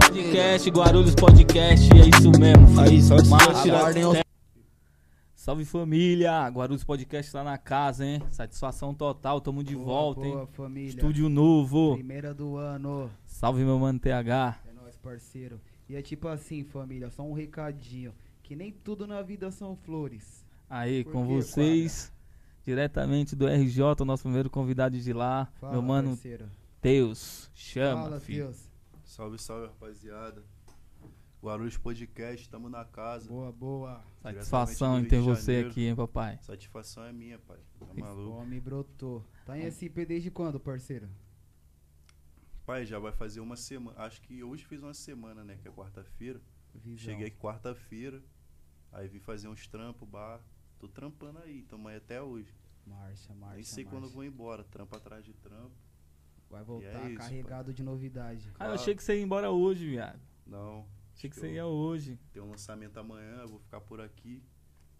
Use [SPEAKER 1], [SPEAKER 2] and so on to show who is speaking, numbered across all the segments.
[SPEAKER 1] podcast, Guarulhos Podcast, é isso mesmo. filho.
[SPEAKER 2] Aí, só de
[SPEAKER 1] Mas
[SPEAKER 2] tirar-
[SPEAKER 1] guardem os- Salve família, Guarulhos Podcast tá na casa, hein? Satisfação total, tamo de
[SPEAKER 3] Boa,
[SPEAKER 1] volta,
[SPEAKER 3] boa,
[SPEAKER 1] hein?
[SPEAKER 3] família.
[SPEAKER 1] Estúdio novo.
[SPEAKER 3] Primeira do ano.
[SPEAKER 1] Salve meu mano TH.
[SPEAKER 3] É nóis, parceiro. E é tipo assim, família, só um recadinho. Que nem tudo na vida são flores.
[SPEAKER 1] Aí,
[SPEAKER 3] Por
[SPEAKER 1] com
[SPEAKER 3] quê,
[SPEAKER 1] vocês, diretamente do RJ, o nosso primeiro convidado de lá,
[SPEAKER 3] Fala,
[SPEAKER 1] meu mano
[SPEAKER 3] parceiro.
[SPEAKER 1] Teus. Chama,
[SPEAKER 3] Fala,
[SPEAKER 1] filho.
[SPEAKER 3] Deus.
[SPEAKER 2] Salve, salve, rapaziada. Guarulhos Podcast, tamo na casa.
[SPEAKER 3] Boa, boa.
[SPEAKER 1] Satisfação em
[SPEAKER 2] Diretamente
[SPEAKER 1] ter
[SPEAKER 2] do Rio de
[SPEAKER 1] você
[SPEAKER 2] Janeiro.
[SPEAKER 1] aqui, hein, papai?
[SPEAKER 2] Satisfação é minha, pai. Tá
[SPEAKER 3] O
[SPEAKER 2] maluco?
[SPEAKER 3] homem brotou. Tá em SP desde quando, parceiro?
[SPEAKER 2] Pai, já vai fazer uma semana. Acho que hoje fiz uma semana, né? Que é quarta-feira.
[SPEAKER 3] Visão.
[SPEAKER 2] Cheguei aqui quarta-feira. Aí vim fazer uns trampos, bar. Tô trampando aí, tamo aí até hoje.
[SPEAKER 3] Marcha, marcha.
[SPEAKER 2] Nem sei
[SPEAKER 3] marcha.
[SPEAKER 2] quando eu vou embora. Trampo atrás de trampo.
[SPEAKER 3] Vai voltar
[SPEAKER 2] E é isso,
[SPEAKER 3] carregado de novidade.
[SPEAKER 1] Cara, eu
[SPEAKER 2] Fala.
[SPEAKER 1] achei que você ia embora hoje, viado.
[SPEAKER 2] Não.
[SPEAKER 1] Achei
[SPEAKER 2] acho
[SPEAKER 1] que você ia
[SPEAKER 2] eu
[SPEAKER 1] hoje.
[SPEAKER 2] Tenho um lançamento amanhã, eu vou ficar por aqui.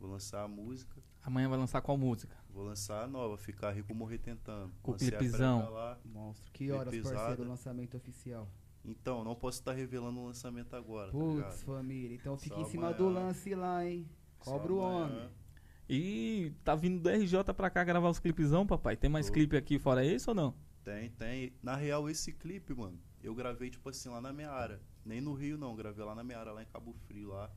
[SPEAKER 2] Vou lançar a música.
[SPEAKER 1] Amanhã vai lançar qual música?
[SPEAKER 2] Vou lançar a nova, ficar rico morrer tentando.
[SPEAKER 1] Com
[SPEAKER 2] Lancei a
[SPEAKER 1] clipezão.
[SPEAKER 2] pré pra lá.
[SPEAKER 3] Monstro. Que horas,
[SPEAKER 2] Pesada.
[SPEAKER 3] parceiro, o lançamento oficial?
[SPEAKER 2] Então, não posso estar revelando o lançamento agora, tá
[SPEAKER 3] Putz,
[SPEAKER 2] ligado?
[SPEAKER 3] família. Então fica
[SPEAKER 2] Só
[SPEAKER 3] em cima
[SPEAKER 2] amanhã.
[SPEAKER 3] do lance lá, hein?
[SPEAKER 2] Só
[SPEAKER 3] Cobra o
[SPEAKER 2] amanhã.
[SPEAKER 3] homem.
[SPEAKER 1] E tá vindo do RJ pra cá gravar os clipezão, papai. Tem mais
[SPEAKER 2] Tô.
[SPEAKER 1] clipe aqui fora esse ou não?
[SPEAKER 2] Tem, tem. Na real, esse clipe, mano, eu gravei, tipo assim, lá na minha área. Nem no Rio, não. Gravei lá na minha área, lá em Cabo Frio, lá.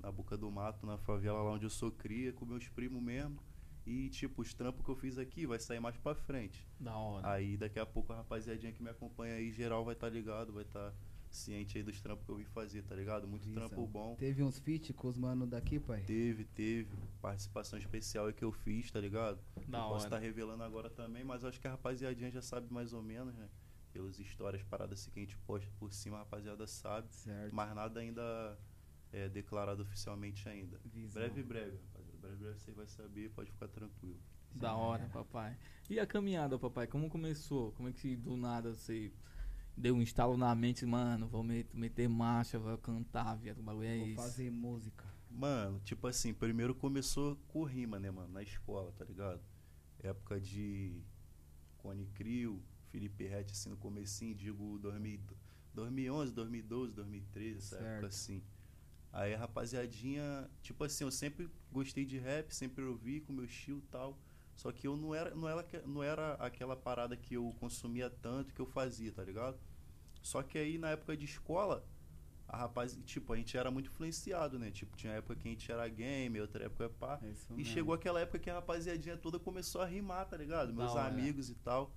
[SPEAKER 2] Na Boca do Mato, na favela, lá onde eu sou cria, com meus primos mesmo. E, tipo, os trampos que eu fiz aqui vai sair mais pra frente.
[SPEAKER 1] Da
[SPEAKER 3] Ah,
[SPEAKER 1] hora.
[SPEAKER 2] Aí, daqui a pouco, a rapaziadinha que me acompanha aí, geral, vai estar tá ligado, vai estar ciente aí dos trampos que eu vim fazer, tá ligado? Muito
[SPEAKER 3] Visão.
[SPEAKER 2] trampo bom.
[SPEAKER 3] Teve uns feat com os mano daqui, pai?
[SPEAKER 2] Teve, teve. Participação especial aí que eu fiz, tá ligado?
[SPEAKER 1] Da
[SPEAKER 2] não posso estar
[SPEAKER 1] hora.
[SPEAKER 2] revelando agora também, mas acho que a rapaziadinha já sabe mais ou menos, né? Pelas histórias, paradas assim que a gente posta por cima, a rapaziada sabe.
[SPEAKER 3] Certo.
[SPEAKER 2] Mas nada ainda é declarado oficialmente ainda.
[SPEAKER 3] Visão.
[SPEAKER 2] Breve, breve, rapaziada. Breve, breve você vai saber, pode ficar tranquilo.
[SPEAKER 3] assim, né?
[SPEAKER 1] Da hora, papai. E a caminhada, papai? Como começou? Como é que do nada você deu um estalo na mente, mano? Vou me- meter marcha, vou cantar, viado. O bagulho é
[SPEAKER 3] Vou
[SPEAKER 1] isso.
[SPEAKER 3] fazer música.
[SPEAKER 2] Mano, tipo assim, primeiro começou com rima, né, mano? Na escola, tá ligado? Época de Cone Crio, Felipe Rett, assim, no comecinho, digo 2000 2011, 2012, 2013, essa
[SPEAKER 3] Certo.
[SPEAKER 2] época assim. Aí a rapaziadinha, tipo assim, eu sempre gostei de rap, sempre ouvi com meu estilo e tal. Só que eu não era, não, era, que- não era aquela parada que eu consumia tanto que eu fazia, tá ligado? Só que aí na época de escola, a rapaz, tipo, a gente era muito influenciado, né? Tipo, tinha época que a gente era game, outra época é pá.
[SPEAKER 3] É isso
[SPEAKER 2] E
[SPEAKER 3] mesmo.
[SPEAKER 2] chegou aquela época que a rapaziadinha toda começou a rimar, tá ligado? Meus
[SPEAKER 1] hora.
[SPEAKER 2] amigos e tal.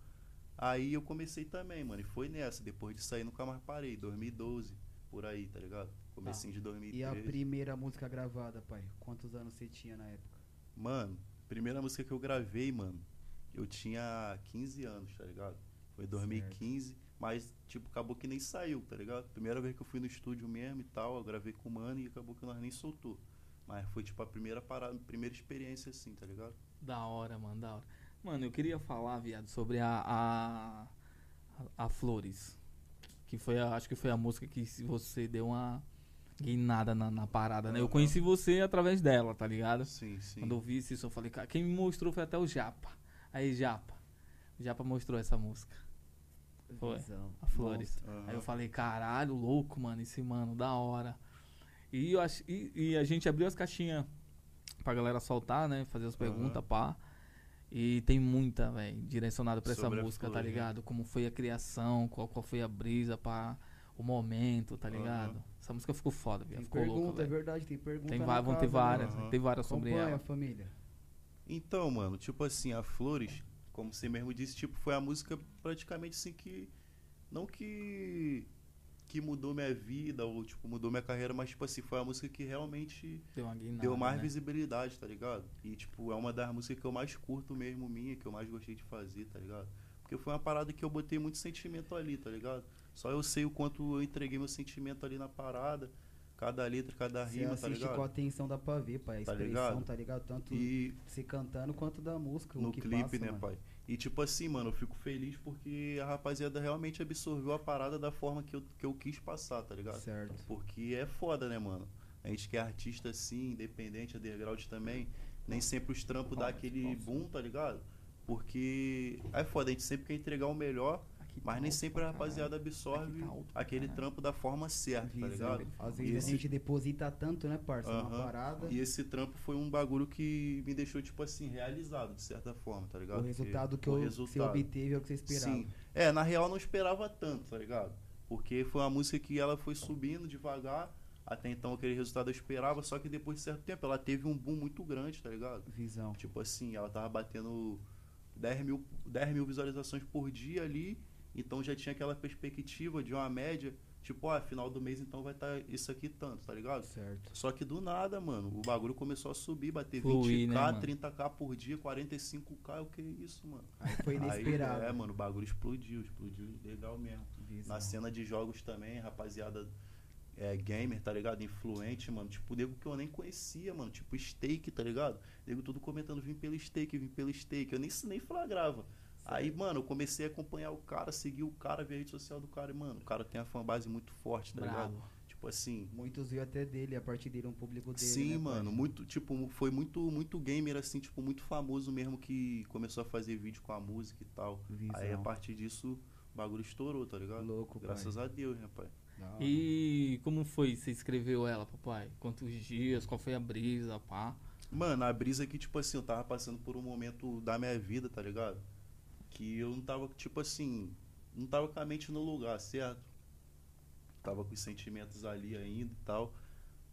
[SPEAKER 2] Aí eu comecei também, mano. E foi nessa. Depois de sair, nunca mais parei. 2012, por aí, tá ligado? Comecinho de
[SPEAKER 1] É
[SPEAKER 3] E a
[SPEAKER 2] 2013.
[SPEAKER 3] primeira música gravada, pai? Quantos anos você tinha na época?
[SPEAKER 2] Mano, primeira música que eu gravei, mano, eu tinha 15 anos, tá ligado? Foi 2015, mas, tipo, acabou que nem saiu, tá ligado? Primeira vez que eu fui no estúdio mesmo e tal, eu gravei com o Mano e acabou que nós nem soltou. Mas foi, tipo, a primeira parada, primeira experiência assim, tá ligado?
[SPEAKER 1] Da hora, mano, da hora. Mano, eu queria falar, viado, sobre a. A, a Flores. Que foi, a, acho que foi a música que se você deu uma guinada na, na parada, né? Eu
[SPEAKER 2] Aham.
[SPEAKER 1] conheci você através dela, tá ligado?
[SPEAKER 2] Sim, sim.
[SPEAKER 1] Quando eu vi esse som, eu falei, cara, quem me mostrou foi até o Japa. Aí, Japa. O Japa mostrou essa música, Foi.
[SPEAKER 3] Visão.
[SPEAKER 1] a Flores.
[SPEAKER 2] Aham.
[SPEAKER 1] Aí eu falei, caralho, louco, mano, esse mano, da hora. E, eu ach... e, e a gente abriu as caixinhas pra galera soltar, né? Fazer as
[SPEAKER 2] Aham.
[SPEAKER 1] perguntas, pá. E tem muita, velho, direcionada pra essa
[SPEAKER 2] Sobre a
[SPEAKER 1] música, tá
[SPEAKER 2] Flores, né?
[SPEAKER 1] ligado? Como foi a criação, qual, qual foi a brisa, pá. O momento, tá
[SPEAKER 2] Aham.
[SPEAKER 1] ligado? Essa música ficou foda, velho.
[SPEAKER 3] Tem
[SPEAKER 1] Ficou
[SPEAKER 3] pergunta,
[SPEAKER 1] louca,
[SPEAKER 3] é
[SPEAKER 1] velho.
[SPEAKER 3] verdade, tem pergunta.
[SPEAKER 1] Tem,
[SPEAKER 3] na
[SPEAKER 1] va- vão ter
[SPEAKER 3] casa,
[SPEAKER 1] várias, né?
[SPEAKER 3] mano.
[SPEAKER 2] né? Aham.
[SPEAKER 1] tem várias sobre
[SPEAKER 3] Acompanha,
[SPEAKER 1] ela.
[SPEAKER 3] família.
[SPEAKER 2] Tá Então, mano, tipo assim, a Flores, como você mesmo disse, tipo, foi a música praticamente assim que. Não que. que mudou minha vida ou, tipo, mudou minha carreira, mas, tipo assim, foi a música que realmente
[SPEAKER 1] Deu uma guinada,
[SPEAKER 2] deu mais
[SPEAKER 1] né?
[SPEAKER 2] visibilidade, tá ligado? E, tipo, é uma das músicas que eu mais curto mesmo, minha, que eu mais gostei de fazer, tá ligado? Porque foi uma parada que eu botei muito sentimento ali, tá ligado? Só eu sei o quanto eu entreguei meu sentimento ali na parada, cada letra, cada
[SPEAKER 3] Você
[SPEAKER 2] rima, tá
[SPEAKER 3] assiste
[SPEAKER 2] ligado?
[SPEAKER 3] com atenção, dá pra ver, pai. A
[SPEAKER 2] Tá
[SPEAKER 3] expressão,
[SPEAKER 2] ligado?
[SPEAKER 3] tá ligado? Tanto
[SPEAKER 2] E
[SPEAKER 3] você cantando quanto da música. o
[SPEAKER 2] no
[SPEAKER 3] que
[SPEAKER 2] clipe,
[SPEAKER 3] passa,
[SPEAKER 2] né,
[SPEAKER 3] mano.
[SPEAKER 2] pai? E tipo assim, mano, eu fico feliz porque a rapaziada realmente absorveu a parada da forma que eu, que eu quis passar, tá ligado?
[SPEAKER 3] Certo.
[SPEAKER 2] Porque é foda, né, mano? A gente que é artista assim, independente, underground também, nem sempre os trampos dá aquele boom, tá ligado? Porque é foda, a gente sempre quer entregar o melhor,
[SPEAKER 1] Aqui tá
[SPEAKER 2] Mas nem
[SPEAKER 1] alto
[SPEAKER 2] sempre a
[SPEAKER 1] pra caralho.
[SPEAKER 2] rapaziada absorve
[SPEAKER 1] Aqui tá alto pra
[SPEAKER 2] aquele
[SPEAKER 1] caralho.
[SPEAKER 2] trampo da forma certa, tá
[SPEAKER 3] Visão.
[SPEAKER 2] ligado?
[SPEAKER 3] Às
[SPEAKER 2] E
[SPEAKER 3] vezes
[SPEAKER 2] esse-
[SPEAKER 3] a gente deposita tanto, né, parça? Uma
[SPEAKER 2] Aham.
[SPEAKER 3] parada.
[SPEAKER 2] E esse trampo foi um bagulho que me deixou, tipo assim, realizado, de certa forma, tá ligado?
[SPEAKER 3] O resultado que
[SPEAKER 2] o
[SPEAKER 3] eu, que você
[SPEAKER 2] resultado.
[SPEAKER 3] obteve é o que você esperava.
[SPEAKER 2] Sim. É, na real eu não esperava tanto, tá ligado? Porque foi uma música que ela foi subindo devagar. Até então aquele resultado eu esperava, só que depois de certo tempo ela teve um boom muito grande, tá ligado?
[SPEAKER 3] Visão.
[SPEAKER 2] Tipo assim, ela tava batendo 10 mil, 10 mil visualizações por dia ali, então já tinha aquela perspectiva de uma média, tipo, ah, final do mês então vai estar isso aqui tanto, tá ligado?
[SPEAKER 3] Certo.
[SPEAKER 2] Só que do nada, mano, o bagulho começou a subir, bater
[SPEAKER 1] Fluir,
[SPEAKER 2] 20k,
[SPEAKER 1] né, mano?
[SPEAKER 2] 30k por dia, 45k, o que é isso, mano?
[SPEAKER 3] Aí foi
[SPEAKER 2] Aí, é,
[SPEAKER 3] inesperado.
[SPEAKER 2] mano, o bagulho explodiu, explodiu legal mesmo.
[SPEAKER 3] Visão.
[SPEAKER 2] Na cena de jogos também, rapaziada é, gamer, tá ligado? Influente, mano. Tipo, nego que eu nem conhecia, mano. Tipo, steak, tá ligado? Nego tudo comentando, vim pelo steak, vim pelo steak. Eu nem, nem flagrava. Aí, mano, eu comecei a acompanhar o cara, seguir o cara, ver a rede social do cara. E, mano, o cara tem uma fanbase muito forte, tá ligado?
[SPEAKER 1] Bravo.
[SPEAKER 2] Tipo assim,
[SPEAKER 3] Muitos viu até dele, a partir dele, um público dele.
[SPEAKER 2] Sim,
[SPEAKER 3] né,
[SPEAKER 2] mano,
[SPEAKER 3] parça?
[SPEAKER 2] muito, tipo, foi muito, muito gamer, assim, tipo, muito famoso mesmo que começou a fazer vídeo com a música e tal.
[SPEAKER 3] Visão.
[SPEAKER 2] Aí é a partir disso, o bagulho estourou, tá ligado?
[SPEAKER 3] Louco,
[SPEAKER 2] Graças a Deus, né, rapaz.
[SPEAKER 3] Da
[SPEAKER 2] Ah.
[SPEAKER 3] hora.
[SPEAKER 1] E como foi? Você escreveu ela, papai? Quantos dias? Qual foi a brisa, pá?
[SPEAKER 2] Mano, a brisa que, tipo assim, eu tava passando por um momento da minha vida, tá ligado? Que eu não tava, tipo assim, não tava com a mente no lugar, certo? Tava com os sentimentos ali ainda e tal.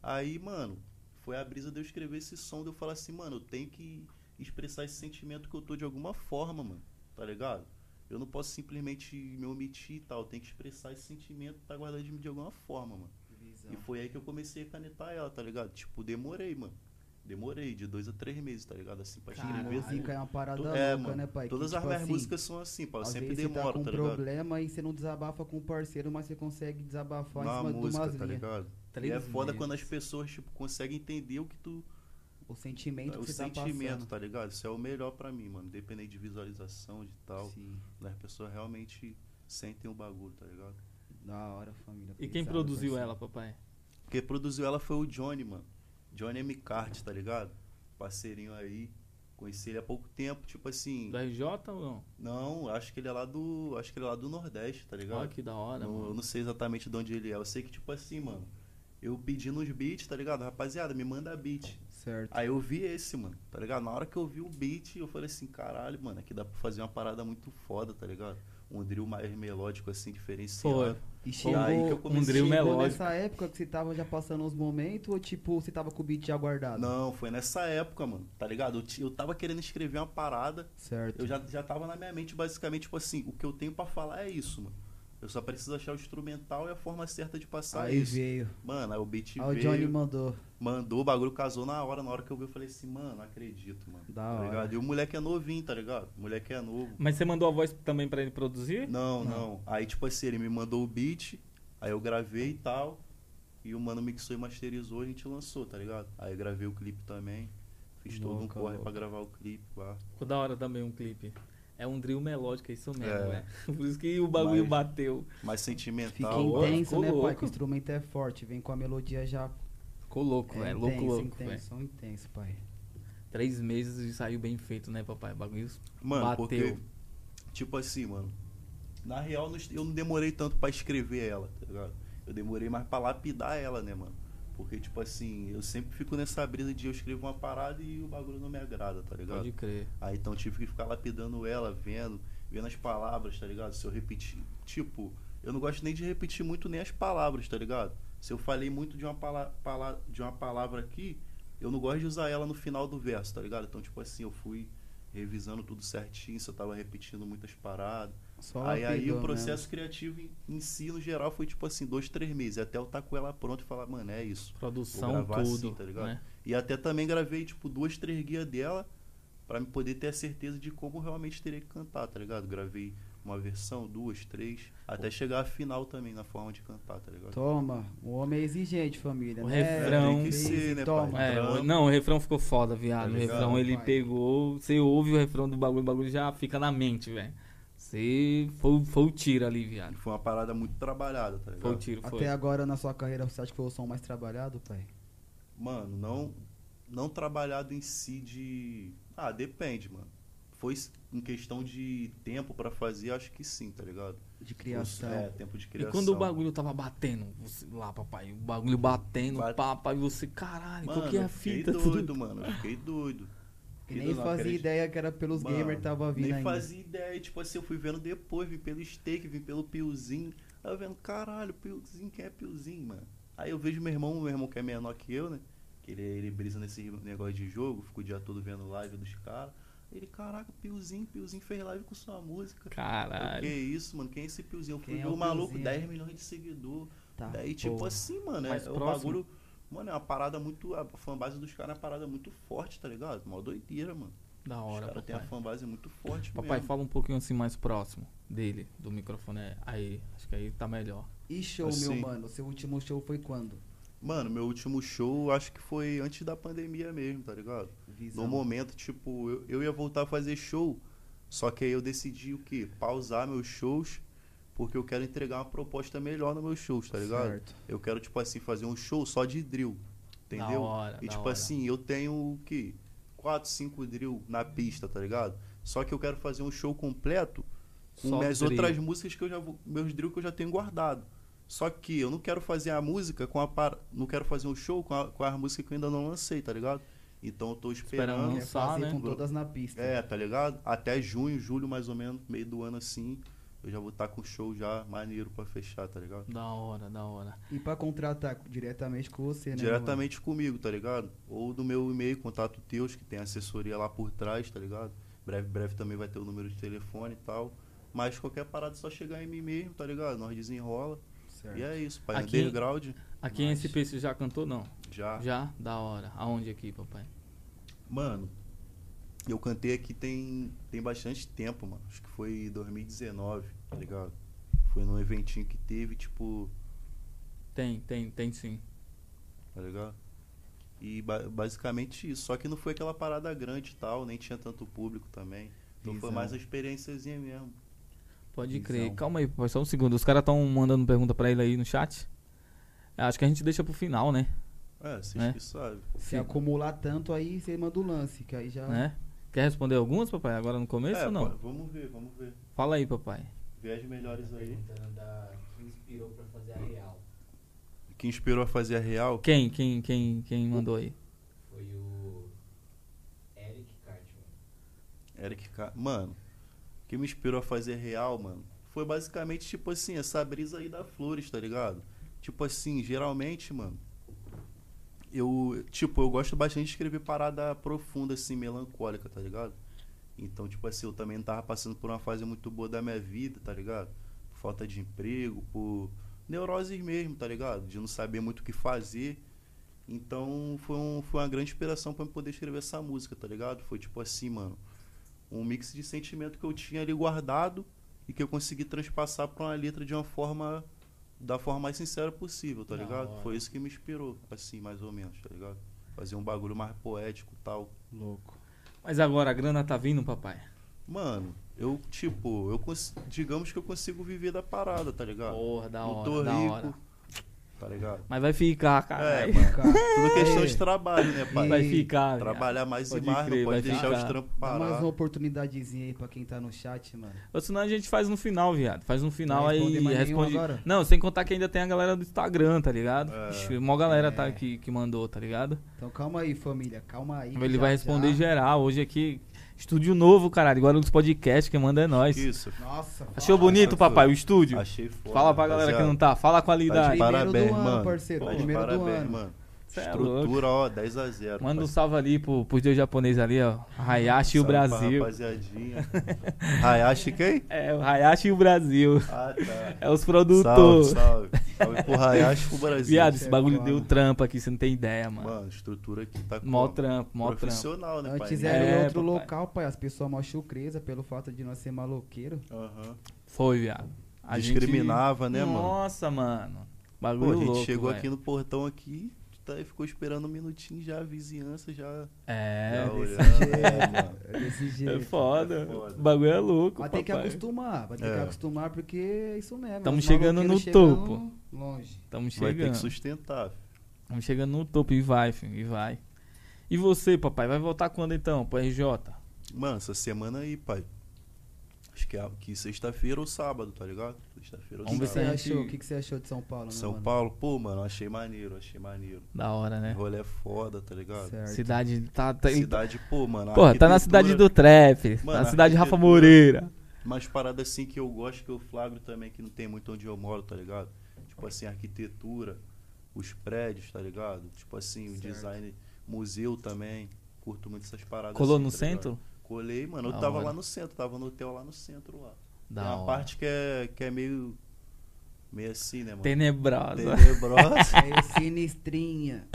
[SPEAKER 2] Aí, mano, foi a brisa de eu escrever esse som, de eu falar assim, mano, eu tenho que expressar esse sentimento que eu tô de alguma forma, mano, tá ligado? Eu não posso simplesmente me omitir e tal, eu tenho que expressar esse sentimento que tá guardado de mim de alguma forma, mano.
[SPEAKER 3] Visão.
[SPEAKER 2] E foi aí que eu comecei a canetar ela, tá ligado? Tipo, demorei, mano. Demorei de dois a três meses, tá ligado? Assim, pra
[SPEAKER 1] Caralho.
[SPEAKER 2] escrever.
[SPEAKER 3] música é uma parada
[SPEAKER 2] to-
[SPEAKER 3] louca,
[SPEAKER 2] é, mano,
[SPEAKER 3] né, pai? Que,
[SPEAKER 2] Todas as
[SPEAKER 3] tipo
[SPEAKER 2] minhas
[SPEAKER 3] assim,
[SPEAKER 2] músicas são assim, pá. Eu
[SPEAKER 3] às
[SPEAKER 2] sempre
[SPEAKER 3] vezes você tá
[SPEAKER 2] demoro,
[SPEAKER 3] com
[SPEAKER 2] tá
[SPEAKER 3] um
[SPEAKER 2] ligado?
[SPEAKER 3] problema e você não desabafa com o parceiro, mas você consegue desabafar em
[SPEAKER 2] Na
[SPEAKER 3] cima de umas
[SPEAKER 2] música, tá
[SPEAKER 3] linhas.
[SPEAKER 2] ligado? E
[SPEAKER 1] Três
[SPEAKER 2] é foda
[SPEAKER 1] meses.
[SPEAKER 2] quando as pessoas, tipo, conseguem entender o que tu.
[SPEAKER 3] o sentimento
[SPEAKER 2] É, o
[SPEAKER 3] que você
[SPEAKER 2] sentimento,
[SPEAKER 3] tá
[SPEAKER 2] tá ligado? Isso é o melhor pra mim, mano. Independente de visualização, de
[SPEAKER 3] passando.
[SPEAKER 2] tal. né?
[SPEAKER 3] Sim,
[SPEAKER 2] As pessoas realmente sentem o bagulho, tá ligado?
[SPEAKER 3] da hora, família.
[SPEAKER 1] E quem
[SPEAKER 3] Pesado,
[SPEAKER 1] produziu
[SPEAKER 3] parceiro.
[SPEAKER 1] ela, papai?
[SPEAKER 2] Quem produziu ela foi o Johnny, mano. Johnny M. Cart, tá ligado? Parceirinho aí. Conheci ele há pouco tempo, tipo assim.
[SPEAKER 1] Do RJ ou não?
[SPEAKER 2] Não, acho que ele é lá do. Acho que ele é lá do Nordeste, tá ligado?
[SPEAKER 1] Olha que da hora,
[SPEAKER 2] Não- eu
[SPEAKER 1] mano.
[SPEAKER 2] não sei exatamente de onde ele é. Eu sei que, tipo assim, mano, eu pedi nos beats, tá ligado? Rapaziada, me manda beat.
[SPEAKER 3] Certo.
[SPEAKER 2] Aí eu vi esse, mano, tá ligado? Na hora que eu vi o beat, eu falei assim, caralho, mano, aqui dá pra fazer uma parada muito foda, tá ligado? Um drill mais melódico, assim, diferenciado.
[SPEAKER 3] E
[SPEAKER 2] Foi aí que eu comecei.
[SPEAKER 1] Um drill
[SPEAKER 3] chegou
[SPEAKER 1] melódico.
[SPEAKER 3] nessa época que você tava já passando os momentos ou tipo, você tava com o beat já guardado?
[SPEAKER 2] Não, foi nessa época, mano, tá ligado? Eu, ti- eu tava querendo escrever uma parada,
[SPEAKER 3] Certo.
[SPEAKER 2] Eu já, já tava na minha mente, basicamente, tipo assim, o que eu tenho pra falar é isso, mano. Eu só preciso achar o instrumental e a forma certa de passar
[SPEAKER 3] Aí
[SPEAKER 2] isso.
[SPEAKER 3] veio.
[SPEAKER 2] Mano, aí o beat
[SPEAKER 3] Aí o
[SPEAKER 2] veio,
[SPEAKER 3] Johnny mandou.
[SPEAKER 2] mandou, o bagulho casou na hora. Na hora que eu vi, eu falei assim, mano, não acredito, mano.
[SPEAKER 3] Da
[SPEAKER 2] tá
[SPEAKER 3] hora.
[SPEAKER 2] ligado? E o moleque é novinho, tá ligado? O moleque é novo.
[SPEAKER 1] Mas você mandou a voz também pra ele produzir?
[SPEAKER 2] Não, não. Aí, tipo assim, ele me mandou o beat, aí eu gravei e tal. E o mano mixou e masterizou, a gente lançou, tá ligado? Aí eu gravei o clipe também. Fiz todo um
[SPEAKER 3] Louca,
[SPEAKER 2] corre
[SPEAKER 3] louca.
[SPEAKER 2] pra gravar o clipe, pá.
[SPEAKER 1] Ficou da hora também um clipe. É um drill melódico, é isso mesmo,
[SPEAKER 2] É.
[SPEAKER 1] né? Por isso que o bagulho
[SPEAKER 2] Mas-
[SPEAKER 1] bateu.
[SPEAKER 2] Mais
[SPEAKER 3] Fica
[SPEAKER 2] sentimental. ó.
[SPEAKER 3] intenso,
[SPEAKER 1] ficou
[SPEAKER 3] né, pai?
[SPEAKER 1] Tá louco.
[SPEAKER 3] Que o instrumento é forte, vem com a melodia já.
[SPEAKER 1] Ficou louco, é, louco,
[SPEAKER 3] intenso,
[SPEAKER 1] louco, velho.
[SPEAKER 3] intenso, som intenso, pai.
[SPEAKER 1] Três meses e saiu bem feito, né, papai? O bagulho
[SPEAKER 2] Mano,
[SPEAKER 1] bateu.
[SPEAKER 2] porque, tipo assim, mano. Na real, não es- eu não demorei tanto pra escrever ela, tá ligado? Eu demorei mais pra lapidar ela, né, mano? Porque, tipo assim, eu sempre fico nessa brisa de eu escrevo uma parada e o bagulho não me agrada, tá ligado?
[SPEAKER 1] Pode crer.
[SPEAKER 2] Aí então tive que ficar lapidando ela, vendo, vendo as palavras, tá ligado? Se eu repetir. Tipo, eu não gosto nem de repetir muito nem as palavras, tá ligado? Se eu falei muito de uma, pala pala- de uma palavra aqui, eu não gosto de usar ela no final do verso, tá ligado? Então, tipo assim, eu fui revisando tudo certinho, se eu tava repetindo muitas paradas.
[SPEAKER 3] Só né?
[SPEAKER 2] aí, aí o
[SPEAKER 3] lapidou
[SPEAKER 2] processo criativo em, em si, no geral, foi tipo assim, dois, três meses. Até eu estar com ela pronta e falar, mano, é isso. Vou
[SPEAKER 1] Produção,
[SPEAKER 2] gravar
[SPEAKER 1] tudo.
[SPEAKER 2] assim, tá ligado?
[SPEAKER 1] né?
[SPEAKER 2] E até também gravei, tipo, duas, três guias dela pra me poder ter a certeza de como eu realmente teria que cantar, tá ligado? Gravei uma versão, duas, três, até chegar à final também na forma de cantar, tá
[SPEAKER 1] Então,
[SPEAKER 2] ligado?
[SPEAKER 3] Toma, o homem é exigente, família.
[SPEAKER 1] O
[SPEAKER 3] né?
[SPEAKER 1] refrão.
[SPEAKER 2] Tem que ser, né,
[SPEAKER 3] Toma.
[SPEAKER 2] pai?
[SPEAKER 1] É, o-
[SPEAKER 2] Trampo.
[SPEAKER 1] não, o refrão ficou foda, viado.
[SPEAKER 2] Tá
[SPEAKER 1] o
[SPEAKER 2] ligado,
[SPEAKER 1] refrão ele
[SPEAKER 3] pai?
[SPEAKER 1] pegou. Você ouve o refrão do bagulho, o bagulho já fica na mente, velho. Você foi, foi o tiro ali, viado.
[SPEAKER 2] Foi uma parada muito trabalhada, tá
[SPEAKER 1] Foi o
[SPEAKER 2] ligado?
[SPEAKER 1] tiro, foi.
[SPEAKER 3] Até agora na sua carreira, você acha que foi o som mais trabalhado, pai?
[SPEAKER 1] um
[SPEAKER 2] Mano, não, não trabalhado em si de. Ah, depende, mano. Foi s- em questão de tempo pra fazer, acho que sim, tá ligado?
[SPEAKER 3] de criação.
[SPEAKER 2] É, tempo de
[SPEAKER 1] E
[SPEAKER 2] criação.
[SPEAKER 1] quando o bagulho tava batendo, você, lá, papai, o bagulho batendo,
[SPEAKER 2] Bate-
[SPEAKER 1] papai, você, caralho,
[SPEAKER 2] Mano,
[SPEAKER 1] qual que é a
[SPEAKER 2] eu fiquei
[SPEAKER 1] fita?
[SPEAKER 2] doido,
[SPEAKER 1] Tudo...
[SPEAKER 2] mano. eu Fiquei doido.
[SPEAKER 3] E
[SPEAKER 2] Fiquei
[SPEAKER 3] nem
[SPEAKER 2] doido, não
[SPEAKER 3] fazia
[SPEAKER 2] acredito.
[SPEAKER 3] ideia que era pelos
[SPEAKER 2] Mano,
[SPEAKER 3] gamers tava vindo
[SPEAKER 2] Nem
[SPEAKER 3] ainda.
[SPEAKER 2] fazia ideia, tipo assim, eu fui vendo depois, vim pelo steak, vim pelo piozinho. Aí eu vendo, caralho, piozinho, quem é piozinho, mano? Aí eu vejo meu irmão, meu irmão que é menor que eu, né? Que ele, ele brisa nesse negócio de jogo, fica o dia todo vendo live dos caras. Ele, caraca, piozinho, piozinho fez live com sua música. Eu,
[SPEAKER 1] Caralho.
[SPEAKER 2] Que isso, mano? Quem é esse piozinho? Eu fui
[SPEAKER 3] Quem é
[SPEAKER 2] ver
[SPEAKER 3] o
[SPEAKER 2] o maluco,
[SPEAKER 3] Piozinho?
[SPEAKER 2] 10 milhões de seguidor.
[SPEAKER 3] Tá.
[SPEAKER 2] Daí, tipo
[SPEAKER 1] Pô,
[SPEAKER 2] assim, mano, é,
[SPEAKER 1] mais
[SPEAKER 2] é um
[SPEAKER 1] próximo.
[SPEAKER 2] bagulho. Mano, é uma parada muito. A fanbase dos caras é uma parada muito forte, tá ligado? Mó doideira, mano.
[SPEAKER 1] Da hora,
[SPEAKER 2] Os caras têm a
[SPEAKER 1] papai.
[SPEAKER 2] fanbase muito forte,
[SPEAKER 1] Papai,
[SPEAKER 2] mesmo.
[SPEAKER 1] fala um pouquinho assim mais próximo dele, do microfone. é, Aí, acho que aí tá melhor.
[SPEAKER 3] E show,
[SPEAKER 2] Assim.
[SPEAKER 3] meu mano? Seu último show foi quando?
[SPEAKER 2] Mano, meu último show acho que foi antes da pandemia mesmo, tá ligado?
[SPEAKER 3] Visão.
[SPEAKER 2] No momento, tipo, eu, eu ia voltar a fazer show, só que aí eu decidi o quê? Pausar meus shows, porque eu quero entregar uma proposta melhor nos meus shows, tá ligado?
[SPEAKER 3] Certo.
[SPEAKER 2] Eu quero, tipo assim, fazer um show só de drill,
[SPEAKER 1] Da
[SPEAKER 2] entendeu?
[SPEAKER 1] hora,
[SPEAKER 2] E
[SPEAKER 1] da
[SPEAKER 2] tipo
[SPEAKER 1] hora.
[SPEAKER 2] assim, eu tenho o que? 4, 5 drill na pista, tá ligado? Só que eu quero fazer um show completo com
[SPEAKER 1] Só
[SPEAKER 2] minhas
[SPEAKER 1] drill.
[SPEAKER 2] Um outras músicas que eu já vou, meus drill que eu já tenho guardado. Só que eu não quero fazer a música com a par- não quero fazer um show com a, com a música que eu ainda não lancei, tá ligado? Então eu tô
[SPEAKER 1] Esperando
[SPEAKER 2] esperando.
[SPEAKER 3] Quer
[SPEAKER 1] lançar,
[SPEAKER 3] fazer
[SPEAKER 1] né?
[SPEAKER 3] É com todas na pista.
[SPEAKER 2] É, tá ligado? Até junho, julho mais ou menos, meio do ano assim, eu já vou estar com show já maneiro pra fechar, tá ligado?
[SPEAKER 1] Da hora, da hora.
[SPEAKER 3] E pra contratar diretamente com você, né? mano?
[SPEAKER 2] diretamente comigo, tá ligado? Ou do meu e-mail, contato teus, que tem assessoria lá por trás, tá ligado? Breve, breve também vai ter o número de telefone e tal. Mas qualquer parada é só chegar em mim mesmo, tá ligado? Nós desenrola.
[SPEAKER 3] Certo.
[SPEAKER 2] E é isso, pai.
[SPEAKER 1] Aqui-
[SPEAKER 2] Underground,
[SPEAKER 1] Aqui em
[SPEAKER 2] Mas-
[SPEAKER 1] SP você já cantou, não?
[SPEAKER 2] já.
[SPEAKER 1] Já? Da hora. Aonde aqui, papai?
[SPEAKER 2] Mano, eu cantei aqui tem, tem bastante tempo, mano. Acho que foi 2019, tá ligado? Foi num eventinho que teve, tipo,
[SPEAKER 1] Tem, tem, tem sim.
[SPEAKER 2] tá ligado? E ba- basicamente isso. Só que não foi aquela parada grande e tal, nem tinha tanto público também. Então foi
[SPEAKER 3] Visão.
[SPEAKER 2] mais uma experiênciazinha mesmo.
[SPEAKER 1] Pode
[SPEAKER 3] Visão.
[SPEAKER 1] crer. Calma aí, papai, só um segundo. Os caras estão mandando pergunta pra ele aí no chat. Acho que a gente deixa pro final, né?
[SPEAKER 2] É, vocês
[SPEAKER 1] Né?
[SPEAKER 2] que sabem.
[SPEAKER 3] Se
[SPEAKER 1] Sim.
[SPEAKER 3] acumular tanto aí, você manda o lance, que aí já.
[SPEAKER 1] Né? Quer responder algumas, papai, agora no começo
[SPEAKER 2] Tá. é,
[SPEAKER 1] ou não?
[SPEAKER 2] pô, vamos ver, vamos ver.
[SPEAKER 1] Fala aí, papai.
[SPEAKER 2] Vê as melhores aí.
[SPEAKER 4] Perguntando da que inspirou pra fazer a real.
[SPEAKER 2] Que inspirou a fazer a real?
[SPEAKER 1] Quem, quem, quem, quem mandou aí?
[SPEAKER 4] Foi o Eric Cartman.
[SPEAKER 2] Eric Ca... Mano, o que me inspirou a fazer real, mano, foi basicamente, tipo assim, essa brisa aí da Flores, tá ligado? Tipo assim, geralmente, mano, eu, tipo, eu gosto bastante de escrever parada profunda, assim, melancólica, tá ligado? Então, tipo assim, eu também tava passando por uma fase muito boa da minha vida, tá ligado? Falta de emprego, por neuroses mesmo, tá ligado? De não saber muito o que fazer. Então, foi, um, foi uma grande inspiração pra eu poder escrever essa música, tá ligado? Foi tipo assim, mano, um mix de sentimento que eu tinha ali guardado e que eu consegui transpassar pra uma letra de uma forma da forma mais sincera possível, tá
[SPEAKER 1] Da
[SPEAKER 2] ligado?
[SPEAKER 1] hora.
[SPEAKER 2] Foi isso que me inspirou, assim, mais ou menos, tá ligado? Fazer um bagulho mais poético, tal.
[SPEAKER 3] Louco.
[SPEAKER 1] Mas agora a grana tá vindo, papai.
[SPEAKER 2] Mano, eu, tipo, eu cons- digamos que eu consigo viver da parada, tá ligado?
[SPEAKER 1] Porra, da
[SPEAKER 2] não
[SPEAKER 1] hora,
[SPEAKER 2] tô
[SPEAKER 1] da
[SPEAKER 2] rico,
[SPEAKER 1] hora.
[SPEAKER 2] tá ligado?
[SPEAKER 1] Mas vai ficar,
[SPEAKER 2] É,
[SPEAKER 1] caralho.
[SPEAKER 2] mano,
[SPEAKER 3] Cara,
[SPEAKER 2] tudo questão
[SPEAKER 3] É.
[SPEAKER 1] tá
[SPEAKER 2] de trabalho, né, pai?
[SPEAKER 1] vai ficar. viado.
[SPEAKER 2] Trabalhar mais e
[SPEAKER 1] Pode
[SPEAKER 2] mais,
[SPEAKER 1] crer,
[SPEAKER 2] não
[SPEAKER 1] vai
[SPEAKER 2] pode deixar
[SPEAKER 1] ficar.
[SPEAKER 2] os trampos
[SPEAKER 3] dá mais
[SPEAKER 2] parar.
[SPEAKER 3] uma oportunidadezinha aí pra quem tá no chat, mano.
[SPEAKER 1] Ou senão a gente faz no final, viado. Faz no final
[SPEAKER 3] Vai
[SPEAKER 1] aí
[SPEAKER 3] responder mais nenhum
[SPEAKER 1] responde.
[SPEAKER 3] agora?
[SPEAKER 1] Não, sem contar que ainda tem a galera do Instagram, tá ligado?
[SPEAKER 2] É.
[SPEAKER 1] Ixi, mó galera tá
[SPEAKER 3] É.
[SPEAKER 1] aqui que mandou, tá ligado?
[SPEAKER 3] Então calma aí, família. Calma aí. que
[SPEAKER 1] Ele
[SPEAKER 3] já,
[SPEAKER 1] vai responder
[SPEAKER 3] já-
[SPEAKER 1] geral. Hoje aqui, estúdio novo, caralho. Agora os podcast, quem manda é nós.
[SPEAKER 2] Isso,
[SPEAKER 3] Nossa,
[SPEAKER 1] Achou
[SPEAKER 3] fala.
[SPEAKER 1] bonito,
[SPEAKER 2] Nossa,
[SPEAKER 1] papai, o estúdio?
[SPEAKER 2] achei foda.
[SPEAKER 1] Fala pra galera que não tá. Fala a
[SPEAKER 2] Tá de
[SPEAKER 1] qualidade.
[SPEAKER 3] Primeiro
[SPEAKER 2] parabéns,
[SPEAKER 3] do ano,
[SPEAKER 2] mano.
[SPEAKER 3] parceiro,
[SPEAKER 2] Tá de
[SPEAKER 3] primeiro do
[SPEAKER 2] parabéns,
[SPEAKER 3] ano.
[SPEAKER 2] mano.
[SPEAKER 1] Cê é louco.
[SPEAKER 2] Estrutura, ó, 10 a 0
[SPEAKER 1] Manda um
[SPEAKER 2] parceiro.
[SPEAKER 1] salve ali pro, pros dois japoneses ali, ó. Hayashi e o
[SPEAKER 2] Salve pra
[SPEAKER 1] Brasil.
[SPEAKER 2] Rapaziadinha. Hayashi quem?
[SPEAKER 1] É, o Hayashi e o Brasil.
[SPEAKER 2] Ah, tá.
[SPEAKER 1] É os
[SPEAKER 2] Salve,
[SPEAKER 1] produtores.
[SPEAKER 2] salve. Salve pro Hayashi e pro Brasil.
[SPEAKER 1] Viado, esse
[SPEAKER 3] Isso é
[SPEAKER 1] bagulho
[SPEAKER 3] foda.
[SPEAKER 1] deu trampa aqui, você não tem ideia, mano.
[SPEAKER 2] Mano, estrutura aqui tá
[SPEAKER 1] Mó
[SPEAKER 2] como?
[SPEAKER 1] trampo, mó trampo.
[SPEAKER 2] Profissional, né, pai?
[SPEAKER 3] Antes
[SPEAKER 2] Ninguém-
[SPEAKER 3] era em
[SPEAKER 1] É,
[SPEAKER 3] outro
[SPEAKER 1] papai.
[SPEAKER 3] local, pai. As pessoas mal chucresa pelo fato de nós ser maloqueiro.
[SPEAKER 2] Aham.
[SPEAKER 1] Foi, viado. A gente-
[SPEAKER 2] Discriminava, né, mano?
[SPEAKER 1] Nossa, mano. Bagulho
[SPEAKER 2] Pô, a gente
[SPEAKER 1] louco,
[SPEAKER 2] chegou
[SPEAKER 1] velho.
[SPEAKER 2] aqui no portão aqui, tá, e ficou esperando um minutinho já, a vizinhança já.
[SPEAKER 1] É,
[SPEAKER 2] já
[SPEAKER 3] desse
[SPEAKER 2] olhando,
[SPEAKER 3] jeito.
[SPEAKER 2] mano.
[SPEAKER 3] É desse
[SPEAKER 1] é
[SPEAKER 3] jeito.
[SPEAKER 1] foda.
[SPEAKER 2] É foda.
[SPEAKER 1] O bagulho é louco,
[SPEAKER 3] Mas tem que
[SPEAKER 1] papai.
[SPEAKER 3] acostumar, vai ter que
[SPEAKER 2] É.
[SPEAKER 3] acostumar porque é isso mesmo.
[SPEAKER 1] Tamo
[SPEAKER 3] os
[SPEAKER 1] chegando no
[SPEAKER 3] maloqueiros chegando
[SPEAKER 1] topo.
[SPEAKER 3] Longe.
[SPEAKER 1] Estamos
[SPEAKER 2] Vai ter que
[SPEAKER 1] chegando.
[SPEAKER 2] sustentar.
[SPEAKER 1] Estamos chegando no topo e vai, filho, e vai. E você, papai, vai voltar quando então, pro RJ?
[SPEAKER 2] Mano, essa semana aí, pai. Acho que, é, que sexta-feira ou sábado, tá ligado? Sexta-feira ou
[SPEAKER 1] Vamos ver é
[SPEAKER 3] você
[SPEAKER 1] se
[SPEAKER 2] sábado.
[SPEAKER 1] a
[SPEAKER 3] achou? O
[SPEAKER 1] gente-
[SPEAKER 3] que, que você achou de São Paulo, meu
[SPEAKER 2] São
[SPEAKER 3] mano?
[SPEAKER 2] Paulo, pô, mano, achei maneiro, achei maneiro.
[SPEAKER 1] Da hora, né?
[SPEAKER 2] O rolê é foda, tá ligado?
[SPEAKER 3] Certo.
[SPEAKER 1] Cidade tá. tá em-
[SPEAKER 2] Cidade, pô, mano. a
[SPEAKER 1] Porra, tá na cidade do
[SPEAKER 2] arquitetura-
[SPEAKER 1] trap. Tá
[SPEAKER 2] Mano,
[SPEAKER 1] na
[SPEAKER 2] a
[SPEAKER 1] cidade de Rafa
[SPEAKER 2] arquitetura- Tá
[SPEAKER 1] Moreira.
[SPEAKER 2] Mas parada assim que eu gosto, que eu flagro também, que não tem muito onde eu moro, tá ligado? Tipo assim, a arquitetura, os prédios, tá ligado? Tipo assim, o
[SPEAKER 3] Certo.
[SPEAKER 2] design, museu também. Curto muito essas paradas.
[SPEAKER 1] Colou
[SPEAKER 2] assim,
[SPEAKER 1] no
[SPEAKER 2] tá ligado?
[SPEAKER 1] centro?
[SPEAKER 2] Colei, mano. Eu
[SPEAKER 1] Da
[SPEAKER 2] tava
[SPEAKER 1] hora.
[SPEAKER 2] lá no centro, tava no hotel lá no centro lá.
[SPEAKER 1] Da
[SPEAKER 2] tem uma
[SPEAKER 1] hora.
[SPEAKER 2] parte que é, que é meio. meio assim, né, mano?
[SPEAKER 1] Tenebrosa.
[SPEAKER 2] Tenebrosa.
[SPEAKER 3] Meio É sinistrinha.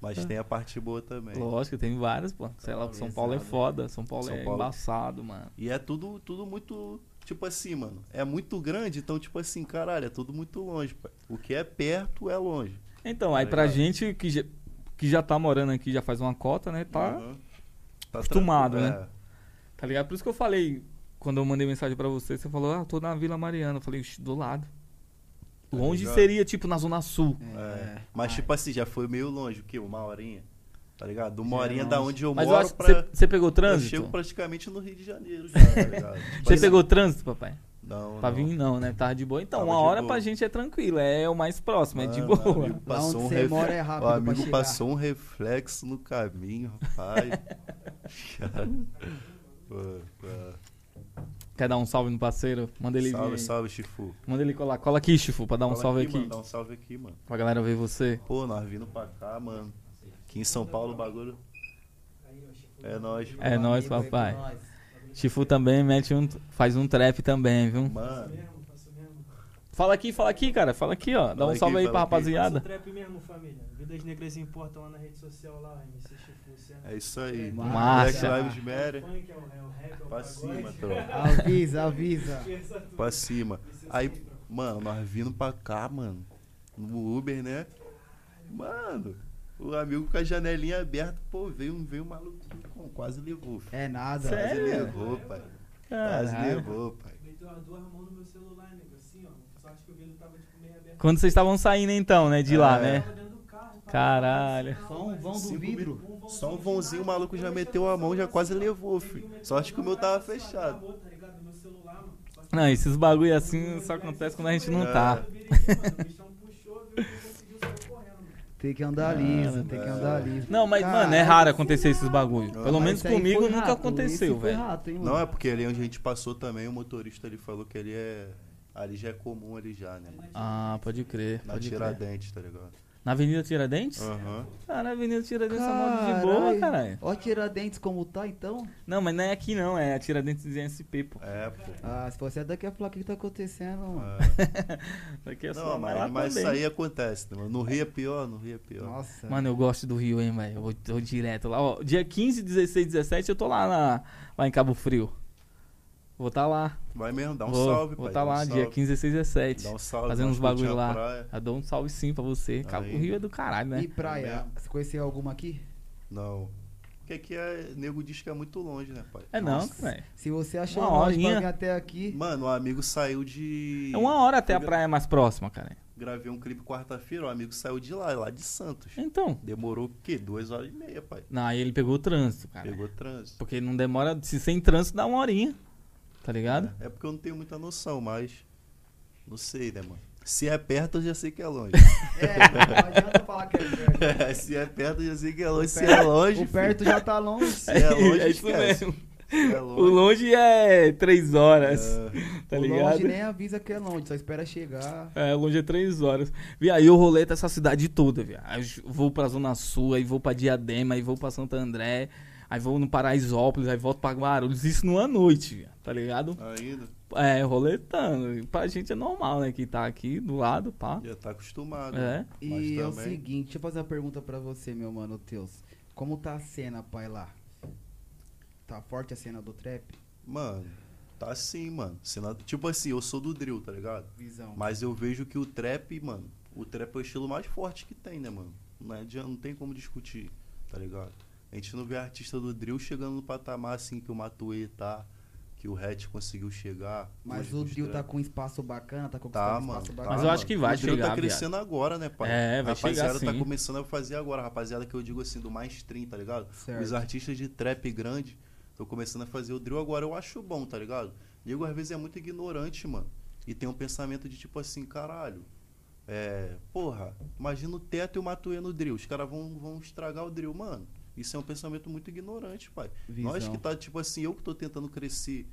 [SPEAKER 2] mas tem a parte boa também.
[SPEAKER 1] Lógico, tem várias, pô. Sei lá,
[SPEAKER 4] Paulo
[SPEAKER 1] São
[SPEAKER 4] é
[SPEAKER 1] Paulo é
[SPEAKER 4] exato, né?
[SPEAKER 1] foda. São Paulo
[SPEAKER 2] São
[SPEAKER 1] é
[SPEAKER 2] Paulo-
[SPEAKER 1] embaçado, mano.
[SPEAKER 2] E é tudo, tudo muito. Tipo assim, mano. É muito grande, então, tipo assim, caralho, é tudo muito longe, pai. O que é perto é longe.
[SPEAKER 1] Então, aí
[SPEAKER 2] Tá
[SPEAKER 1] pra
[SPEAKER 2] ligado?
[SPEAKER 1] gente que já, que já tá morando aqui, já faz uma cota, né? Tá,
[SPEAKER 2] Uhum. Tá
[SPEAKER 1] acostumado,
[SPEAKER 2] tranquilo,
[SPEAKER 1] tá ligado? Por isso que eu falei, quando eu mandei mensagem pra você, você falou, ah, tô na Vila Mariana. Eu falei, "Ixi, do lado.
[SPEAKER 2] Tá
[SPEAKER 1] Longe
[SPEAKER 2] ligado?
[SPEAKER 1] seria, tipo, na Zona Sul.
[SPEAKER 2] é. É. Mas, tipo assim, já foi meio longe, o quê? Uma horinha? Tá ligado? Uma
[SPEAKER 3] Já é
[SPEAKER 2] horinha
[SPEAKER 3] longe.
[SPEAKER 2] da onde eu
[SPEAKER 1] Mas eu
[SPEAKER 2] moro
[SPEAKER 1] acho que
[SPEAKER 2] pra.
[SPEAKER 1] você- você pegou
[SPEAKER 2] Eu chego
[SPEAKER 1] trânsito?
[SPEAKER 2] praticamente no Rio de Janeiro já, tá ligado? Tipo
[SPEAKER 1] Você
[SPEAKER 2] assim,
[SPEAKER 1] pegou trânsito, papai?
[SPEAKER 2] Não,
[SPEAKER 1] Pra
[SPEAKER 2] não.
[SPEAKER 1] vir não, né? Tava de boa. Então,
[SPEAKER 2] Tava
[SPEAKER 1] uma
[SPEAKER 2] de
[SPEAKER 1] hora
[SPEAKER 2] boa.
[SPEAKER 1] pra gente é tranquilo, é o mais próximo, é de
[SPEAKER 2] Mano,
[SPEAKER 1] boa.
[SPEAKER 2] amigo
[SPEAKER 3] Lá
[SPEAKER 2] passou
[SPEAKER 3] onde
[SPEAKER 2] um
[SPEAKER 3] você
[SPEAKER 2] ref-
[SPEAKER 3] mora é
[SPEAKER 2] O
[SPEAKER 3] rápido pra
[SPEAKER 2] amigo
[SPEAKER 3] chegar.
[SPEAKER 2] passou um reflexo no caminho, rapaz. Cara. Pô, cara.
[SPEAKER 1] Quer dar um salve no parceiro? Manda ele vir
[SPEAKER 2] salve,
[SPEAKER 1] aí.
[SPEAKER 2] salve, Chifu.
[SPEAKER 1] Manda ele colar. Cola aqui, Chifu, pra dar um
[SPEAKER 2] Fala
[SPEAKER 1] salve
[SPEAKER 2] mano,
[SPEAKER 1] aqui.
[SPEAKER 2] Dá um salve aqui, mano.
[SPEAKER 1] Pra galera ver você.
[SPEAKER 2] Pô, nós vindo pra cá, mano. Aqui em São Paulo o bagulho. É nóis.
[SPEAKER 1] É nóis, papai. Chifu também mete um, faz um trap também, viu?
[SPEAKER 2] Mano,
[SPEAKER 1] Fala aqui, fala aqui, cara. Fala aqui, ó. Dá
[SPEAKER 2] Fala
[SPEAKER 1] um
[SPEAKER 2] aqui,
[SPEAKER 1] salve aí
[SPEAKER 2] fala
[SPEAKER 1] pra
[SPEAKER 2] aqui.
[SPEAKER 5] Faço
[SPEAKER 1] rapaziada.
[SPEAKER 5] trap mesmo, família. Vidas Negras Importam lá na rede social, lá, MC Chifu, certo?
[SPEAKER 2] é isso aí.
[SPEAKER 1] Marcha.
[SPEAKER 2] Black Lives
[SPEAKER 5] É o
[SPEAKER 2] Matter.
[SPEAKER 5] funk, é o, é o rap, é o
[SPEAKER 2] Pra cima,
[SPEAKER 5] pagode.
[SPEAKER 2] tropa.
[SPEAKER 3] Avisa, avisa.
[SPEAKER 5] Esqueça tudo.
[SPEAKER 2] Pra cima.
[SPEAKER 5] Licença
[SPEAKER 2] Aí,
[SPEAKER 5] tropa.
[SPEAKER 2] mano, nós vindo pra cá, mano. No Uber, né? Mano, o amigo com a janelinha aberta, pô, veio um, veio um maluquinho, com- quase levou. filho.
[SPEAKER 3] É nada.
[SPEAKER 2] Quase
[SPEAKER 1] Sério?
[SPEAKER 2] levou, pai. Quase
[SPEAKER 1] Caralho.
[SPEAKER 2] levou, pai.
[SPEAKER 5] Meteu as duas mãos no meu celular, nego, assim, ó. Só acho que o vidro tava, tipo, meio aberto.
[SPEAKER 1] Quando vocês estavam saindo então, né? De lá,
[SPEAKER 2] É.
[SPEAKER 1] né?
[SPEAKER 5] Tava dentro do carro. tava
[SPEAKER 1] Caralho.
[SPEAKER 5] assim,
[SPEAKER 3] Só um vão do
[SPEAKER 2] Cinco
[SPEAKER 3] vidro.
[SPEAKER 5] ó, um
[SPEAKER 2] Só um
[SPEAKER 5] de
[SPEAKER 2] vãozinho, o
[SPEAKER 5] nada,
[SPEAKER 2] maluco já
[SPEAKER 5] eu
[SPEAKER 2] meteu a mão, já quase
[SPEAKER 5] assim, ó.
[SPEAKER 2] levou,
[SPEAKER 5] Peguei o
[SPEAKER 2] filho.
[SPEAKER 5] meu
[SPEAKER 2] Só acho que o meu
[SPEAKER 5] celular,
[SPEAKER 2] tava
[SPEAKER 5] assim, ó,
[SPEAKER 2] fechado.
[SPEAKER 5] travou, tá ligado? No meu celular, mano. Só que-
[SPEAKER 1] Não, esses bagulho assim só acontece quando a gente não
[SPEAKER 2] É.
[SPEAKER 1] tá.
[SPEAKER 5] O bichão puxou, viu? Não conseguiu sair correndo, mano.
[SPEAKER 3] Tem que andar liso, tem que andar liso.
[SPEAKER 1] Não, mas, mano, é
[SPEAKER 3] Caralho,
[SPEAKER 1] raro acontecer esses bagulho.
[SPEAKER 2] Não,
[SPEAKER 1] Pelo
[SPEAKER 3] mas
[SPEAKER 1] menos
[SPEAKER 3] isso aí
[SPEAKER 1] comigo
[SPEAKER 3] foi
[SPEAKER 1] nunca
[SPEAKER 3] rato, esse
[SPEAKER 1] aconteceu,
[SPEAKER 3] foi
[SPEAKER 1] velho.
[SPEAKER 3] rato, hein, mano?
[SPEAKER 2] Não, é porque ali onde a gente passou também, o motorista ele falou que ali é. Ali já é comum ali já, né, mano?
[SPEAKER 1] Ah, pode crer,
[SPEAKER 2] Na
[SPEAKER 1] pode crer.
[SPEAKER 2] Tiradentes, Ah. tá ligado?
[SPEAKER 1] Na Avenida Tiradentes?
[SPEAKER 2] Aham.
[SPEAKER 1] Cara, a Avenida Tiradentes é modo de boa, caralho.
[SPEAKER 3] Ó, Tiradentes como tá, então. SP,
[SPEAKER 1] Não, mas não é aqui não, é a Tiradentes de SP, pô.
[SPEAKER 2] É, pô.
[SPEAKER 3] Ah, se você é daqui a pouco, o que tá acontecendo, mano?
[SPEAKER 2] É.
[SPEAKER 1] Daqui é só
[SPEAKER 2] Não,
[SPEAKER 1] mas Ah, lá
[SPEAKER 2] mas, mas isso
[SPEAKER 1] também.
[SPEAKER 2] aí acontece, né, mano? No Rio é pior, no Rio é pior.
[SPEAKER 3] Nossa.
[SPEAKER 1] Mano, eu gosto do Rio, hein, velho. Eu vou, vou direto lá. Ó, dia 15, 16, 17 eu tô lá, na- lá em Cabo Frio. Vou tá lá.
[SPEAKER 2] Vai mesmo, dá um
[SPEAKER 1] vou,
[SPEAKER 2] salve,
[SPEAKER 1] Vou
[SPEAKER 2] pai.
[SPEAKER 1] tá
[SPEAKER 2] dá um
[SPEAKER 1] lá
[SPEAKER 2] salve.
[SPEAKER 1] dia 15, 16, 17.
[SPEAKER 2] Dá um salve.
[SPEAKER 1] fazendo
[SPEAKER 2] dá
[SPEAKER 1] uns
[SPEAKER 2] curtir
[SPEAKER 1] bagulho
[SPEAKER 2] na
[SPEAKER 1] lá.
[SPEAKER 2] praia.
[SPEAKER 1] Eu dou um salve sim pra você. Cabo
[SPEAKER 2] Aí.
[SPEAKER 1] Rio é do caralho, né?
[SPEAKER 3] E praia? Você conheceu alguma aqui?
[SPEAKER 2] Não. Porque aqui é. Nego diz que é muito longe, né, pai?
[SPEAKER 1] É não,
[SPEAKER 3] Nossa.
[SPEAKER 1] velho.
[SPEAKER 3] Se você achou
[SPEAKER 1] Uma
[SPEAKER 3] longe pra
[SPEAKER 1] horinha.
[SPEAKER 3] vir até aqui,
[SPEAKER 2] Mano, o amigo saiu de.
[SPEAKER 1] É uma hora até a
[SPEAKER 2] Fui-
[SPEAKER 1] praia mais próxima, cara.
[SPEAKER 2] Gravei um clipe quarta-feira, o amigo saiu de lá, lá de Santos.
[SPEAKER 1] Então.
[SPEAKER 2] Demorou o quê? Duas horas e meia, pai.
[SPEAKER 1] Não, aí ele pegou o trânsito, cara.
[SPEAKER 2] Pegou trânsito.
[SPEAKER 1] Porque não demora. Se sem trânsito, dá uma horinha. Tá ligado?
[SPEAKER 2] É porque eu não tenho muita noção, mas. Não sei, né, mano? Se é perto, eu já sei que é longe.
[SPEAKER 3] é, não adianta falar que é perto.
[SPEAKER 2] se é perto, eu já sei que é longe. Se é longe.
[SPEAKER 3] O perto já tá longe.
[SPEAKER 2] filho, Se é longe,
[SPEAKER 1] é isso
[SPEAKER 2] esquece.
[SPEAKER 1] mesmo.
[SPEAKER 2] Se é
[SPEAKER 1] O
[SPEAKER 2] longe.
[SPEAKER 1] longe é três horas.
[SPEAKER 2] é,
[SPEAKER 1] Tá
[SPEAKER 3] o
[SPEAKER 1] ligado?
[SPEAKER 3] longe nem avisa que é longe, só espera chegar.
[SPEAKER 1] É, longe é três horas. Vi aí eu roleta essa cidade toda, viu? Aí eu vou pra Zona Sul, aí vou pra Diadema, aí vou pra Santo André, aí vou no Paraisópolis, aí volto pra Guarulhos. Isso numa noite, viu? tá ligado?
[SPEAKER 2] ainda.
[SPEAKER 1] É, roletando. E Pra gente é normal, né? Que tá aqui do lado, pá.
[SPEAKER 2] Já tá acostumado.
[SPEAKER 1] É.
[SPEAKER 2] Mas
[SPEAKER 3] E é o
[SPEAKER 2] também-
[SPEAKER 3] seguinte, deixa eu fazer uma pergunta pra você, meu mano, Teus. Como tá a cena, pai, lá? Tá forte a cena do trap?
[SPEAKER 2] Mano, tá assim, mano. Senado- Tipo assim, eu sou do drill, tá ligado?
[SPEAKER 3] Visão.
[SPEAKER 2] Mas eu vejo que o trap, mano, o trap é o estilo mais forte que tem, né, mano? Não, adianta, não tem como discutir, tá ligado? A gente não vê artista do drill chegando no patamar assim que o Matuê tá, que o Hatch conseguiu chegar.
[SPEAKER 3] Mas
[SPEAKER 2] hoje
[SPEAKER 3] o
[SPEAKER 2] os
[SPEAKER 3] Dio tá
[SPEAKER 2] trap-
[SPEAKER 3] com espaço bacana, tá conquistando
[SPEAKER 2] Tá,
[SPEAKER 3] espaço
[SPEAKER 2] mano. tá,
[SPEAKER 3] bacana.
[SPEAKER 1] Mas eu acho
[SPEAKER 2] mano.
[SPEAKER 1] que vai
[SPEAKER 2] o drill
[SPEAKER 1] chegar,
[SPEAKER 2] tá crescendo agora, né, pai?
[SPEAKER 1] É, vai chegar
[SPEAKER 2] rapaziada tá
[SPEAKER 1] sim.
[SPEAKER 2] começando a fazer agora, rapaziada que eu digo assim, do mainstream, tá ligado?
[SPEAKER 3] Certo.
[SPEAKER 2] Os artistas de trap grande, Tô começando a fazer o drill agora, eu acho bom, tá ligado? Nego às vezes é muito ignorante, mano. E tem um pensamento de tipo assim, caralho. É, porra, imagina o teto e o Matuê no drill. Os caras vão, vão estragar o drill, mano. Isso é um pensamento muito ignorante, pai. Nós
[SPEAKER 3] Visão.
[SPEAKER 2] que tá, tipo assim, eu que tô tentando crescer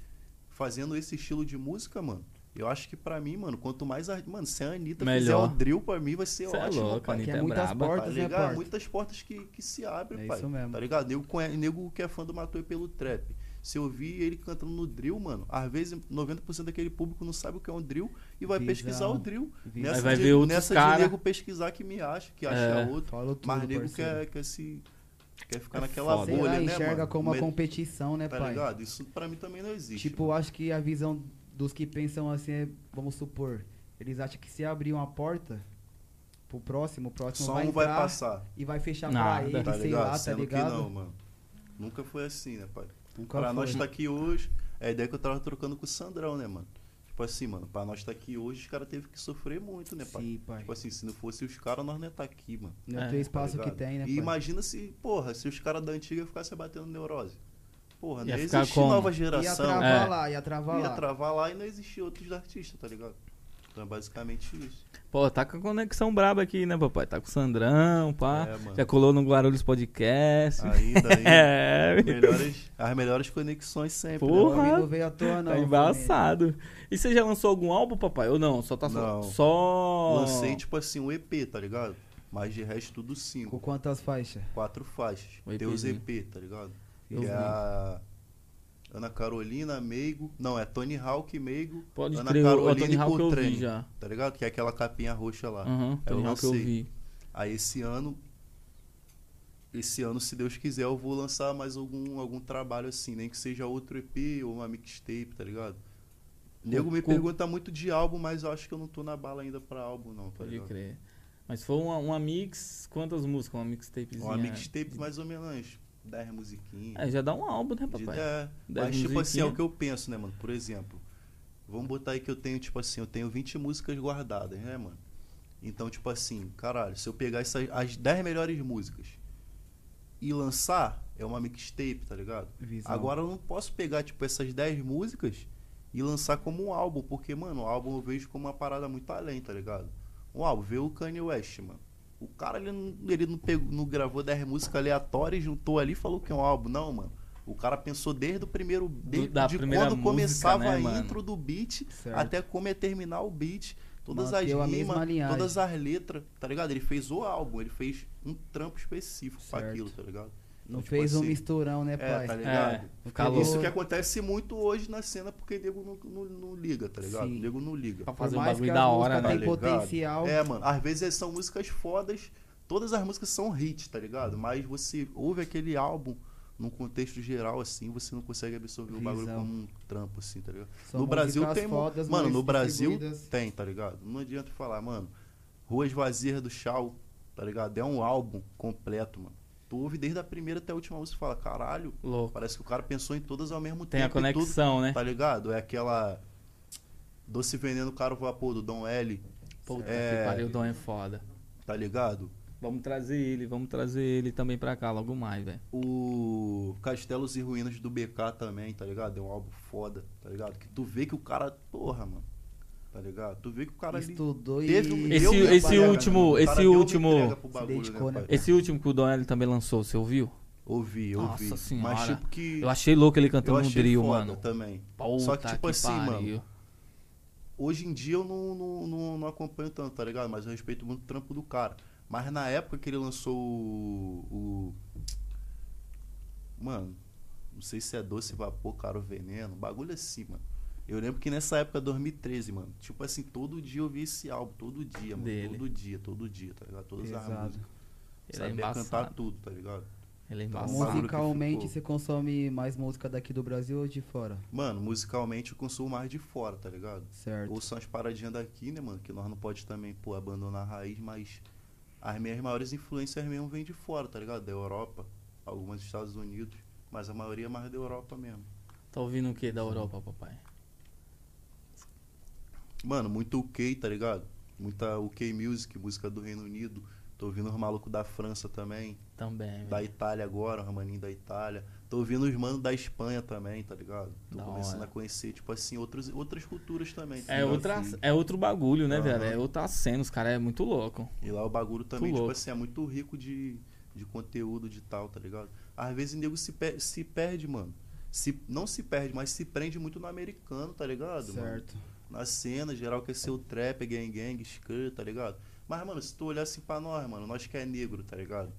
[SPEAKER 2] fazendo esse estilo de música, mano. Eu acho que pra mim, mano, quanto mais. ar- Mano, se a Anitta fizer
[SPEAKER 1] Melhor.
[SPEAKER 2] um drill pra mim, vai ser
[SPEAKER 1] Cê é
[SPEAKER 2] ótimo,
[SPEAKER 1] louco,
[SPEAKER 2] pai.
[SPEAKER 1] Anitta
[SPEAKER 3] que é
[SPEAKER 1] é
[SPEAKER 3] muitas
[SPEAKER 2] Tá
[SPEAKER 1] braba.
[SPEAKER 3] portas, né,
[SPEAKER 2] ligado?
[SPEAKER 3] porta?
[SPEAKER 2] Muitas portas que, que se abrem,
[SPEAKER 3] É
[SPEAKER 2] pai.
[SPEAKER 3] isso mesmo.
[SPEAKER 2] Tá ligado? Nego, conhe- nego que é fã do Matuê pelo trap. Se eu vi ele cantando no drill, mano, às vezes 90% daquele público não sabe o que é um drill e vai
[SPEAKER 3] Visão.
[SPEAKER 2] pesquisar o drill.
[SPEAKER 3] Visão.
[SPEAKER 2] Nessa
[SPEAKER 1] vai
[SPEAKER 2] de,
[SPEAKER 1] ver outros
[SPEAKER 2] nessa
[SPEAKER 1] cara.
[SPEAKER 2] de nego pesquisar que me acha, que acha
[SPEAKER 1] É.
[SPEAKER 2] outro.
[SPEAKER 3] Falou tudo,
[SPEAKER 2] Mas nego
[SPEAKER 3] parceiro.
[SPEAKER 2] quer, quer se. Quer ficar naquela
[SPEAKER 1] foda.
[SPEAKER 3] Sei
[SPEAKER 2] bolha,
[SPEAKER 3] lá,
[SPEAKER 2] né,
[SPEAKER 3] enxerga
[SPEAKER 2] mano?
[SPEAKER 3] como uma
[SPEAKER 2] Me-
[SPEAKER 3] competição, né,
[SPEAKER 2] Tá
[SPEAKER 3] pai?
[SPEAKER 2] ligado? Isso pra mim também não existe.
[SPEAKER 3] Tipo, acho que a visão dos que pensam assim é, vamos supor, eles acham que se abrir uma porta pro próximo, o próximo
[SPEAKER 2] Só
[SPEAKER 3] vai
[SPEAKER 2] um
[SPEAKER 3] entrar
[SPEAKER 2] vai passar.
[SPEAKER 3] e vai fechar
[SPEAKER 1] Nada.
[SPEAKER 3] pra ele,
[SPEAKER 2] Tá
[SPEAKER 3] sei lá,
[SPEAKER 2] ligado?
[SPEAKER 3] tá
[SPEAKER 2] Sendo
[SPEAKER 3] ligado?
[SPEAKER 2] que não, mano. Nunca foi assim, né, pai?
[SPEAKER 3] Nunca
[SPEAKER 2] Pra
[SPEAKER 3] foi.
[SPEAKER 2] nós tá aqui hoje, é a ideia que eu tava trocando com o Sandrão, né, mano? Tipo assim, mano, pra nós tá aqui hoje, os caras teve que sofrer muito, né, pai?
[SPEAKER 3] Sim, pai.
[SPEAKER 2] Tipo assim, se não fosse os caras, nós não ia tá aqui, mano.
[SPEAKER 3] Não
[SPEAKER 1] É,
[SPEAKER 3] tem
[SPEAKER 1] tá
[SPEAKER 2] tá
[SPEAKER 3] espaço que
[SPEAKER 2] ligado?
[SPEAKER 3] tem, né, pai?
[SPEAKER 2] E imagina se, porra, se os caras da antiga ficassem batendo neurose. Porra, não
[SPEAKER 1] Ia
[SPEAKER 2] ia
[SPEAKER 1] ficar
[SPEAKER 2] existir
[SPEAKER 1] como?
[SPEAKER 2] nova
[SPEAKER 3] Ia
[SPEAKER 2] geração. né?
[SPEAKER 1] É.
[SPEAKER 3] travar lá, ia travar
[SPEAKER 2] Ia
[SPEAKER 3] lá.
[SPEAKER 2] travar lá e não existia outros artistas, tá ligado? Então é basicamente isso.
[SPEAKER 1] Pô, tá com a conexão braba aqui, né, papai? Tá com o Sandrão, pá.
[SPEAKER 2] É, mano.
[SPEAKER 1] Já colou no Guarulhos Podcast.
[SPEAKER 2] Ainda aí.
[SPEAKER 1] é,
[SPEAKER 2] melhores, as melhores conexões sempre. né,
[SPEAKER 1] Porra!
[SPEAKER 3] O homem não veio à toa, não.
[SPEAKER 1] tá
[SPEAKER 3] família.
[SPEAKER 1] embaçado. E você já lançou algum álbum, papai? Ou não? Só tá só.
[SPEAKER 2] Não.
[SPEAKER 1] só...
[SPEAKER 2] Lancei, tipo assim, um EP, tá ligado? Mas de resto, tudo
[SPEAKER 3] Com
[SPEAKER 2] cinco.
[SPEAKER 3] quantas faixas?
[SPEAKER 2] Quatro faixas.
[SPEAKER 1] Um
[SPEAKER 2] Tem os
[SPEAKER 1] EPzinho.
[SPEAKER 2] EP, tá ligado?
[SPEAKER 3] Eu
[SPEAKER 2] que
[SPEAKER 3] vi.
[SPEAKER 2] é a Ana Carolina, Meigo. Não, é Tony Hawk, Meigo.
[SPEAKER 1] Pode
[SPEAKER 2] Ana
[SPEAKER 1] crer, o
[SPEAKER 2] Carolina
[SPEAKER 1] Tony
[SPEAKER 2] e
[SPEAKER 1] Hawk eu
[SPEAKER 2] Coltrane.
[SPEAKER 1] vi já.
[SPEAKER 2] Tá ligado? Que é aquela capinha roxa lá.
[SPEAKER 1] Aham,
[SPEAKER 2] É, eu
[SPEAKER 1] Tony Hawk eu
[SPEAKER 2] lancei.
[SPEAKER 1] vi.
[SPEAKER 2] Aí esse ano. Esse ano, se Deus quiser, eu vou lançar mais algum, algum trabalho assim, nem que seja outro EP ou uma mixtape, tá ligado? Nego me
[SPEAKER 1] Com-
[SPEAKER 2] pergunta muito de álbum, mas eu acho que eu não tô na bala ainda pra álbum, não, tá
[SPEAKER 1] Pode
[SPEAKER 2] ligado?
[SPEAKER 1] crer. Mas foi uma, uma mix, quantas músicas? Uma mixtapezinha?
[SPEAKER 2] Uma mixtape mais ou menos 10 musiquinhas.
[SPEAKER 1] É, já dá um álbum, né,
[SPEAKER 2] de,
[SPEAKER 1] papai?
[SPEAKER 2] é,
[SPEAKER 1] Dez
[SPEAKER 2] mas tipo assim, é o
[SPEAKER 1] musiquinhas.
[SPEAKER 2] que eu penso, né, mano? Por exemplo, vamos botar aí que eu tenho, tipo assim, eu tenho 20 músicas guardadas, né, mano? Então, tipo assim, caralho, se eu pegar essas, as 10 melhores músicas e lançar, é uma mixtape, tá ligado?
[SPEAKER 3] Visão.
[SPEAKER 2] Agora eu não posso pegar, tipo, essas 10 músicas e lançar como um álbum, porque, mano, o álbum eu vejo como uma parada muito além, tá ligado? Um álbum, vê o Kanye West, mano. O cara, ele não, ele não, pegou, não gravou 10 músicas aleatórias, juntou ali e falou que é um álbum. Não, mano. O cara pensou desde o primeiro. Desde,
[SPEAKER 1] da
[SPEAKER 2] de
[SPEAKER 1] primeira
[SPEAKER 2] quando
[SPEAKER 1] música,
[SPEAKER 2] começava
[SPEAKER 1] né,
[SPEAKER 2] a
[SPEAKER 1] mano?
[SPEAKER 2] intro do beat
[SPEAKER 3] Certo.
[SPEAKER 2] até como é terminar o beat. Todas
[SPEAKER 3] Manteu a
[SPEAKER 2] as
[SPEAKER 3] mesma
[SPEAKER 2] rimas,
[SPEAKER 3] linhagem.
[SPEAKER 2] todas as letras, tá ligado? Ele fez o álbum, ele fez um trampo específico
[SPEAKER 3] Certo.
[SPEAKER 2] pra aquilo, tá ligado?
[SPEAKER 3] Não
[SPEAKER 2] Então, tipo
[SPEAKER 3] fez um
[SPEAKER 2] assim,
[SPEAKER 3] misturão, né,
[SPEAKER 2] é,
[SPEAKER 3] pai?
[SPEAKER 2] tá
[SPEAKER 1] É,
[SPEAKER 2] ligado?
[SPEAKER 1] ficar
[SPEAKER 3] Alô.
[SPEAKER 2] Isso
[SPEAKER 1] louco.
[SPEAKER 2] que acontece muito hoje na cena porque nego não, não, não liga, tá ligado?
[SPEAKER 3] Sim.
[SPEAKER 2] Nego não liga.
[SPEAKER 1] Pra
[SPEAKER 3] Por
[SPEAKER 1] fazer um
[SPEAKER 3] mais que
[SPEAKER 1] bagulho
[SPEAKER 3] as
[SPEAKER 1] da
[SPEAKER 3] músicas
[SPEAKER 1] hora,
[SPEAKER 2] Tá
[SPEAKER 1] né?
[SPEAKER 3] tem
[SPEAKER 2] ligado?
[SPEAKER 3] potencial.
[SPEAKER 2] É, mano. Às vezes são músicas fodas, todas as músicas são hits, tá ligado? Mas você ouve aquele álbum num contexto geral, assim, você não consegue absorver o bagulho
[SPEAKER 3] Visão.
[SPEAKER 2] como um trampo, assim, tá ligado?
[SPEAKER 3] São
[SPEAKER 2] no Brasil
[SPEAKER 3] músicas
[SPEAKER 2] tem. mu-
[SPEAKER 3] fodas,
[SPEAKER 2] mano,
[SPEAKER 3] mas
[SPEAKER 2] no Brasil
[SPEAKER 3] distribuídas.
[SPEAKER 2] tem, tá ligado? Não adianta falar, mano. Ruas Vazias do Chau, tá ligado? É um álbum completo, mano. Tu ouve desde a primeira até a última música e fala, caralho,
[SPEAKER 1] Louco.
[SPEAKER 2] parece que o cara pensou em todas ao mesmo
[SPEAKER 1] Tem a
[SPEAKER 2] tempo. e tudo-
[SPEAKER 1] conexão, né?
[SPEAKER 2] Tá ligado? É aquela. Doce Veneno Caro Vapor do Dom L,
[SPEAKER 1] Puta
[SPEAKER 2] É.
[SPEAKER 1] que pariu, o Dom é foda.
[SPEAKER 2] tá ligado?
[SPEAKER 1] Vamos trazer ele, vamos trazer ele também pra cá logo mais, velho.
[SPEAKER 2] O Castelos e Ruínas do BK também, tá ligado? É um álbum foda, tá ligado? Que tu vê que o cara. Porra, mano. Tá ligado? Tu vê que o cara ali.
[SPEAKER 3] Estudou e...
[SPEAKER 2] teve um-
[SPEAKER 1] Esse-
[SPEAKER 2] deu uma
[SPEAKER 1] esse
[SPEAKER 2] entrega,
[SPEAKER 1] último-
[SPEAKER 2] né, mano? O
[SPEAKER 1] esse
[SPEAKER 2] cara deu uma
[SPEAKER 1] último-
[SPEAKER 2] entrega pro
[SPEAKER 3] Se
[SPEAKER 2] bagulho,
[SPEAKER 3] dedicou, né,
[SPEAKER 2] pai?
[SPEAKER 1] Esse último que o Dom L também lançou, você ouviu?
[SPEAKER 2] Ouvi,
[SPEAKER 1] Nossa
[SPEAKER 2] ouvi. Mas
[SPEAKER 1] senhora.
[SPEAKER 2] tipo que.
[SPEAKER 1] Eu achei louco ele
[SPEAKER 2] eu
[SPEAKER 1] cantando no
[SPEAKER 2] achei
[SPEAKER 1] drill,
[SPEAKER 2] foda
[SPEAKER 1] mano.
[SPEAKER 2] também.
[SPEAKER 1] Puta
[SPEAKER 2] Só que, tipo assim, mano,
[SPEAKER 1] pariu.
[SPEAKER 2] Hoje em dia eu não, não, não, não acompanho tanto, tá ligado? Mas eu respeito muito o trampo do cara. Mas na época que ele lançou o. o- Mano, não sei se é doce, vapor, caro veneno, bagulho assim, mano. Eu lembro que nessa época, 2013, mano, tipo assim, todo dia eu via esse álbum, todo dia, mano.
[SPEAKER 1] Dele.
[SPEAKER 2] Todo dia, todo dia, tá ligado? Todas as
[SPEAKER 3] Pesado.
[SPEAKER 2] músicas.
[SPEAKER 1] Ele é
[SPEAKER 2] Sabia cantar
[SPEAKER 1] embaçado.
[SPEAKER 2] tudo, tá ligado?
[SPEAKER 1] Ele é
[SPEAKER 2] Então,
[SPEAKER 1] embaçado.
[SPEAKER 2] bagulho que
[SPEAKER 3] Musicalmente,
[SPEAKER 2] ficou.
[SPEAKER 3] você consome mais música daqui do Brasil ou de fora?
[SPEAKER 2] Mano, musicalmente eu consumo mais de fora, tá ligado?
[SPEAKER 3] Certo.
[SPEAKER 2] Ou são as paradinhas daqui, né, mano? Que nós não pode também, pô, abandonar a raiz, mas as minhas maiores influências mesmo vêm de fora, tá ligado? Da Europa, algumas dos Estados Unidos, mas a maioria é mais da Europa mesmo.
[SPEAKER 1] Tá ouvindo o que da Europa, papai?
[SPEAKER 2] Mano, muito UK, tá ligado? Muita UK Music, música do Reino Unido, Tô ouvindo os malucos da França também,
[SPEAKER 1] Também.
[SPEAKER 2] da
[SPEAKER 1] velho.
[SPEAKER 2] Itália agora, o Ramaninho da Itália. Tô ouvindo os manos da Espanha também, tá ligado? Tô
[SPEAKER 1] Da
[SPEAKER 2] começando
[SPEAKER 1] hora.
[SPEAKER 2] a conhecer, tipo assim, outros, outras culturas também. tá
[SPEAKER 1] É,
[SPEAKER 2] ligado?
[SPEAKER 1] outra,
[SPEAKER 2] Sim.
[SPEAKER 1] é outro bagulho, né,
[SPEAKER 2] Aham.
[SPEAKER 1] velho? É outra cena, os caras é muito louco.
[SPEAKER 2] E lá o bagulho também, tipo
[SPEAKER 1] louco.
[SPEAKER 2] assim, é muito rico de, de conteúdo de tal, tá ligado? Às vezes o nego se, pe- se perde, mano. Se, não se perde, mas se prende muito no americano, tá ligado? Mano?
[SPEAKER 3] Certo.
[SPEAKER 2] Na cena, geral quer ser o trap, gang gang, skr, tá ligado? Mas, mano, se tu olhar assim pra nós, mano, nós que é negro, tá ligado?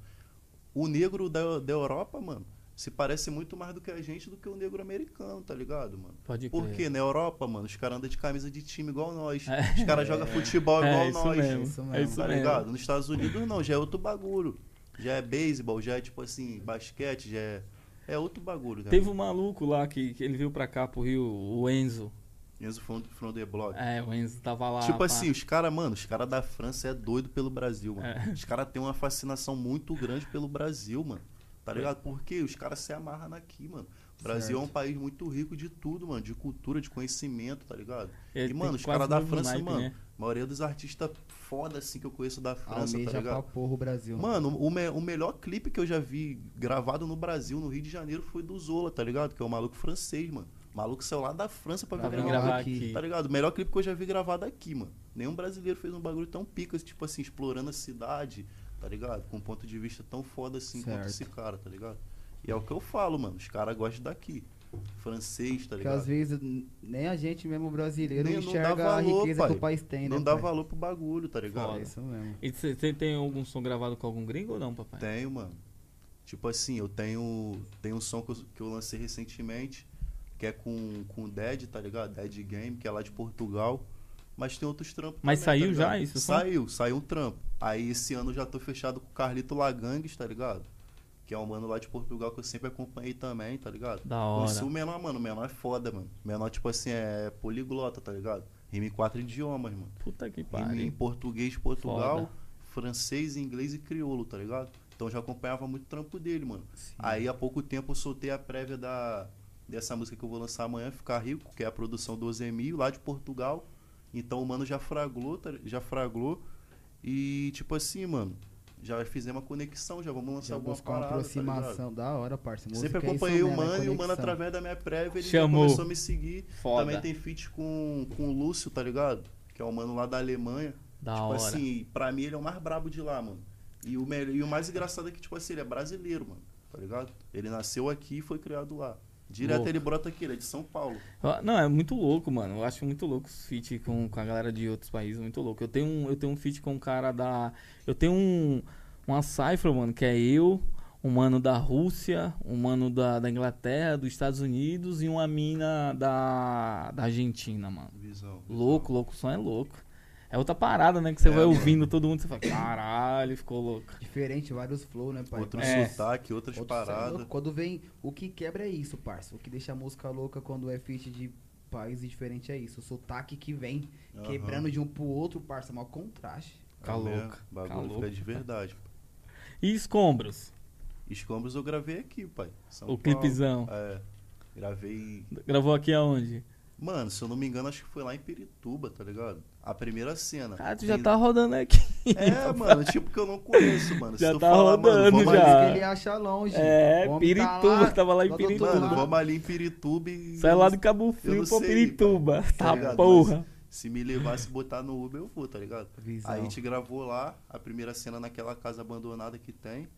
[SPEAKER 2] O negro da, da Europa, mano, se parece muito mais do que a gente do que o negro americano, tá ligado, mano?
[SPEAKER 1] Pode crer.
[SPEAKER 2] Por quê? Na Europa, mano, os caras andam de camisa de time igual nós.
[SPEAKER 1] É.
[SPEAKER 2] Os caras jogam futebol igual
[SPEAKER 1] É isso
[SPEAKER 2] nós.
[SPEAKER 1] mesmo,
[SPEAKER 3] isso
[SPEAKER 1] é
[SPEAKER 3] mesmo,
[SPEAKER 1] isso
[SPEAKER 2] Tá
[SPEAKER 1] mesmo.
[SPEAKER 2] ligado? Nos Estados Unidos não, já é outro bagulho. Já é beisebol, já é tipo assim, basquete, já é. É outro bagulho, cara.
[SPEAKER 1] Teve um maluco lá que, que ele veio pra cá pro Rio, o Enzo.
[SPEAKER 2] Enzo um, from, from the block.
[SPEAKER 1] É, o Enzo tava lá.
[SPEAKER 2] tipo
[SPEAKER 1] um- pá.
[SPEAKER 2] assim, os caras, mano, os caras da França é doido pelo Brasil, mano.
[SPEAKER 1] É.
[SPEAKER 2] Os caras têm uma fascinação muito grande pelo Brasil, mano.
[SPEAKER 1] É.
[SPEAKER 2] Tá ligado? Porque os caras se amarram aqui, mano. O Brasil é um
[SPEAKER 3] Certo.
[SPEAKER 2] país muito rico de tudo, mano. De cultura, de conhecimento, tá ligado?
[SPEAKER 1] Ele
[SPEAKER 2] e,
[SPEAKER 1] tem
[SPEAKER 2] mano, os
[SPEAKER 1] quase
[SPEAKER 2] caras da
[SPEAKER 1] mesmo
[SPEAKER 2] França,
[SPEAKER 1] naipe,
[SPEAKER 2] mano, tá
[SPEAKER 1] né?
[SPEAKER 2] a maioria dos artistas foda assim que eu conheço da França, tá
[SPEAKER 3] Almeja pra
[SPEAKER 2] ligado?
[SPEAKER 3] porra o Brasil.
[SPEAKER 2] Mano, o, me- o melhor clipe que eu já vi gravado no Brasil, no Rio de Janeiro, foi do Zola, tá ligado? Que é o maluco francês, mano. O maluco saiu lá da França pra
[SPEAKER 3] Pra
[SPEAKER 2] gravar.
[SPEAKER 1] Vem
[SPEAKER 3] Vamos
[SPEAKER 1] gravar
[SPEAKER 3] lá
[SPEAKER 2] lá.
[SPEAKER 3] aqui,
[SPEAKER 1] aqui.
[SPEAKER 2] Tá ligado? O melhor clipe que eu já vi gravado aqui, mano. Nenhum brasileiro fez um bagulho tão pica, tipo assim, explorando a cidade, tá ligado? Com um ponto de vista tão foda assim quanto
[SPEAKER 3] Certo.
[SPEAKER 2] esse cara, tá ligado? E é o que eu falo, mano. Os caras gostam daqui. Francês, tá
[SPEAKER 3] Porque
[SPEAKER 2] ligado?
[SPEAKER 3] às vezes n- nem a gente mesmo brasileiro
[SPEAKER 2] Nem- não dá
[SPEAKER 3] enxerga a
[SPEAKER 2] valor,
[SPEAKER 3] riqueza
[SPEAKER 2] pai.
[SPEAKER 3] que o país tem, né?
[SPEAKER 2] Não dá
[SPEAKER 3] pai?
[SPEAKER 2] valor pro bagulho, tá ligado?
[SPEAKER 3] É isso mesmo.
[SPEAKER 1] E você tem algum som gravado com algum gringo ou não, papai?
[SPEAKER 2] Tenho, mano. Tipo assim, eu tenho. Tem um som que eu, que eu lancei recentemente, que é com, com o Dead, tá ligado? Dead Game, que é lá de Portugal. Mas tem outros trampos.
[SPEAKER 1] Mas
[SPEAKER 2] também,
[SPEAKER 1] saiu
[SPEAKER 2] tá ligado?
[SPEAKER 1] já esse som?
[SPEAKER 2] Saiu, saiu um trampo. Aí esse ano eu já tô fechado com o Carlito Lagangues, tá ligado? Que é um mano lá de Portugal que eu sempre acompanhei também, tá ligado?
[SPEAKER 1] Da hora.
[SPEAKER 2] Conheço o menor, mano. O menor é foda, mano. O menor, tipo assim, é poliglota, tá ligado? Rima em quatro idiomas, mano.
[SPEAKER 1] Puta que
[SPEAKER 2] Em, em
[SPEAKER 1] pariu.
[SPEAKER 2] português, de Portugal,
[SPEAKER 1] Foda.
[SPEAKER 2] francês, inglês e crioulo, tá ligado? Então eu já acompanhava muito o trampo dele, mano. Aí há pouco tempo eu soltei a prévia da, dessa música que eu vou lançar amanhã, Ficar Rico, que é a produção do Ozemil, lá de Portugal. Então o mano já fraglou, tá li- já fraglou. E tipo assim, mano, já fizemos uma conexão, já vamos lançar
[SPEAKER 3] Já
[SPEAKER 2] alguma
[SPEAKER 3] buscar uma
[SPEAKER 2] parada, tá ligado?
[SPEAKER 3] aproximação da hora, parça. Música
[SPEAKER 2] Sempre
[SPEAKER 3] é isso
[SPEAKER 2] acompanhei o
[SPEAKER 3] mesmo, é
[SPEAKER 2] mano e o mano
[SPEAKER 3] conexão.
[SPEAKER 2] através da minha prévia ele já
[SPEAKER 1] Chamou.
[SPEAKER 2] começou a me seguir.
[SPEAKER 1] Foda.
[SPEAKER 2] Também tem feat com, com o Lúcio, tá ligado? Que é o mano lá da Alemanha.
[SPEAKER 1] Da
[SPEAKER 2] tipo
[SPEAKER 1] hora.
[SPEAKER 2] assim, pra mim ele é o mais brabo de lá, mano. E o, melhor, e o mais engraçado é que, tipo assim, ele é brasileiro, mano. Tá ligado? Ele nasceu aqui e foi criado lá. Direto
[SPEAKER 1] Louco.
[SPEAKER 2] ele brota aqui, ele é de São Paulo.
[SPEAKER 1] Ah, Não, é muito louco, mano. Eu acho muito louco os feat com, com a galera de outros países, muito louco. Eu tenho um, eu tenho um feat com um cara da. Eu tenho um, uma cifra, mano, que é eu, um mano da Rússia, um mano da, da Inglaterra, dos Estados Unidos e uma mina da, da Argentina, mano.
[SPEAKER 2] Visão. visão.
[SPEAKER 1] Louco, louco, o som é louco. É outra parada, né? Que você
[SPEAKER 2] É,
[SPEAKER 1] vai
[SPEAKER 2] mano.
[SPEAKER 1] ouvindo todo mundo, você fala, caralho, ficou louco.
[SPEAKER 3] Diferente, vários flow, né, pai?
[SPEAKER 2] Outro
[SPEAKER 1] É.
[SPEAKER 2] sotaque, outras
[SPEAKER 3] Outro
[SPEAKER 2] paradas.
[SPEAKER 3] céu. Quando vem. O que quebra é isso, parça. O que deixa a música louca quando é feat de país diferente é isso. O sotaque que vem
[SPEAKER 2] Aham.
[SPEAKER 3] quebrando de um pro outro, parça. Mó contraste.
[SPEAKER 1] Fica
[SPEAKER 2] É mesmo,
[SPEAKER 1] Tá louco.
[SPEAKER 2] O bagulho
[SPEAKER 1] fica louco.
[SPEAKER 2] fica de verdade.
[SPEAKER 1] E escombros,
[SPEAKER 2] Escombros eu gravei aqui, pai. São
[SPEAKER 1] o
[SPEAKER 2] Paulo.
[SPEAKER 1] clipezão.
[SPEAKER 2] É. Gravei
[SPEAKER 1] Gravou aqui aonde?
[SPEAKER 2] Mano, se eu não me engano, acho que foi lá em Pirituba, tá ligado? A primeira cena.
[SPEAKER 1] Cara, tu já
[SPEAKER 2] Tem-
[SPEAKER 1] tá rodando aqui.
[SPEAKER 2] É, mano, tipo que eu não conheço, mano.
[SPEAKER 1] Já
[SPEAKER 2] se eu
[SPEAKER 1] tá
[SPEAKER 2] falar,
[SPEAKER 1] rodando
[SPEAKER 2] mano,
[SPEAKER 1] já.
[SPEAKER 2] vamos Ali,
[SPEAKER 3] Mas que ele acha longe.
[SPEAKER 1] É,
[SPEAKER 3] O homem tá
[SPEAKER 1] Pirituba,
[SPEAKER 3] lá,
[SPEAKER 1] tava lá em
[SPEAKER 3] lá do outro
[SPEAKER 1] Pirituba.
[SPEAKER 2] mano,
[SPEAKER 3] lado.
[SPEAKER 2] vamos ali em Pirituba e.
[SPEAKER 1] Sai lá do Cabo Frio
[SPEAKER 2] não
[SPEAKER 1] pra
[SPEAKER 2] sei,
[SPEAKER 1] Pirituba. Tá
[SPEAKER 2] ligado?
[SPEAKER 1] porra.
[SPEAKER 2] Se me levar, se botar no Uber, eu vou, tá ligado?
[SPEAKER 3] Visão.
[SPEAKER 2] Aí a gente gravou lá, a primeira cena naquela casa abandonada que tem.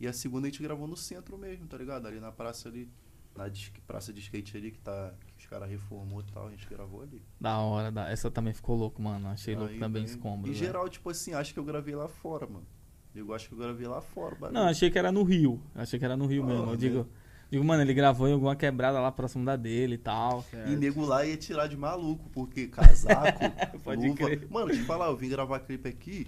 [SPEAKER 2] E a segunda a gente gravou no centro mesmo, tá ligado? Ali na praça ali. Na dis- praça de skate ali que tá. Que os caras reformou e tal, a gente gravou ali.
[SPEAKER 1] Da hora, da... essa também ficou louco, mano. Achei louco
[SPEAKER 2] Aí,
[SPEAKER 1] também
[SPEAKER 2] aí-
[SPEAKER 1] escombro. né?
[SPEAKER 2] Em
[SPEAKER 1] velho.
[SPEAKER 2] geral, tipo assim, acho que eu gravei lá fora, mano. Eu acho que eu gravei lá fora, bagulho.
[SPEAKER 1] Não, achei que era no Rio. Achei que era no Rio
[SPEAKER 2] Ah,
[SPEAKER 1] mesmo. Eu
[SPEAKER 2] né?
[SPEAKER 1] digo, digo, mano, ele gravou em alguma quebrada lá próximo da dele e tal.
[SPEAKER 2] E
[SPEAKER 3] Certo.
[SPEAKER 2] nego lá ia tirar de maluco, porque casaco,
[SPEAKER 1] Pode
[SPEAKER 2] luva.
[SPEAKER 1] crer.
[SPEAKER 2] Mano, deixa eu te falar, eu vim gravar clipe aqui,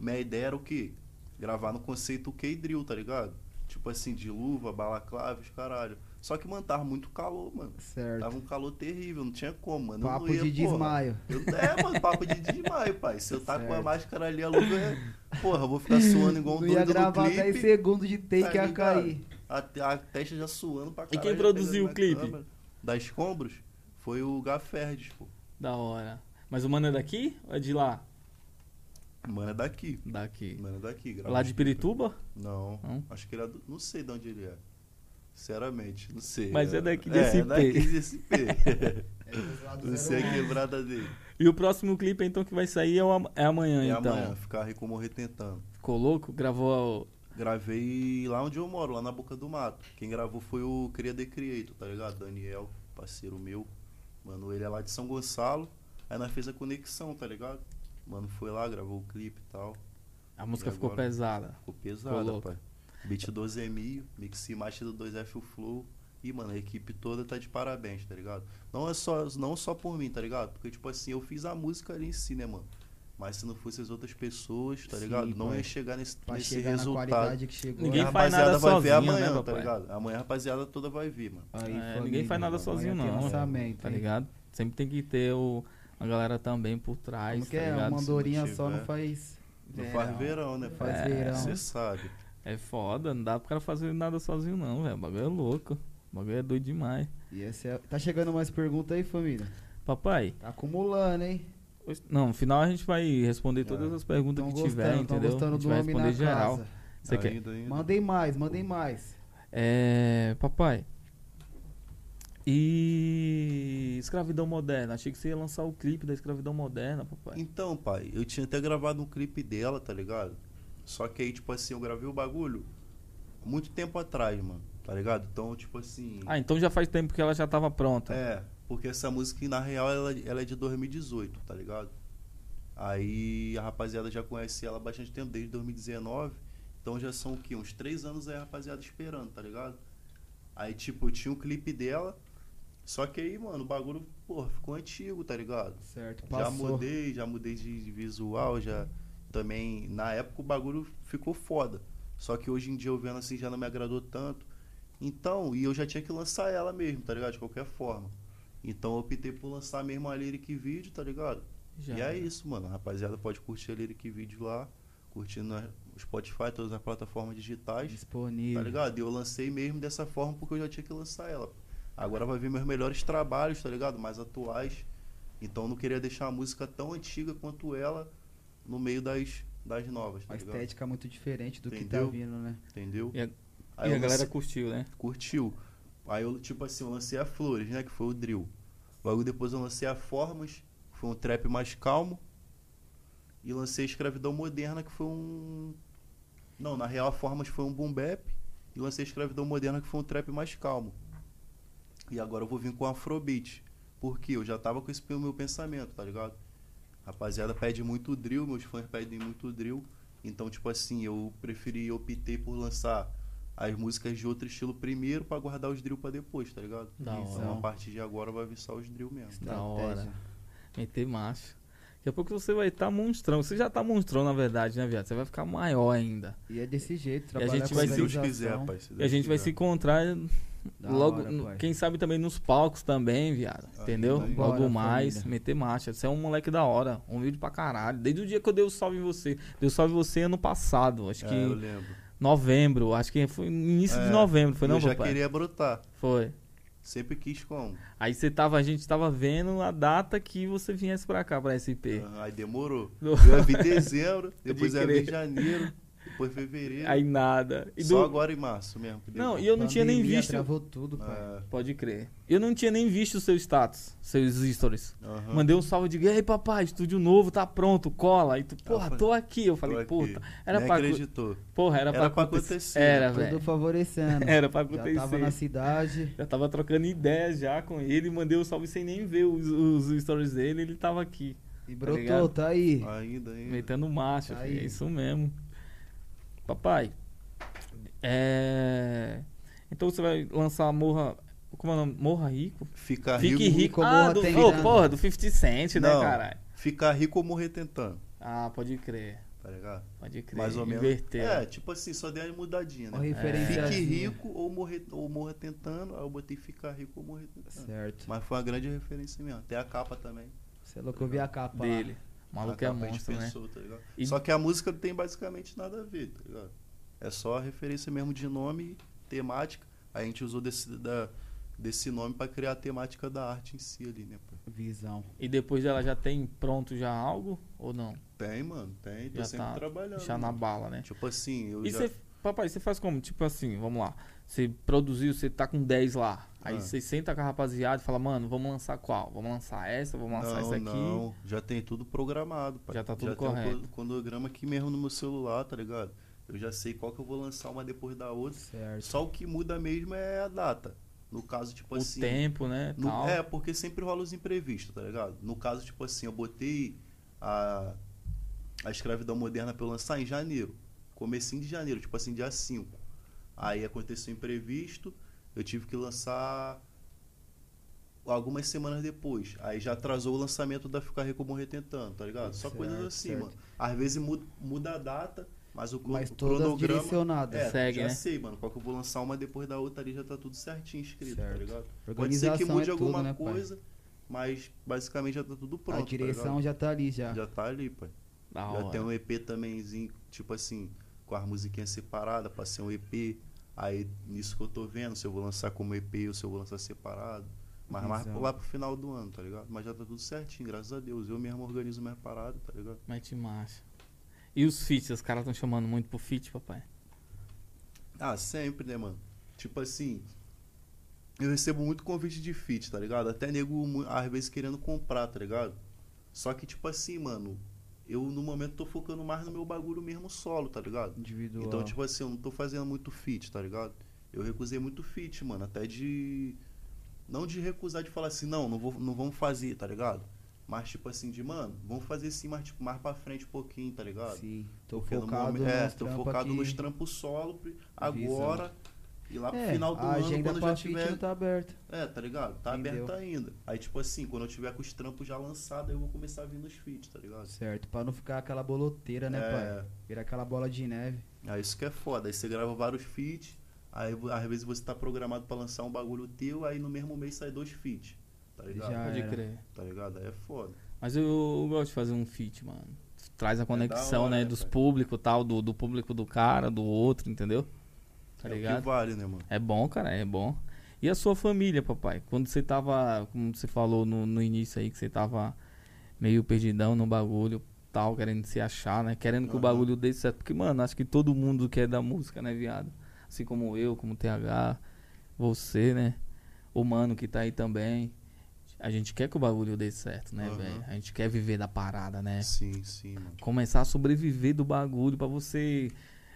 [SPEAKER 2] minha ideia era o quê? Gravar no conceito K-Drill, tá ligado? Tipo assim, de luva, balaclava, os caralho. Só que, mano, tava muito calor, mano.
[SPEAKER 3] Certo.
[SPEAKER 2] Tava um calor terrível, não tinha como, mano. Eu
[SPEAKER 3] Papo
[SPEAKER 2] não ia,
[SPEAKER 3] de
[SPEAKER 2] porra.
[SPEAKER 3] desmaio.
[SPEAKER 2] Eu- é, mano, papo de desmaio, pai. Se eu tá com a
[SPEAKER 3] Certo.
[SPEAKER 2] máscara ali, a luva, é- porra, eu vou ficar suando igual um
[SPEAKER 3] Não ia
[SPEAKER 2] doido no
[SPEAKER 3] gravar 10
[SPEAKER 2] clipe.
[SPEAKER 3] segundos de take
[SPEAKER 2] Tá
[SPEAKER 3] que ia
[SPEAKER 2] ligado?
[SPEAKER 3] cair.
[SPEAKER 2] A, te- a testa já suando pra
[SPEAKER 1] quem
[SPEAKER 2] caralho. já
[SPEAKER 1] produziu
[SPEAKER 2] pegando
[SPEAKER 1] o
[SPEAKER 2] na
[SPEAKER 1] clipe?
[SPEAKER 2] câmera. Da Escombros? Foi o Gaferdes, pô.
[SPEAKER 1] Da hora. Mas o mano é daqui ou é de lá?
[SPEAKER 2] Mano é daqui.
[SPEAKER 1] Daqui.
[SPEAKER 2] Mano é daqui. grava
[SPEAKER 1] Lá de
[SPEAKER 2] os
[SPEAKER 1] Pirituba?
[SPEAKER 2] Não.
[SPEAKER 1] Não?
[SPEAKER 2] Acho que ele é do... Não sei de onde ele é. Sinceramente, não sei.
[SPEAKER 1] Mas é daqui de
[SPEAKER 2] É,
[SPEAKER 1] SP.
[SPEAKER 2] daqui de SP.
[SPEAKER 3] É dos lados
[SPEAKER 2] não sei a
[SPEAKER 3] 01.
[SPEAKER 2] quebrada dele.
[SPEAKER 1] E o próximo clipe, então, que vai sair é, o am- é amanhã,
[SPEAKER 2] É
[SPEAKER 1] então.
[SPEAKER 2] amanhã, ficar rico ou morrer tentando.
[SPEAKER 1] Ficou louco? Gravou.
[SPEAKER 2] Gravei lá onde eu moro, lá na Boca do Mato. Quem gravou foi o Cria The Creator, tá ligado? Daniel, parceiro meu. Mano, ele é lá de São Gonçalo. Aí nós fez a conexão, tá ligado? Mano, foi lá, gravou o clipe e tal.
[SPEAKER 1] A música
[SPEAKER 2] E
[SPEAKER 1] ficou
[SPEAKER 2] agora?
[SPEAKER 1] pesada.
[SPEAKER 2] Ficou pesada,
[SPEAKER 1] louco.
[SPEAKER 2] pai. Beat 12 mil, mix e master do 2F Flow. E, mano, a equipe toda tá de parabéns, tá ligado? Não é só, não só por mim, tá ligado? Porque, tipo assim, eu fiz a música ali em si, né, mano? Mas se não fosse as outras pessoas, tá
[SPEAKER 3] Sim,
[SPEAKER 2] ligado? Não
[SPEAKER 3] pai.
[SPEAKER 2] ia chegar nesse,
[SPEAKER 3] Pra
[SPEAKER 2] nesse
[SPEAKER 3] chegar
[SPEAKER 2] resultado.
[SPEAKER 3] na qualidade que chegou.
[SPEAKER 2] A
[SPEAKER 1] Ninguém
[SPEAKER 3] né?
[SPEAKER 1] faz
[SPEAKER 2] rapaziada
[SPEAKER 1] nada
[SPEAKER 2] vai ver
[SPEAKER 1] sozinho,
[SPEAKER 2] amanhã,
[SPEAKER 1] né,
[SPEAKER 2] tá
[SPEAKER 1] papai?
[SPEAKER 2] ligado? Amanhã a rapaziada toda vai vir, mano.
[SPEAKER 3] Aí,
[SPEAKER 1] É, ninguém
[SPEAKER 3] família,
[SPEAKER 1] faz nada
[SPEAKER 3] amanhã
[SPEAKER 1] sozinho,
[SPEAKER 3] tem
[SPEAKER 1] não. é.
[SPEAKER 3] lançamento,
[SPEAKER 1] tá
[SPEAKER 3] hein?
[SPEAKER 1] ligado? Sempre tem que ter o, a galera também por trás,
[SPEAKER 3] Como que
[SPEAKER 1] tá
[SPEAKER 3] é?
[SPEAKER 1] ligado?
[SPEAKER 3] Uma andorinha
[SPEAKER 2] Se não
[SPEAKER 3] só
[SPEAKER 2] tiver.
[SPEAKER 1] né?
[SPEAKER 3] não faz. É,
[SPEAKER 2] Não faz verão, né,
[SPEAKER 3] Faz verão.
[SPEAKER 2] Você sabe.
[SPEAKER 1] É foda, não dá pro cara fazer nada sozinho, não, velho. O bagulho é louco. O bagulho é doido demais.
[SPEAKER 3] E essa é... Tá chegando mais perguntas aí, família?
[SPEAKER 1] Papai,
[SPEAKER 3] Tá acumulando, hein?
[SPEAKER 1] hoje- não, no final a gente vai responder todas
[SPEAKER 2] Ah,
[SPEAKER 1] as perguntas
[SPEAKER 3] É. Tão
[SPEAKER 1] que
[SPEAKER 3] gostando,
[SPEAKER 1] tiver,
[SPEAKER 3] tão
[SPEAKER 1] entendeu?
[SPEAKER 3] gostando
[SPEAKER 1] a gente
[SPEAKER 3] do
[SPEAKER 1] vai
[SPEAKER 3] homem na
[SPEAKER 1] responder geral.
[SPEAKER 3] casa.
[SPEAKER 1] Você quer?
[SPEAKER 2] Ainda, ainda.
[SPEAKER 3] Mandem mais, mandem mais.
[SPEAKER 1] É. Papai. E. Escravidão Moderna. Achei que você ia lançar o clipe da Escravidão Moderna, papai.
[SPEAKER 2] Então, pai, eu tinha até gravado um clipe dela, tá ligado? Só que aí, tipo assim, eu gravei o bagulho muito tempo atrás, mano, tá ligado? Então, tipo assim.
[SPEAKER 1] Ah, então já faz tempo que ela já tava pronta.
[SPEAKER 2] É, porque essa música, na real, ela, ela é de 2018, tá ligado? Aí a rapaziada já conhece ela há bastante tempo, desde 2019. Então já são o quê? Uns três anos aí a rapaziada esperando, tá ligado? Aí, tipo, eu tinha um clipe dela. Só que aí, mano, o bagulho, porra, ficou antigo, tá ligado?
[SPEAKER 3] Certo,
[SPEAKER 2] Já
[SPEAKER 3] passou.
[SPEAKER 2] mudei, já mudei de de visual, já também na época o bagulho ficou foda. Só que hoje em dia eu vendo assim já não me agradou tanto. Então, e eu já tinha que lançar ela mesmo, tá ligado? De qualquer forma. Então eu optei por lançar mesmo a Lyric Video, tá ligado?
[SPEAKER 1] Já.
[SPEAKER 2] E é isso, mano. A rapaziada pode curtir a Lyric Video lá, curtindo na- o Spotify, todas as plataformas digitais, tá
[SPEAKER 3] Disponível.
[SPEAKER 2] ligado? E eu lancei mesmo dessa forma porque eu já tinha que lançar ela. Agora vai vir meus melhores trabalhos, tá ligado? Mais atuais. Então eu não queria deixar a música tão antiga quanto ela no meio das, das novas, tá
[SPEAKER 3] Uma
[SPEAKER 2] ligado?
[SPEAKER 3] estética muito diferente do que
[SPEAKER 2] Entendeu?
[SPEAKER 3] tá vindo, né?
[SPEAKER 2] Entendeu?
[SPEAKER 1] E a-
[SPEAKER 2] Aí
[SPEAKER 1] e
[SPEAKER 2] eu
[SPEAKER 1] a galera
[SPEAKER 2] lancei-
[SPEAKER 1] curtiu, né?
[SPEAKER 2] curtiu. Aí eu, tipo assim, eu lancei a Flores, né? Que foi o drill. Logo depois eu lancei a Formas, que foi um trap mais calmo. E lancei a Escravidão Moderna, que foi um. Não, na real a Formas foi um boom bap. E lancei a Escravidão Moderna, que foi um trap mais calmo. E agora eu vou vir com a Afrobeat. Porque eu já tava com esse meu pensamento, tá ligado? Rapaziada pede muito drill, meus fãs pedem muito drill. Então, tipo assim, eu preferi, eu optei por lançar as músicas de outro estilo primeiro pra guardar os drill pra depois, tá ligado?
[SPEAKER 1] Da
[SPEAKER 2] então
[SPEAKER 1] hora.
[SPEAKER 2] a partir de agora vai vir só os drill mesmo.
[SPEAKER 1] Da hora.
[SPEAKER 3] Estratégia.
[SPEAKER 1] Meter macho. Daqui a pouco você vai estar monstrão. Você já tá monstrão, na verdade, né, viado? Você vai ficar maior ainda.
[SPEAKER 3] E é desse jeito,
[SPEAKER 1] a
[SPEAKER 3] trabalhar
[SPEAKER 1] gente
[SPEAKER 3] com
[SPEAKER 1] vai
[SPEAKER 2] se
[SPEAKER 1] ser-
[SPEAKER 2] Deus
[SPEAKER 3] organização.
[SPEAKER 2] quiser, pai. se
[SPEAKER 1] E a
[SPEAKER 2] Deus
[SPEAKER 1] gente vai se
[SPEAKER 2] quiser.
[SPEAKER 1] encontrar
[SPEAKER 3] Da
[SPEAKER 1] logo,
[SPEAKER 3] hora,
[SPEAKER 1] no-
[SPEAKER 3] pai.
[SPEAKER 1] quem sabe também nos palcos também, viado.
[SPEAKER 2] Aí,
[SPEAKER 1] Entendeu?
[SPEAKER 2] aí.
[SPEAKER 1] Logo
[SPEAKER 3] Bora,
[SPEAKER 1] mais,
[SPEAKER 3] família.
[SPEAKER 1] meter marcha. Você é um moleque da hora, um vídeo pra caralho. Desde o dia que eu dei o salve em você. Dei o salve em você ano passado, acho que
[SPEAKER 2] É, eu lembro.
[SPEAKER 1] novembro, acho que foi no início de
[SPEAKER 2] É,
[SPEAKER 1] novembro, foi
[SPEAKER 2] eu
[SPEAKER 1] não,
[SPEAKER 2] já
[SPEAKER 1] papai?
[SPEAKER 2] queria brotar.
[SPEAKER 1] Foi.
[SPEAKER 2] Sempre quis como.
[SPEAKER 1] Aí você tava, a gente tava vendo a data que você viesse pra cá, pra SP.
[SPEAKER 2] Ah, Aí demorou.
[SPEAKER 1] Não.
[SPEAKER 2] Eu ia vir em dezembro, depois eu ia vir
[SPEAKER 1] crer.
[SPEAKER 2] em janeiro, depois fevereiro.
[SPEAKER 1] Aí nada. E
[SPEAKER 2] Ah, só
[SPEAKER 1] do-
[SPEAKER 2] agora em março mesmo. que
[SPEAKER 1] Não,
[SPEAKER 2] deu.
[SPEAKER 1] e eu não tinha nem
[SPEAKER 3] Pandemia
[SPEAKER 1] visto.
[SPEAKER 3] Travou tudo, pai.
[SPEAKER 2] Ah,
[SPEAKER 1] Pode crer. Eu não tinha nem visto o seu status, seus stories.
[SPEAKER 2] aham.
[SPEAKER 1] Mandei um salve de ei papai, estúdio novo, tá pronto, cola. E tu, porra,
[SPEAKER 2] falei,
[SPEAKER 1] tô aqui. Eu
[SPEAKER 2] Tô
[SPEAKER 1] falei,
[SPEAKER 2] aqui.
[SPEAKER 1] puta, era
[SPEAKER 2] Nem
[SPEAKER 1] pra. acon-
[SPEAKER 2] acreditou.
[SPEAKER 1] Porra, era,
[SPEAKER 2] Era pra
[SPEAKER 1] aconte-
[SPEAKER 2] acontecer.
[SPEAKER 1] Era,
[SPEAKER 3] Tudo
[SPEAKER 1] velho. É,
[SPEAKER 3] favorecendo.
[SPEAKER 1] Era pra
[SPEAKER 3] Já tava
[SPEAKER 1] acontecer.
[SPEAKER 3] na cidade.
[SPEAKER 1] Já tava trocando ideia já com ele, mandei o salve sem nem ver os, os stories dele, ele tava aqui,
[SPEAKER 3] E
[SPEAKER 1] ligado?
[SPEAKER 3] brotou, tá aí.
[SPEAKER 2] Ainda, ainda.
[SPEAKER 1] metendo marcha,
[SPEAKER 3] Aí.
[SPEAKER 1] filho, é isso mesmo. Papai, é... Então você vai lançar a Morra... Como é o nome? Morra Rico?
[SPEAKER 2] Ficar
[SPEAKER 1] Fique
[SPEAKER 2] rico.
[SPEAKER 1] Rico.
[SPEAKER 3] Rico,
[SPEAKER 1] Ah,
[SPEAKER 3] Morra
[SPEAKER 1] do...
[SPEAKER 3] tem
[SPEAKER 1] Ô,
[SPEAKER 3] grana.
[SPEAKER 1] porra, do 50 Cent, né,
[SPEAKER 2] Não.
[SPEAKER 1] caralho?
[SPEAKER 2] Ficar rico ou morrer tentando,
[SPEAKER 1] Ah, pode crer,
[SPEAKER 2] tá ligado?
[SPEAKER 1] pode crer.
[SPEAKER 2] Mais ou menos.
[SPEAKER 1] Inverter.
[SPEAKER 2] É, tipo assim, só dei uma mudadinha, né?
[SPEAKER 3] Uma referência.
[SPEAKER 2] Fique rico ou morrer ou morra tentando. Aí eu botei ficar rico ou morrer tentando.
[SPEAKER 3] Certo.
[SPEAKER 2] Mas foi uma grande referência mesmo. Até a capa também.
[SPEAKER 3] Você é louco, eu vi a capa lá.
[SPEAKER 1] Dele. O
[SPEAKER 2] a
[SPEAKER 1] maluco é
[SPEAKER 2] capa a gente
[SPEAKER 1] monstro, né?
[SPEAKER 2] pensou, tá ligado?
[SPEAKER 1] E-
[SPEAKER 2] Só que a música não tem basicamente nada a ver, tá ligado? É só a referência mesmo de nome e temática. A gente usou desse, da, desse nome pra criar a temática da arte em si ali, né, pô?
[SPEAKER 3] Visão.
[SPEAKER 1] E depois ela já tem pronto já algo ou não?
[SPEAKER 2] Tem, mano, tem. Tô
[SPEAKER 1] Já
[SPEAKER 2] sempre
[SPEAKER 1] tá-
[SPEAKER 2] trabalhando.
[SPEAKER 1] Já na
[SPEAKER 2] mano.
[SPEAKER 1] bala, né?
[SPEAKER 2] Tipo assim, eu
[SPEAKER 1] E
[SPEAKER 2] já.
[SPEAKER 1] você, papai, você faz como? Tipo assim, vamos lá. Você produziu, você tá com 10 lá. Aí
[SPEAKER 2] Ah.
[SPEAKER 1] você senta com a rapaziada e fala, mano, vamos lançar qual? Vamos lançar essa, vamos lançar essa aqui.
[SPEAKER 2] Não, já tem tudo programado, pai.
[SPEAKER 1] Já tá tudo
[SPEAKER 2] tem um
[SPEAKER 1] correto.
[SPEAKER 2] cron- cronograma aqui mesmo no meu celular, tá ligado? Eu já sei qual que eu vou lançar uma depois da outra.
[SPEAKER 3] Certo.
[SPEAKER 2] Só o que muda mesmo é a data. No caso, tipo
[SPEAKER 1] o
[SPEAKER 2] assim.
[SPEAKER 1] tempo, né?
[SPEAKER 2] no-
[SPEAKER 1] tal.
[SPEAKER 2] é, porque sempre rola os imprevistos, tá ligado? No caso, tipo assim, eu botei a, a escravidão moderna pra eu lançar em janeiro. Comecinho de janeiro, tipo assim, dia 5. Aí aconteceu um imprevisto, eu tive que lançar algumas semanas depois. Aí já atrasou o lançamento da Ficar Rico Morrer Tentando, tá ligado? Só
[SPEAKER 3] Certo,
[SPEAKER 2] coisas assim,
[SPEAKER 3] certo.
[SPEAKER 2] mano. Às vezes muda, muda a data, mas o, cro-
[SPEAKER 3] Mas
[SPEAKER 2] o
[SPEAKER 3] todas
[SPEAKER 2] cronograma...
[SPEAKER 3] direcionadas.
[SPEAKER 2] É,
[SPEAKER 1] Segue,
[SPEAKER 2] já
[SPEAKER 1] né?
[SPEAKER 2] sei, mano. Qual que eu vou lançar uma depois da outra ali já tá tudo certinho escrito, tá
[SPEAKER 3] Certo.
[SPEAKER 2] ligado? Pode
[SPEAKER 3] Organização
[SPEAKER 2] ser que mude
[SPEAKER 3] é tudo,
[SPEAKER 2] alguma
[SPEAKER 3] né, pai?
[SPEAKER 2] coisa, mas basicamente já tá tudo pronto.
[SPEAKER 3] a direção já tá ali já.
[SPEAKER 2] tá já... já tá ali, pai.
[SPEAKER 1] Da
[SPEAKER 2] já
[SPEAKER 1] hora.
[SPEAKER 2] tem um EP tambémzinho, tipo assim, com as musiquinhas separadas, pra ser um EP. Aí nisso que eu tô vendo, se eu vou lançar como EP ou se eu vou lançar separado. Mas mais
[SPEAKER 3] Exato.
[SPEAKER 2] lá pro final do ano, tá ligado? Mas já tá tudo certinho, graças a Deus. Eu mesmo organizo minha parada, tá ligado?
[SPEAKER 1] Mete marcha. E os feats? Os caras estão chamando muito pro feat, papai.
[SPEAKER 2] Ah, sempre, né, mano? Tipo assim, eu recebo muito convite de feat, tá ligado? Até nego, mu- às vezes, querendo comprar, tá ligado? Só que, tipo assim, mano, eu no momento tô focando mais no meu bagulho mesmo solo, tá ligado?
[SPEAKER 3] Individual.
[SPEAKER 2] Então, tipo assim, eu não tô fazendo muito feat, tá ligado? Eu recusei muito feat, mano, até de. Não de recusar de falar assim, não, não, vou, não vamos fazer, tá ligado? Mas, tipo assim, de, mano, vamos fazer sim, mas tipo, mais pra frente um pouquinho, tá ligado?
[SPEAKER 3] Sim, tô
[SPEAKER 2] Porque no
[SPEAKER 3] focado
[SPEAKER 2] momento-
[SPEAKER 3] nos
[SPEAKER 2] é, tô
[SPEAKER 3] trampo
[SPEAKER 2] focado
[SPEAKER 3] aqui.
[SPEAKER 2] nos trampos solo pri- agora e lá pro
[SPEAKER 3] É,
[SPEAKER 2] final do
[SPEAKER 3] a
[SPEAKER 2] ano
[SPEAKER 3] agenda
[SPEAKER 2] quando
[SPEAKER 3] pra
[SPEAKER 2] já
[SPEAKER 3] feat
[SPEAKER 2] tiver
[SPEAKER 3] não tá aberta.
[SPEAKER 2] é tá ligado tá
[SPEAKER 3] Entendeu.
[SPEAKER 2] aberto ainda aí tipo assim quando eu tiver com os trampos já lançados eu vou começar a vir nos feats tá ligado
[SPEAKER 3] Certo, pra não ficar aquela boloteira, né, pai?
[SPEAKER 2] é
[SPEAKER 3] Virar aquela bola de neve.
[SPEAKER 2] aí isso que é foda aí você grava vários feats aí vo- às vezes você tá programado pra lançar um bagulho teu aí no mesmo mês sai dois feats tá ligado
[SPEAKER 3] Já
[SPEAKER 1] Pode
[SPEAKER 3] era.
[SPEAKER 1] crer.
[SPEAKER 2] tá ligado aí é foda
[SPEAKER 1] Mas eu, eu gosto de fazer um feat, mano. Traz a conexão,
[SPEAKER 2] hora,
[SPEAKER 1] né?
[SPEAKER 2] né,
[SPEAKER 1] Dos
[SPEAKER 2] pai?
[SPEAKER 1] públicos e tal, do, do público do cara, do outro, entendeu? Tá
[SPEAKER 2] é o
[SPEAKER 1] ligado?
[SPEAKER 2] que vale né mano
[SPEAKER 1] É bom, cara, é bom. E a sua família, papai? Quando você tava, como você falou no, no início aí, que você tava meio perdidão no bagulho, tal, querendo se achar, né? Querendo que o
[SPEAKER 2] Aham.
[SPEAKER 1] bagulho dê certo. Porque, mano, acho que todo mundo quer da música, né, viado? Assim como eu, como o TH, você, né? O mano que tá aí também. A gente quer que o bagulho dê certo, né,
[SPEAKER 2] Aham.
[SPEAKER 1] velho? A gente quer viver da parada, né?
[SPEAKER 2] sim sim mano
[SPEAKER 1] começar a sobreviver do bagulho pra você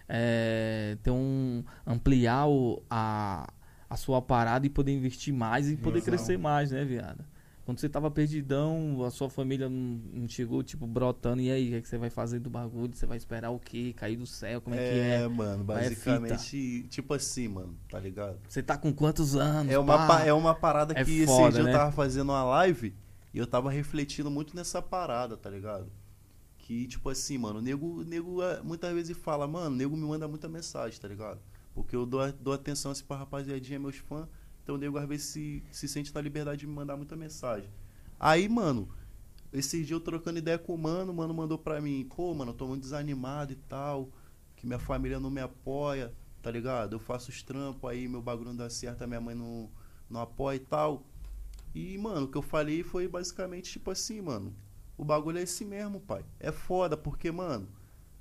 [SPEAKER 1] é, ter um ampliar o- a, a sua parada e poder investir mais e poder
[SPEAKER 2] Exato.
[SPEAKER 1] crescer mais, né, viado? Quando você tava perdidão, a sua família não, não chegou, tipo, brotando, e aí, o que, é que você vai fazer do bagulho? Você vai esperar o quê? Cair do céu? Como é, que é?
[SPEAKER 2] mano
[SPEAKER 1] Vai, é fita.
[SPEAKER 2] basicamente tipo assim mano tá ligado
[SPEAKER 1] Você tá com quantos anos?
[SPEAKER 2] É uma,
[SPEAKER 1] pá?
[SPEAKER 2] pa- é uma parada
[SPEAKER 1] É
[SPEAKER 2] que esse
[SPEAKER 1] foda,
[SPEAKER 2] dia
[SPEAKER 1] né?
[SPEAKER 2] eu tava fazendo uma live e eu tava refletindo muito nessa parada, tá ligado? Que, tipo assim, mano, o nego, o nego eh, muitas vezes fala, mano, o nego me manda muita mensagem, tá ligado? Porque eu dou, a- dou atenção assim pra rapaziadinha, meus fãs, então o nego às vezes se, se sente na liberdade de me mandar muita mensagem. Aí, mano, esses dias eu trocando ideia com o mano, o mano mandou pra mim, pô, mano, eu tô muito desanimado e tal, que minha família não me apoia, tá ligado? Eu faço os trampos aí, meu bagulho não dá certo, a minha mãe não, não apoia e tal. E, mano, o que eu falei foi basicamente tipo assim, mano. O bagulho é esse mesmo, pai. É foda, porque, mano,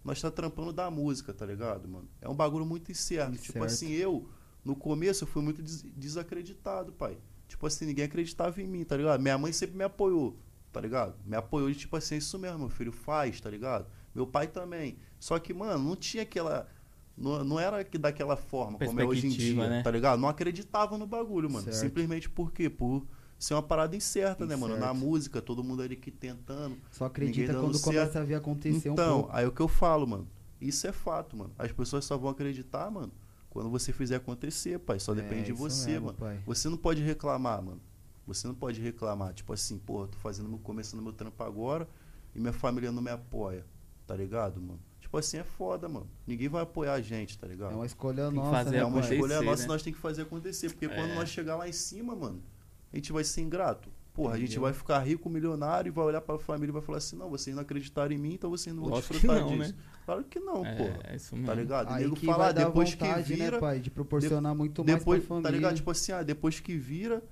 [SPEAKER 2] nós tá trampando da música, tá ligado, mano? É um bagulho muito incerto. Tipo
[SPEAKER 3] Incerto.
[SPEAKER 2] assim, eu, no começo, eu fui muito des- desacreditado, pai. Tipo assim, ninguém acreditava em mim, tá ligado? Minha mãe sempre me apoiou, tá ligado? Me apoiou de tipo assim, é isso mesmo, meu filho faz, tá ligado? Meu pai também. Só que, mano, não tinha aquela. Não, não era que daquela forma, como é hoje em
[SPEAKER 1] Perspectiva,
[SPEAKER 2] dia,
[SPEAKER 1] né?
[SPEAKER 2] tá ligado? Não acreditava no bagulho, mano.
[SPEAKER 3] Certo.
[SPEAKER 2] Simplesmente por quê? Por ser uma parada incerta, né, mano? Na
[SPEAKER 3] Incerto.
[SPEAKER 2] música, todo mundo ali que tentando.
[SPEAKER 3] Só
[SPEAKER 2] Ninguém
[SPEAKER 3] acredita
[SPEAKER 2] dando
[SPEAKER 3] quando
[SPEAKER 2] certo.
[SPEAKER 3] começa a ver acontecer um
[SPEAKER 2] então,
[SPEAKER 3] pouco.
[SPEAKER 2] aí é o que eu falo, mano. Isso é fato, mano. As pessoas só vão acreditar, mano, quando você fizer acontecer, pai. Só depende
[SPEAKER 3] É,
[SPEAKER 2] de
[SPEAKER 3] isso
[SPEAKER 2] você,
[SPEAKER 3] mesmo,
[SPEAKER 2] mano.
[SPEAKER 3] pai.
[SPEAKER 2] Você não pode reclamar, mano. Você não pode reclamar. Tipo assim, porra, tô fazendo meu, começando meu trampo agora e minha família não me apoia, tá ligado, mano? Tipo assim, é foda, mano. Ninguém vai apoiar a gente, tá ligado?
[SPEAKER 3] É uma escolha
[SPEAKER 1] que
[SPEAKER 3] nossa,
[SPEAKER 1] fazer
[SPEAKER 3] né,
[SPEAKER 2] É uma
[SPEAKER 1] acontecer.
[SPEAKER 3] pai?
[SPEAKER 2] escolha nossa
[SPEAKER 1] né?
[SPEAKER 2] nós tem que fazer acontecer. Porque
[SPEAKER 1] É.
[SPEAKER 2] quando nós chegar lá em cima, mano, a gente vai ser ingrato. Porra, a gente
[SPEAKER 1] Entendeu?
[SPEAKER 2] vai ficar rico, milionário, e vai olhar pra família e vai falar assim, não, vocês não acreditaram em mim, então vocês não vão
[SPEAKER 1] Lógico que
[SPEAKER 2] desfrutar
[SPEAKER 1] não,
[SPEAKER 2] disso. Claro que não,
[SPEAKER 1] é,
[SPEAKER 2] porra.
[SPEAKER 1] é isso mesmo.
[SPEAKER 2] Tá ligado? O
[SPEAKER 3] né? Aí
[SPEAKER 2] nego
[SPEAKER 3] que
[SPEAKER 2] fala,
[SPEAKER 3] vai dar
[SPEAKER 2] depois
[SPEAKER 3] vontade,
[SPEAKER 2] que vira,
[SPEAKER 3] né, pai? De proporcionar muito mais
[SPEAKER 2] depois,
[SPEAKER 3] pra família.
[SPEAKER 2] tá ligado? Tipo assim, ah, depois que vira,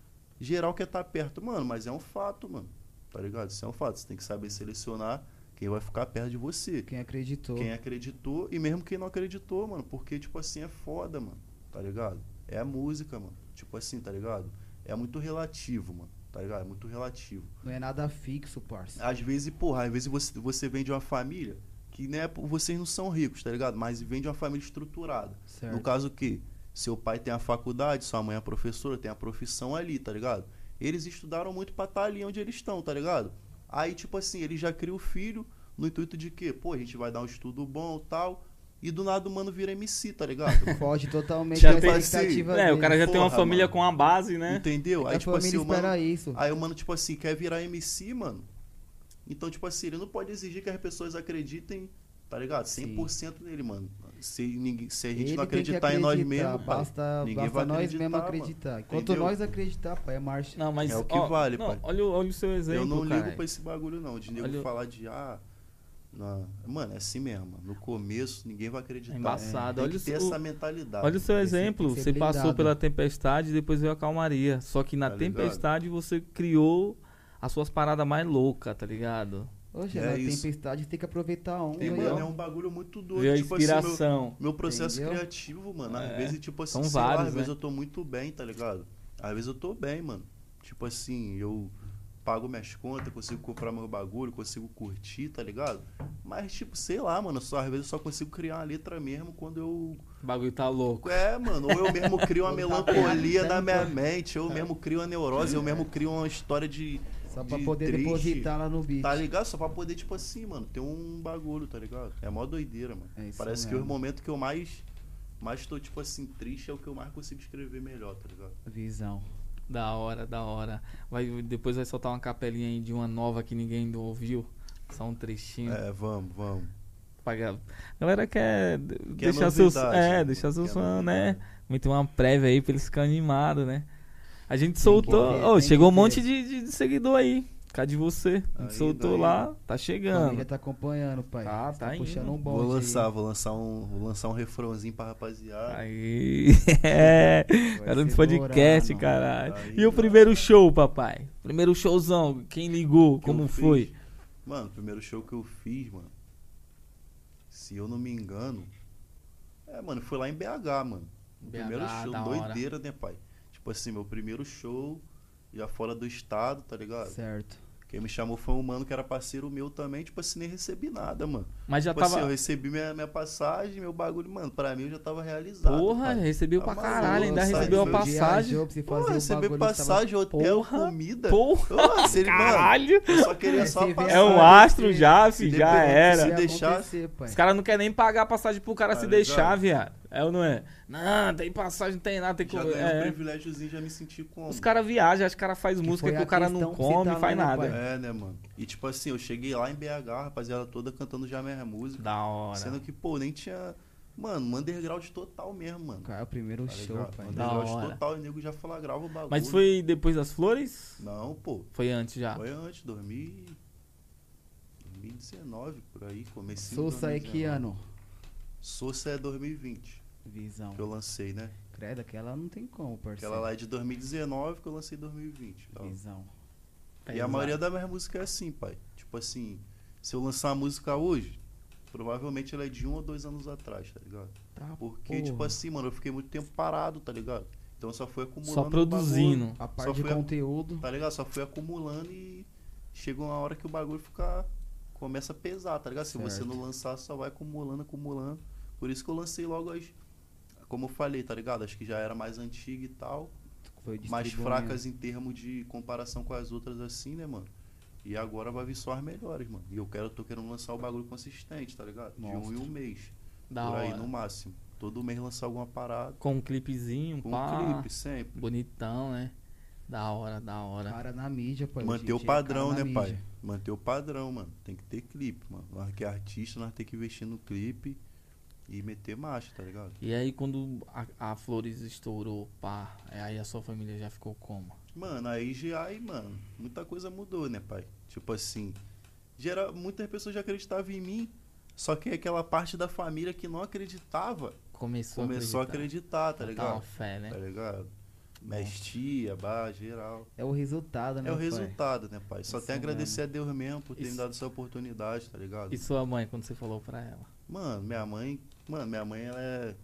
[SPEAKER 2] geral quer estar perto. Mano, mas é um fato, mano. Tá ligado? Isso é um fato. Você tem que saber selecionar quem vai ficar perto de você.
[SPEAKER 3] Quem acreditou.
[SPEAKER 2] Quem é? acreditou e mesmo quem não acreditou, mano. Porque, tipo assim, é foda, mano. Tá ligado? É a música, mano. Tipo assim, tá ligado? É muito relativo, mano. Tá ligado? É muito relativo.
[SPEAKER 3] Não é nada fixo, parça.
[SPEAKER 2] Às vezes, porra, às vezes você, você vem de uma família que né, vocês não são ricos, tá ligado? Mas vem de uma família estruturada.
[SPEAKER 3] Certo.
[SPEAKER 2] No caso que seu pai tem a faculdade, sua mãe é professora, tem a profissão ali, tá ligado? Eles estudaram muito pra estar ali onde eles estão, tá ligado? Aí, tipo assim, ele já cria o filho no intuito de que, pô, a gente vai dar um estudo bom tal. E do nada o mano vira MC, tá ligado?
[SPEAKER 3] Foge totalmente
[SPEAKER 1] Já
[SPEAKER 3] da
[SPEAKER 2] tem-
[SPEAKER 3] expectativa
[SPEAKER 1] É,
[SPEAKER 3] dele.
[SPEAKER 1] o cara já tem uma
[SPEAKER 2] Porra,
[SPEAKER 1] família
[SPEAKER 2] mano.
[SPEAKER 1] com uma base, né?
[SPEAKER 2] Entendeu?
[SPEAKER 3] a
[SPEAKER 2] Aí, tipo
[SPEAKER 3] família
[SPEAKER 2] assim, o
[SPEAKER 3] espera
[SPEAKER 2] mano.
[SPEAKER 3] isso.
[SPEAKER 2] Aí o mano, tipo assim, quer virar MC, mano. Então, tipo assim, ele não pode exigir que as pessoas acreditem, tá ligado?
[SPEAKER 3] Sim.
[SPEAKER 2] 100% nele, mano. Se, ninguém, se a gente
[SPEAKER 3] Ele
[SPEAKER 2] não
[SPEAKER 3] tem que
[SPEAKER 2] acreditar em nós mesmos, pai.
[SPEAKER 3] Basta,
[SPEAKER 2] ninguém
[SPEAKER 3] basta
[SPEAKER 2] vai
[SPEAKER 3] nós mesmos
[SPEAKER 2] acreditar,
[SPEAKER 3] acreditar.
[SPEAKER 2] mano.
[SPEAKER 3] Enquanto
[SPEAKER 2] Entendeu?
[SPEAKER 3] nós acreditar, pai, é marcha.
[SPEAKER 1] Não, mas
[SPEAKER 2] É o que
[SPEAKER 1] ó,
[SPEAKER 2] vale,
[SPEAKER 1] não,
[SPEAKER 2] pai.
[SPEAKER 1] Olha, o- olha o seu exemplo,
[SPEAKER 2] Eu não ligo
[SPEAKER 1] cara.
[SPEAKER 2] pra esse bagulho, não. De nego
[SPEAKER 1] Olha-
[SPEAKER 2] falar de, ah. na- Mano, é assim mesmo. mano. No começo, ninguém vai acreditar.
[SPEAKER 1] É embaçado.
[SPEAKER 2] Tem
[SPEAKER 1] Olha
[SPEAKER 2] que ter
[SPEAKER 1] o-
[SPEAKER 2] essa mentalidade.
[SPEAKER 1] Olha o seu
[SPEAKER 3] Tem que ser-
[SPEAKER 1] exemplo,
[SPEAKER 3] tem que ser
[SPEAKER 1] você passou
[SPEAKER 3] blindado.
[SPEAKER 1] pela tempestade e depois veio a calmaria. Só que na
[SPEAKER 2] Tá ligado?
[SPEAKER 1] tempestade você criou as suas paradas mais loucas, tá ligado?
[SPEAKER 3] Hoje
[SPEAKER 2] É
[SPEAKER 3] na
[SPEAKER 2] isso.
[SPEAKER 3] tempestade tem que aproveitar a onda.
[SPEAKER 2] E,
[SPEAKER 3] aí,
[SPEAKER 2] mano,
[SPEAKER 3] ó.
[SPEAKER 2] é um bagulho muito doido.
[SPEAKER 1] Veio a
[SPEAKER 2] tipo assim, meu-
[SPEAKER 1] inspiração.
[SPEAKER 2] Meu processo
[SPEAKER 3] Entendeu?
[SPEAKER 2] criativo, mano, às
[SPEAKER 1] É.
[SPEAKER 2] vezes, tipo assim,
[SPEAKER 1] São
[SPEAKER 2] sei lá,
[SPEAKER 1] vários,
[SPEAKER 2] às vezes
[SPEAKER 1] né?
[SPEAKER 2] eu tô muito bem, tá ligado? Às vezes eu tô bem, mano. Tipo assim, eu pago minhas contas, consigo comprar meu bagulho, consigo curtir, tá ligado? Mas, tipo, sei lá, mano, só, às vezes eu só consigo criar uma letra mesmo quando eu
[SPEAKER 1] O bagulho tá louco.
[SPEAKER 2] é, mano, ou eu mesmo crio uma
[SPEAKER 3] Não tá
[SPEAKER 2] melancolia na
[SPEAKER 3] pensando,
[SPEAKER 2] minha mente, eu mesmo crio uma neurose, eu mesmo crio uma história de.
[SPEAKER 3] Só pra
[SPEAKER 2] um de
[SPEAKER 3] poder
[SPEAKER 2] triste,
[SPEAKER 3] depositar lá no beat.
[SPEAKER 2] Tá ligado? Só pra poder, tipo assim, mano, ter um bagulho, tá ligado? É mó doideira, mano.
[SPEAKER 3] É isso
[SPEAKER 2] Parece que
[SPEAKER 3] mesmo.
[SPEAKER 2] o momento que eu mais. Mais tô, tipo assim, triste é o que eu mais consigo escrever melhor, tá ligado?
[SPEAKER 3] Visão.
[SPEAKER 1] Da hora, da hora. Vai, depois vai soltar uma capelinha aí de uma nova que ninguém ainda ouviu. Só um trechinho.
[SPEAKER 2] É, vamos, vamos.
[SPEAKER 1] Pra ga- Galera quer d-
[SPEAKER 2] Quer
[SPEAKER 1] deixar seus.
[SPEAKER 2] novidade,
[SPEAKER 1] É,
[SPEAKER 2] né?
[SPEAKER 1] deixar seus
[SPEAKER 2] Quer
[SPEAKER 1] fãs, né?
[SPEAKER 2] novidade.
[SPEAKER 1] Meter uma prévia aí pra eles ficarem animados, né? A gente
[SPEAKER 3] que
[SPEAKER 1] soltou.
[SPEAKER 3] ter,
[SPEAKER 1] Ô,
[SPEAKER 3] tem
[SPEAKER 1] chegou um
[SPEAKER 3] que
[SPEAKER 1] monte
[SPEAKER 3] ter.
[SPEAKER 1] de, de- de seguidor aí. Cadê você? A gente
[SPEAKER 2] Aí,
[SPEAKER 1] soltou
[SPEAKER 2] daí.
[SPEAKER 1] lá, tá
[SPEAKER 3] Família
[SPEAKER 1] chegando.
[SPEAKER 3] tá acompanhando, pai.
[SPEAKER 1] Tá,
[SPEAKER 2] Ah,
[SPEAKER 3] Você
[SPEAKER 1] tá indo.
[SPEAKER 3] puxando um bom.
[SPEAKER 2] Vou lançar, vou lançar um. Vou lançar um refrãozinho pra rapaziada.
[SPEAKER 1] Aí. É. Cara do
[SPEAKER 3] ser
[SPEAKER 1] podcast,
[SPEAKER 3] dourado.
[SPEAKER 1] caralho.
[SPEAKER 2] Aí,
[SPEAKER 1] E o
[SPEAKER 2] ó.
[SPEAKER 1] primeiro show, papai? Primeiro showzão. Quem ligou?
[SPEAKER 2] que
[SPEAKER 1] Como
[SPEAKER 2] eu
[SPEAKER 1] foi?
[SPEAKER 2] fiz. Mano, o primeiro show que eu fiz, mano. Se eu não me engano. É, mano, foi lá em BH, mano. O
[SPEAKER 1] BH,
[SPEAKER 2] primeiro show,
[SPEAKER 1] da hora.
[SPEAKER 2] doideira, né, pai? Tipo assim, meu primeiro show já fora do estado, tá ligado?
[SPEAKER 3] Certo.
[SPEAKER 2] Quem me chamou foi um mano que era parceiro meu também, tipo assim, nem recebi nada, mano.
[SPEAKER 1] Mas já
[SPEAKER 2] tipo assim, eu
[SPEAKER 1] tava.
[SPEAKER 2] recebi minha, minha passagem, meu bagulho, mano, pra mim eu já tava realizado.
[SPEAKER 1] Porra, um
[SPEAKER 2] pai.
[SPEAKER 1] recebeu
[SPEAKER 2] Tá
[SPEAKER 1] pra
[SPEAKER 2] maluco,
[SPEAKER 1] caralho. Ainda
[SPEAKER 2] sabe?
[SPEAKER 1] recebeu uma
[SPEAKER 2] Meu
[SPEAKER 1] passagem.
[SPEAKER 3] Viajou pra se fazer
[SPEAKER 2] Porra,
[SPEAKER 3] o
[SPEAKER 2] recebi
[SPEAKER 3] bagulho, tava-
[SPEAKER 2] passagem, hotel,
[SPEAKER 1] Porra,
[SPEAKER 2] comida.
[SPEAKER 1] Porra,
[SPEAKER 2] Porra, se ele, mano,
[SPEAKER 1] Caralho!
[SPEAKER 2] eu só queria só
[SPEAKER 3] Esse
[SPEAKER 2] passar.
[SPEAKER 1] É um astro já, fi,
[SPEAKER 2] Se
[SPEAKER 1] já
[SPEAKER 2] depender-
[SPEAKER 1] era.
[SPEAKER 3] Se
[SPEAKER 2] Se deixar-
[SPEAKER 3] acontecer, pai.
[SPEAKER 1] Os caras não querem nem pagar a passagem pro cara
[SPEAKER 2] Tá
[SPEAKER 1] se
[SPEAKER 2] ligado?
[SPEAKER 1] deixar, viado. É ou não é? Não, tem passagem, não tem nada, tem
[SPEAKER 2] Já
[SPEAKER 1] como.
[SPEAKER 2] ganhei um
[SPEAKER 1] É.
[SPEAKER 2] privilégiozinho, já me senti como.
[SPEAKER 1] Os caras viajam, os caras fazem
[SPEAKER 3] Que
[SPEAKER 1] música
[SPEAKER 3] foi
[SPEAKER 1] que o
[SPEAKER 3] a
[SPEAKER 1] cara
[SPEAKER 3] questão
[SPEAKER 1] não
[SPEAKER 3] que você
[SPEAKER 1] come,
[SPEAKER 3] tá
[SPEAKER 1] não
[SPEAKER 3] lá,
[SPEAKER 1] faz
[SPEAKER 3] né,
[SPEAKER 1] nada.
[SPEAKER 3] pai?
[SPEAKER 2] É, né, mano? E tipo assim, eu cheguei lá em BH, a rapaziada toda cantando já minha música.
[SPEAKER 1] Da hora.
[SPEAKER 2] Sendo que, pô, nem tinha. Mano, um underground total mesmo, mano.
[SPEAKER 3] Cara, é o primeiro
[SPEAKER 2] Tá
[SPEAKER 3] show,
[SPEAKER 2] ligado?
[SPEAKER 3] pai.
[SPEAKER 1] Da
[SPEAKER 2] Underground
[SPEAKER 1] hora.
[SPEAKER 2] total, e o nego já fala, grava o bagulho.
[SPEAKER 1] Mas foi depois das flores?
[SPEAKER 2] Não, pô.
[SPEAKER 1] Foi antes
[SPEAKER 3] Tá.
[SPEAKER 1] já.
[SPEAKER 2] Foi antes, 2000... 2019, por aí, comecei.
[SPEAKER 3] Sousa é que ano?
[SPEAKER 2] Sousa é 2020,
[SPEAKER 3] Visão.
[SPEAKER 2] que eu lancei, né?
[SPEAKER 3] Credo, aquela não tem como, parceiro.
[SPEAKER 2] Aquela lá é de 2019 que eu lancei em 2020. Então,
[SPEAKER 3] Visão.
[SPEAKER 2] E a maioria das minhas músicas é assim, pai. Tipo assim, se eu lançar uma música hoje, provavelmente ela é de um ou dois anos atrás, tá ligado?
[SPEAKER 3] Tá,
[SPEAKER 2] Porque,
[SPEAKER 3] porra.
[SPEAKER 2] tipo assim, mano, eu fiquei muito tempo parado, tá ligado? Então eu só fui acumulando.
[SPEAKER 1] Só
[SPEAKER 2] o
[SPEAKER 1] produzindo.
[SPEAKER 3] A
[SPEAKER 2] só
[SPEAKER 3] parte de
[SPEAKER 2] foi a-
[SPEAKER 3] conteúdo.
[SPEAKER 2] bagulho, tá ligado? Só fui acumulando e chegou uma hora que o bagulho fica. Começa a pesar, tá ligado? Se você
[SPEAKER 3] Certo.
[SPEAKER 2] não lançar, só vai acumulando, acumulando. Por isso que eu lancei logo as. Como eu falei, tá ligado? Acho que já era mais antiga e tal
[SPEAKER 3] Foi
[SPEAKER 2] mais
[SPEAKER 3] distribuindo.
[SPEAKER 2] fracas em termos de comparação com as outras assim, né, mano? E agora vai vir só as melhores, mano. E eu quero, tô querendo lançar o bagulho consistente, tá ligado? De um
[SPEAKER 3] Monstro.
[SPEAKER 2] em um mês.
[SPEAKER 1] Da
[SPEAKER 2] por aí,
[SPEAKER 1] hora.
[SPEAKER 2] no máximo. Todo mês lançar alguma parada.
[SPEAKER 1] Com um clipezinho,
[SPEAKER 2] Com
[SPEAKER 1] pá.
[SPEAKER 2] um clipe, sempre.
[SPEAKER 1] Bonitão, né? Da hora, da hora.
[SPEAKER 3] Cara na mídia, pai. hoje
[SPEAKER 2] Manter
[SPEAKER 3] em
[SPEAKER 2] o
[SPEAKER 3] dia é cara
[SPEAKER 2] padrão,
[SPEAKER 3] na
[SPEAKER 2] né, pai?
[SPEAKER 3] mídia.
[SPEAKER 2] Manter o padrão, mano. Tem que ter clipe, mano. Nós que é artista, nós tem que investir no clipe e meter marcha, tá ligado?
[SPEAKER 1] E aí quando a, a Flores estourou, pá, aí a sua família já ficou como?
[SPEAKER 2] Mano, aí já, aí, mano, muita coisa mudou, né, pai? Tipo assim, geral, muitas pessoas já acreditavam em mim, só que aquela parte da família que não acreditava
[SPEAKER 1] Começou,
[SPEAKER 2] começou a acreditar, tá
[SPEAKER 1] Tá uma
[SPEAKER 2] ligado?
[SPEAKER 1] fé, né?
[SPEAKER 2] Tá ligado? Mestia, bar, geral.
[SPEAKER 3] É o resultado, né?
[SPEAKER 2] É o
[SPEAKER 3] pai?
[SPEAKER 2] resultado, né, pai? Só
[SPEAKER 1] Isso
[SPEAKER 2] tem a agradecer a Deus mesmo por ter
[SPEAKER 1] Isso.
[SPEAKER 2] me dado essa oportunidade, tá ligado?
[SPEAKER 1] E sua mãe, quando você falou pra ela?
[SPEAKER 2] Mano, minha mãe. Mano, minha mãe, ela é.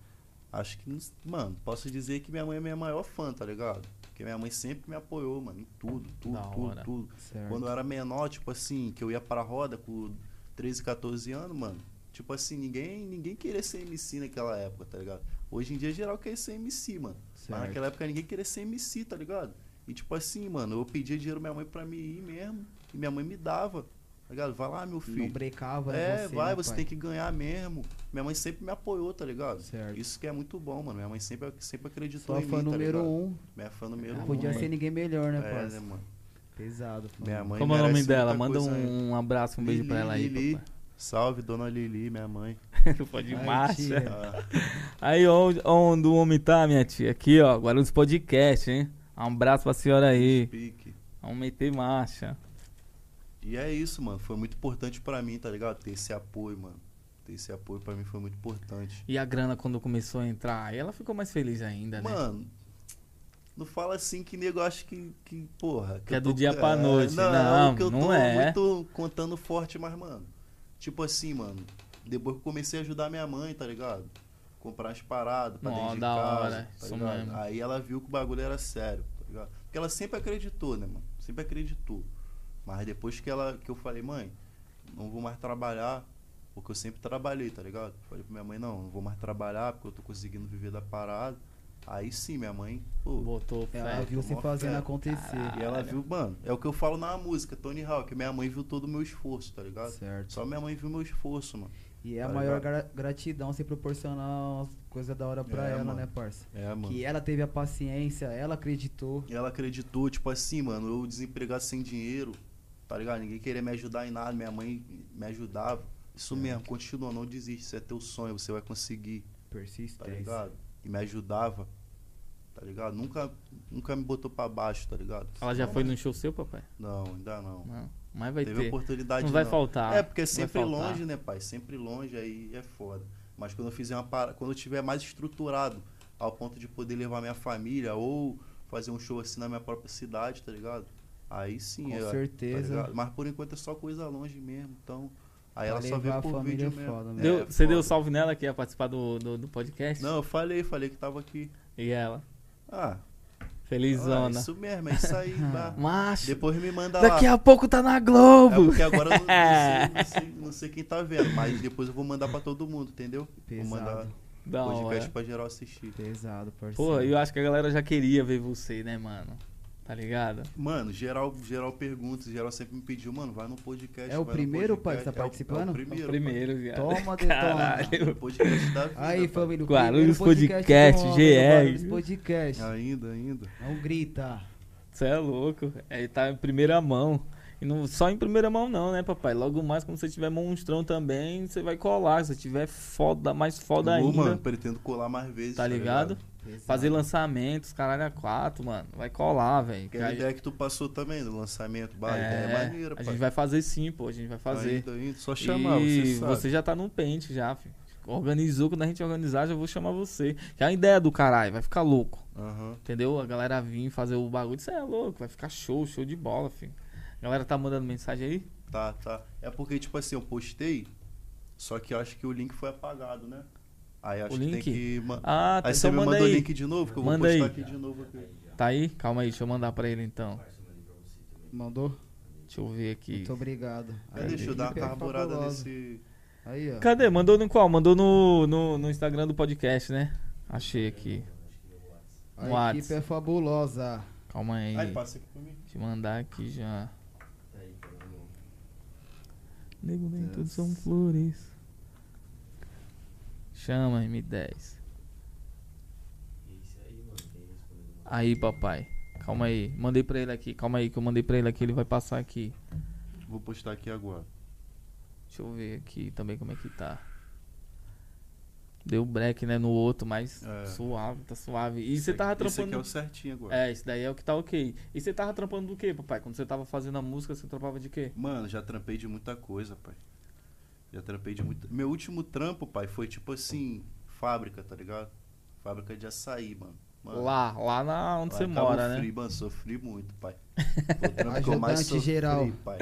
[SPEAKER 2] Acho que. não- Mano, posso dizer que minha mãe é minha maior fã, tá ligado? Porque minha mãe sempre me apoiou, mano, em tudo, tudo,
[SPEAKER 1] Da
[SPEAKER 2] tudo,
[SPEAKER 1] hora.
[SPEAKER 2] tudo.
[SPEAKER 3] Certo.
[SPEAKER 2] Quando eu era menor, tipo assim, que eu ia pra roda com 13, 14 anos, mano. Tipo assim, ninguém, ninguém queria ser MC naquela época, tá ligado? Hoje em dia, geral quer ser MC, mano.
[SPEAKER 3] Certo.
[SPEAKER 2] Mas naquela época ninguém queria ser MC, tá ligado? E tipo assim, mano, eu pedia dinheiro pra minha mãe pra me ir mesmo. E minha mãe me dava, tá ligado? Vai lá, meu
[SPEAKER 3] Não
[SPEAKER 2] filho.
[SPEAKER 3] brecava
[SPEAKER 2] É,
[SPEAKER 3] você,
[SPEAKER 2] vai,
[SPEAKER 3] né,
[SPEAKER 2] você
[SPEAKER 3] pai?
[SPEAKER 2] tem que ganhar mesmo. Minha mãe sempre me apoiou, tá ligado?
[SPEAKER 3] Certo.
[SPEAKER 2] Isso que é muito bom, mano. Minha mãe sempre, sempre acreditou
[SPEAKER 3] Sua
[SPEAKER 2] em
[SPEAKER 3] fã
[SPEAKER 2] mim, tá
[SPEAKER 3] número
[SPEAKER 2] ligado?
[SPEAKER 3] um.
[SPEAKER 2] Minha fã número
[SPEAKER 1] Não
[SPEAKER 3] Não
[SPEAKER 2] um.
[SPEAKER 3] podia
[SPEAKER 2] mano.
[SPEAKER 3] ser ninguém melhor, né,
[SPEAKER 2] é, né,
[SPEAKER 3] parceiro?
[SPEAKER 2] mano?
[SPEAKER 3] Pesado, fã.
[SPEAKER 2] Minha mãe
[SPEAKER 1] Como é o nome
[SPEAKER 2] merece
[SPEAKER 1] dela?
[SPEAKER 2] muita
[SPEAKER 1] Manda
[SPEAKER 2] coisa, né?
[SPEAKER 1] um, abraço, um beijo pra ela aí,
[SPEAKER 2] Lili,
[SPEAKER 1] papai.
[SPEAKER 2] Salve, dona Lili, minha mãe.
[SPEAKER 1] Foi de
[SPEAKER 3] Ai,
[SPEAKER 1] marcha.
[SPEAKER 3] tia.
[SPEAKER 2] Ah,
[SPEAKER 1] Aí, onde, onde o homem tá, minha tia? Aqui, ó, Guarulhos Podcast, hein? Um abraço pra senhora aí.
[SPEAKER 2] pique.
[SPEAKER 1] Vamos meter marcha.
[SPEAKER 2] E é isso, mano. Foi muito importante pra mim, tá ligado? Ter esse apoio, mano. Ter esse apoio pra mim foi muito importante.
[SPEAKER 1] E a grana, quando começou a entrar, aí ela ficou mais feliz ainda, né?
[SPEAKER 2] Mano, não fala assim que nego acha que, que porra.
[SPEAKER 1] Que
[SPEAKER 2] eu
[SPEAKER 1] é do
[SPEAKER 2] tô-
[SPEAKER 1] dia pra noite. Não,
[SPEAKER 2] que eu
[SPEAKER 1] não
[SPEAKER 2] tô
[SPEAKER 1] é.
[SPEAKER 2] muito contando forte, mas, mano. Tipo assim, mano. Depois que eu comecei a ajudar minha mãe, tá ligado? Comprar as paradas pra
[SPEAKER 1] Ó,
[SPEAKER 2] dentro de
[SPEAKER 1] da
[SPEAKER 2] casa.
[SPEAKER 1] hora,
[SPEAKER 2] tá
[SPEAKER 1] isso
[SPEAKER 2] ligado?
[SPEAKER 1] mesmo.
[SPEAKER 2] Aí ela viu que o bagulho era sério, tá ligado? Porque ela sempre acreditou, né, mano? Sempre acreditou. Mas depois que, ela, que eu falei, mãe, não vou mais trabalhar, porque eu sempre trabalhei, tá ligado? Falei pra minha mãe, não, não vou mais trabalhar, porque eu tô conseguindo viver da parada. Aí sim, minha mãe, pô,
[SPEAKER 1] Botou
[SPEAKER 3] Ela
[SPEAKER 1] fé.
[SPEAKER 3] viu você
[SPEAKER 2] tomou
[SPEAKER 3] fazendo
[SPEAKER 2] fé.
[SPEAKER 3] acontecer.
[SPEAKER 2] e ela viu, mano, é o que eu falo na música, Tony Hawk, minha mãe viu todo o meu esforço, tá ligado?
[SPEAKER 3] Certo.
[SPEAKER 2] Só minha mãe viu meu esforço, mano.
[SPEAKER 3] E é a
[SPEAKER 2] Tá
[SPEAKER 3] maior
[SPEAKER 2] ligado?
[SPEAKER 3] gra- gratidão se proporcionar umas coisas da hora pra
[SPEAKER 2] É,
[SPEAKER 3] ela,
[SPEAKER 2] mano.
[SPEAKER 3] né, parça?
[SPEAKER 2] É, mano.
[SPEAKER 3] Que ela teve a paciência, ela acreditou.
[SPEAKER 2] E Ela acreditou, tipo assim, mano, eu desempregado sem dinheiro, tá ligado? Ninguém queria me ajudar em nada, minha mãe me ajudava. Isso mesmo, continua, não desiste, isso é teu sonho, você vai conseguir, tá
[SPEAKER 3] Persistência.
[SPEAKER 2] ligado? E me ajudava, tá ligado? Nunca, nunca me botou pra baixo, tá ligado?
[SPEAKER 1] Ela já foi no show seu, papai?
[SPEAKER 2] Não, ainda não.
[SPEAKER 1] Não. Mas vai
[SPEAKER 2] Teve
[SPEAKER 1] ter.
[SPEAKER 2] oportunidade
[SPEAKER 1] Não vai faltar.
[SPEAKER 2] É, porque é
[SPEAKER 1] Não vai
[SPEAKER 2] sempre
[SPEAKER 1] faltar.
[SPEAKER 2] longe, né, pai? Sempre longe, aí é foda. Mas quando eu fizer uma para... quando eu tiver mais estruturado, ao ponto de poder levar minha família ou fazer um show assim na minha própria cidade, tá ligado? Aí sim,
[SPEAKER 3] Com
[SPEAKER 2] é, tá
[SPEAKER 3] certeza.
[SPEAKER 2] ligado? Mas por enquanto é só coisa longe mesmo, então. Aí
[SPEAKER 3] Pra
[SPEAKER 2] ela só vê
[SPEAKER 3] levar a
[SPEAKER 2] por
[SPEAKER 3] família
[SPEAKER 2] vídeo
[SPEAKER 3] é
[SPEAKER 2] mesmo.
[SPEAKER 3] foda, né?
[SPEAKER 1] Deu-
[SPEAKER 2] É,
[SPEAKER 1] você deu
[SPEAKER 2] foda.
[SPEAKER 1] salve nela que ia participar do, do, do podcast?
[SPEAKER 2] Não, eu falei, falei que tava aqui.
[SPEAKER 1] E ela?
[SPEAKER 2] Ah, ah,
[SPEAKER 1] Felizona.
[SPEAKER 2] isso mesmo, é isso aí, tá?
[SPEAKER 1] Macho,
[SPEAKER 2] Depois me manda lá.
[SPEAKER 1] daqui a pouco tá na
[SPEAKER 2] É
[SPEAKER 1] Globo.
[SPEAKER 2] porque agora eu não, não sei, não sei- não sei quem tá vendo, mas depois eu vou mandar pra todo mundo, entendeu?
[SPEAKER 3] Pesado.
[SPEAKER 2] Vou mandar
[SPEAKER 1] da
[SPEAKER 2] É podcast
[SPEAKER 1] hora.
[SPEAKER 2] pra geral assistir.
[SPEAKER 3] Pesado, parceiro.
[SPEAKER 1] Pô, eu acho que a galera já queria ver você, né, mano? Tá ligado?
[SPEAKER 2] Mano, geral, geral pergunta, geral sempre me pediu, mano, vai no podcast.
[SPEAKER 3] É o
[SPEAKER 2] vai no
[SPEAKER 3] primeiro, pai,
[SPEAKER 2] podcast.
[SPEAKER 3] que tá
[SPEAKER 2] É o-
[SPEAKER 3] participando?
[SPEAKER 2] É o
[SPEAKER 1] É
[SPEAKER 2] primeiro.
[SPEAKER 1] o primeiro, viado.
[SPEAKER 3] Toma,
[SPEAKER 1] Caralho.
[SPEAKER 3] detona.
[SPEAKER 2] pai. É o podcast da vida.
[SPEAKER 3] Aí,
[SPEAKER 2] pai.
[SPEAKER 3] família. o
[SPEAKER 1] Guarulhos
[SPEAKER 3] primeiro
[SPEAKER 1] Podcast,
[SPEAKER 3] do
[SPEAKER 1] GR.
[SPEAKER 3] Guarulhos Podcast.
[SPEAKER 2] Ainda, ainda.
[SPEAKER 3] Não grita.
[SPEAKER 1] Você é louco. Ele tá em primeira mão. E não, só em primeira mão não, né, papai? Logo mais quando você tiver monstrão também, você vai colar. Se você tiver foda, mais foda
[SPEAKER 2] Eu vou,
[SPEAKER 1] ainda.
[SPEAKER 2] mano, pretendo colar mais vezes.
[SPEAKER 1] tá ligado?
[SPEAKER 3] Pesado.
[SPEAKER 1] Fazer lançamentos, caralho, a quatro, mano. Vai colar, velho.
[SPEAKER 2] Aquela ideia que tu passou também do lançamento, bah,
[SPEAKER 1] é,
[SPEAKER 2] ideia maneira,
[SPEAKER 1] a
[SPEAKER 2] pai. Tá
[SPEAKER 1] gente vai fazer sim, pô. A gente vai fazer.
[SPEAKER 2] Ainda, ainda. Só chamar,
[SPEAKER 1] e
[SPEAKER 2] você sabe.
[SPEAKER 1] já tá no pente já, filho. Organizou, quando a gente organizar, já vou chamar você. Que é a ideia do caralho, vai ficar louco.
[SPEAKER 2] Aham.
[SPEAKER 1] Entendeu? A galera vir fazer o bagulho, você é louco, vai ficar show, show de bola, filho. A galera tá mandando mensagem aí?
[SPEAKER 2] Tá, tá. É porque, tipo assim, eu postei, só que eu acho que o link foi apagado, né? Aí acho
[SPEAKER 1] O
[SPEAKER 2] que
[SPEAKER 1] link?
[SPEAKER 2] tem que. ma-
[SPEAKER 1] Ah, tá,
[SPEAKER 2] aí
[SPEAKER 1] então
[SPEAKER 2] me
[SPEAKER 1] manda
[SPEAKER 2] mandou o
[SPEAKER 1] aí.
[SPEAKER 2] link de novo, que eu
[SPEAKER 1] Manda
[SPEAKER 2] vou
[SPEAKER 1] aí.
[SPEAKER 2] postar aqui de novo. Aqui.
[SPEAKER 1] Tá aí? Calma aí, deixa eu mandar pra ele então.
[SPEAKER 3] Mandou?
[SPEAKER 1] Deixa eu ver aqui.
[SPEAKER 2] Então,
[SPEAKER 3] Muito obrigado.
[SPEAKER 2] Cadê?
[SPEAKER 3] Aí,
[SPEAKER 2] Deixa eu dar uma
[SPEAKER 3] equipe é
[SPEAKER 2] carburada
[SPEAKER 3] fabulosa.
[SPEAKER 2] nesse.
[SPEAKER 3] Aí, ó.
[SPEAKER 1] Cadê? Mandou no qual? Mandou no, no, no Instagram do podcast, né? Achei aqui.
[SPEAKER 3] A
[SPEAKER 1] Whats.
[SPEAKER 3] equipe é fabulosa.
[SPEAKER 1] Calma aí.
[SPEAKER 2] Aí, passa aqui pra mim.
[SPEAKER 1] Te mandar aqui já.
[SPEAKER 4] Tá aí, todo mundo.
[SPEAKER 1] Nego, nem tudo
[SPEAKER 3] Deus.
[SPEAKER 1] são flores. Chama M10.
[SPEAKER 4] E é isso aí, mano. Quem respondeu uma
[SPEAKER 1] Aí, papai. Calma aí. Mandei pra ele aqui. Calma aí que eu mandei pra ele aqui. Ele vai passar aqui.
[SPEAKER 2] Vou postar aqui agora.
[SPEAKER 1] Deixa eu ver aqui também como é que tá. Deu break, né, no outro, mas
[SPEAKER 2] É.
[SPEAKER 1] suave, tá suave. E
[SPEAKER 2] Isso
[SPEAKER 1] você
[SPEAKER 2] aqui-
[SPEAKER 1] tava
[SPEAKER 2] Isso aqui é
[SPEAKER 1] trampando.
[SPEAKER 2] o certinho agora.
[SPEAKER 1] É, isso daí é o que tá ok. E você tava trampando do quê, papai? Quando você tava fazendo a música, você trampava de quê?
[SPEAKER 2] Mano, já trampei de muita coisa, pai. Já trampei de muita. Meu último trampo, pai, foi tipo assim, fábrica, tá ligado? Fábrica de açaí, mano. mano
[SPEAKER 1] Lá, lá na onde
[SPEAKER 2] lá
[SPEAKER 1] você
[SPEAKER 2] em Cabo
[SPEAKER 1] mora, né?
[SPEAKER 2] Frio, mano, sofri muito, pai. Foi o trampo que eu mais
[SPEAKER 3] Ajudante
[SPEAKER 2] sofri,
[SPEAKER 3] geral.
[SPEAKER 2] pai.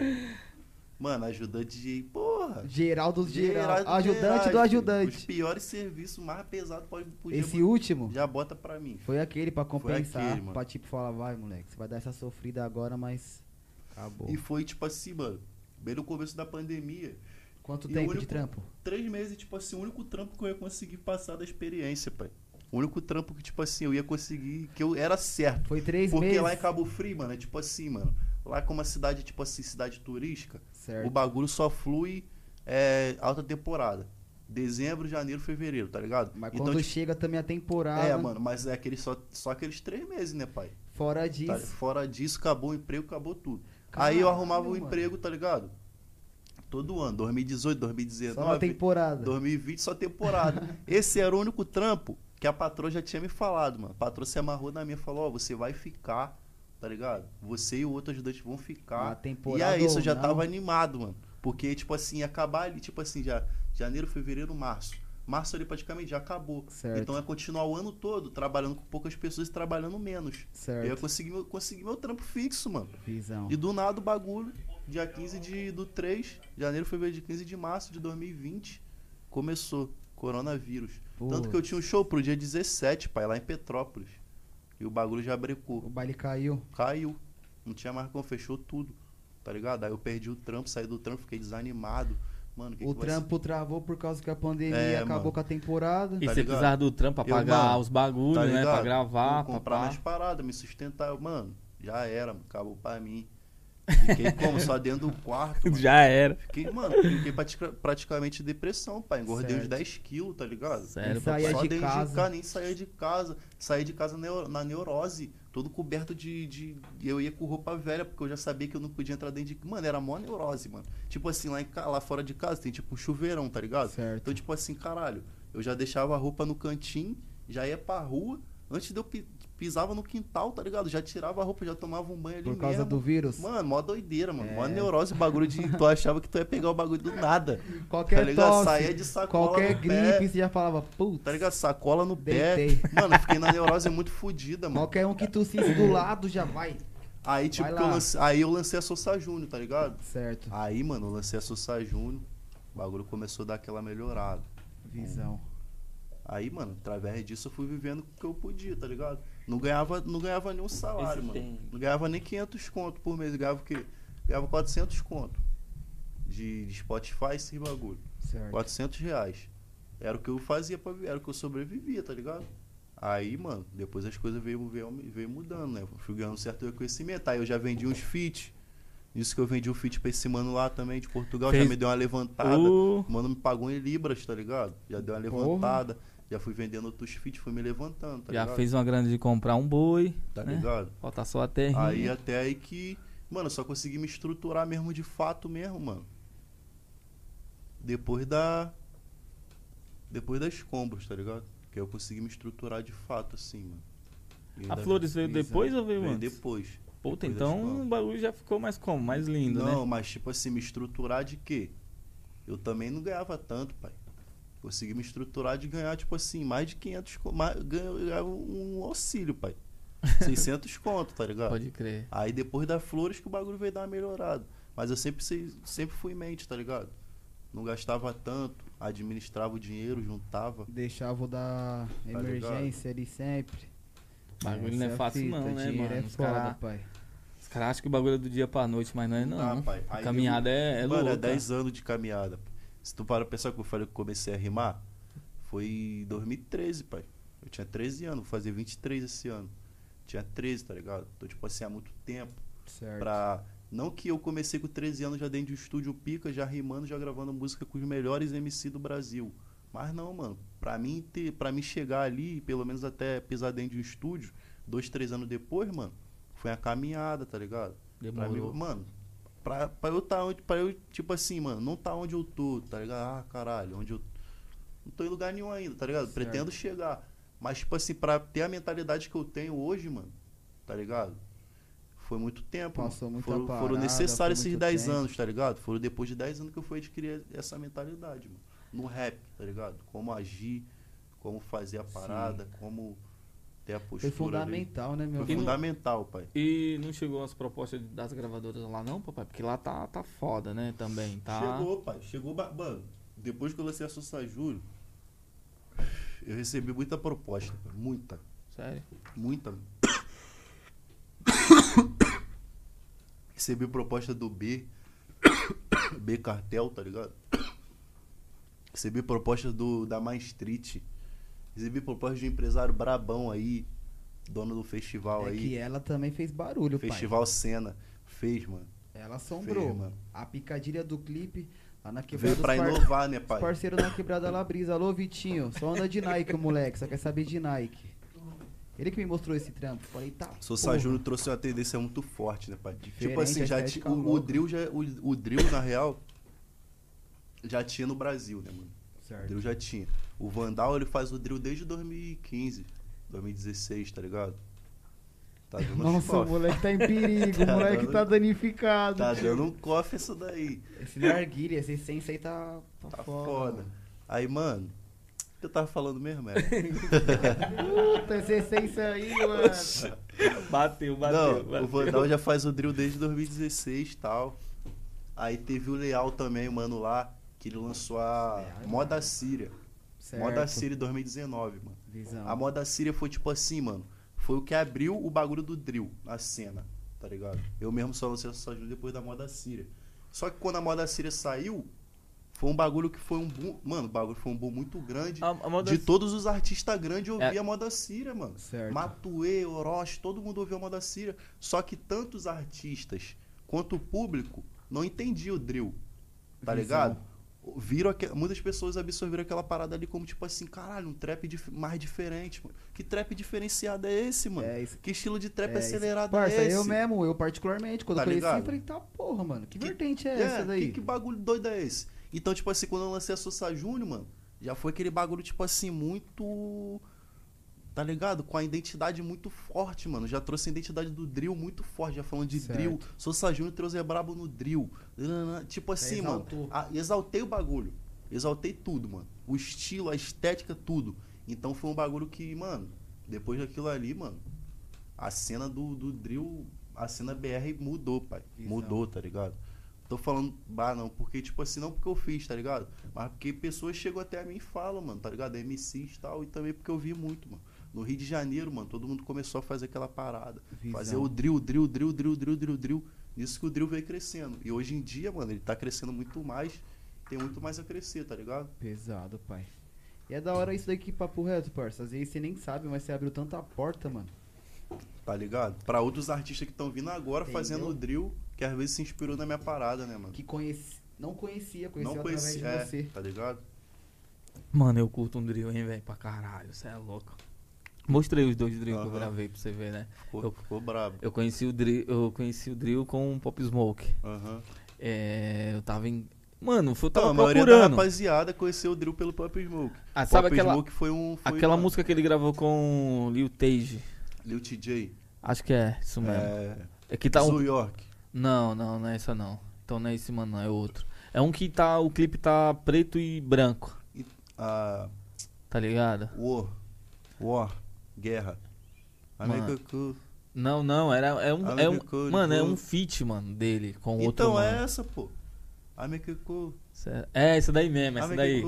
[SPEAKER 2] Mano, ajudante de. Porra!
[SPEAKER 3] Geral dos geral.
[SPEAKER 2] geral,
[SPEAKER 3] Ajudante do
[SPEAKER 2] geral, tipo, Os
[SPEAKER 3] ajudante.
[SPEAKER 2] piores serviços, mais pesado pode podia
[SPEAKER 3] Esse último
[SPEAKER 2] Já bota pra mim.
[SPEAKER 3] foi aquele pra compensar.
[SPEAKER 2] aquele, mano.
[SPEAKER 3] pra tipo falar, vai, moleque, você vai dar essa sofrida agora, mas. Acabou.
[SPEAKER 2] E foi tipo assim, mano, bem no começo da pandemia.
[SPEAKER 3] Quanto
[SPEAKER 2] e o
[SPEAKER 3] tempo de
[SPEAKER 2] único-
[SPEAKER 3] trampo?
[SPEAKER 2] Três meses, tipo assim, o único trampo que eu ia conseguir passar da experiência, pai. O único trampo que, tipo assim, eu ia conseguir, que eu era certo.
[SPEAKER 3] Foi três
[SPEAKER 2] Porque
[SPEAKER 3] meses.
[SPEAKER 2] lá em Cabo Frio, mano, é tipo assim, mano. Lá como uma cidade, tipo assim, cidade turística, o
[SPEAKER 3] Certo.
[SPEAKER 2] bagulho só flui é, alta temporada. Dezembro, janeiro, fevereiro, tá ligado?
[SPEAKER 3] Mas
[SPEAKER 2] então,
[SPEAKER 3] quando né?
[SPEAKER 2] tipo,
[SPEAKER 3] chega também a temporada,
[SPEAKER 2] é, mano, mas é aquele só, só aqueles três meses, né, pai?
[SPEAKER 3] fora
[SPEAKER 2] Tá-
[SPEAKER 3] disso.
[SPEAKER 2] fora disso, acabou o emprego, acabou tudo. Aí eu arrumava o
[SPEAKER 3] Caralho, mano.
[SPEAKER 2] emprego, tá ligado? Todo ano, 2018,
[SPEAKER 3] Só uma
[SPEAKER 2] 2019,
[SPEAKER 3] temporada.
[SPEAKER 2] 2020, só temporada. Esse era o único trampo que a patroa já tinha me falado, mano. A patroa se amarrou na minha, falou, ó, você vai ficar, tá ligado? Você e o outro ajudante vão
[SPEAKER 3] Uma
[SPEAKER 2] ficar. tá? E
[SPEAKER 3] temporada.
[SPEAKER 2] aí, isso
[SPEAKER 3] ou
[SPEAKER 2] eu já
[SPEAKER 3] não.
[SPEAKER 2] tava animado, mano. Porque, tipo assim, ia acabar ali, tipo assim, já janeiro, fevereiro, março. Março ali praticamente já acabou.
[SPEAKER 3] Certo.
[SPEAKER 2] Então é continuar o ano todo trabalhando com poucas pessoas e trabalhando menos. Eu ia
[SPEAKER 3] Certo.
[SPEAKER 2] conseguir, meu- conseguir meu trampo fixo, mano.
[SPEAKER 3] Visão.
[SPEAKER 2] E do nada o bagulho, dia 15 de, do 3, janeiro, fevereiro, de 15 de março de 2020, começou coronavírus. Tanto que eu tinha um show pro dia 17, pai, lá em Petrópolis. E o bagulho já
[SPEAKER 3] O
[SPEAKER 2] brecou.
[SPEAKER 3] baile caiu.
[SPEAKER 2] Caiu. Não tinha mais como, fechou tudo. Tá ligado? Aí eu perdi o trampo, saí do trampo, fiquei desanimado. Mano, que
[SPEAKER 3] o
[SPEAKER 2] que vai ser?
[SPEAKER 3] trampo travou por causa que a pandemia
[SPEAKER 2] É,
[SPEAKER 3] acabou
[SPEAKER 2] mano.
[SPEAKER 3] com a temporada.
[SPEAKER 1] E
[SPEAKER 2] tá
[SPEAKER 1] você
[SPEAKER 2] ligado?
[SPEAKER 1] precisava do trampo pra
[SPEAKER 2] Eu,
[SPEAKER 1] pagar
[SPEAKER 2] mano,
[SPEAKER 1] os bagulhos,
[SPEAKER 2] tá
[SPEAKER 1] né? Pra
[SPEAKER 2] ligado?
[SPEAKER 1] gravar,
[SPEAKER 2] Vou
[SPEAKER 1] pra
[SPEAKER 2] comprar
[SPEAKER 1] pá.
[SPEAKER 2] mais paradas, me sustentar. Eu, Mano, já era, mano, acabou pra mim. Fiquei como? Só dentro do quarto. mano.
[SPEAKER 1] Já era.
[SPEAKER 2] Fiquei, mano, fiquei pratica- praticamente depressão, pai. Engordei
[SPEAKER 3] Certo.
[SPEAKER 2] uns 10 quilos, tá ligado?
[SPEAKER 1] Sério,
[SPEAKER 3] Isso aí Saía
[SPEAKER 2] Só
[SPEAKER 3] de
[SPEAKER 2] dentro
[SPEAKER 3] casa.
[SPEAKER 2] casa, nem saía de casa. Saía de casa neu- na neurose, todo coberto de, de- Eu ia com roupa velha, porque eu já sabia que eu não podia entrar dentro de. Mano, era mó neurose, mano. Tipo assim, lá, em ca- lá fora de casa tem tipo um chuveirão, tá ligado?
[SPEAKER 3] Certo.
[SPEAKER 2] Então, tipo assim, caralho, eu já deixava a roupa no cantinho, já ia pra rua, antes de eu pi- pisava no quintal, tá ligado? Já tirava a roupa, já tomava um banho ali
[SPEAKER 3] Por causa
[SPEAKER 2] mesmo.
[SPEAKER 3] do vírus.
[SPEAKER 2] Mano, mó doideira, mano. Mó
[SPEAKER 3] É.
[SPEAKER 2] neurose, bagulho de. Tu achava que tu ia pegar o bagulho do nada. tá
[SPEAKER 3] qualquer
[SPEAKER 2] ligado?
[SPEAKER 3] tosse,
[SPEAKER 2] Saía de sacola
[SPEAKER 3] qualquer
[SPEAKER 2] no
[SPEAKER 3] gripe,
[SPEAKER 2] pé.
[SPEAKER 3] você já falava, putz,
[SPEAKER 2] Tá ligado? Sacola no
[SPEAKER 3] Deitei.
[SPEAKER 2] pé. Mano, eu fiquei na neurose muito fodida, mano.
[SPEAKER 3] qualquer um que tossisse do lado já vai.
[SPEAKER 2] Aí, tipo,
[SPEAKER 3] Vai
[SPEAKER 2] que eu
[SPEAKER 3] lá.
[SPEAKER 2] lance- aí eu lancei a Sousa Júnior, tá ligado?
[SPEAKER 3] Certo.
[SPEAKER 2] Aí, mano, eu lancei a Sousa Júnior. O bagulho começou a dar aquela melhorada.
[SPEAKER 3] Visão.
[SPEAKER 2] Aí, mano, através disso eu fui vivendo o que eu podia, tá ligado? Não ganhava, não ganhava nenhum salário,
[SPEAKER 1] Esse
[SPEAKER 2] mano.
[SPEAKER 1] tem.
[SPEAKER 2] Não ganhava nem 500 conto por mês. Eu ganhava o quê? Ganhava 400 conto. De, de Spotify, esse bagulho.
[SPEAKER 3] Certo.
[SPEAKER 2] 400 reais. Era o que eu fazia, pra, vi- era o que eu sobrevivia, tá ligado? Aí, mano, depois as coisas veio, veio, veio mudando, né? Fui ganhando um certo reconhecimento. Aí eu já vendi uns feat. Isso que eu vendi um feat pra esse mano lá também, de Portugal.
[SPEAKER 1] Fez-
[SPEAKER 2] Já me deu uma levantada.
[SPEAKER 1] Uh.
[SPEAKER 2] O mano me pagou em libras, tá ligado? Já deu uma
[SPEAKER 3] Porra.
[SPEAKER 2] levantada. Já fui vendendo outros feat, fui me levantando, tá
[SPEAKER 1] já
[SPEAKER 2] ligado?
[SPEAKER 1] fez uma grande de comprar um boi,
[SPEAKER 2] Tá
[SPEAKER 1] né?
[SPEAKER 2] ligado?
[SPEAKER 1] falta só a terrinha.
[SPEAKER 2] Aí até aí que, mano, eu só consegui me estruturar mesmo de fato mesmo, mano. Depois da depois das combos, tá ligado? Que eu consegui me estruturar de fato assim, mano. E
[SPEAKER 1] a
[SPEAKER 2] ainda-
[SPEAKER 1] Flores veio depois ou veio
[SPEAKER 2] veio
[SPEAKER 1] antes?
[SPEAKER 2] depois.
[SPEAKER 1] Puta,
[SPEAKER 2] depois da
[SPEAKER 1] então
[SPEAKER 2] escola.
[SPEAKER 1] o bagulho já ficou mais como? Mais lindo,
[SPEAKER 2] não,
[SPEAKER 1] né?
[SPEAKER 2] mas tipo assim, me estruturar de quê? Eu também não ganhava tanto, pai. Consegui me estruturar de ganhar, tipo assim, mais de 500 co- mais, ganhava um auxílio, pai. 600 conto, tá ligado?
[SPEAKER 1] Pode crer.
[SPEAKER 2] Aí depois da Flores que o bagulho veio dar uma melhorada. Mas eu sempre, sei- sempre fui em mente, tá ligado? Não gastava tanto, administrava o dinheiro, juntava.
[SPEAKER 3] Deixava o
[SPEAKER 2] Tá
[SPEAKER 3] da emergência ali sempre.
[SPEAKER 1] O bagulho
[SPEAKER 3] Essa
[SPEAKER 1] não
[SPEAKER 3] é
[SPEAKER 1] é
[SPEAKER 3] a
[SPEAKER 1] fácil
[SPEAKER 3] fita,
[SPEAKER 1] não, né,
[SPEAKER 3] dinheiro
[SPEAKER 1] mano?
[SPEAKER 3] É
[SPEAKER 1] os
[SPEAKER 3] foda,
[SPEAKER 1] caras
[SPEAKER 3] pai.
[SPEAKER 1] cara acham que o bagulho é do dia pra noite, mas não é
[SPEAKER 2] Não
[SPEAKER 1] não.
[SPEAKER 2] dá, pai.
[SPEAKER 1] A
[SPEAKER 2] Aí
[SPEAKER 1] caminhada é, é
[SPEAKER 2] Mano,
[SPEAKER 1] louca.
[SPEAKER 2] é 10 anos de caminhada. pô. Se tu para pensar que eu falei que eu comecei a rimar, foi em 2013, pai. Eu tinha 13 anos, vou fazer 23 esse ano. Tinha 13, tá ligado? Então, tipo assim, há muito tempo.
[SPEAKER 3] Certo.
[SPEAKER 2] Pra... Não que eu comecei com 13 anos já dentro de um estúdio pica, já rimando, já gravando música com os melhores MC do Brasil. Mas não, mano. Pra mim, ter, pra mim chegar ali, pelo menos até pisar dentro de um estúdio, dois, três anos depois, mano, foi uma caminhada, tá ligado? Pra mim,
[SPEAKER 1] Demorou.
[SPEAKER 2] mano, pra, pra eu tá onde. Pra eu, tipo assim, mano, não tá onde eu tô, tá ligado? Ah, caralho, onde eu. Não tô em lugar nenhum ainda, tá ligado?
[SPEAKER 1] Certo.
[SPEAKER 2] Pretendo chegar. Mas, tipo assim, pra ter a mentalidade que eu tenho hoje, mano, tá ligado? Foi muito tempo. mano.
[SPEAKER 3] Passou muita
[SPEAKER 2] foram,
[SPEAKER 3] parada,
[SPEAKER 2] foram necessários
[SPEAKER 3] foi
[SPEAKER 2] esses
[SPEAKER 3] muito
[SPEAKER 2] 10
[SPEAKER 3] tempo.
[SPEAKER 2] anos, tá ligado? Foram depois de 10 anos que eu fui adquirir essa mentalidade, mano. No rap, tá ligado? Como agir, como fazer a parada, como ter a postura.
[SPEAKER 3] Foi
[SPEAKER 2] ali.
[SPEAKER 3] fundamental, né, meu?
[SPEAKER 2] Foi
[SPEAKER 1] Porque não-
[SPEAKER 2] fundamental, pai.
[SPEAKER 1] E não chegou as propostas das gravadoras lá não, papai? Porque lá tá, tá foda, né? Também, tá?
[SPEAKER 2] Chegou, pai. Chegou, ba- mano. Depois que eu lancei a Sousa Júlio, eu recebi muita proposta, pai. muita,
[SPEAKER 1] Sério.
[SPEAKER 2] muita. recebi proposta do B, B Cartel, tá ligado? Recebi proposta do da Main Street. Recebi proposta de um empresário brabão aí, dono do festival
[SPEAKER 3] É
[SPEAKER 2] aí,
[SPEAKER 3] que é, ela também fez barulho,
[SPEAKER 2] Festival Cena. Fez, mano.
[SPEAKER 3] pai. Ela assombrou.
[SPEAKER 2] Fez, mano.
[SPEAKER 3] A picadilha do clipe, lá na quebrada
[SPEAKER 2] Veio
[SPEAKER 3] um dos
[SPEAKER 2] pra
[SPEAKER 3] par-
[SPEAKER 2] inovar, né,
[SPEAKER 3] Os
[SPEAKER 2] pai?
[SPEAKER 3] parceiros na quebrada lá brisa. Alô, Vitinho, só anda de Nike, moleque. Só quer saber de Nike. Ele que me mostrou esse trampo. Falei, tá.
[SPEAKER 2] Sousa
[SPEAKER 3] porra.
[SPEAKER 2] Júnior trouxe uma tendência muito forte, né, pai?
[SPEAKER 3] Diferente,
[SPEAKER 2] tipo assim, já ti,
[SPEAKER 3] estética
[SPEAKER 2] o, o
[SPEAKER 3] louca.
[SPEAKER 2] drill já o, o drill na real já tinha no Brasil, né, mano? O drill já tinha. O Vandal ele faz o drill desde 2015, 2016, tá ligado? Tá dando um
[SPEAKER 3] Nossa, o
[SPEAKER 2] cofre.
[SPEAKER 3] moleque tá em perigo. O
[SPEAKER 2] Tá
[SPEAKER 3] moleque
[SPEAKER 2] dando-
[SPEAKER 3] tá danificado.
[SPEAKER 2] Tá dando um cofre isso daí.
[SPEAKER 3] Esse narguilha, esse essência aí tá, tá,
[SPEAKER 2] Tá
[SPEAKER 3] foda.
[SPEAKER 2] foda. Aí, mano, o que eu tava falando mesmo, é.
[SPEAKER 3] Puta, essa essência aí, mano.
[SPEAKER 1] Bateu,
[SPEAKER 2] Não, o Vandal já faz o drill desde 2016 e tal. Aí teve o Leal também, mano, lá, que ele lançou a
[SPEAKER 3] Leal, é né?
[SPEAKER 2] Moda Síria.
[SPEAKER 3] Certo. Então.
[SPEAKER 2] Moda Síria 2019, mano.
[SPEAKER 3] Visão.
[SPEAKER 2] A Moda Síria foi tipo assim, mano. Foi o que abriu o bagulho do drill na cena, tá ligado? Eu mesmo só lancei essa ajuda depois da Moda Síria. Só que quando a Moda Síria saiu, foi um bagulho que foi um boom. Mano, o bagulho foi um boom muito grande.
[SPEAKER 1] A, a moda
[SPEAKER 2] De todos os artistas grandes eu
[SPEAKER 1] É.
[SPEAKER 2] ouvia a moda síria, mano.
[SPEAKER 3] Certo.
[SPEAKER 2] Matuê, Orochi, todo mundo ouvia a moda síria. Só que tanto os artistas quanto o público não entendia o drill. Tá
[SPEAKER 3] Visão.
[SPEAKER 2] ligado? Viram aque- Muitas pessoas absorveram aquela parada ali como tipo assim, caralho, um trap dif- mais diferente, mano. Que trap diferenciado é esse, mano?
[SPEAKER 3] É isso.
[SPEAKER 2] Que estilo de trap
[SPEAKER 3] é isso.
[SPEAKER 2] acelerado
[SPEAKER 3] Parça,
[SPEAKER 2] é esse?
[SPEAKER 3] eu mesmo, eu particularmente, quando
[SPEAKER 2] Tá
[SPEAKER 3] eu conheci,
[SPEAKER 2] ligado?
[SPEAKER 3] eu falei, tá porra, mano, que,
[SPEAKER 2] Que-
[SPEAKER 3] vertente é,
[SPEAKER 2] É,
[SPEAKER 3] essa daí?
[SPEAKER 2] Que, que bagulho doido é esse? Então, tipo assim, quando eu lancei a Sousa Júnior, mano, já foi aquele bagulho, tipo assim, muito. Tá ligado? Com a identidade muito forte, mano. Já trouxe a identidade do drill muito forte. Já falando de
[SPEAKER 3] Certo.
[SPEAKER 2] drill. Sousa Júnior trouxe é brabo no drill. Nananã. Tipo assim, mano.
[SPEAKER 3] exaltou.
[SPEAKER 2] a- exaltei o bagulho. Exaltei tudo, mano. O estilo, a estética, tudo. Então foi um bagulho que, mano, depois daquilo ali, mano, a cena do, do drill, a cena BR mudou, pai.
[SPEAKER 3] Visão.
[SPEAKER 2] Mudou, tá ligado? Tô falando, bah, não, porque, tipo assim, não porque eu fiz, tá ligado? Mas porque pessoas chegam até a mim e falam, mano, tá ligado? MCs e tal, e também porque eu vi muito, mano. No Rio de Janeiro, mano, todo mundo começou a fazer aquela parada.
[SPEAKER 3] Visão.
[SPEAKER 2] Fazer o drill, drill, drill, drill, drill, drill, drill. Nisso que o drill veio crescendo. E hoje em dia, mano, ele tá crescendo muito mais. Tem muito mais a crescer, tá ligado?
[SPEAKER 3] Pesado, pai. E é da hora isso daqui, papo reto, parça. Às vezes você nem sabe, mas você abriu tanta porta, mano.
[SPEAKER 2] Tá ligado? Pra outros artistas que estão vindo agora
[SPEAKER 3] Entendeu?
[SPEAKER 2] fazendo o drill, que às vezes se inspirou na minha parada, né, mano?
[SPEAKER 3] Que conheci, não conhecia, conhecia
[SPEAKER 2] não
[SPEAKER 3] através
[SPEAKER 2] conheci,
[SPEAKER 3] de
[SPEAKER 2] é,
[SPEAKER 3] você.
[SPEAKER 2] tá ligado?
[SPEAKER 1] Mano, eu curto um drill, hein, velho, pra caralho. Você é louco. Mostrei os dois drills que eu
[SPEAKER 2] Aham.
[SPEAKER 1] gravei pra você ver, né?
[SPEAKER 2] Ficou,
[SPEAKER 1] Eu-
[SPEAKER 2] ficou brabo.
[SPEAKER 1] Eu conheci o drill, eu conheci o drill com o Pop Smoke.
[SPEAKER 2] Aham.
[SPEAKER 1] É, eu tava em. Mano, foi- eu
[SPEAKER 2] Então,
[SPEAKER 1] tava
[SPEAKER 2] a maioria da
[SPEAKER 1] procurando.
[SPEAKER 2] rapaziada conheceu o drill pelo Pop Smoke.
[SPEAKER 1] Ah, sabe
[SPEAKER 2] Pop
[SPEAKER 1] aquela,
[SPEAKER 2] Smoke foi um. Foi
[SPEAKER 1] aquela
[SPEAKER 2] uma-
[SPEAKER 1] música que ele gravou com o Lil Tage?
[SPEAKER 2] Lil TJ.
[SPEAKER 1] Acho que é, isso mesmo.
[SPEAKER 2] É,
[SPEAKER 1] É que tá um
[SPEAKER 2] New York.
[SPEAKER 1] Não, não, não é essa não. Então não é esse, mano, não, é outro. É um que tá. O clipe tá preto e branco,
[SPEAKER 2] A
[SPEAKER 1] tá ligado?
[SPEAKER 2] War. War. Guerra.
[SPEAKER 1] Mano.
[SPEAKER 2] América Cu.
[SPEAKER 1] Não, não, era, é um.
[SPEAKER 2] Ah,
[SPEAKER 1] É um
[SPEAKER 2] Nicole,
[SPEAKER 1] mano, é
[SPEAKER 2] Nicole.
[SPEAKER 1] um feat, mano, dele com um outro.
[SPEAKER 2] Então é
[SPEAKER 1] mano.
[SPEAKER 2] essa, pô. América Cu.
[SPEAKER 1] Cê- É, essa daí mesmo, essa daí.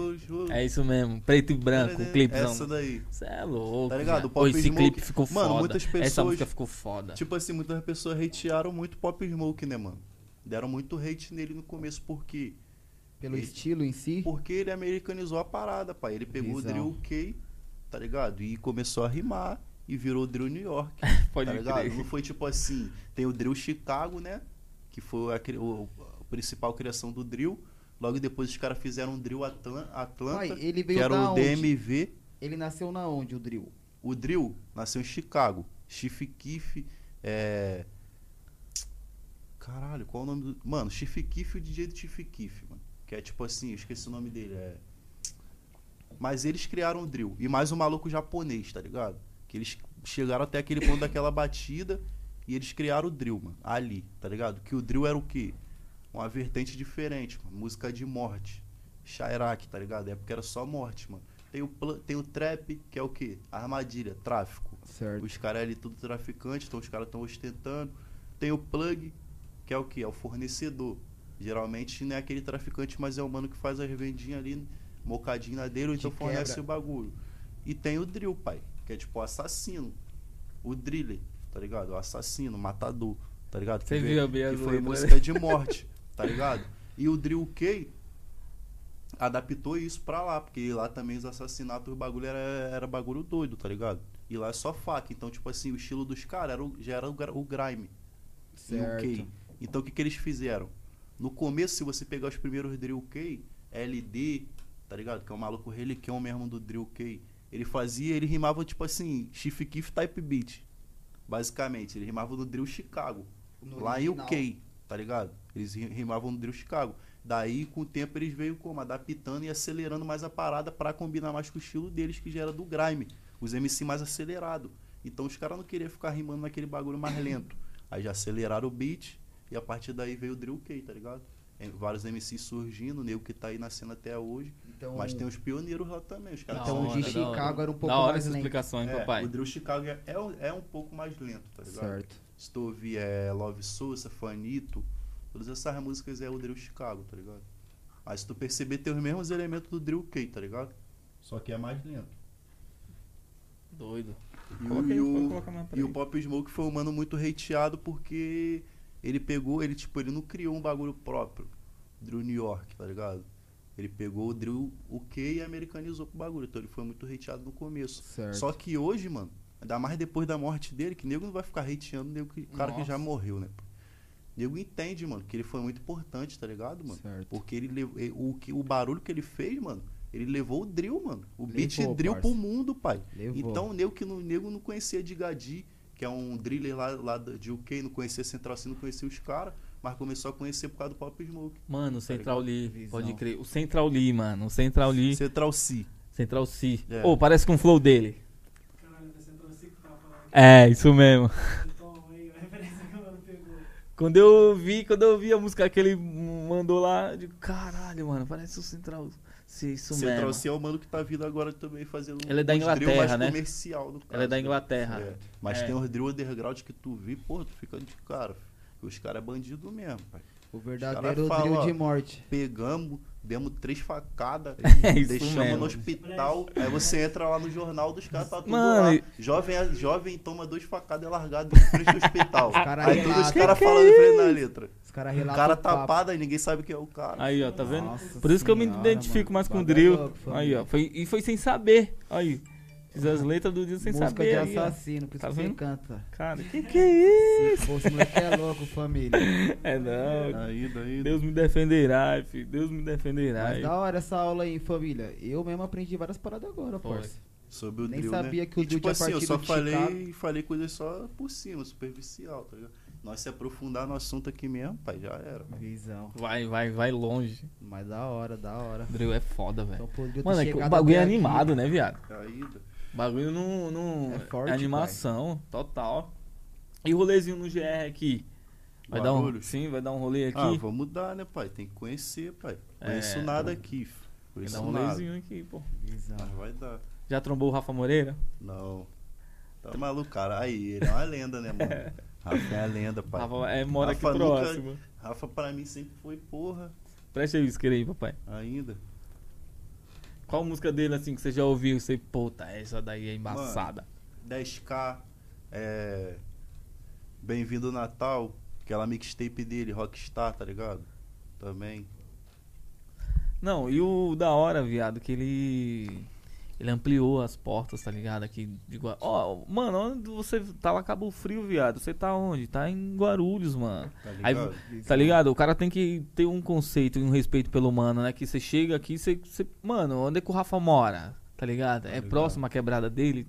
[SPEAKER 1] É isso mesmo, preto e branco, um
[SPEAKER 2] Essa
[SPEAKER 1] clipezão.
[SPEAKER 2] daí.
[SPEAKER 1] Você é louco.
[SPEAKER 2] Tá ligado?
[SPEAKER 1] viado.
[SPEAKER 2] O
[SPEAKER 1] Pô,
[SPEAKER 2] Pop
[SPEAKER 1] esse
[SPEAKER 2] Smoke-
[SPEAKER 1] clipe ficou
[SPEAKER 2] Mano,
[SPEAKER 1] foda.
[SPEAKER 2] muitas
[SPEAKER 1] Essa
[SPEAKER 2] pessoas-
[SPEAKER 1] música ficou foda.
[SPEAKER 2] Tipo assim, muitas pessoas hatearam muito Pop Smoke, né, mano? Deram muito hate nele no começo, porque
[SPEAKER 3] Pelo
[SPEAKER 2] Ele-
[SPEAKER 3] estilo em si.
[SPEAKER 2] Porque ele americanizou a parada, pai. Ele pegou
[SPEAKER 3] Visão.
[SPEAKER 2] o drill K, tá ligado? E começou a rimar e virou o drill New York,
[SPEAKER 1] Pode
[SPEAKER 2] tá ligado?
[SPEAKER 1] crer.
[SPEAKER 2] Não foi tipo assim, tem o drill Chicago, né? Que foi a, cri- o, a principal criação do drill. Logo depois os caras fizeram um drill Atlan- Atlanta,
[SPEAKER 3] Pai, ele
[SPEAKER 2] que
[SPEAKER 3] veio
[SPEAKER 2] era
[SPEAKER 3] da
[SPEAKER 2] o
[SPEAKER 3] onde?
[SPEAKER 2] DMV.
[SPEAKER 3] Ele nasceu na onde, o drill?
[SPEAKER 2] O drill nasceu em Chicago. Chief Keef, é... Caralho, qual o nome do... Mano, Chief Keef e o DJ do Chief Keef, mano. Que é tipo assim, eu esqueci o nome dele, é... Mas eles criaram o drill. E mais um maluco japonês, tá ligado? Que eles chegaram até aquele ponto daquela batida e eles criaram o drill, mano. Ali, tá ligado? Que o drill era o quê? Uma vertente diferente, mano. Música de morte. Shairak, tá ligado? É porque era só morte, mano. Tem o, pla- tem o trap, que é o quê? Armadilha, tráfico.
[SPEAKER 3] Certo.
[SPEAKER 2] Os caras ali tudo traficante, então os caras estão ostentando. Tem o plug, que é o que? É o fornecedor. Geralmente não é aquele traficante, mas é o mano que faz as vendinhas ali, mocadinho na dele, ou
[SPEAKER 3] Te
[SPEAKER 2] então fornece
[SPEAKER 3] quebra.
[SPEAKER 2] o bagulho. E tem o drill, pai, que é tipo o assassino. O driller, tá ligado? O assassino, o matador, tá ligado? Que
[SPEAKER 1] Você
[SPEAKER 2] veio-
[SPEAKER 1] viu bem
[SPEAKER 2] que
[SPEAKER 1] as
[SPEAKER 2] foi
[SPEAKER 1] letras.
[SPEAKER 2] música de morte, tá ligado? E o drill K adaptou isso pra lá, porque lá também os assassinatos, o bagulho era, era bagulho doido, tá ligado? E lá é só faca. Então, tipo assim, o estilo dos caras era o- já era o, gra- o grime.
[SPEAKER 3] Certo.
[SPEAKER 2] UK. Então, o que, que eles fizeram? No começo, se você pegar os primeiros Drill K, LD, tá ligado? Que é o maluco reliquião mesmo do Drill K. Ele fazia, ele rimava, tipo assim, Chief Keef Type Beat. Basicamente, ele rimava no Drill Chicago.
[SPEAKER 3] No
[SPEAKER 2] lá em
[SPEAKER 3] original.
[SPEAKER 2] UK, tá ligado? Eles ri- rimavam no Drill Chicago. Daí, com o tempo, eles veio como? Adaptando e acelerando mais a parada pra combinar mais com o estilo deles, que já era do grime. Os MC mais acelerado. Então, os caras não queriam ficar rimando naquele bagulho mais lento. Aí já aceleraram o beat e a partir daí veio o Drill K, tá ligado? Em- Vários MCs surgindo, o nego que tá aí na cena até hohoje.
[SPEAKER 3] Então,
[SPEAKER 2] Mas tem os pioneiros lá também, os caras
[SPEAKER 1] Da
[SPEAKER 3] Então,
[SPEAKER 2] são
[SPEAKER 3] o de
[SPEAKER 1] hora, da hora.
[SPEAKER 3] Chicago era um pouco
[SPEAKER 1] Da hora
[SPEAKER 3] mais
[SPEAKER 1] essa
[SPEAKER 3] lento.
[SPEAKER 1] explicação, hein,
[SPEAKER 2] É,
[SPEAKER 1] papai?
[SPEAKER 2] O Drill Chicago é, é, um- é um pouco mais lento, tá ligado?
[SPEAKER 3] Certo.
[SPEAKER 2] Se tu ouvir é, Love Sousa, Fanito, todas essas músicas é o Drill Chicago, tá ligado? Mas se tu perceber, tem os mesmos elementos do Drill K, tá ligado? Só que é mais lento.
[SPEAKER 1] Doido.
[SPEAKER 2] E o-
[SPEAKER 1] Coloca aí,
[SPEAKER 2] e o-
[SPEAKER 1] pode colocar mais pra
[SPEAKER 2] E o
[SPEAKER 1] aí.
[SPEAKER 2] Pop Smoke foi um mano muito hateado porque ele pegou, ele tipo, ele não criou um bagulho próprio. Drill New York, tá ligado? Ele pegou o Drill o que e americanizou pro bagulho. Então ele foi muito hateado no começo.
[SPEAKER 3] Certo.
[SPEAKER 2] Só que hoje, mano, ainda mais depois da morte dele, que nego não vai ficar hateando nego que- o cara que já
[SPEAKER 1] Nossa.
[SPEAKER 2] morreu, né? Nego entende, mano, que ele foi muito importante, tá ligado, mano?
[SPEAKER 3] Certo.
[SPEAKER 2] Porque ele levou, e- o, que- o barulho que ele fez, mano, ele levou o drill, mano. O beat
[SPEAKER 3] Levou,
[SPEAKER 2] drill pro
[SPEAKER 3] parça.
[SPEAKER 2] mundo, pai.
[SPEAKER 3] Levou.
[SPEAKER 2] Então o nego, que não, o nego não conhecia Digadi, que é um driller lá, lá da- de UK, não conhecia Central C, não conhecia os caras, mas começou a conhecer por causa do Pop Smoke.
[SPEAKER 1] Mano, o Central Lee,
[SPEAKER 3] Tá Visão.
[SPEAKER 1] pode crer. O Central Lee, mano. O Central Lee,
[SPEAKER 2] Central C.
[SPEAKER 1] Central C.
[SPEAKER 2] É.
[SPEAKER 1] Ô, parece com o flow dele.
[SPEAKER 5] Caralho, tá sendo você que tava falando
[SPEAKER 1] É, isso mesmo.
[SPEAKER 5] aqui. Então, aí, a referência que o mano pegou.
[SPEAKER 1] Quando eu vi, quando eu vi a música que ele mandou lá, eu digo, caralho, mano, parece o Central C, isso
[SPEAKER 2] Central
[SPEAKER 1] mesmo.
[SPEAKER 2] C é o mano que tá vindo agora também fazendo
[SPEAKER 1] Ele é da
[SPEAKER 2] uns drill mais
[SPEAKER 1] Inglaterra, né?
[SPEAKER 2] comercial, no caso,
[SPEAKER 1] Ela é da
[SPEAKER 2] né?
[SPEAKER 1] Inglaterra.
[SPEAKER 2] É, Mas
[SPEAKER 1] É.
[SPEAKER 2] tem uns drill underground que tu vi, pô, tu fica de cara. filho. Os caras é bandido mesmo, pai.
[SPEAKER 3] O verdadeiro
[SPEAKER 2] Os cara
[SPEAKER 3] drill
[SPEAKER 2] fala,
[SPEAKER 3] de
[SPEAKER 2] ó,
[SPEAKER 3] morte.
[SPEAKER 2] Pegamos, demos três facadas,
[SPEAKER 1] É isso
[SPEAKER 2] deixamos
[SPEAKER 1] mesmo.
[SPEAKER 2] no hospital. Aí você entra lá no jornal dos caras, tá tudo
[SPEAKER 1] Mano,
[SPEAKER 2] lá.
[SPEAKER 1] e-
[SPEAKER 2] Jovem, jovem toma duas facadas e é largado em frente ao hospital.
[SPEAKER 3] cara
[SPEAKER 2] aí tudo os
[SPEAKER 3] relata.
[SPEAKER 2] caras
[SPEAKER 3] Que
[SPEAKER 1] é
[SPEAKER 2] falando em frente da letra.
[SPEAKER 3] Os caras
[SPEAKER 2] O
[SPEAKER 3] relatam.
[SPEAKER 2] cara tá
[SPEAKER 3] o papo.
[SPEAKER 2] tapado, aí ninguém sabe quem é o cara.
[SPEAKER 1] Aí, ó, tá vendo?
[SPEAKER 3] Nossa
[SPEAKER 1] Por isso que eu me
[SPEAKER 3] senhora,
[SPEAKER 1] identifico
[SPEAKER 3] mano.
[SPEAKER 1] mais com o
[SPEAKER 3] Bagulho
[SPEAKER 1] drill.
[SPEAKER 3] louco, família. Uhum.
[SPEAKER 1] Aí, ó. Foi, e foi sem saber. Aí. Fiz as letras do dia sem
[SPEAKER 3] Música
[SPEAKER 1] saber.
[SPEAKER 3] de
[SPEAKER 1] aí, ó.
[SPEAKER 3] assassino, por isso
[SPEAKER 1] Tá
[SPEAKER 3] que você
[SPEAKER 1] vendo?
[SPEAKER 3] canta.
[SPEAKER 1] Cara, que que é isso?
[SPEAKER 3] Pô, esse moleque é louco, família.
[SPEAKER 1] É não.
[SPEAKER 2] Aí, daí.
[SPEAKER 1] Deus me defenderá, filho. Deus me defenderá.
[SPEAKER 3] Mas da hora essa aula aí, família. Eu mesmo aprendi várias paradas agora,
[SPEAKER 1] Foi.
[SPEAKER 3] parça.
[SPEAKER 2] Sobre o
[SPEAKER 3] Nem
[SPEAKER 2] drill,
[SPEAKER 3] sabia
[SPEAKER 2] né?
[SPEAKER 3] que o
[SPEAKER 2] E,
[SPEAKER 3] drill
[SPEAKER 2] tipo
[SPEAKER 3] tinha
[SPEAKER 2] assim, eu
[SPEAKER 3] partido
[SPEAKER 2] só
[SPEAKER 3] de
[SPEAKER 2] falei, falei coisas só por cima, superficial, tá ligado? Nós se aprofundar no assunto aqui mesmo, pai, já era.
[SPEAKER 3] Visão.
[SPEAKER 1] Vai, vai, vai longe.
[SPEAKER 3] Mas da hora, da hora.
[SPEAKER 1] Drill é foda, velho.
[SPEAKER 3] Então, pô, drill ter
[SPEAKER 1] Mano, é que o
[SPEAKER 3] chegado
[SPEAKER 1] bagulho é
[SPEAKER 3] até aqui.
[SPEAKER 1] animado, né, viado?
[SPEAKER 2] Aí,
[SPEAKER 1] O bagulho não. não
[SPEAKER 3] É forte,
[SPEAKER 1] animação, total. E o rolezinho no GR aqui? Vai dar um.
[SPEAKER 2] Barulhos.
[SPEAKER 1] Sim, vai dar um rolê aqui.
[SPEAKER 2] Ah, vamos dar, né, pai? Tem que conhecer, pai. Conheço
[SPEAKER 1] É.
[SPEAKER 2] nada aqui. fi.
[SPEAKER 1] vai
[SPEAKER 2] Conheço
[SPEAKER 1] dar um
[SPEAKER 2] nada.
[SPEAKER 1] rolezinho aqui, pô.
[SPEAKER 3] Visão.
[SPEAKER 2] Ah, vai dar.
[SPEAKER 1] Já trombou o Rafa Moreira?
[SPEAKER 2] Não. Tá maluco, cara. Aí, ele é uma lenda, né, mano? Rafa é a lenda, pai.
[SPEAKER 1] Rafa é, mora
[SPEAKER 2] Rafa
[SPEAKER 1] aqui
[SPEAKER 2] nunca-
[SPEAKER 1] próximo.
[SPEAKER 2] Rafa pra mim sempre foi porra,
[SPEAKER 1] Preste aí o isqueiro aí, papai.
[SPEAKER 2] ainda.
[SPEAKER 1] Qual música dele, assim, que você já ouviu e você, puta, essa daí é embaçada.
[SPEAKER 2] 10k, é... Bem-vindo Natal, aquela mixtape dele, Rockstar, tá ligado? Também.
[SPEAKER 1] Não, e o da hora, viado, que ele. Ele ampliou as portas, tá ligado? Aqui de Gua... Ó, mano, onde você tá lá Cabo Frio, viado? Você tá onde? Tá em Guarulhos, mano.
[SPEAKER 2] Tá
[SPEAKER 1] Aí,
[SPEAKER 2] ligado?
[SPEAKER 1] tá ligado? O cara tem que ter um conceito e um respeito pelo mano, né? Que você chega aqui, você, você- Mano, onde é que o Rafa mora? Tá ligado? É
[SPEAKER 2] ligado.
[SPEAKER 1] próximo à quebrada dele.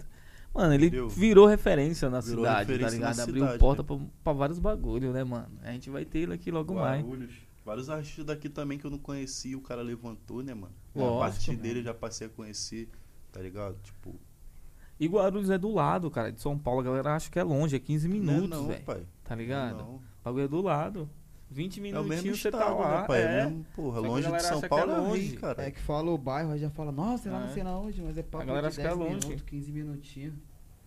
[SPEAKER 1] Mano, ele
[SPEAKER 2] Entendeu?
[SPEAKER 1] virou referência na
[SPEAKER 2] Virou
[SPEAKER 1] cidade,
[SPEAKER 2] referência
[SPEAKER 1] tá ligado?
[SPEAKER 2] na
[SPEAKER 1] Abriu
[SPEAKER 2] cidade,
[SPEAKER 1] né, porta pra, pra vários bagulho, né, mano? A gente vai ter ele aqui logo mais.
[SPEAKER 2] Guarulhos. Vários artistas daqui também que eu não conhecia, o cara levantou, né, mano?
[SPEAKER 1] Lógico,
[SPEAKER 2] a partir
[SPEAKER 1] mano.
[SPEAKER 2] dele eu já passei a conhecer, tá ligado? Tipo.
[SPEAKER 1] E Guarulhos é do lado, cara, de São Paulo. A galera acha que é longe, é 15
[SPEAKER 2] não é
[SPEAKER 1] minutos,
[SPEAKER 2] não,
[SPEAKER 1] velho.
[SPEAKER 2] pai.
[SPEAKER 1] Tá
[SPEAKER 2] Não é
[SPEAKER 1] ligado?
[SPEAKER 2] não.
[SPEAKER 1] O bagulho é do lado. 20
[SPEAKER 2] É o mesmo
[SPEAKER 1] minutinhos você
[SPEAKER 2] estado,
[SPEAKER 1] tá lá.
[SPEAKER 2] né, pai?
[SPEAKER 1] é.
[SPEAKER 2] É mesmo, porra,
[SPEAKER 1] Só que a
[SPEAKER 2] longe de
[SPEAKER 1] galera
[SPEAKER 2] São
[SPEAKER 1] acha que é
[SPEAKER 2] Paulo é o
[SPEAKER 1] longe.
[SPEAKER 2] Rio, cara.
[SPEAKER 3] É que fala o bairro, aí já fala, nossa, lá
[SPEAKER 1] Ah,
[SPEAKER 3] não
[SPEAKER 1] é.
[SPEAKER 3] sei na onde, mas é papo
[SPEAKER 1] galera
[SPEAKER 3] de
[SPEAKER 1] acha que é
[SPEAKER 3] 10
[SPEAKER 1] longe.
[SPEAKER 3] minutos, 15 minutinhos,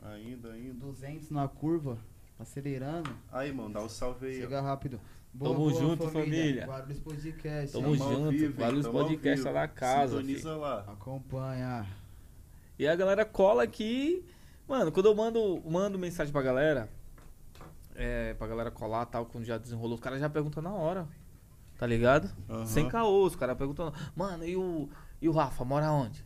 [SPEAKER 2] Ainda, ainda.
[SPEAKER 3] 200 na curva, acelerando,
[SPEAKER 2] Aí, mano, dá um salve aí. ó.
[SPEAKER 3] chega rápido.
[SPEAKER 1] Tamo junto, família.
[SPEAKER 3] Guarulhos Podcast. é
[SPEAKER 1] Tamo
[SPEAKER 2] Tamo
[SPEAKER 3] amor.
[SPEAKER 2] ao
[SPEAKER 1] junto,
[SPEAKER 2] vivo, hein?
[SPEAKER 1] Guarulhos
[SPEAKER 2] Tamo ao
[SPEAKER 1] Podcast
[SPEAKER 2] vivo.
[SPEAKER 1] tá na casa,
[SPEAKER 2] Sintoniza lá.
[SPEAKER 3] Acompanha.
[SPEAKER 1] E a galera cola aqui. Mano, quando eu mando, mando mensagem pra galera, é, pra galera colar tal, quando já desenrolou, os caras já perguntam na hora. Tá ligado?
[SPEAKER 2] Aham.
[SPEAKER 1] Sem caô, os caras perguntam. na- Mano, e o, e o Rafa mora onde?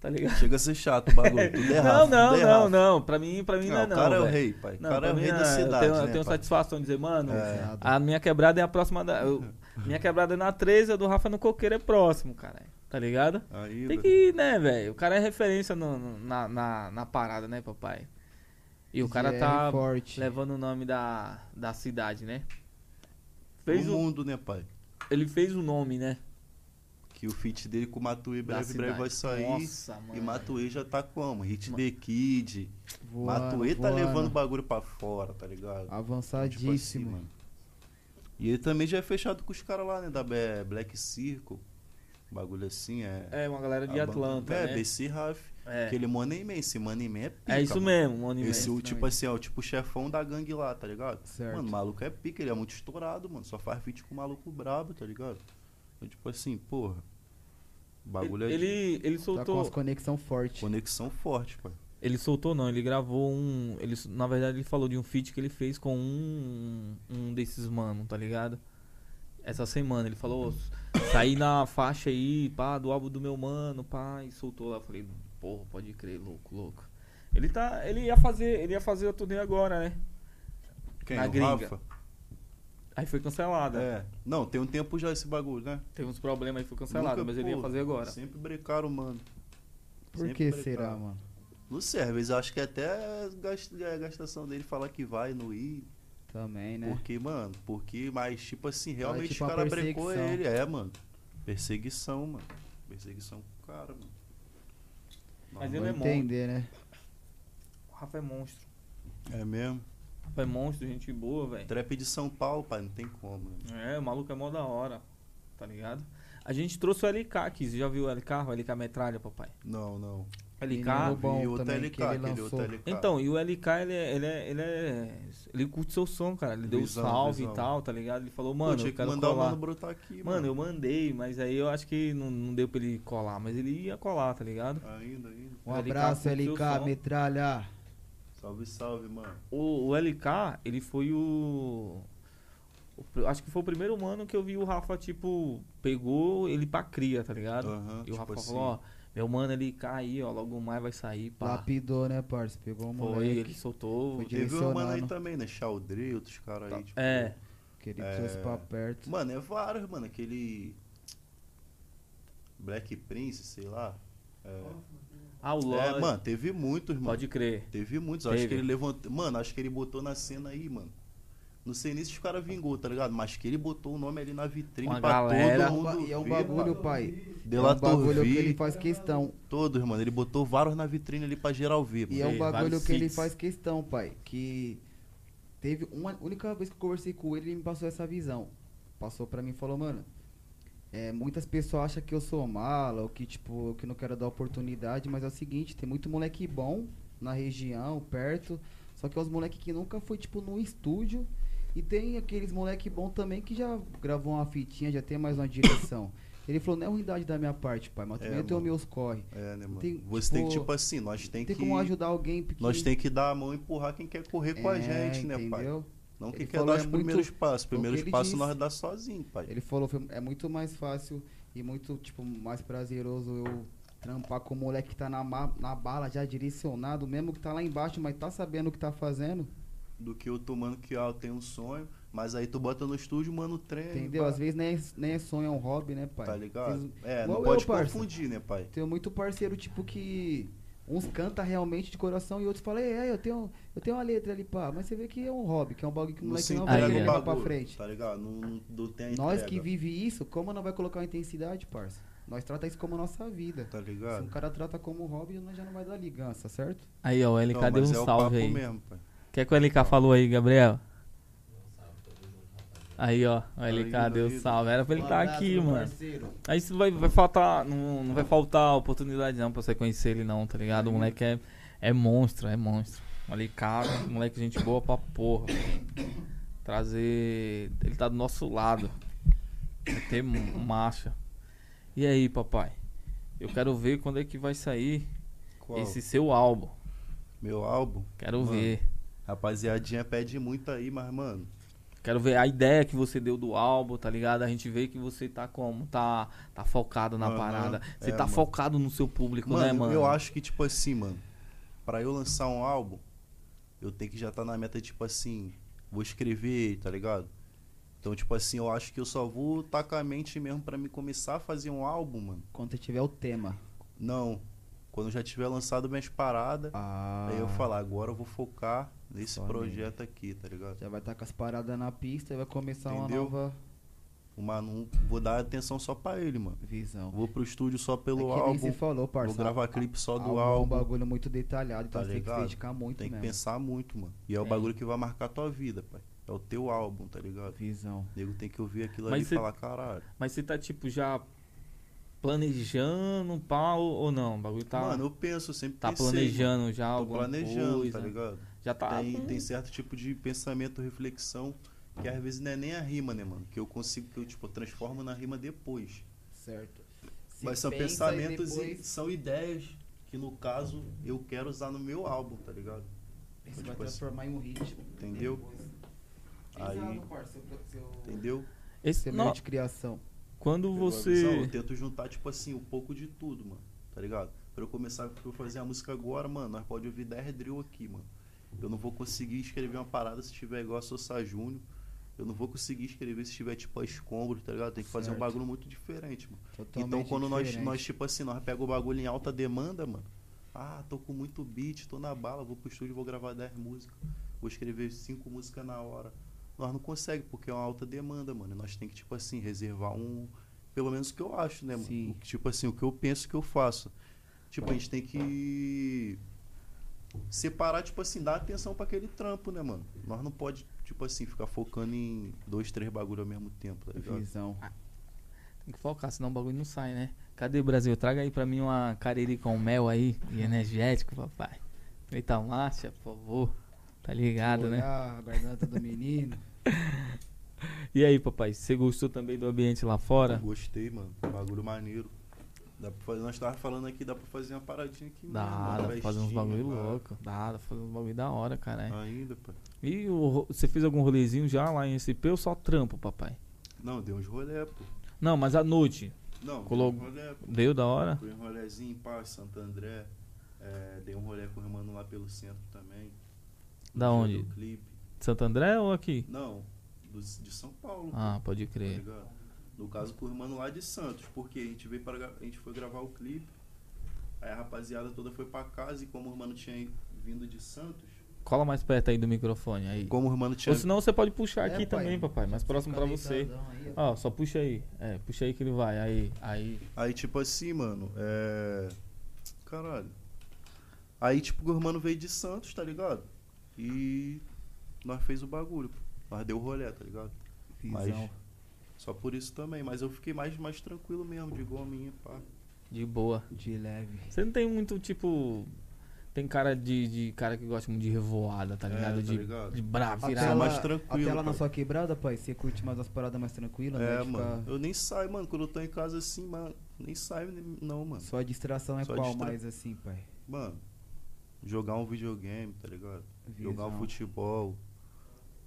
[SPEAKER 1] Tá ligado?
[SPEAKER 2] Chega a ser chato o bagulho. Tudo é Rafa,
[SPEAKER 1] não, não,
[SPEAKER 2] tudo é
[SPEAKER 1] não,
[SPEAKER 2] Rafa.
[SPEAKER 1] não. Pra mim, pra mim não,
[SPEAKER 2] Não,
[SPEAKER 1] é não.
[SPEAKER 2] o cara é o
[SPEAKER 1] velho.
[SPEAKER 2] rei, pai. O
[SPEAKER 1] Não,
[SPEAKER 2] cara é o
[SPEAKER 1] pra mim
[SPEAKER 2] rei
[SPEAKER 1] não
[SPEAKER 2] da
[SPEAKER 1] eu
[SPEAKER 2] cidade,
[SPEAKER 1] tenho- Eu tenho,
[SPEAKER 2] né, pai?
[SPEAKER 1] satisfação de dizer, mano,
[SPEAKER 2] É.
[SPEAKER 3] Nada.
[SPEAKER 1] a minha quebrada é a próxima da. eu- minha quebrada é na 13, a do Rafa no Coqueiro é próximo, cara. Tá ligado?
[SPEAKER 2] Ainda.
[SPEAKER 1] Tem que ir, né, velho? O cara é referência no- no- na, na, na parada, né, papai? E o cara
[SPEAKER 3] GR
[SPEAKER 1] tá
[SPEAKER 3] é forte.
[SPEAKER 1] levando o nome da, da cidade, né? Fez
[SPEAKER 2] No
[SPEAKER 1] o,
[SPEAKER 2] mundo, né, pai?
[SPEAKER 1] ele fez o nome, né?
[SPEAKER 2] Que o feat dele com o Matuê
[SPEAKER 1] da
[SPEAKER 2] breve, breve
[SPEAKER 1] cidade.
[SPEAKER 2] vai sair.
[SPEAKER 1] Nossa, mano.
[SPEAKER 2] E Matuê já tá como? Hit
[SPEAKER 1] Ma-
[SPEAKER 2] The Kid.
[SPEAKER 3] Voando,
[SPEAKER 2] Matuê tá
[SPEAKER 3] voando.
[SPEAKER 2] levando o bagulho pra fora, tá
[SPEAKER 1] Ah,
[SPEAKER 2] ligado? Tipo assim,
[SPEAKER 3] Avançadíssimo.
[SPEAKER 2] mano. E ele também já é fechado com os caras lá, né? Da Be- Black Circle. Bagulho assim, é.
[SPEAKER 1] É, uma galera de
[SPEAKER 2] a banda-
[SPEAKER 1] Atlanta,
[SPEAKER 2] É,
[SPEAKER 1] né?
[SPEAKER 2] BC Raf.
[SPEAKER 1] É.
[SPEAKER 2] Aquele Money Man. Esse Money Man é pica,
[SPEAKER 1] É isso
[SPEAKER 2] mano.
[SPEAKER 1] mesmo, Money
[SPEAKER 2] Esse,
[SPEAKER 1] Man.
[SPEAKER 2] o, tipo assim, ó, tipo o chefão da gangue lá, tá ligado?
[SPEAKER 3] Certo.
[SPEAKER 2] Mano, o maluco é pica, ele é muito estourado, mano. Só faz feat com o maluco brabo, tá ligado? Então, tipo assim, porra. O bagulho é de
[SPEAKER 1] ele, ele
[SPEAKER 3] tá com
[SPEAKER 1] soltou.
[SPEAKER 3] as conexão forte.
[SPEAKER 2] conexão forte, pai.
[SPEAKER 1] Ele soltou, não, ele gravou um. Ele, na verdade, ele falou de um feat que ele fez com um, um desses mano, tá ligado? Essa semana. Ele falou, "Ô, saí na faixa aí, pá, do álbum do meu mano, pá, e soltou lá. Eu Falei, porra, pode crer, louco, louco. Ele tá. Ele ia fazer. Ele ia fazer a turnê agora, né?
[SPEAKER 2] Quem?
[SPEAKER 1] Na
[SPEAKER 2] o
[SPEAKER 1] gringa.
[SPEAKER 2] Rafa?
[SPEAKER 1] Aí foi cancelada.
[SPEAKER 2] É. Não, tem um tempo já esse bagulho, né?
[SPEAKER 1] Teve uns problemas aí, foi cancelado,
[SPEAKER 2] Nunca,
[SPEAKER 1] mas ele ia
[SPEAKER 2] pô,
[SPEAKER 1] fazer agora.
[SPEAKER 2] Sempre brecaram, mano.
[SPEAKER 3] Por
[SPEAKER 2] Sempre
[SPEAKER 3] que
[SPEAKER 2] brecaram.
[SPEAKER 3] será, mano?
[SPEAKER 2] Não sei, às vezes eu acho que até gast- é, gastação dele falar que vai no I.
[SPEAKER 3] Também, né?
[SPEAKER 2] Porque, mano, porque, mas tipo assim, realmente
[SPEAKER 3] tipo
[SPEAKER 2] o
[SPEAKER 3] uma
[SPEAKER 2] cara brecou
[SPEAKER 3] perseguição.
[SPEAKER 2] ele, é, mano. Perseguição, mano. Perseguição com o cara, mano.
[SPEAKER 1] Mas
[SPEAKER 3] Vou
[SPEAKER 1] ele é
[SPEAKER 3] entender, né?
[SPEAKER 1] O Rafa é monstro.
[SPEAKER 2] É mesmo.
[SPEAKER 1] O Rafa é monstro, gente boa, velho.
[SPEAKER 2] Trap de São Paulo, pai, não tem como, né?
[SPEAKER 1] É, o maluco é mó da hora, tá ligado? A gente trouxe o LK aqui, você já viu o LK? O LK metralha, papai.
[SPEAKER 2] Não, não.
[SPEAKER 1] LK.
[SPEAKER 3] Menino um bom
[SPEAKER 2] e outro
[SPEAKER 3] também,
[SPEAKER 2] LK,
[SPEAKER 3] que ele
[SPEAKER 2] aquele
[SPEAKER 3] lançou.
[SPEAKER 2] outro LK.
[SPEAKER 1] Então, e o LK, ele é, ele é. Ele, é- ele curte seu som, cara. Ele deu o
[SPEAKER 2] Visão,
[SPEAKER 1] salve
[SPEAKER 2] visão.
[SPEAKER 1] e tal, tá ligado? Ele falou,
[SPEAKER 2] Pô,
[SPEAKER 1] mano,
[SPEAKER 2] tinha
[SPEAKER 1] eu
[SPEAKER 2] que
[SPEAKER 1] quero
[SPEAKER 2] mandar o
[SPEAKER 1] colar.
[SPEAKER 2] mano brotar aqui,
[SPEAKER 1] Mano, eu
[SPEAKER 2] mano.
[SPEAKER 1] mandei, mas aí eu acho que não, não deu pra ele colar, mas ele ia colar, tá ligado?
[SPEAKER 2] Ainda, ainda.
[SPEAKER 3] Um
[SPEAKER 1] LK
[SPEAKER 3] abraço,
[SPEAKER 1] curte seu
[SPEAKER 3] LK,
[SPEAKER 1] som.
[SPEAKER 3] metralha.
[SPEAKER 2] Salve, salve, mano.
[SPEAKER 1] O, o LK, ele foi o. o pr- Acho que foi o primeiro mano que eu vi o Rafa, tipo, pegou ele pra cria, tá ligado?
[SPEAKER 2] Aham,
[SPEAKER 1] E o
[SPEAKER 2] tipo
[SPEAKER 1] Rafa
[SPEAKER 2] assim.
[SPEAKER 1] falou, ó, meu mano, ele cai aí, ó, logo mais vai sair, pá.
[SPEAKER 3] Lapidou, né, parça? Pegou um
[SPEAKER 1] Foi,
[SPEAKER 3] moleque.
[SPEAKER 1] ele soltou.
[SPEAKER 3] Foi de-
[SPEAKER 2] Teve um mano aí
[SPEAKER 3] Direcionando.
[SPEAKER 2] também, né? Chaldre, outros caras aí. Tipo,
[SPEAKER 1] É,
[SPEAKER 3] Que ele
[SPEAKER 2] É.
[SPEAKER 3] trouxe pra perto.
[SPEAKER 2] Mano, é vários, mano. Aquele. Black Prince, sei lá. É,
[SPEAKER 1] ah, o
[SPEAKER 2] É,
[SPEAKER 1] Lorde,
[SPEAKER 2] mano, teve muitos, mano.
[SPEAKER 1] pode crer.
[SPEAKER 2] Teve muitos. Acho
[SPEAKER 1] Teve.
[SPEAKER 2] que ele levantou. Mano, acho que ele botou na cena aí, mano. Não sei nem se os caras vingou, tá ligado? Mas que ele botou o nome ali na vitrine
[SPEAKER 1] Uma
[SPEAKER 2] pra
[SPEAKER 1] galera.
[SPEAKER 3] E
[SPEAKER 2] todo
[SPEAKER 3] é um ba-
[SPEAKER 2] mundo.
[SPEAKER 3] e é um
[SPEAKER 2] ver,
[SPEAKER 3] bagulho,
[SPEAKER 2] mano.
[SPEAKER 3] pai. É um
[SPEAKER 2] Delator
[SPEAKER 3] bagulho
[SPEAKER 2] vi,
[SPEAKER 3] que ele faz questão.
[SPEAKER 2] todos, mano. Ele botou vários na vitrine ali pra geral ver, mano.
[SPEAKER 3] E é um
[SPEAKER 1] Ei,
[SPEAKER 3] bagulho
[SPEAKER 1] vários
[SPEAKER 3] que ele
[SPEAKER 1] hits.
[SPEAKER 3] faz questão, pai. Que teve uma única vez que eu conversei com ele, ele me passou essa visão. Passou pra mim e falou, mano. é, muitas pessoas acham que eu sou mala, ou que, tipo, eu que não quero dar oportunidade, mas é o seguinte, tem muito moleque bom na região, perto. Só que é os moleque que nunca foi, tipo, no estúdio. E tem aqueles moleque bom também que já gravou uma fitinha, já tem mais uma direção. Ele falou, não é ruindade da minha parte, pai, mas
[SPEAKER 2] É,
[SPEAKER 3] também eu tenho
[SPEAKER 2] mano.
[SPEAKER 3] meus corre.
[SPEAKER 2] É, né, mano?
[SPEAKER 3] Tem,
[SPEAKER 2] Você tem que,
[SPEAKER 3] tipo,
[SPEAKER 2] tipo assim, nós tem,
[SPEAKER 3] Tem,
[SPEAKER 2] que.
[SPEAKER 3] como ajudar alguém porque
[SPEAKER 2] Nós tem que dar a mão e empurrar quem quer correr com a
[SPEAKER 3] É,
[SPEAKER 2] gente, né, pai?
[SPEAKER 3] entendeu?
[SPEAKER 2] Não que
[SPEAKER 3] Ele
[SPEAKER 2] quer
[SPEAKER 3] falou,
[SPEAKER 2] dar
[SPEAKER 3] é
[SPEAKER 2] os
[SPEAKER 3] muito-
[SPEAKER 2] primeiros passos.
[SPEAKER 3] que
[SPEAKER 2] Primeiros
[SPEAKER 3] ele
[SPEAKER 2] passos
[SPEAKER 3] disse.
[SPEAKER 2] nós dá sozinho, pai.
[SPEAKER 3] Ele falou, foi- é muito mais fácil e muito, tipo, mais prazeroso eu trampar com o moleque que tá na, ma- na bala, já direcionado, mesmo que tá lá embaixo, mas tá sabendo o que tá fazendo.
[SPEAKER 2] Do que eu tomando que ah, eu tenho um sonho, mas aí tu bota no estúdio, mano, treino.
[SPEAKER 3] entendeu? Às vezes nem é, nem é sonho, é um hobby, né, pai?
[SPEAKER 2] Tá ligado?
[SPEAKER 3] Vocês-
[SPEAKER 2] É,
[SPEAKER 3] Igual
[SPEAKER 2] não
[SPEAKER 3] eu,
[SPEAKER 2] pode
[SPEAKER 3] parça.
[SPEAKER 2] confundir, né, pai?
[SPEAKER 3] Tenho muito parceiro, tipo, que Uns canta realmente de coração e outros falam, é, eu tenho, eu tenho uma letra ali, pá. Mas você vê que é um hobby, que é um bagulho que o
[SPEAKER 2] Não
[SPEAKER 3] moleque
[SPEAKER 2] se
[SPEAKER 3] não
[SPEAKER 1] Aí,
[SPEAKER 3] vai
[SPEAKER 2] entrega
[SPEAKER 1] é.
[SPEAKER 2] o
[SPEAKER 3] colocar pra
[SPEAKER 2] bagulho,
[SPEAKER 3] frente.
[SPEAKER 2] Tá ligado? Não, não, não tem a
[SPEAKER 3] Nós
[SPEAKER 2] entrega,
[SPEAKER 3] que vive isso, como não vai colocar uma intensidade, parça? Nós trata isso como nossa vida.
[SPEAKER 2] Tá
[SPEAKER 3] Se
[SPEAKER 2] ligado?
[SPEAKER 3] um cara trata como hobby, nós já não vai dar ligança, certo?
[SPEAKER 1] Aí, ó, o LK
[SPEAKER 2] Não,
[SPEAKER 1] deu
[SPEAKER 2] mas
[SPEAKER 1] um
[SPEAKER 2] é o papo
[SPEAKER 1] salve aí.
[SPEAKER 2] mesmo, pai.
[SPEAKER 1] O que é que o LK falou aí, Gabriel?
[SPEAKER 3] um
[SPEAKER 1] Aí, ó, o
[SPEAKER 2] Tá Aí,
[SPEAKER 1] LK deu
[SPEAKER 2] Davi.
[SPEAKER 1] salve. Era pra ele
[SPEAKER 3] Um
[SPEAKER 1] estar
[SPEAKER 3] abraço,
[SPEAKER 1] aqui,
[SPEAKER 3] meu
[SPEAKER 1] mano.
[SPEAKER 3] parceiro.
[SPEAKER 1] Aí isso vai, vai faltar. Não, não vai faltar oportunidade não pra você conhecer ele não, tá ligado?
[SPEAKER 2] Uhum.
[SPEAKER 1] O moleque é, é monstro, é monstro. Olha cara, moleque gente boa pra porra. Trazer. Ele tá do nosso lado. Vai ter marcha. E aí, papai? Eu quero ver quando é que vai sair
[SPEAKER 2] Qual?
[SPEAKER 1] esse seu álbum.
[SPEAKER 2] Meu álbum?
[SPEAKER 1] Quero
[SPEAKER 2] Mano.
[SPEAKER 1] ver.
[SPEAKER 2] Rapaziadinha pede muito aí, mas, mano,
[SPEAKER 1] Quero ver a ideia que você deu do álbum, tá ligado? A gente vê que você tá como? Tá, tá focado na
[SPEAKER 2] Aham,
[SPEAKER 1] parada. Você
[SPEAKER 2] é,
[SPEAKER 1] tá
[SPEAKER 2] mano.
[SPEAKER 1] focado no seu público,
[SPEAKER 2] mano,
[SPEAKER 1] né, mano?
[SPEAKER 2] eu acho que, tipo assim, mano, pra eu lançar um álbum, eu tenho que já estar na meta, tipo assim, vou escrever, tá ligado? Então, tipo assim, eu acho que eu só vou tacar a mente mesmo pra me começar a fazer um álbum, mano.
[SPEAKER 3] Quando você tiver o tema.
[SPEAKER 2] Não. Quando eu já tiver lançado minhas paradas,
[SPEAKER 3] Ah,
[SPEAKER 2] aí eu falar, agora eu vou focar nesse
[SPEAKER 3] Somente.
[SPEAKER 2] projeto aqui, tá ligado?
[SPEAKER 3] Já vai estar com as paradas na pista e vai começar
[SPEAKER 2] Entendeu?
[SPEAKER 3] uma nova
[SPEAKER 2] Uma, não, vou dar atenção só pra ele, mano.
[SPEAKER 3] visão.
[SPEAKER 2] Vou pro estúdio só pelo
[SPEAKER 3] é que nem
[SPEAKER 2] álbum.
[SPEAKER 3] você falou, parça.
[SPEAKER 2] Vou gravar clipe só do
[SPEAKER 3] É um
[SPEAKER 2] álbum.
[SPEAKER 3] bagulho muito detalhado, então
[SPEAKER 2] Tá
[SPEAKER 3] você tem que se
[SPEAKER 2] ligado?
[SPEAKER 3] dedicar muito
[SPEAKER 2] Tem que
[SPEAKER 1] Né.
[SPEAKER 3] mesmo.
[SPEAKER 2] pensar muito, mano. E é o
[SPEAKER 1] Tem.
[SPEAKER 2] bagulho que vai marcar a tua vida, pai. É o teu álbum, tá ligado?
[SPEAKER 3] Visão.
[SPEAKER 2] O nego tem que ouvir aquilo
[SPEAKER 1] Mas
[SPEAKER 2] ali
[SPEAKER 1] cê-
[SPEAKER 2] e falar, caralho.
[SPEAKER 1] Mas você tá, tipo, já planejando um pau ou não? O bagulho tá,
[SPEAKER 2] Mano, eu penso, eu sempre
[SPEAKER 1] tá
[SPEAKER 2] pensei,
[SPEAKER 1] planejando já
[SPEAKER 2] mano. Tô
[SPEAKER 1] alguma
[SPEAKER 2] planejando,
[SPEAKER 1] coisa.
[SPEAKER 2] tá ligado?
[SPEAKER 1] Já tá.
[SPEAKER 2] tem,
[SPEAKER 1] com-
[SPEAKER 2] tem certo tipo de pensamento, reflexão, que às vezes não é nem a rima, né, mano? Que eu consigo, que eu, tipo, transformo na rima depois.
[SPEAKER 3] Certo.
[SPEAKER 2] Mas são pensamentos e, são ideias que, no caso, eu quero usar no meu álbum, tá ligado?
[SPEAKER 3] Você
[SPEAKER 2] tipo
[SPEAKER 3] vai
[SPEAKER 2] assim.
[SPEAKER 3] transformar em um ritmo.
[SPEAKER 2] Entendeu? Aí-
[SPEAKER 3] Exato, parça, seu- seu-
[SPEAKER 2] Entendeu?
[SPEAKER 1] Esse,
[SPEAKER 3] Seu
[SPEAKER 1] não,
[SPEAKER 3] meio de criação.
[SPEAKER 1] quando
[SPEAKER 2] Pegou a visão?
[SPEAKER 1] você.
[SPEAKER 2] Eu tento juntar, tipo assim, um pouco de tudo, mano. Tá ligado? Pra eu começar, pra eu fazer a música agora, mano, nós pode ouvir 10 drill aqui, mano. Eu não vou conseguir escrever uma parada se tiver igual a Sosa Júnior. Eu não vou conseguir escrever se tiver, tipo, a escombro, tá ligado? Tem que fazer um
[SPEAKER 3] Certo.
[SPEAKER 2] bagulho muito diferente, mano. então,
[SPEAKER 3] Totalmente
[SPEAKER 2] quando nós,
[SPEAKER 3] diferente.
[SPEAKER 2] nós, tipo assim, nós pega o bagulho em alta demanda, mano. Ah, tô com muito beat, tô na bala, vou pro estúdio, vou gravar 10 músicas. Vou escrever cinco músicas na hora. Nós não consegue, porque é uma alta demanda, mano. Nós tem que, tipo assim, reservar um. Pelo menos o que eu acho, né, mano?
[SPEAKER 3] Sim.
[SPEAKER 2] O que, tipo assim, o que eu penso que eu faço. Tipo, a gente tem que separar, tipo assim, dar atenção pra aquele trampo, né, mano? Nós não pode, tipo assim, ficar focando em dois, três bagulho ao mesmo tempo, tá ligado?
[SPEAKER 3] Visão.
[SPEAKER 1] Tem que focar, senão o bagulho não sai, né? Cadê o Brasil? Traga aí pra mim uma cariri com mel aí e energético, papai. Eita marcha, por favor. Tá ligado, né?
[SPEAKER 3] Olhar, A garganta do menino.
[SPEAKER 1] E aí, papai, você gostou também do ambiente lá fora?
[SPEAKER 2] Gostei, mano. Um Bagulho maneiro. Dá pra fazer, nós tava falando aqui, dá pra fazer uma paradinha aqui mesmo.
[SPEAKER 1] Dá,
[SPEAKER 2] uma
[SPEAKER 1] dá pra fazer uns
[SPEAKER 2] festinha,
[SPEAKER 1] bagulho
[SPEAKER 2] pá.
[SPEAKER 1] louco. né? Dá, dá pra fazer uns bagulho da hora, caralho.
[SPEAKER 2] Ainda, pô.
[SPEAKER 1] E o ro- você fez algum rolezinho já lá em SP ou só trampo, papai?
[SPEAKER 2] Não, deu uns rolé, pô.
[SPEAKER 1] Não, mas à noite.
[SPEAKER 2] Não,
[SPEAKER 1] Colo-
[SPEAKER 2] deu uns rolé, pô.
[SPEAKER 1] Deu da hora?
[SPEAKER 2] Foi um rolézinho, pá, Santo André. É, dei um rolé com o irmão lá pelo centro também.
[SPEAKER 1] Da
[SPEAKER 2] No
[SPEAKER 1] onde?
[SPEAKER 2] dia do clipe.
[SPEAKER 1] De Santo André ou aqui?
[SPEAKER 2] Não, do- de São Paulo. pô.
[SPEAKER 1] Ah, pode
[SPEAKER 2] tá
[SPEAKER 1] crer.
[SPEAKER 2] ligado? No caso com o irmão lá de Santos, porque a gente veio para gra- a gente foi gravar o clipe. Aí a rapaziada toda foi pra casa e como o irmão tinha vindo de Santos,
[SPEAKER 1] Cola mais perto aí do microfone aí.
[SPEAKER 2] como o irmão
[SPEAKER 1] Ou
[SPEAKER 2] tinha
[SPEAKER 1] senão você pode puxar
[SPEAKER 3] É,
[SPEAKER 1] aqui
[SPEAKER 3] pai.
[SPEAKER 1] também, papai. Mais próximo pra você.
[SPEAKER 3] Deitadão aí, ó.
[SPEAKER 1] Ó, só puxa aí. É, puxa aí que ele vai. Aí, aí.
[SPEAKER 2] Aí, tipo assim, mano, é. Caralho. Aí, tipo, o mano veio de Santos, tá ligado? E nós fez o bagulho, pô. Nós deu o rolê, tá ligado?
[SPEAKER 3] Visão.
[SPEAKER 2] Só por isso também, mas eu fiquei mais, mais tranquilo mesmo, de igual a minha, pá.
[SPEAKER 1] De boa.
[SPEAKER 3] De leve.
[SPEAKER 1] Você não tem muito, tipo. Tem cara de, de cara que gosta muito de revoada, tá
[SPEAKER 2] É,
[SPEAKER 1] ligado?
[SPEAKER 2] tá
[SPEAKER 1] de,
[SPEAKER 2] ligado?
[SPEAKER 1] de bravo,
[SPEAKER 2] Até
[SPEAKER 1] virar.
[SPEAKER 2] lá- mais tranquilo,
[SPEAKER 3] Até lá na
[SPEAKER 2] pai.
[SPEAKER 3] sua quebrada, pai, você curte mais as paradas mais tranquilas, né?
[SPEAKER 2] É,
[SPEAKER 3] De
[SPEAKER 2] mano.
[SPEAKER 3] ficar-
[SPEAKER 2] Eu nem saio, mano. Quando eu tô em casa assim, mano, nem saio, nem- não, mano.
[SPEAKER 3] Sua distração é
[SPEAKER 2] Sua
[SPEAKER 3] qual
[SPEAKER 2] distra-
[SPEAKER 3] mais assim, pai?
[SPEAKER 2] Mano, jogar um videogame, tá ligado? Jogar um
[SPEAKER 3] Visão.
[SPEAKER 2] futebol.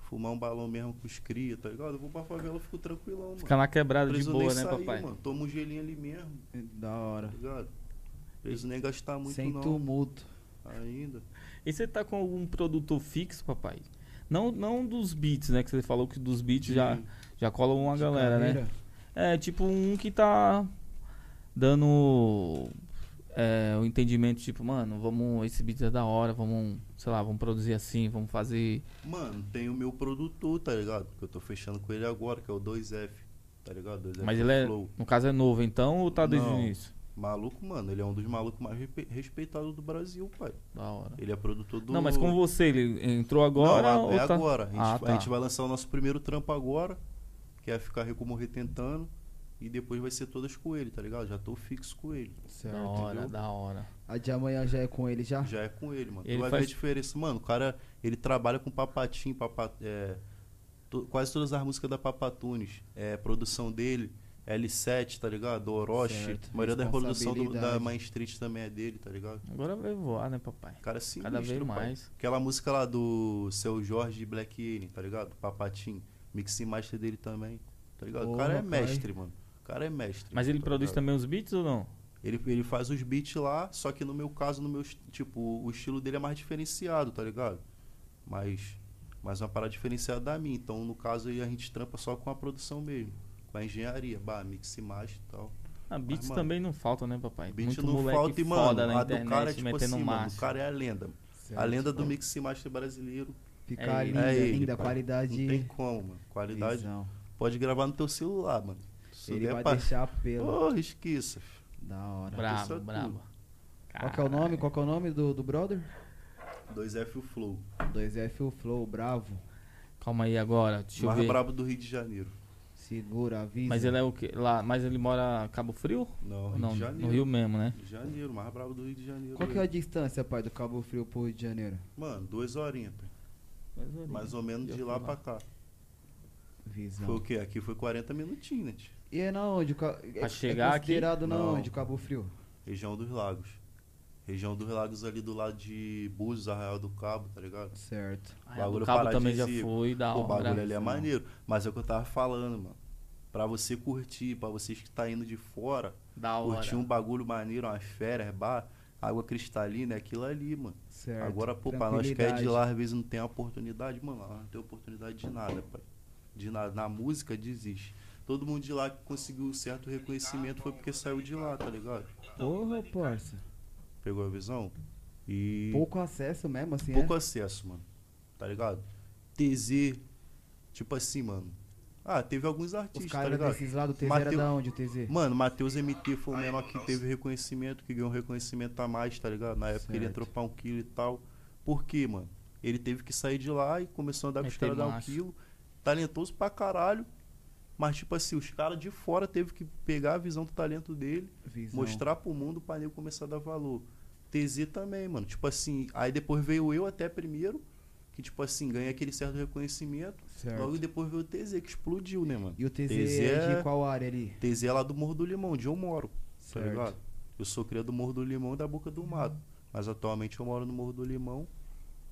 [SPEAKER 2] Fumar um balão mesmo com os cria, tá ligado? Eu vou pra favela, eu fico tranquilão, mano.
[SPEAKER 1] Ficar na quebrada de
[SPEAKER 2] Preso
[SPEAKER 1] boa,
[SPEAKER 2] nem
[SPEAKER 1] né,
[SPEAKER 2] sair,
[SPEAKER 1] papai?
[SPEAKER 2] Mano. Toma um gelinho ali mesmo,
[SPEAKER 3] Da hora.
[SPEAKER 2] tá ligado? Preso nem gastar muito
[SPEAKER 3] Sem
[SPEAKER 2] não
[SPEAKER 3] tumulto.
[SPEAKER 2] ainda.
[SPEAKER 1] E você tá com algum produtor fixo, papai? Não, não dos beats, né? Que você falou que dos beats já, já cola uma
[SPEAKER 3] De
[SPEAKER 1] galera, né?
[SPEAKER 3] carreira.
[SPEAKER 1] É, tipo um que tá dando é, o entendimento, tipo, mano, vamos, esse beat é da hora, vamos, sei lá, vamos produzir assim, vamos fazer.
[SPEAKER 2] Mano, tem o meu produtor, tá ligado? Que eu tô fechando com ele agora, que é o 2F, tá ligado? 2F
[SPEAKER 1] Mas ele é,
[SPEAKER 2] Flow.
[SPEAKER 1] no caso, é novo então ou tá desde o
[SPEAKER 2] Não.
[SPEAKER 1] início?
[SPEAKER 2] Maluco, mano, ele é um dos malucos mais respe- respeitados do Brasil, pai.
[SPEAKER 1] Da hora.
[SPEAKER 2] Ele é produtor do.
[SPEAKER 1] Não, mas com você, ele entrou agora
[SPEAKER 2] Não, é
[SPEAKER 1] ou tá...
[SPEAKER 2] agora. A gente,
[SPEAKER 1] Ah,
[SPEAKER 2] a
[SPEAKER 1] tá.
[SPEAKER 2] gente vai lançar o nosso primeiro trampo agora, que é ficar rico morrer tentando. E depois vai ser todas com ele, tá ligado? Já tô fixo com ele.
[SPEAKER 1] é Da
[SPEAKER 3] Certo.
[SPEAKER 1] hora,
[SPEAKER 2] entendeu?
[SPEAKER 1] da hora.
[SPEAKER 3] A de amanhã já é com ele já?
[SPEAKER 2] Já é com ele, mano.
[SPEAKER 1] Ele
[SPEAKER 2] tu vai
[SPEAKER 1] faz-
[SPEAKER 2] ver a diferença. Mano, o cara, ele trabalha com papatim, papa, é, to- quase todas as músicas da Papatunes. É, produção dele, L7, tá ligado? Orochi.
[SPEAKER 3] Certo.
[SPEAKER 2] A maioria da produção do- da
[SPEAKER 3] Responsabilidade.
[SPEAKER 2] Main Street também é dele, tá ligado?
[SPEAKER 1] Agora vai voar, né, papai?
[SPEAKER 2] Cara é
[SPEAKER 1] Cada vez
[SPEAKER 2] sinistro, pai.
[SPEAKER 1] mais.
[SPEAKER 2] Aquela música lá do Seu Jorge e Black Alien, tá ligado? Papatim. Mix e master dele também. Tá ligado?
[SPEAKER 3] Ô,
[SPEAKER 2] o cara é
[SPEAKER 3] rapaz.
[SPEAKER 2] mestre, mano. O cara é mestre.
[SPEAKER 1] Mas ele
[SPEAKER 2] tá
[SPEAKER 1] produz
[SPEAKER 2] ligado?
[SPEAKER 1] também os beats ou não?
[SPEAKER 2] Ele, ele faz os beats lá, só que no meu caso, no meu est- tipo, o estilo dele é mais diferenciado, tá ligado? Mas, mas é uma parada diferenciada da minha. Então, no caso aí, a gente trampa só com a produção mesmo. Com a engenharia, bah, mix e master e tal.
[SPEAKER 1] Ah, beats
[SPEAKER 2] mano,
[SPEAKER 1] também não faltam, né, papai?
[SPEAKER 2] Beat
[SPEAKER 1] Muito
[SPEAKER 2] não
[SPEAKER 1] moleque
[SPEAKER 2] falta e, mano,
[SPEAKER 1] foda na
[SPEAKER 2] a do
[SPEAKER 1] internet
[SPEAKER 2] cara é tipo
[SPEAKER 1] metendo
[SPEAKER 2] assim, mano, o
[SPEAKER 1] marcha.
[SPEAKER 2] cara é a lenda.
[SPEAKER 3] Certo.
[SPEAKER 2] A lenda do mix e master brasileiro.
[SPEAKER 1] É
[SPEAKER 3] Ficar
[SPEAKER 1] ele.
[SPEAKER 3] linda,
[SPEAKER 2] É ele,
[SPEAKER 3] linda,
[SPEAKER 2] pai.
[SPEAKER 3] qualidade.
[SPEAKER 2] Não tem como, mano. Qualidade.
[SPEAKER 3] visão.
[SPEAKER 2] Pode gravar no teu celular, mano. Isso
[SPEAKER 3] Ele
[SPEAKER 2] é
[SPEAKER 3] vai
[SPEAKER 2] pra-
[SPEAKER 3] deixar pelo.
[SPEAKER 2] Porra, esqueça.
[SPEAKER 3] Da hora.
[SPEAKER 2] Bra-
[SPEAKER 1] Brabo,
[SPEAKER 2] tudo.
[SPEAKER 1] brabo.
[SPEAKER 3] Qual que é o nome? Qual que é o nome do, do brother?
[SPEAKER 2] 2F o Flow.
[SPEAKER 3] 2F o Flow, bravo.
[SPEAKER 1] Calma aí agora, deixa eu
[SPEAKER 2] mais
[SPEAKER 1] ver.
[SPEAKER 2] brabo do Rio de Janeiro.
[SPEAKER 3] Segura, avisa.
[SPEAKER 1] Mas ele é o quê? Lá, mas ele mora em Cabo Frio?
[SPEAKER 2] Não, Rio
[SPEAKER 1] Não,
[SPEAKER 2] de Janeiro.
[SPEAKER 1] no Rio mesmo, né?
[SPEAKER 2] Rio de Janeiro, mais brabo do Rio de Janeiro.
[SPEAKER 3] Qual que é a distância, pai, do Cabo Frio pro Rio de Janeiro?
[SPEAKER 2] Mano, duas horinhas, pai. Mais ou menos
[SPEAKER 1] Eu
[SPEAKER 2] de
[SPEAKER 1] fui
[SPEAKER 2] lá
[SPEAKER 1] lá.
[SPEAKER 2] pra cá. Foi
[SPEAKER 3] Visão.
[SPEAKER 2] o quê? Aqui foi 40 minutinhos, né? tio?
[SPEAKER 3] E é na onde? o ca- É,
[SPEAKER 1] Pra chegar
[SPEAKER 3] é
[SPEAKER 1] aqui?
[SPEAKER 3] considerado na
[SPEAKER 2] Não.
[SPEAKER 3] onde o Cabo Frio?
[SPEAKER 2] Região dos Lagos. Região dos Lagos ali do lado de Búzios, Arraial do Cabo, tá ligado?
[SPEAKER 3] Certo.
[SPEAKER 1] Ah, é, do
[SPEAKER 2] Bagulho
[SPEAKER 1] Cabo também já
[SPEAKER 2] paradisíaco.
[SPEAKER 1] foi, da
[SPEAKER 2] Pô, o bagulho
[SPEAKER 1] hora.
[SPEAKER 2] ali é maneiro. Mas é o que eu tava falando, mano. Pra você curtir, pra vocês que tá indo de fora,
[SPEAKER 1] Da hora.
[SPEAKER 2] curtir um bagulho maneiro, umas férias, bar, água cristalina, é aquilo ali, mano.
[SPEAKER 3] Certo.
[SPEAKER 2] Agora, pô, pra nós que é de
[SPEAKER 3] Tranquilidade.
[SPEAKER 2] lá, às vezes não tem oportunidade, mano, lá não tem oportunidade de nada, pai. De nada. Na música, desiste. Todo mundo de lá que conseguiu um certo reconhecimento foi porque saiu de lá, tá ligado?
[SPEAKER 3] Porra, parça.
[SPEAKER 2] Pegou a visão? E.
[SPEAKER 3] Pouco acesso mesmo, assim,
[SPEAKER 2] pouco
[SPEAKER 3] é?
[SPEAKER 2] acesso, mano. Tá ligado? TZ. Tipo assim, mano. Ah, teve alguns
[SPEAKER 3] Os
[SPEAKER 2] artistas, tá
[SPEAKER 3] caras
[SPEAKER 2] ligado?
[SPEAKER 3] desses lá do TZ era
[SPEAKER 2] Mateu-
[SPEAKER 3] da onde, o TZ?
[SPEAKER 2] Mano, Matheus MT foi o menor que teve reconhecimento, que ganhou reconhecimento a mais, tá ligado? Na época ele
[SPEAKER 3] Certo.
[SPEAKER 2] entrou pra um quilo e tal. Por quê, mano? Ele teve que sair de lá e começou a andar com os
[SPEAKER 1] Meter
[SPEAKER 2] caras da um
[SPEAKER 1] marcha.
[SPEAKER 2] quilo. Talentoso pra caralho. Mas, tipo assim, os caras de fora teve que pegar a visão do talento dele,
[SPEAKER 3] Visão.
[SPEAKER 2] mostrar pro mundo pra nego começar a dar valor. TZ também, mano. Tipo assim, aí depois veio eu até primeiro, que, tipo assim, ganhei aquele certo reconhecimento.
[SPEAKER 3] Certo.
[SPEAKER 2] Logo depois veio o TZ, que explodiu, né, mano?
[SPEAKER 3] E o TZ,
[SPEAKER 2] TZ
[SPEAKER 3] é
[SPEAKER 2] é-
[SPEAKER 3] de qual área ali?
[SPEAKER 2] TZ é lá do Morro do Limão, onde eu moro. Tá
[SPEAKER 3] Certo.
[SPEAKER 2] ligado? Eu sou criado do Morro do Limão e da Boca do Mato. Mas atualmente eu moro no Morro do Limão.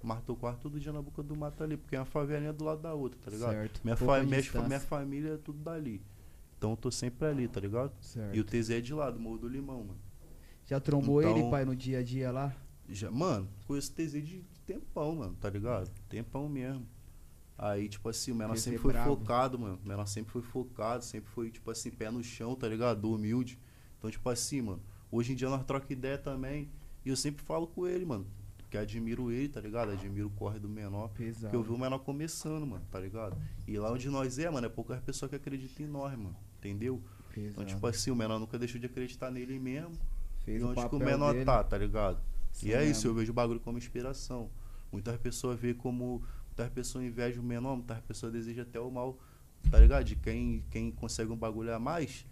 [SPEAKER 2] Mas tô quase todo dia na Boca do Mato ali, porque é uma favelinha do lado da outra, tá ligado?
[SPEAKER 3] Certo.
[SPEAKER 2] Minha,
[SPEAKER 3] Pouca
[SPEAKER 2] fa minhas fa-
[SPEAKER 3] distância.
[SPEAKER 2] minha família é tudo dali. Então eu tô sempre ali, tá ligado?
[SPEAKER 3] Certo.
[SPEAKER 2] E o TZ é de lá, do Morro do Limão, mano.
[SPEAKER 3] Já trombou
[SPEAKER 2] Então-
[SPEAKER 3] ele, pai, no dia a dia lá?
[SPEAKER 2] Já, mano, conheço o TZ de tempão, mano, tá ligado? Tempão mesmo. Aí, tipo assim, o menor
[SPEAKER 3] TZ
[SPEAKER 2] sempre foi
[SPEAKER 3] brabo.
[SPEAKER 2] focado, mano. O menor sempre foi focado, sempre foi, tipo assim, pé no chão, tá ligado? Humilde. Então, tipo assim, mano, hoje em dia nós troca ideia também. E eu sempre falo com ele, mano. Porque admiro ele, tá ligado? Admiro o corre do menor. Porque
[SPEAKER 3] Pesado.
[SPEAKER 2] eu vi o menor começando, mano, tá ligado? E lá onde nós é, mano, é poucas pessoas que acreditam em nós, mano. Entendeu?
[SPEAKER 3] Pesado.
[SPEAKER 2] Então, tipo assim, o menor nunca deixou de acreditar nele mesmo.
[SPEAKER 3] Fez
[SPEAKER 2] e
[SPEAKER 3] o
[SPEAKER 2] onde que
[SPEAKER 3] papel
[SPEAKER 2] o menor
[SPEAKER 3] dele.
[SPEAKER 2] tá, tá ligado?
[SPEAKER 3] Sim,
[SPEAKER 2] E é
[SPEAKER 3] mesmo.
[SPEAKER 2] isso, eu vejo o bagulho como inspiração. Muitas pessoas vê como. Muitas pessoas invejam o menor, muitas pessoas desejam até o mal, tá ligado? De quem, quem consegue um bagulho a mais,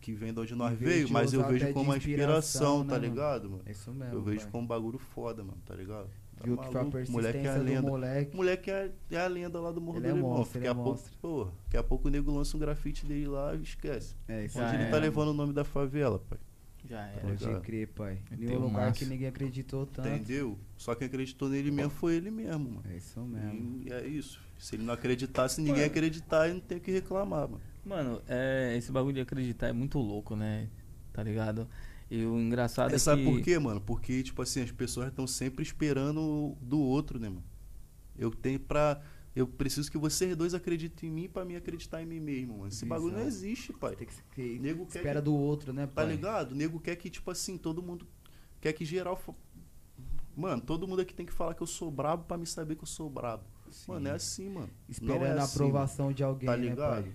[SPEAKER 2] que vem de onde nós
[SPEAKER 3] vez
[SPEAKER 2] veio,
[SPEAKER 3] de
[SPEAKER 2] mas eu
[SPEAKER 3] usar até
[SPEAKER 2] vejo
[SPEAKER 3] de
[SPEAKER 2] como uma inspiração,
[SPEAKER 3] inspiração, né,
[SPEAKER 2] tá
[SPEAKER 3] mano?
[SPEAKER 2] ligado, mano?
[SPEAKER 3] É isso mesmo,
[SPEAKER 2] eu vejo
[SPEAKER 3] pai.
[SPEAKER 2] como um bagulho foda, mano, tá ligado? Tá
[SPEAKER 3] Viu que foi a
[SPEAKER 2] maluco, moleque é a
[SPEAKER 3] persistência do
[SPEAKER 2] lenda.
[SPEAKER 3] moleque.
[SPEAKER 2] O moleque é, é a lenda lá do Morro
[SPEAKER 3] Ele
[SPEAKER 2] do
[SPEAKER 3] é
[SPEAKER 2] Limão.
[SPEAKER 3] monstro,
[SPEAKER 2] Daqui
[SPEAKER 3] ele
[SPEAKER 2] a
[SPEAKER 3] é
[SPEAKER 2] pouco,
[SPEAKER 3] monstro.
[SPEAKER 2] porra, daqui a pouco o nego lança um grafite dele lá e esquece.
[SPEAKER 3] É isso
[SPEAKER 1] Já
[SPEAKER 2] Onde ele
[SPEAKER 1] é,
[SPEAKER 2] tá
[SPEAKER 1] mano.
[SPEAKER 2] levando o nome da favela, pai.
[SPEAKER 1] Já
[SPEAKER 2] tá
[SPEAKER 1] era.
[SPEAKER 2] ligado?
[SPEAKER 3] Pode crer, pai.
[SPEAKER 1] Eu
[SPEAKER 3] Nenhum
[SPEAKER 1] tenho
[SPEAKER 3] lugar
[SPEAKER 1] massa.
[SPEAKER 3] que ninguém acreditou tanto.
[SPEAKER 2] Entendeu? Só quem acreditou nele mesmo foi ele mesmo, mano.
[SPEAKER 3] É isso mesmo.
[SPEAKER 2] E é isso. Se ele não acreditasse, ninguém ia acreditar e não tem o que reclamar, mano.
[SPEAKER 1] Mano, é, esse bagulho de acreditar é muito louco, né? Tá ligado? E o engraçado
[SPEAKER 2] É,
[SPEAKER 1] é
[SPEAKER 2] sabe
[SPEAKER 1] que...
[SPEAKER 2] por quê, mano? Porque, tipo assim, as pessoas estão sempre esperando do outro, né, mano? Eu tenho pra. Eu preciso que vocês dois acreditem em mim pra mim acreditar em mim mesmo, mano. Esse bagulho não
[SPEAKER 3] Exato.
[SPEAKER 2] existe, pai.
[SPEAKER 3] Tem que, se- que
[SPEAKER 2] Nego quer
[SPEAKER 3] espera
[SPEAKER 2] que-
[SPEAKER 3] do outro, né,
[SPEAKER 2] Tá
[SPEAKER 3] pai?
[SPEAKER 2] ligado? O nego quer que, tipo assim, todo mundo. Quer que geral. fa- Mano, todo mundo aqui tem que falar que eu sou brabo pra me saber que eu sou brabo.
[SPEAKER 3] Sim.
[SPEAKER 2] Mano, é assim, mano. Não
[SPEAKER 3] Esperando
[SPEAKER 2] é
[SPEAKER 3] a
[SPEAKER 2] assim,
[SPEAKER 3] aprovação de alguém,
[SPEAKER 2] Tá
[SPEAKER 3] né,
[SPEAKER 2] ligado?
[SPEAKER 3] pai?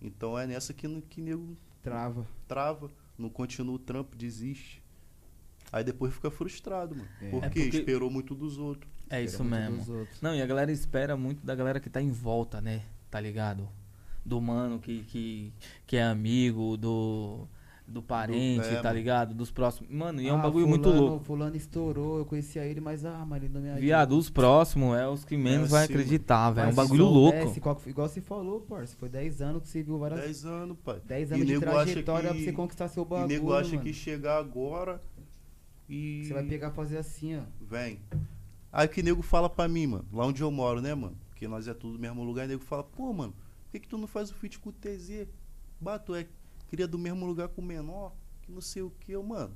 [SPEAKER 2] Então é nessa que, no- que nego
[SPEAKER 3] Trava.
[SPEAKER 2] trava, não continua o trampo, desiste. Aí depois fica frustrado, mano.
[SPEAKER 3] É.
[SPEAKER 2] Por
[SPEAKER 1] É
[SPEAKER 2] quê?
[SPEAKER 1] porque-
[SPEAKER 2] Esperou muito dos outros.
[SPEAKER 1] É isso
[SPEAKER 3] Espera muito
[SPEAKER 1] mesmo.
[SPEAKER 3] dos outros.
[SPEAKER 1] Não, e a galera espera muito da galera que tá em volta, né? Tá ligado? Do mano que, que, que é amigo, do, do parente,
[SPEAKER 2] é,
[SPEAKER 1] tá
[SPEAKER 2] mano.
[SPEAKER 1] ligado? Dos próximos. Mano, e é um
[SPEAKER 3] Ah,
[SPEAKER 1] bagulho muito
[SPEAKER 3] fulano-
[SPEAKER 1] louco.
[SPEAKER 3] Fulano estourou, eu conhecia ele, mas ah, mano, ele não me ajuda.
[SPEAKER 1] Viado, os próximos é os que menos vai
[SPEAKER 2] assim, mano.
[SPEAKER 1] acreditar, velho. É um
[SPEAKER 3] Mas se
[SPEAKER 1] bagulho
[SPEAKER 3] soubesse
[SPEAKER 1] louco.
[SPEAKER 3] qual que foi- igual você falou, parça. Foi 10 anos que você viu várias. 10,
[SPEAKER 2] 10 anos, pai. E
[SPEAKER 3] anos de
[SPEAKER 2] nego acha
[SPEAKER 3] trajetória
[SPEAKER 2] que-
[SPEAKER 3] pra você conquistar seu
[SPEAKER 2] e
[SPEAKER 3] bagulho.
[SPEAKER 2] nego acha
[SPEAKER 3] mano.
[SPEAKER 2] que chegar agora e.
[SPEAKER 3] Você vai pegar e fazer assim, ó.
[SPEAKER 2] Vem. Aí que nego fala pra mim, mano, lá onde eu moro, né, mano? Porque nós é tudo do mesmo lugar, e nego fala, pô, mano, por que, que tu não faz o feat com o TZ? Bato, é cria do mesmo lugar com o menor, que não sei o que, eu, mano.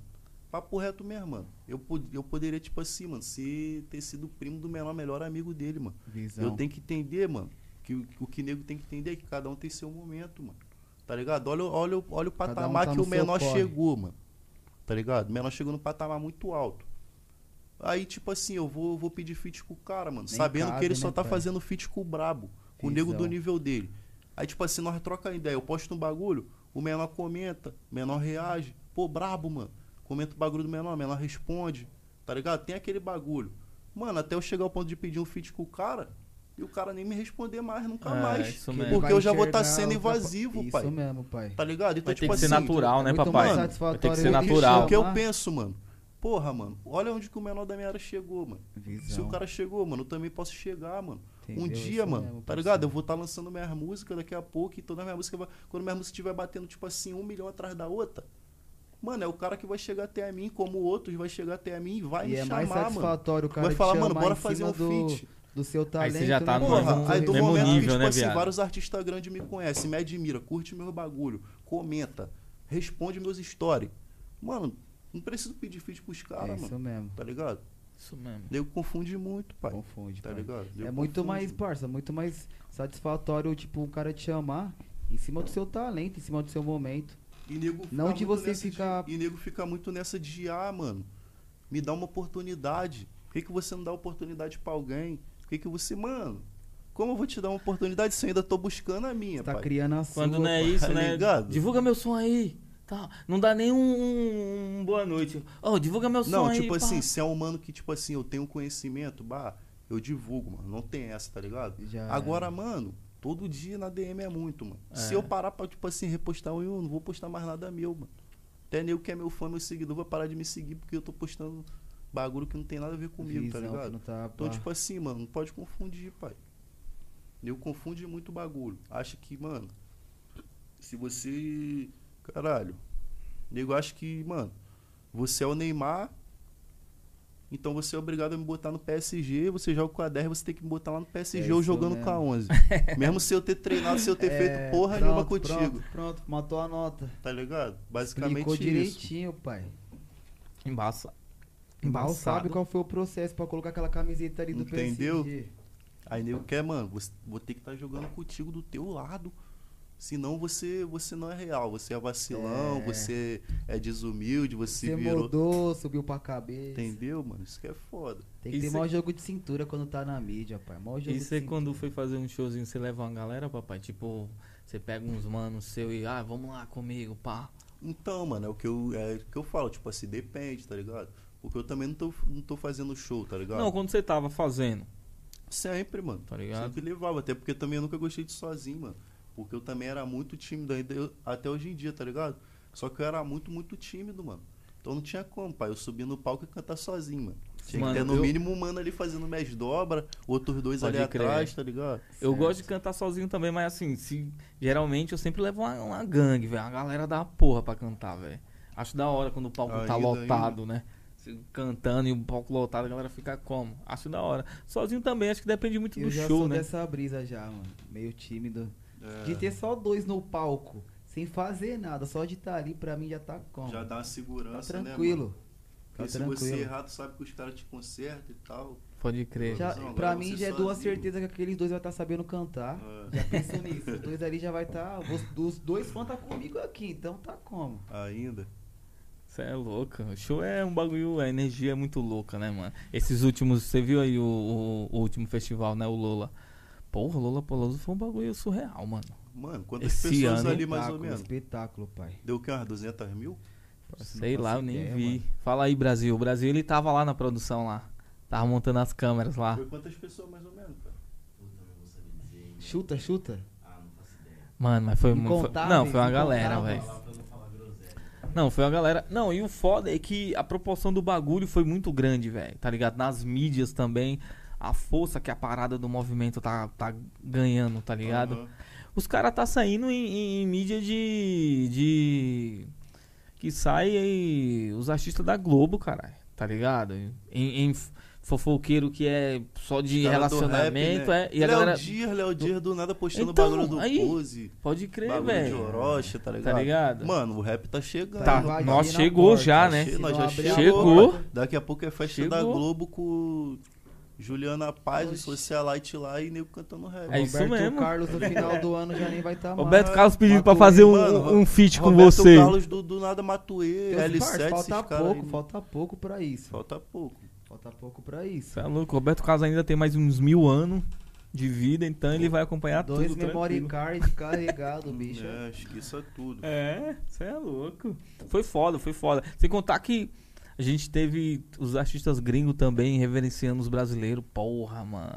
[SPEAKER 2] Papo reto mesmo, mano. Eu, pod- eu poderia, tipo assim, mano, se ter sido primo do menor, melhor amigo dele, mano.
[SPEAKER 3] Visão.
[SPEAKER 2] Eu tenho que entender, mano, que o o que nego tem que entender é que cada um tem seu momento, mano. Tá ligado? Olha, o- olha, o- olha o
[SPEAKER 3] Cada um
[SPEAKER 2] patamar
[SPEAKER 3] tá
[SPEAKER 2] que
[SPEAKER 3] no
[SPEAKER 2] o
[SPEAKER 3] seu
[SPEAKER 2] menor
[SPEAKER 3] corre.
[SPEAKER 2] chegou, mano. Tá ligado? O menor chegou num patamar muito alto. Aí, tipo assim, eu vou, vou pedir feat com o cara, mano.
[SPEAKER 3] Nem
[SPEAKER 2] sabendo que
[SPEAKER 3] cabe,
[SPEAKER 2] ele só
[SPEAKER 3] né,
[SPEAKER 2] tá
[SPEAKER 3] pai?
[SPEAKER 2] fazendo feat com o brabo. Com o nego do
[SPEAKER 3] Visão.
[SPEAKER 2] nível dele. Aí, tipo assim, nós troca ideia. Eu posto um bagulho, o menor comenta, o menor reage. Pô, brabo, mano. Comenta o bagulho do menor, o menor responde. Tá ligado? Tem aquele bagulho. Mano, até eu chegar ao ponto de pedir um feat com o cara e o cara nem me responder mais, nunca
[SPEAKER 1] É,
[SPEAKER 2] mais.
[SPEAKER 1] isso
[SPEAKER 3] Que
[SPEAKER 1] mesmo.
[SPEAKER 2] Porque
[SPEAKER 3] vai
[SPEAKER 2] eu já vou
[SPEAKER 3] enxergar
[SPEAKER 2] estar sendo
[SPEAKER 3] outra pa-
[SPEAKER 2] invasivo,
[SPEAKER 3] Isso
[SPEAKER 2] pai.
[SPEAKER 3] mesmo, pai.
[SPEAKER 2] Tá ligado? Então,
[SPEAKER 1] Vai ter
[SPEAKER 2] tipo
[SPEAKER 1] que ser
[SPEAKER 2] assim, é
[SPEAKER 1] natural, né,
[SPEAKER 3] muito
[SPEAKER 1] papai?
[SPEAKER 3] mais
[SPEAKER 1] Vai ter
[SPEAKER 3] satisfatório
[SPEAKER 1] que ser
[SPEAKER 3] do que
[SPEAKER 1] natural. Ah.
[SPEAKER 2] o que eu
[SPEAKER 3] chamar.
[SPEAKER 2] penso, mano. Porra, mano, olha onde que o menor da minha área chegou, mano.
[SPEAKER 3] Visão.
[SPEAKER 2] Se o cara chegou, mano, eu também posso chegar, mano.
[SPEAKER 3] Entendeu?
[SPEAKER 2] Um dia,
[SPEAKER 3] Isso é
[SPEAKER 2] mano,
[SPEAKER 3] mesmo,
[SPEAKER 2] tá ligado? Eu vou estar lançando minhas músicas daqui a pouco e toda minha música vai. Quando minha música estiver batendo, tipo assim, um milhão atrás da outra, mano, é o cara que vai chegar até mim, como outros vai chegar até mim e vai
[SPEAKER 3] E
[SPEAKER 2] me
[SPEAKER 3] é mais
[SPEAKER 2] chamar, mano.
[SPEAKER 3] satisfatório o cara
[SPEAKER 2] Vai
[SPEAKER 3] te
[SPEAKER 2] falar, mano,
[SPEAKER 3] chamar
[SPEAKER 2] bora
[SPEAKER 3] em
[SPEAKER 2] fazer
[SPEAKER 3] cima
[SPEAKER 2] um
[SPEAKER 3] do,
[SPEAKER 2] feat.
[SPEAKER 3] do seu
[SPEAKER 1] Aí
[SPEAKER 3] talento.
[SPEAKER 1] você já tá
[SPEAKER 3] né,
[SPEAKER 1] no
[SPEAKER 3] mano?
[SPEAKER 1] mesmo-
[SPEAKER 2] Porra, aí do
[SPEAKER 1] mesmo
[SPEAKER 2] momento que,
[SPEAKER 1] nível,
[SPEAKER 2] tipo
[SPEAKER 1] né,
[SPEAKER 2] assim,
[SPEAKER 1] viado?
[SPEAKER 2] vários artistas grandes me conhecem, me admira, curte meu bagulho, comenta, responde meus stories. Mano, não preciso pedir feed pros
[SPEAKER 3] É
[SPEAKER 2] caras,
[SPEAKER 3] isso
[SPEAKER 2] mano.
[SPEAKER 3] mesmo.
[SPEAKER 2] Tá ligado?
[SPEAKER 1] Isso mesmo.
[SPEAKER 2] Nego confunde muito, pai.
[SPEAKER 3] Confunde,
[SPEAKER 2] Tá
[SPEAKER 3] pai.
[SPEAKER 2] ligado? Nego
[SPEAKER 3] É muito
[SPEAKER 2] confunde,
[SPEAKER 3] mais,
[SPEAKER 2] mano.
[SPEAKER 3] parça, muito mais satisfatório, tipo, o cara te chamar em cima do seu talento, em cima do seu momento.
[SPEAKER 2] E nego
[SPEAKER 3] Não
[SPEAKER 2] fica
[SPEAKER 3] de
[SPEAKER 2] muito
[SPEAKER 3] você
[SPEAKER 2] nessa
[SPEAKER 3] ficar-
[SPEAKER 2] E nego fica muito nessa de, ah, mano, me dá uma oportunidade. Por que, que você não dá oportunidade pra alguém? Por que, que você, mano, como eu vou te dar uma oportunidade se eu ainda tô buscando a minha,
[SPEAKER 3] Você tá
[SPEAKER 2] É, pai?
[SPEAKER 3] criando a sua.
[SPEAKER 1] Quando não é
[SPEAKER 3] pai.
[SPEAKER 1] isso,
[SPEAKER 2] tá
[SPEAKER 1] né?
[SPEAKER 2] ligado?
[SPEAKER 1] Divulga meu som aí. Tá. Não dá nem um, um- um boa noite. Ó, divulga meu som
[SPEAKER 2] Não,
[SPEAKER 1] aí.
[SPEAKER 2] tipo
[SPEAKER 1] pá.
[SPEAKER 2] assim, se é um mano que, tipo assim, eu tenho conhecimento, bah, eu divulgo, mano. Não tem essa, tá ligado?
[SPEAKER 3] Já é.
[SPEAKER 2] Agora, mano, todo dia na DM é muito, mano. Se
[SPEAKER 1] É.
[SPEAKER 2] eu parar pra, tipo assim, repostar um, eu não vou postar mais nada meu, mano. Até nego que é meu fã, meu seguidor, vai parar de me seguir porque eu tô postando bagulho que não tem nada a ver comigo,
[SPEAKER 3] Visão
[SPEAKER 2] tá
[SPEAKER 3] que
[SPEAKER 2] ligado?
[SPEAKER 3] não tá,
[SPEAKER 2] Então,
[SPEAKER 3] pá.
[SPEAKER 2] tipo assim, mano, não pode confundir, pai. Eu confunde muito o bagulho. Acha que, mano, se você. Caralho. Nego acha que, mano, você é o Neymar, então você é obrigado a me botar no PSG, você joga com a 10, você tem que me botar lá no
[SPEAKER 3] É
[SPEAKER 2] PSG ou
[SPEAKER 3] isso
[SPEAKER 2] jogando com a 11. mesmo se eu ter treinado, se eu ter
[SPEAKER 3] É,
[SPEAKER 2] feito porra
[SPEAKER 3] pronto,
[SPEAKER 2] nenhuma contigo.
[SPEAKER 3] Pronto, pronto, matou a nota.
[SPEAKER 2] Tá ligado? Basicamente
[SPEAKER 3] Explicou
[SPEAKER 2] isso.
[SPEAKER 3] direitinho, pai.
[SPEAKER 1] Embaça.
[SPEAKER 3] Mal
[SPEAKER 1] Embaçado.
[SPEAKER 3] sabe qual foi o processo pra colocar aquela camiseta ali do
[SPEAKER 2] Entendeu?
[SPEAKER 3] PSG.
[SPEAKER 2] Aí nego quer, mano, você, vou ter que estar jogando contigo do teu lado. Senão você, você não é real, você é vacilão,
[SPEAKER 3] É.
[SPEAKER 2] você é desumilde, você,
[SPEAKER 3] Você
[SPEAKER 2] virou.
[SPEAKER 3] mudou, subiu pra cabeça.
[SPEAKER 2] Entendeu, mano? Isso que é foda.
[SPEAKER 3] Tem que ter
[SPEAKER 1] Isso é-
[SPEAKER 3] maior jogo de cintura quando tá na mídia, pai. Maior jogo né? de
[SPEAKER 1] Isso é
[SPEAKER 3] cintura.
[SPEAKER 1] quando foi fazer um showzinho, você leva uma galera, papai? Tipo, você pega uns manos seu e, ah, vamos lá comigo, pá.
[SPEAKER 2] Então, mano, é o que eu, é o que eu falo, tipo assim, depende, tá ligado? Porque eu também não tô, não tô fazendo show, tá ligado?
[SPEAKER 1] Não, quando você tava fazendo,
[SPEAKER 2] Sempre, mano.
[SPEAKER 1] tá ligado?
[SPEAKER 2] Sempre levava, até porque também eu nunca gostei de ir sozinho, mano. Porque eu também era muito tímido ainda, eu- até hoje em dia, tá ligado? Só que eu era muito, muito tímido, mano. Então não tinha como, pai, eu subir no palco e cantar sozinho, mano. Tinha
[SPEAKER 1] Mano,
[SPEAKER 2] que ter no
[SPEAKER 1] eu-
[SPEAKER 2] mínimo um mano ali fazendo minhas dobras, outros dois
[SPEAKER 1] Pode
[SPEAKER 2] ali
[SPEAKER 1] crer.
[SPEAKER 2] atrás, tá ligado?
[SPEAKER 1] Eu
[SPEAKER 3] Certo.
[SPEAKER 1] gosto de cantar sozinho também, mas assim, se, geralmente eu sempre levo uma, uma gangue, velho. Uma galera da porra pra cantar, velho. Acho da hora quando o palco tá
[SPEAKER 2] Ainda,
[SPEAKER 1] lotado, né? Você Cantando e o palco lotado, a galera fica como? Acho da hora. Sozinho também, acho que depende muito
[SPEAKER 3] Eu
[SPEAKER 1] do
[SPEAKER 3] já
[SPEAKER 1] show,
[SPEAKER 3] sou
[SPEAKER 1] né?
[SPEAKER 3] dessa brisa já, mano. Meio tímido.
[SPEAKER 2] É,
[SPEAKER 3] De ter só dois no palco, sem fazer nada, só de estar ali, pra mim já tá como?
[SPEAKER 2] já dá uma
[SPEAKER 3] tá
[SPEAKER 2] segurança, né, mano?
[SPEAKER 3] tranquilo. Tá
[SPEAKER 2] Porque se
[SPEAKER 3] tranquilo.
[SPEAKER 2] você errar, tu sabe que os caras te consertam e tal.
[SPEAKER 1] Pode crer.
[SPEAKER 3] Já,
[SPEAKER 2] Não, agora
[SPEAKER 3] pra
[SPEAKER 2] eu vou
[SPEAKER 3] mim
[SPEAKER 2] ser
[SPEAKER 3] já é duas
[SPEAKER 2] sozinho.
[SPEAKER 3] certezas que aqueles dois vai estar sabendo cantar.
[SPEAKER 2] Ah,
[SPEAKER 3] Já penso nisso.
[SPEAKER 1] então?
[SPEAKER 3] Os dois ali já vai estar. os dois fãs tá comigo aqui, então tá como?
[SPEAKER 2] ainda.
[SPEAKER 1] Você é louca. O show é um bagulho, a energia é muito louca, né, mano? Esses últimos, você viu aí o, o- o último festival, né, o Lola? Porra, o Lola Poloso foi um bagulho surreal, mano.
[SPEAKER 2] Mano, quantas
[SPEAKER 1] Esse
[SPEAKER 2] pessoas
[SPEAKER 1] ano, Tá
[SPEAKER 2] ali mais ou
[SPEAKER 3] Espetáculo,
[SPEAKER 2] menos?
[SPEAKER 3] Espetáculo, pai.
[SPEAKER 2] Deu o que? Umas 200 mil?
[SPEAKER 1] Sei
[SPEAKER 3] faço
[SPEAKER 1] lá, eu nem
[SPEAKER 3] ideia,
[SPEAKER 1] vi.
[SPEAKER 3] mano.
[SPEAKER 1] Fala aí, Brasil. O Brasil, ele tava lá na produção lá. Tava montando as câmeras lá.
[SPEAKER 2] Foi quantas pessoas mais ou menos, cara?
[SPEAKER 4] Puta, não vou saber dizer. hein?
[SPEAKER 3] Chuta, chuta.
[SPEAKER 4] Ah, não faço ideia.
[SPEAKER 1] Mano, mas foi muito.
[SPEAKER 3] Incontáveis,
[SPEAKER 1] Não, foi uma galera,
[SPEAKER 3] incontáveis.
[SPEAKER 1] velho.
[SPEAKER 4] Falar pra não falar groselha.
[SPEAKER 1] Não, foi uma galera. Não, e o foda é que a proporção do bagulho foi muito grande, velho. Tá ligado? Nas mídias também. A força que a parada do movimento tá, tá ganhando, tá ligado?
[SPEAKER 2] Aham.
[SPEAKER 1] Os caras tá saindo em, em- em mídia de. de. Que sai aí os artistas da Globo, caralho. Tá ligado? Em, em fofoqueiro que é só de
[SPEAKER 2] Cara do
[SPEAKER 1] relacionamento.
[SPEAKER 2] rap, né?
[SPEAKER 1] é, e a
[SPEAKER 2] Léo
[SPEAKER 1] galera.
[SPEAKER 2] Dias, Léo Dias do nada postando o
[SPEAKER 1] Então,
[SPEAKER 2] bagulho do
[SPEAKER 1] aí,
[SPEAKER 2] Pose,
[SPEAKER 1] Pode crer,
[SPEAKER 2] bagulho de
[SPEAKER 1] velho.
[SPEAKER 2] Orochi, tá ligado?
[SPEAKER 1] Tá ligado?
[SPEAKER 2] Mano, o rap tá chegando.
[SPEAKER 1] Tá,
[SPEAKER 2] mano.
[SPEAKER 3] invadindo
[SPEAKER 1] nós
[SPEAKER 3] a
[SPEAKER 1] chegou
[SPEAKER 3] porta.
[SPEAKER 1] já, né?
[SPEAKER 3] Se
[SPEAKER 2] Nós
[SPEAKER 3] não
[SPEAKER 2] já
[SPEAKER 3] abrir a
[SPEAKER 2] chegou.
[SPEAKER 1] Chegou.
[SPEAKER 2] Daqui a pouco é festa da
[SPEAKER 1] Chegou.
[SPEAKER 2] Globo com Juliana Paz, o socialite lá e nego cantando rap.
[SPEAKER 1] É isso
[SPEAKER 3] Roberto
[SPEAKER 1] mesmo.
[SPEAKER 3] Carlos no final do ano já nem vai estar
[SPEAKER 1] Roberto
[SPEAKER 3] mais.
[SPEAKER 1] Carlos pedindo pra
[SPEAKER 3] Matuê,
[SPEAKER 1] fazer um,
[SPEAKER 2] mano,
[SPEAKER 1] um feat com
[SPEAKER 2] Roberto
[SPEAKER 1] você.
[SPEAKER 2] Carlos do, do nada Matuê,
[SPEAKER 3] Teus parça,
[SPEAKER 2] L7,
[SPEAKER 3] falta
[SPEAKER 2] esses caras
[SPEAKER 3] pouco,
[SPEAKER 2] aí.
[SPEAKER 3] falta pouco pra isso.
[SPEAKER 2] Falta pouco.
[SPEAKER 3] Falta pouco pra isso.
[SPEAKER 1] Você é louco, Roberto Carlos ainda tem mais uns mil anos de vida, então ele vai acompanhar
[SPEAKER 3] Dois
[SPEAKER 1] tudo.
[SPEAKER 3] memory
[SPEAKER 1] tranquilo.
[SPEAKER 3] card carregado, bicho.
[SPEAKER 2] Tá É, esqueça tudo.
[SPEAKER 1] É, você é louco. Foi foda, foi foda. Sem contar que a gente teve os artistas gringos também reverenciando os brasileiros. Porra, mano.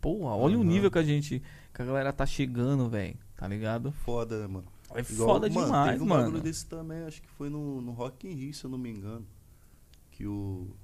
[SPEAKER 1] Porra, olha o
[SPEAKER 2] Aham.
[SPEAKER 1] nível que a gente. que a galera tá chegando, velho. Tá ligado?
[SPEAKER 2] Foda, né, mano?
[SPEAKER 1] É
[SPEAKER 2] Igual-
[SPEAKER 1] foda demais,
[SPEAKER 2] teve um
[SPEAKER 1] mano.
[SPEAKER 2] bagulho desse também, acho que foi no, no Rock in Rio, se eu não me engano. Que o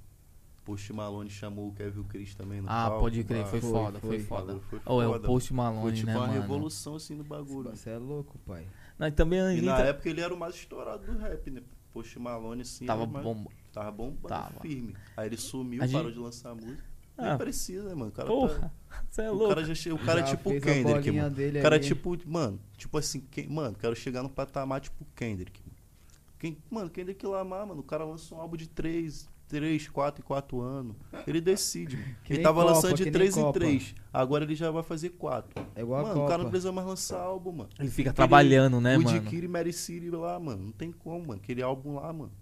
[SPEAKER 2] Post Malone chamou o Kevin Chris também no
[SPEAKER 1] Ah,
[SPEAKER 2] palco,
[SPEAKER 1] pode crer,
[SPEAKER 2] lá.
[SPEAKER 1] foi,
[SPEAKER 3] Foi,
[SPEAKER 1] foda, foi,
[SPEAKER 3] foi.
[SPEAKER 1] foda.
[SPEAKER 2] Foi
[SPEAKER 1] Ou é o
[SPEAKER 2] foda.
[SPEAKER 1] Post
[SPEAKER 2] Foi
[SPEAKER 1] Malone,
[SPEAKER 2] tipo
[SPEAKER 1] né,
[SPEAKER 2] uma
[SPEAKER 1] mano?
[SPEAKER 2] revolução assim no bagulho.
[SPEAKER 3] Você é louco, pai.
[SPEAKER 1] Mas também a
[SPEAKER 2] E na
[SPEAKER 1] Anitta
[SPEAKER 2] época ele era o mais estourado do rap, né? Post Malone, assim,
[SPEAKER 1] tava
[SPEAKER 2] era o mais-
[SPEAKER 1] bom.
[SPEAKER 2] tava bombando
[SPEAKER 1] Tava.
[SPEAKER 2] firme. Aí ele sumiu,
[SPEAKER 1] A
[SPEAKER 2] parou
[SPEAKER 1] gente-
[SPEAKER 2] de lançar música.
[SPEAKER 1] Ah,
[SPEAKER 2] Nem precisa, né, mano? O cara tá-
[SPEAKER 1] Porra, você é
[SPEAKER 2] O
[SPEAKER 1] louco.
[SPEAKER 2] cara já che... O cara
[SPEAKER 3] Já
[SPEAKER 2] é tipo o
[SPEAKER 3] fez a
[SPEAKER 2] Kendrick,
[SPEAKER 3] bolinha
[SPEAKER 2] mano.
[SPEAKER 3] dele
[SPEAKER 2] O cara é
[SPEAKER 3] ali.
[SPEAKER 2] tipo, mano, tipo assim, quem... mano, quero chegar no patamar tipo o Kendrick. Mano, quem... mano Kendrick Lamar, mano, o cara lançou um álbum de 3, 3, 4 e 4 anos. Que Ele decide. mano.
[SPEAKER 3] Que
[SPEAKER 2] Ele
[SPEAKER 3] nem
[SPEAKER 2] tava
[SPEAKER 3] Copa,
[SPEAKER 2] lançando
[SPEAKER 3] que
[SPEAKER 2] de
[SPEAKER 3] nem
[SPEAKER 2] 3 em
[SPEAKER 3] Copa.
[SPEAKER 2] 3. Agora ele já vai fazer 4.
[SPEAKER 3] É igual a
[SPEAKER 2] Mano,
[SPEAKER 3] Copa.
[SPEAKER 2] o cara não precisa mais lançar álbum, mano.
[SPEAKER 1] Ele fica
[SPEAKER 2] Aquele-
[SPEAKER 1] trabalhando, né,
[SPEAKER 2] o
[SPEAKER 1] mano?
[SPEAKER 2] Dikiri Mary City lá, mano. Não tem como, mano. Aquele álbum lá, mano.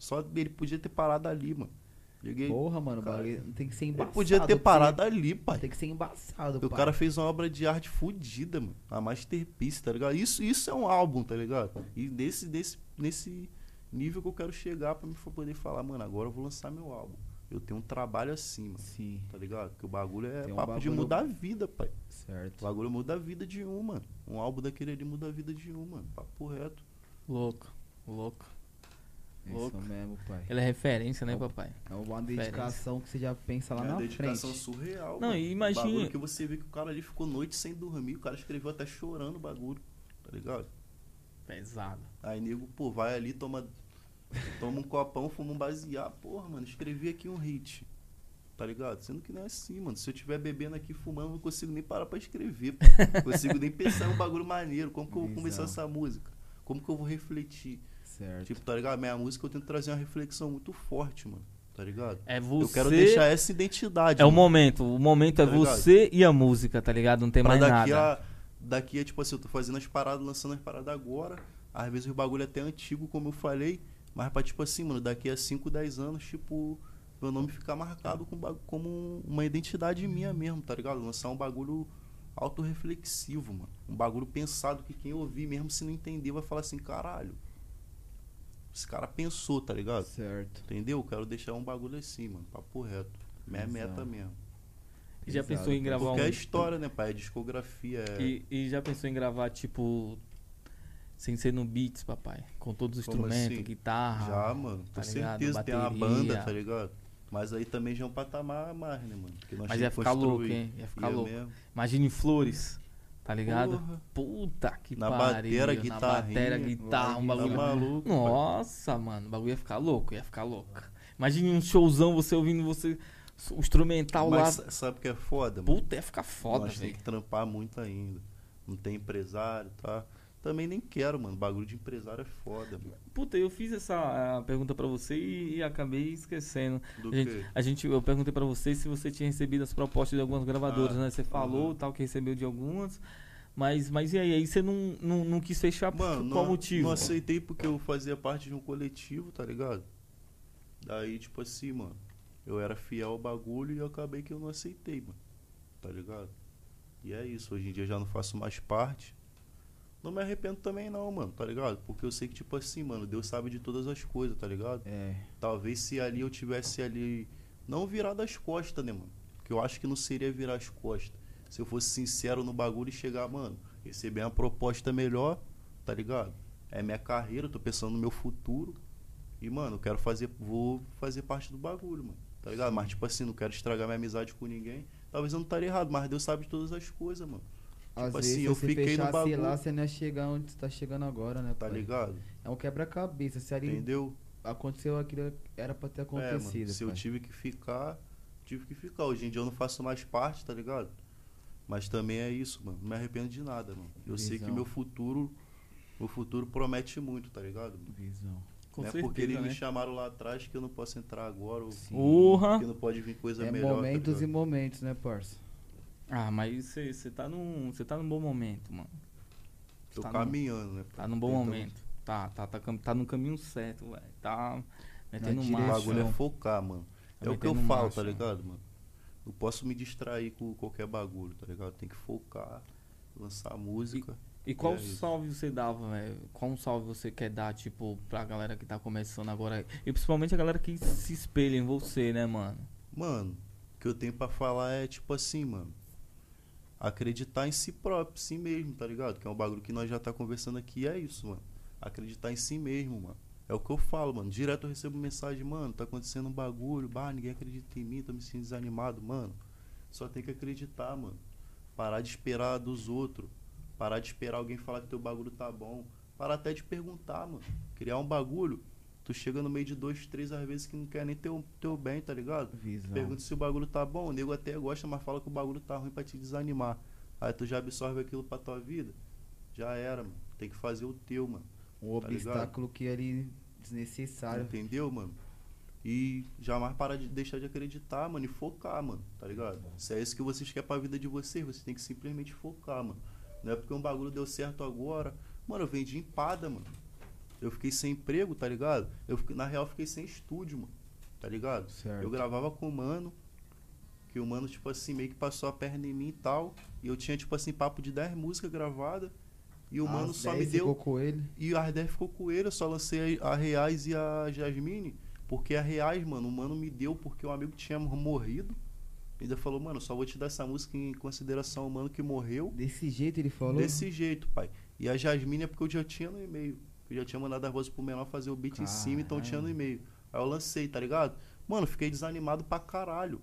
[SPEAKER 2] Só ele podia ter parado ali, mano. Liguei.
[SPEAKER 3] Porra, mano, o
[SPEAKER 2] Cara,
[SPEAKER 3] bagulho tem que ser
[SPEAKER 2] Ele
[SPEAKER 3] embaçado.
[SPEAKER 2] podia ter
[SPEAKER 3] tem-
[SPEAKER 2] parado ali, pai.
[SPEAKER 3] Tem que ser embaçado,
[SPEAKER 2] O
[SPEAKER 3] pai.
[SPEAKER 2] cara fez uma obra de arte fodida, mano. A masterpiece, tá ligado? Isso, isso é um álbum, tá ligado? E nesse, nesse, nesse nível que eu quero chegar pra me fa- poder falar, mano, agora eu vou lançar meu álbum. Eu tenho um trabalho assim, mano.
[SPEAKER 3] Sim,
[SPEAKER 2] Tá ligado? Que o bagulho é
[SPEAKER 3] Tem um
[SPEAKER 2] papo de
[SPEAKER 3] bagulho-
[SPEAKER 2] mudar a vida, pai. O
[SPEAKER 3] certo.
[SPEAKER 2] bagulho muda a vida de um, mano. Um álbum daquele ali muda a vida de um, mano. Papo reto.
[SPEAKER 1] Louco, louco. Louco.
[SPEAKER 3] Isso mesmo, pai.
[SPEAKER 1] Ele é referência, né, papai?
[SPEAKER 3] É uma dedicação que você já pensa lá
[SPEAKER 2] é uma
[SPEAKER 3] na
[SPEAKER 2] dedicação
[SPEAKER 3] frente.
[SPEAKER 2] surreal.
[SPEAKER 1] Não,
[SPEAKER 2] mano.
[SPEAKER 1] e imagine-
[SPEAKER 2] O bagulho que você vê que o cara ali ficou noite sem dormir. O cara escreveu até chorando o bagulho, tá ligado?
[SPEAKER 1] Pesado.
[SPEAKER 2] Aí nego, pô, vai ali, toma, toma um copão, fuma um basear. Porra, mano, escrevi aqui um hit. Tá ligado? Sendo que não é assim, mano. Se eu tiver bebendo aqui, fumando, eu não consigo nem parar pra escrever. pô. Não consigo nem pensar um bagulho maneiro. Como que eu vou começar
[SPEAKER 3] Visão.
[SPEAKER 2] essa música? Como que eu vou refletir?
[SPEAKER 3] Certo.
[SPEAKER 2] Tipo, tá ligado? Minha música eu tento trazer uma reflexão muito forte, mano. Tá ligado?
[SPEAKER 1] É você.
[SPEAKER 2] Eu quero deixar essa identidade.
[SPEAKER 1] É o
[SPEAKER 2] mano.
[SPEAKER 1] momento. O momento é
[SPEAKER 2] Tá ligado?
[SPEAKER 1] você e a música, tá ligado? Não tem
[SPEAKER 2] Pra
[SPEAKER 1] mais
[SPEAKER 2] daqui
[SPEAKER 1] nada.
[SPEAKER 2] A, daqui é tipo assim, eu tô fazendo as paradas, lançando as paradas agora. Às vezes o bagulho é até antigo, como eu falei. Mas pra tipo assim, mano, daqui a 5, 10 anos, tipo, meu nome ficar marcado com bagu- como um- uma identidade minha mesmo, tá ligado? Lançar um bagulho autorreflexivo, mano. Um bagulho pensado que quem ouvir, mesmo se não entender, vai falar assim, caralho. Esse cara pensou, tá ligado?
[SPEAKER 3] Certo.
[SPEAKER 2] Entendeu? Eu quero deixar um bagulho assim, mano, papo reto. Minha
[SPEAKER 3] Exato.
[SPEAKER 2] meta mesmo.
[SPEAKER 1] Já
[SPEAKER 3] Pesado,
[SPEAKER 1] pensou em
[SPEAKER 3] pô.
[SPEAKER 1] gravar
[SPEAKER 2] Porque
[SPEAKER 1] um.
[SPEAKER 2] é história, né, pai? É discografia, é...
[SPEAKER 1] E, e já pensou em gravar, tipo. Sem ser no beats, papai. Com todos os
[SPEAKER 2] Como
[SPEAKER 1] instrumentos,
[SPEAKER 2] assim?
[SPEAKER 1] guitarra.
[SPEAKER 2] Já, mano, com
[SPEAKER 1] tá ligado?
[SPEAKER 2] certeza tem uma
[SPEAKER 1] Bateria.
[SPEAKER 2] banda, tá ligado? Mas aí também já é um patamar a mais, né, mano? Que nós
[SPEAKER 1] Mas ia
[SPEAKER 2] temos que
[SPEAKER 1] ficar louco,
[SPEAKER 2] construir.
[SPEAKER 1] hein? Ia ficar
[SPEAKER 2] Ia
[SPEAKER 1] louco.
[SPEAKER 2] mesmo.
[SPEAKER 1] Imagine flores, tá ligado?
[SPEAKER 2] Porra.
[SPEAKER 1] Puta que
[SPEAKER 2] Na
[SPEAKER 1] pariu.
[SPEAKER 2] batera,
[SPEAKER 1] na
[SPEAKER 2] guitarrinha.
[SPEAKER 1] batera, guitarra, um
[SPEAKER 3] Tá
[SPEAKER 2] Tá
[SPEAKER 1] bagulho
[SPEAKER 2] maluco.
[SPEAKER 1] Nossa, mano, o bagulho ia ficar louco, ia ficar louco. Imagine um showzão, você ouvindo você. O instrumental
[SPEAKER 2] Mas
[SPEAKER 1] lá.
[SPEAKER 2] sa- sabe o que é foda, mano?
[SPEAKER 1] Puta, ia ficar foda,
[SPEAKER 2] nós tem
[SPEAKER 1] velho.
[SPEAKER 2] que trampar muito ainda. Não tem empresário, tá? Também nem quero, mano. Bagulho de empresário é foda, mano.
[SPEAKER 1] Puta, eu fiz essa ah, pergunta pra você e, e acabei esquecendo.
[SPEAKER 2] Do
[SPEAKER 1] a, gente,
[SPEAKER 2] quê?
[SPEAKER 1] a gente- eu perguntei pra você se você tinha recebido as propostas de algumas gravadoras,
[SPEAKER 2] Ah,
[SPEAKER 1] né? Você falou
[SPEAKER 2] aham.
[SPEAKER 1] tal que recebeu de algumas, mas, mas e aí? Aí você não, não, não quis fechar por
[SPEAKER 2] Mano,
[SPEAKER 1] qual
[SPEAKER 2] não,
[SPEAKER 1] motivo?
[SPEAKER 2] não aceitei porque eu fazia parte de um coletivo, tá ligado? Daí, tipo assim, mano, eu era fiel ao bagulho e eu acabei que eu não aceitei, mano. Tá ligado? E é isso, hoje em dia eu já não faço mais parte. Não me arrependo também não, mano, tá ligado? Porque eu sei que, tipo assim, mano, Deus sabe de todas as coisas, tá ligado?
[SPEAKER 3] É.
[SPEAKER 2] Talvez se ali eu tivesse ali. Não virado as costas, né, mano? Que eu acho que não seria virar as costas. Se eu fosse sincero no bagulho e chegar, mano, receber uma proposta melhor, tá ligado? É minha carreira, eu tô pensando no meu futuro. E, mano, eu quero fazer. Vou fazer parte do bagulho, mano. Tá ligado? Mas, tipo assim, não quero estragar minha amizade com ninguém. Talvez eu não estaria errado, mas Deus sabe de todas as coisas, mano.
[SPEAKER 3] Às
[SPEAKER 2] Tipo
[SPEAKER 3] vezes,
[SPEAKER 2] assim,
[SPEAKER 3] se
[SPEAKER 2] eu
[SPEAKER 3] você
[SPEAKER 2] fiquei no
[SPEAKER 3] fechasse
[SPEAKER 2] bagulho.
[SPEAKER 3] lá, você não ia chegar onde você tá chegando agora, né?
[SPEAKER 2] Tá
[SPEAKER 3] pai?
[SPEAKER 2] ligado?
[SPEAKER 3] É um quebra-cabeça. Se ali
[SPEAKER 2] Entendeu?
[SPEAKER 3] aconteceu aquilo, era pra ter
[SPEAKER 2] É, mano,
[SPEAKER 3] acontecido.
[SPEAKER 2] se eu
[SPEAKER 3] pai.
[SPEAKER 2] tive que ficar, tive que ficar. Hoje em dia eu não faço mais parte, tá ligado? Mas também é isso, mano. Não me arrependo de nada, mano. Eu sei que
[SPEAKER 3] Visão.
[SPEAKER 2] meu futuro, meu futuro promete muito, tá ligado?
[SPEAKER 3] Visão.
[SPEAKER 1] Com
[SPEAKER 2] não é
[SPEAKER 1] certeza,
[SPEAKER 2] porque eles
[SPEAKER 1] né?
[SPEAKER 2] me assim, chamaram lá atrás que eu não posso entrar agora ou
[SPEAKER 3] Sim.
[SPEAKER 1] Urra!
[SPEAKER 2] que não pode vir coisa
[SPEAKER 3] É
[SPEAKER 2] melhor. tá
[SPEAKER 3] momentos e
[SPEAKER 2] ligado?
[SPEAKER 3] momentos, né, parça?
[SPEAKER 1] Ah, mas você você tá num. Você tá num bom momento, mano.
[SPEAKER 2] Tô
[SPEAKER 1] tá num-
[SPEAKER 2] caminhando, né?
[SPEAKER 1] Tá num bom
[SPEAKER 2] Então,
[SPEAKER 1] momento. Tá, tá, tá, cam- tá no caminho certo, velho. Tá metendo
[SPEAKER 3] direção.
[SPEAKER 2] é O
[SPEAKER 1] marcha.
[SPEAKER 2] bagulho é
[SPEAKER 3] Ação.
[SPEAKER 2] focar, mano.
[SPEAKER 1] Tá
[SPEAKER 2] é o que eu
[SPEAKER 1] metendo
[SPEAKER 2] falo,
[SPEAKER 1] marcha.
[SPEAKER 2] tá ligado, mano? Não posso me distrair com qualquer bagulho, tá ligado? Tem que focar, lançar música.
[SPEAKER 1] E qual
[SPEAKER 2] É isso.
[SPEAKER 1] salve você dava, velho? Qual um salve você quer dar, tipo, pra galera que tá começando agora? E principalmente a galera que se espelha em você, né, mano?
[SPEAKER 2] Mano, o que eu tenho pra falar é tipo assim, mano. Acreditar em si próprio, si mesmo, tá ligado? Que é um bagulho que nós já tá conversando aqui, e é isso, mano. Acreditar em si mesmo, mano. É o que eu falo, mano. Direto eu recebo mensagem, mano, tá acontecendo um bagulho, bah, ninguém acredita em mim, tô me sentindo desanimado, mano. Só tem que acreditar, mano. Parar de esperar dos outros. Parar de esperar alguém falar que teu bagulho tá bom. Parar até de perguntar, mano. Criar um bagulho, tu chega no meio de dois, três, às vezes que não quer nem teu, teu bem, tá ligado?
[SPEAKER 3] Visão.
[SPEAKER 2] Pergunta se o bagulho tá bom. O nego até gosta, mas fala que o bagulho tá ruim pra te desanimar. Aí tu já absorve aquilo pra tua vida. Já era, mano. Tem que fazer o teu, mano.
[SPEAKER 3] Um obstáculo que ali desnecessário.
[SPEAKER 2] tá Entendeu, mano? E jamais parar de deixar de acreditar, mano, e focar, mano, tá ligado? Se é isso que vocês querem pra vida de vocês, vocês têm que simplesmente focar, mano. Não é porque um bagulho deu certo agora. Mano, eu vendi empada, mano. Eu fiquei sem emprego, tá ligado? Eu, fiquei- na real, eu fiquei sem estúdio, mano. Tá ligado?
[SPEAKER 3] Certo.
[SPEAKER 2] Eu gravava com o mano. Que o mano, tipo assim, meio que passou a perna em mim e tal. E eu tinha, tipo assim, papo de 10 músicas gravadas. E o
[SPEAKER 3] Às
[SPEAKER 2] mano só me
[SPEAKER 3] 10
[SPEAKER 2] deu.
[SPEAKER 3] Ah, ficou com ele.
[SPEAKER 2] E a Ardef ficou com ele, eu só lancei a Reais e a Jasmine, porque a Reais, mano, o mano me deu porque um amigo tinha morrido. Ainda falou, mano, só vou te dar essa música em consideração ao mano que morreu.
[SPEAKER 3] Desse jeito ele falou.
[SPEAKER 2] Desse jeito, pai. E a Jasmine é porque eu já tinha no e-mail. Eu já tinha mandado a voz pro menor fazer o beat em cima, então eu tinha no e-mail. Aí eu lancei, tá ligado? Mano, fiquei desanimado pra caralho.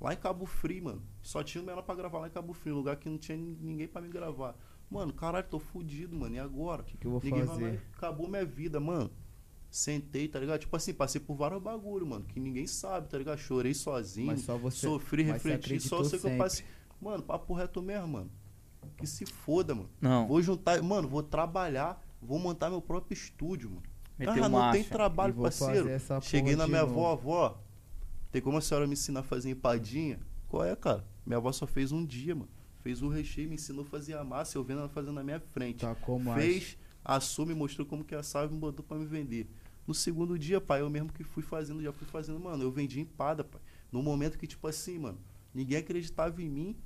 [SPEAKER 2] Lá em Cabo Frio, mano. Só tinha o menor pra gravar lá em Cabo Frio, um lugar que não tinha ninguém pra me gravar. Mano, caralho, tô fudido, mano. E agora?
[SPEAKER 3] O que, que eu vou
[SPEAKER 2] Ninguém vai lá
[SPEAKER 3] fazer?
[SPEAKER 2] e acabou minha vida, mano. Sentei, tá ligado? Tipo assim, passei por vários bagulho, mano, que ninguém sabe, tá ligado? Chorei sozinho,
[SPEAKER 3] Mas só você-
[SPEAKER 2] sofri,
[SPEAKER 3] mas você
[SPEAKER 2] refleti, só eu sei que
[SPEAKER 3] acreditou
[SPEAKER 2] eu passei. Mano, papo reto mesmo, mano. Que se foda, mano.
[SPEAKER 1] Não,
[SPEAKER 2] Vou juntar, mano, vou trabalhar, vou montar meu próprio estúdio, mano.
[SPEAKER 1] meteu
[SPEAKER 2] ah, não tem
[SPEAKER 1] marcha.
[SPEAKER 2] trabalho,
[SPEAKER 3] E vou
[SPEAKER 2] parceiro.
[SPEAKER 3] fazer essa porra
[SPEAKER 2] Cheguei na
[SPEAKER 3] de
[SPEAKER 2] minha
[SPEAKER 3] novo.
[SPEAKER 2] avó, avó. Tem como a senhora me ensinar a fazer empadinha? Qual é, cara? Minha avó só fez um dia, mano. Fez o recheio, me ensinou a fazer a massa, eu vendo ela fazendo na minha frente.
[SPEAKER 3] Tá como
[SPEAKER 2] Fez, assume, mostrou como que assava e me botou pra me vender. No segundo dia, pai, eu mesmo que fui fazendo, já fui fazendo, mano, eu vendi empada, pai. No momento que, tipo assim, mano, ninguém acreditava em mim,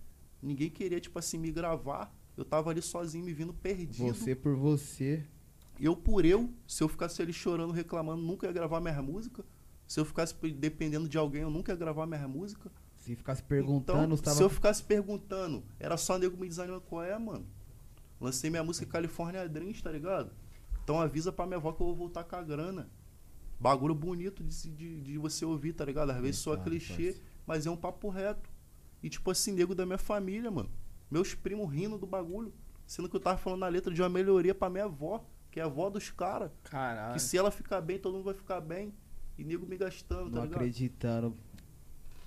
[SPEAKER 2] ninguém queria, tipo assim, me gravar. Eu tava ali sozinho, me vindo perdido.
[SPEAKER 3] Você por você.
[SPEAKER 2] Eu por eu, se eu ficasse ali chorando, reclamando, nunca ia gravar minhas músicas. Se eu ficasse pe- dependendo de alguém, eu nunca ia gravar minhas músicas.
[SPEAKER 3] Se ficasse perguntando,
[SPEAKER 2] Então,
[SPEAKER 3] estava
[SPEAKER 2] se eu ficasse perguntando, era só nego me desanimando qual é, mano. Lancei minha música California Dreams, tá ligado? Então avisa pra minha avó que eu vou voltar com a grana. Bagulho bonito de, se- de, de você ouvir, tá ligado? Às vezes só
[SPEAKER 3] Verdade,
[SPEAKER 2] clichê,
[SPEAKER 3] parceiro.
[SPEAKER 2] mas é um papo reto. E tipo assim, nego da minha família, mano. Meus primos rindo do bagulho. Sendo que eu tava falando a letra de uma melhoria pra minha avó, que é a avó dos caras.
[SPEAKER 1] Caralho.
[SPEAKER 2] Que se ela ficar bem, todo mundo vai ficar bem. E nego me gastando, tá
[SPEAKER 3] não
[SPEAKER 2] ligado?
[SPEAKER 3] acreditando.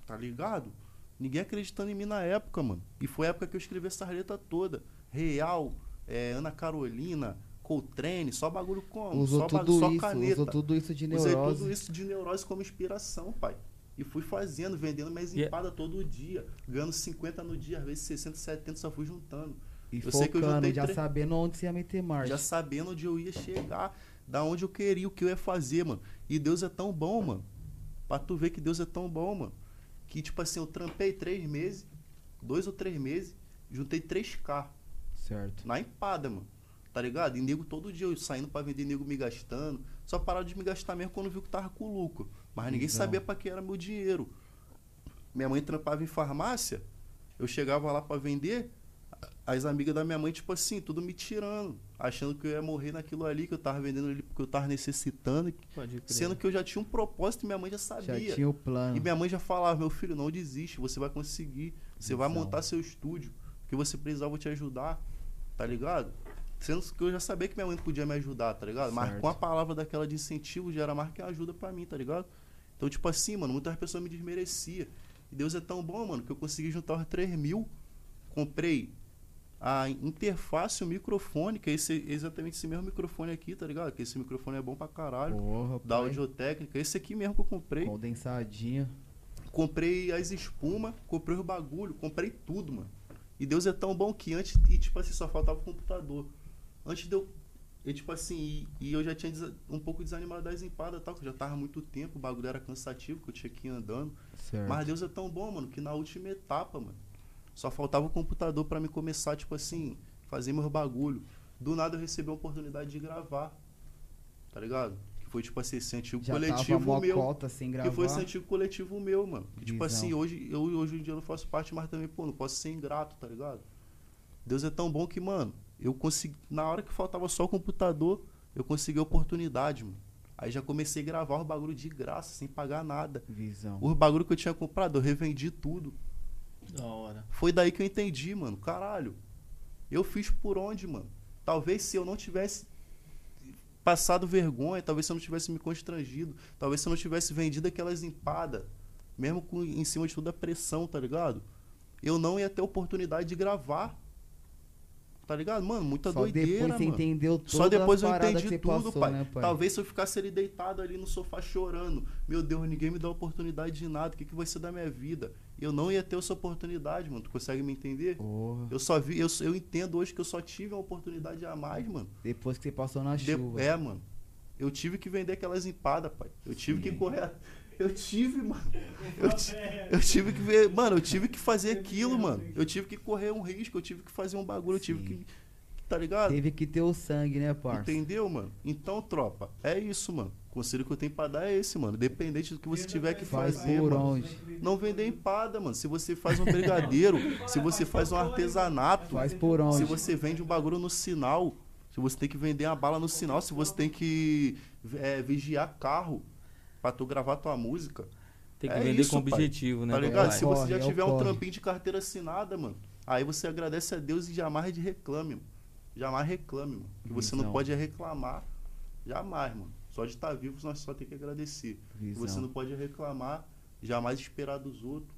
[SPEAKER 2] Tá ligado? Ninguém acreditando em mim na época, mano. E foi a época que eu escrevi essa letra toda. Real, é, Ana Carolina, Coltrane, só bagulho como?
[SPEAKER 3] Usou
[SPEAKER 2] só, ba-
[SPEAKER 3] tudo
[SPEAKER 2] só
[SPEAKER 3] isso,
[SPEAKER 2] caneta.
[SPEAKER 3] usou tudo isso de
[SPEAKER 2] Usei
[SPEAKER 3] neurose.
[SPEAKER 2] tudo isso de neurose como inspiração, pai. E fui fazendo, vendendo minhas
[SPEAKER 1] E é-
[SPEAKER 2] empadas todo dia, ganhando 50 no dia, às vezes 60, 70, só fui juntando.
[SPEAKER 3] E
[SPEAKER 2] Eu sei que eu
[SPEAKER 3] focando,
[SPEAKER 2] juntei
[SPEAKER 3] já
[SPEAKER 2] três-
[SPEAKER 3] sabendo onde você ia meter marcha.
[SPEAKER 2] Já sabendo onde eu ia chegar, da onde eu queria, o que eu ia fazer, mano. E Deus é tão bom, mano. Pra tu ver que Deus é tão bom, mano. Que, tipo assim, eu trampei três meses, dois ou três meses, juntei 3K
[SPEAKER 3] Certo.
[SPEAKER 2] na empada, mano. Tá ligado? E nego todo dia eu saindo pra vender, nego me gastando. Só parava de me gastar mesmo quando viu que tava com lucro. Mas ninguém
[SPEAKER 3] Então.
[SPEAKER 2] sabia pra que era meu dinheiro. Minha mãe trampava em farmácia, eu chegava lá pra vender, as amigas da minha mãe, tipo assim, tudo me tirando. Achando que eu ia morrer naquilo ali, que eu tava vendendo ali porque eu tava necessitando.
[SPEAKER 1] Pode crer.
[SPEAKER 2] Sendo que eu já tinha um propósito e minha mãe já
[SPEAKER 3] Já
[SPEAKER 2] sabia.
[SPEAKER 3] tinha o plano.
[SPEAKER 2] E minha mãe já falava, meu filho, não desiste, você vai conseguir. Você vai
[SPEAKER 3] Visão.
[SPEAKER 2] montar seu estúdio. O que você precisar, eu vou te ajudar. Tá ligado? Sendo que eu já sabia que minha mãe podia me ajudar, tá ligado? Mas
[SPEAKER 3] Certo.
[SPEAKER 2] com a palavra daquela de incentivo, já era mais que ajuda pra mim, tá ligado? Então, tipo assim, mano, muitas pessoas me desmereciam. E Deus é tão bom, mano, que eu consegui juntar os 3 mil. Comprei a interface, o microfone, que é esse, exatamente esse mesmo microfone aqui, tá ligado? Que esse microfone é bom pra caralho.
[SPEAKER 3] Porra,
[SPEAKER 2] Da
[SPEAKER 3] pai.
[SPEAKER 2] audiotécnica, esse aqui mesmo que eu comprei.
[SPEAKER 3] Condensadinho.
[SPEAKER 2] Comprei as espumas, comprei os bagulho, comprei tudo, mano. E Deus é tão bom que antes, e tipo assim, só faltava o computador. Antes de eu. E tipo assim, e, e eu já tinha desa- um pouco desanimado das empadas e tal, que eu já tava há muito tempo, o bagulho era cansativo, que eu tinha que ir andando.
[SPEAKER 3] Certo.
[SPEAKER 2] Mas Deus é tão bom, mano, que na última etapa, mano, só faltava o computador pra me começar, tipo assim, fazer meus bagulho. Do nada eu recebi a oportunidade de gravar. Tá ligado? Que foi tipo assim, esse antigo
[SPEAKER 3] já
[SPEAKER 2] coletivo
[SPEAKER 3] tava mó
[SPEAKER 2] meu.
[SPEAKER 3] cota sem gravar.
[SPEAKER 2] Que foi esse antigo coletivo meu, mano. Que, tipo
[SPEAKER 3] Visão.
[SPEAKER 2] assim, hoje, eu, hoje em dia eu não faço parte, mas também, pô, não posso ser ingrato, tá ligado? Deus é tão bom que, mano, eu consegui. Na hora que faltava só o computador, eu consegui a oportunidade, mano. Aí já comecei a gravar os bagulho de graça, sem pagar nada.
[SPEAKER 3] Visão.
[SPEAKER 2] Os bagulho que eu tinha comprado, eu revendi tudo.
[SPEAKER 1] Da hora.
[SPEAKER 2] Foi daí que eu entendi, mano. Caralho. Eu fiz por onde, mano? Talvez se eu não tivesse passado vergonha, talvez se eu não tivesse me constrangido, talvez se eu não tivesse vendido aquelas empadas, mesmo com, em cima de tudo a pressão, tá ligado? Eu não ia ter oportunidade de gravar. Tá ligado? Mano, muita
[SPEAKER 3] Só
[SPEAKER 2] doideira,
[SPEAKER 3] depois você
[SPEAKER 2] mano.
[SPEAKER 3] entendeu tudo.
[SPEAKER 2] Só
[SPEAKER 3] as
[SPEAKER 2] depois eu
[SPEAKER 3] paradas que
[SPEAKER 2] entendi
[SPEAKER 3] você
[SPEAKER 2] tudo,
[SPEAKER 3] passou,
[SPEAKER 2] pai.
[SPEAKER 3] Né, pai.
[SPEAKER 2] Talvez se eu ficasse ali deitado ali no sofá chorando, meu Deus, ninguém me dá oportunidade de nada, o que, que vai ser da minha vida? Eu não ia ter essa oportunidade, mano. Tu consegue me entender?
[SPEAKER 3] Porra.
[SPEAKER 2] Eu só vi, eu, eu entendo hoje que eu só tive uma oportunidade a mais, mano.
[SPEAKER 3] Depois que você passou na
[SPEAKER 2] De-
[SPEAKER 3] chuva.
[SPEAKER 2] é, mano. Eu tive que vender aquelas empadas, pai. Eu tive que correr. a- Eu tive, mano. Eu, ti- eu tive que ver. Mano, eu tive que fazer aquilo, mano. Eu tive que correr um risco, eu tive que fazer um bagulho, eu tive
[SPEAKER 3] Sim.
[SPEAKER 2] que. Tá ligado?
[SPEAKER 3] Teve que ter o sangue, né, parça?
[SPEAKER 2] Entendeu, mano? Então, tropa, é isso, mano. O conselho que eu tenho pra dar é esse, mano. Dependente do que você tiver que
[SPEAKER 3] Faz
[SPEAKER 2] fazer,
[SPEAKER 3] por
[SPEAKER 2] mano.
[SPEAKER 3] onde?
[SPEAKER 2] Não vender empada, mano. Se você faz um brigadeiro, se você faz um artesanato,
[SPEAKER 3] Faz por onde?
[SPEAKER 2] se você vende um bagulho no sinal, se você tem que vender uma bala no sinal, se você tem que é, vigiar carro pra tu gravar tua música,
[SPEAKER 1] Tem que
[SPEAKER 2] É
[SPEAKER 1] vender
[SPEAKER 2] isso,
[SPEAKER 1] com
[SPEAKER 2] pai.
[SPEAKER 1] objetivo, né?
[SPEAKER 2] tá
[SPEAKER 1] pai?
[SPEAKER 2] ligado?
[SPEAKER 3] vai.
[SPEAKER 2] Se você já
[SPEAKER 3] Corre, é o
[SPEAKER 2] tiver um
[SPEAKER 3] corre.
[SPEAKER 2] trampinho de carteira assinada, mano, aí você agradece a Deus e jamais de reclame, mano. Jamais reclame, mano. Que você não
[SPEAKER 3] Visão.
[SPEAKER 2] pode é reclamar. Jamais, mano. Só de estar vivo nós só tem que agradecer.
[SPEAKER 3] Visão.
[SPEAKER 2] Você não pode é reclamar, jamais esperar dos outros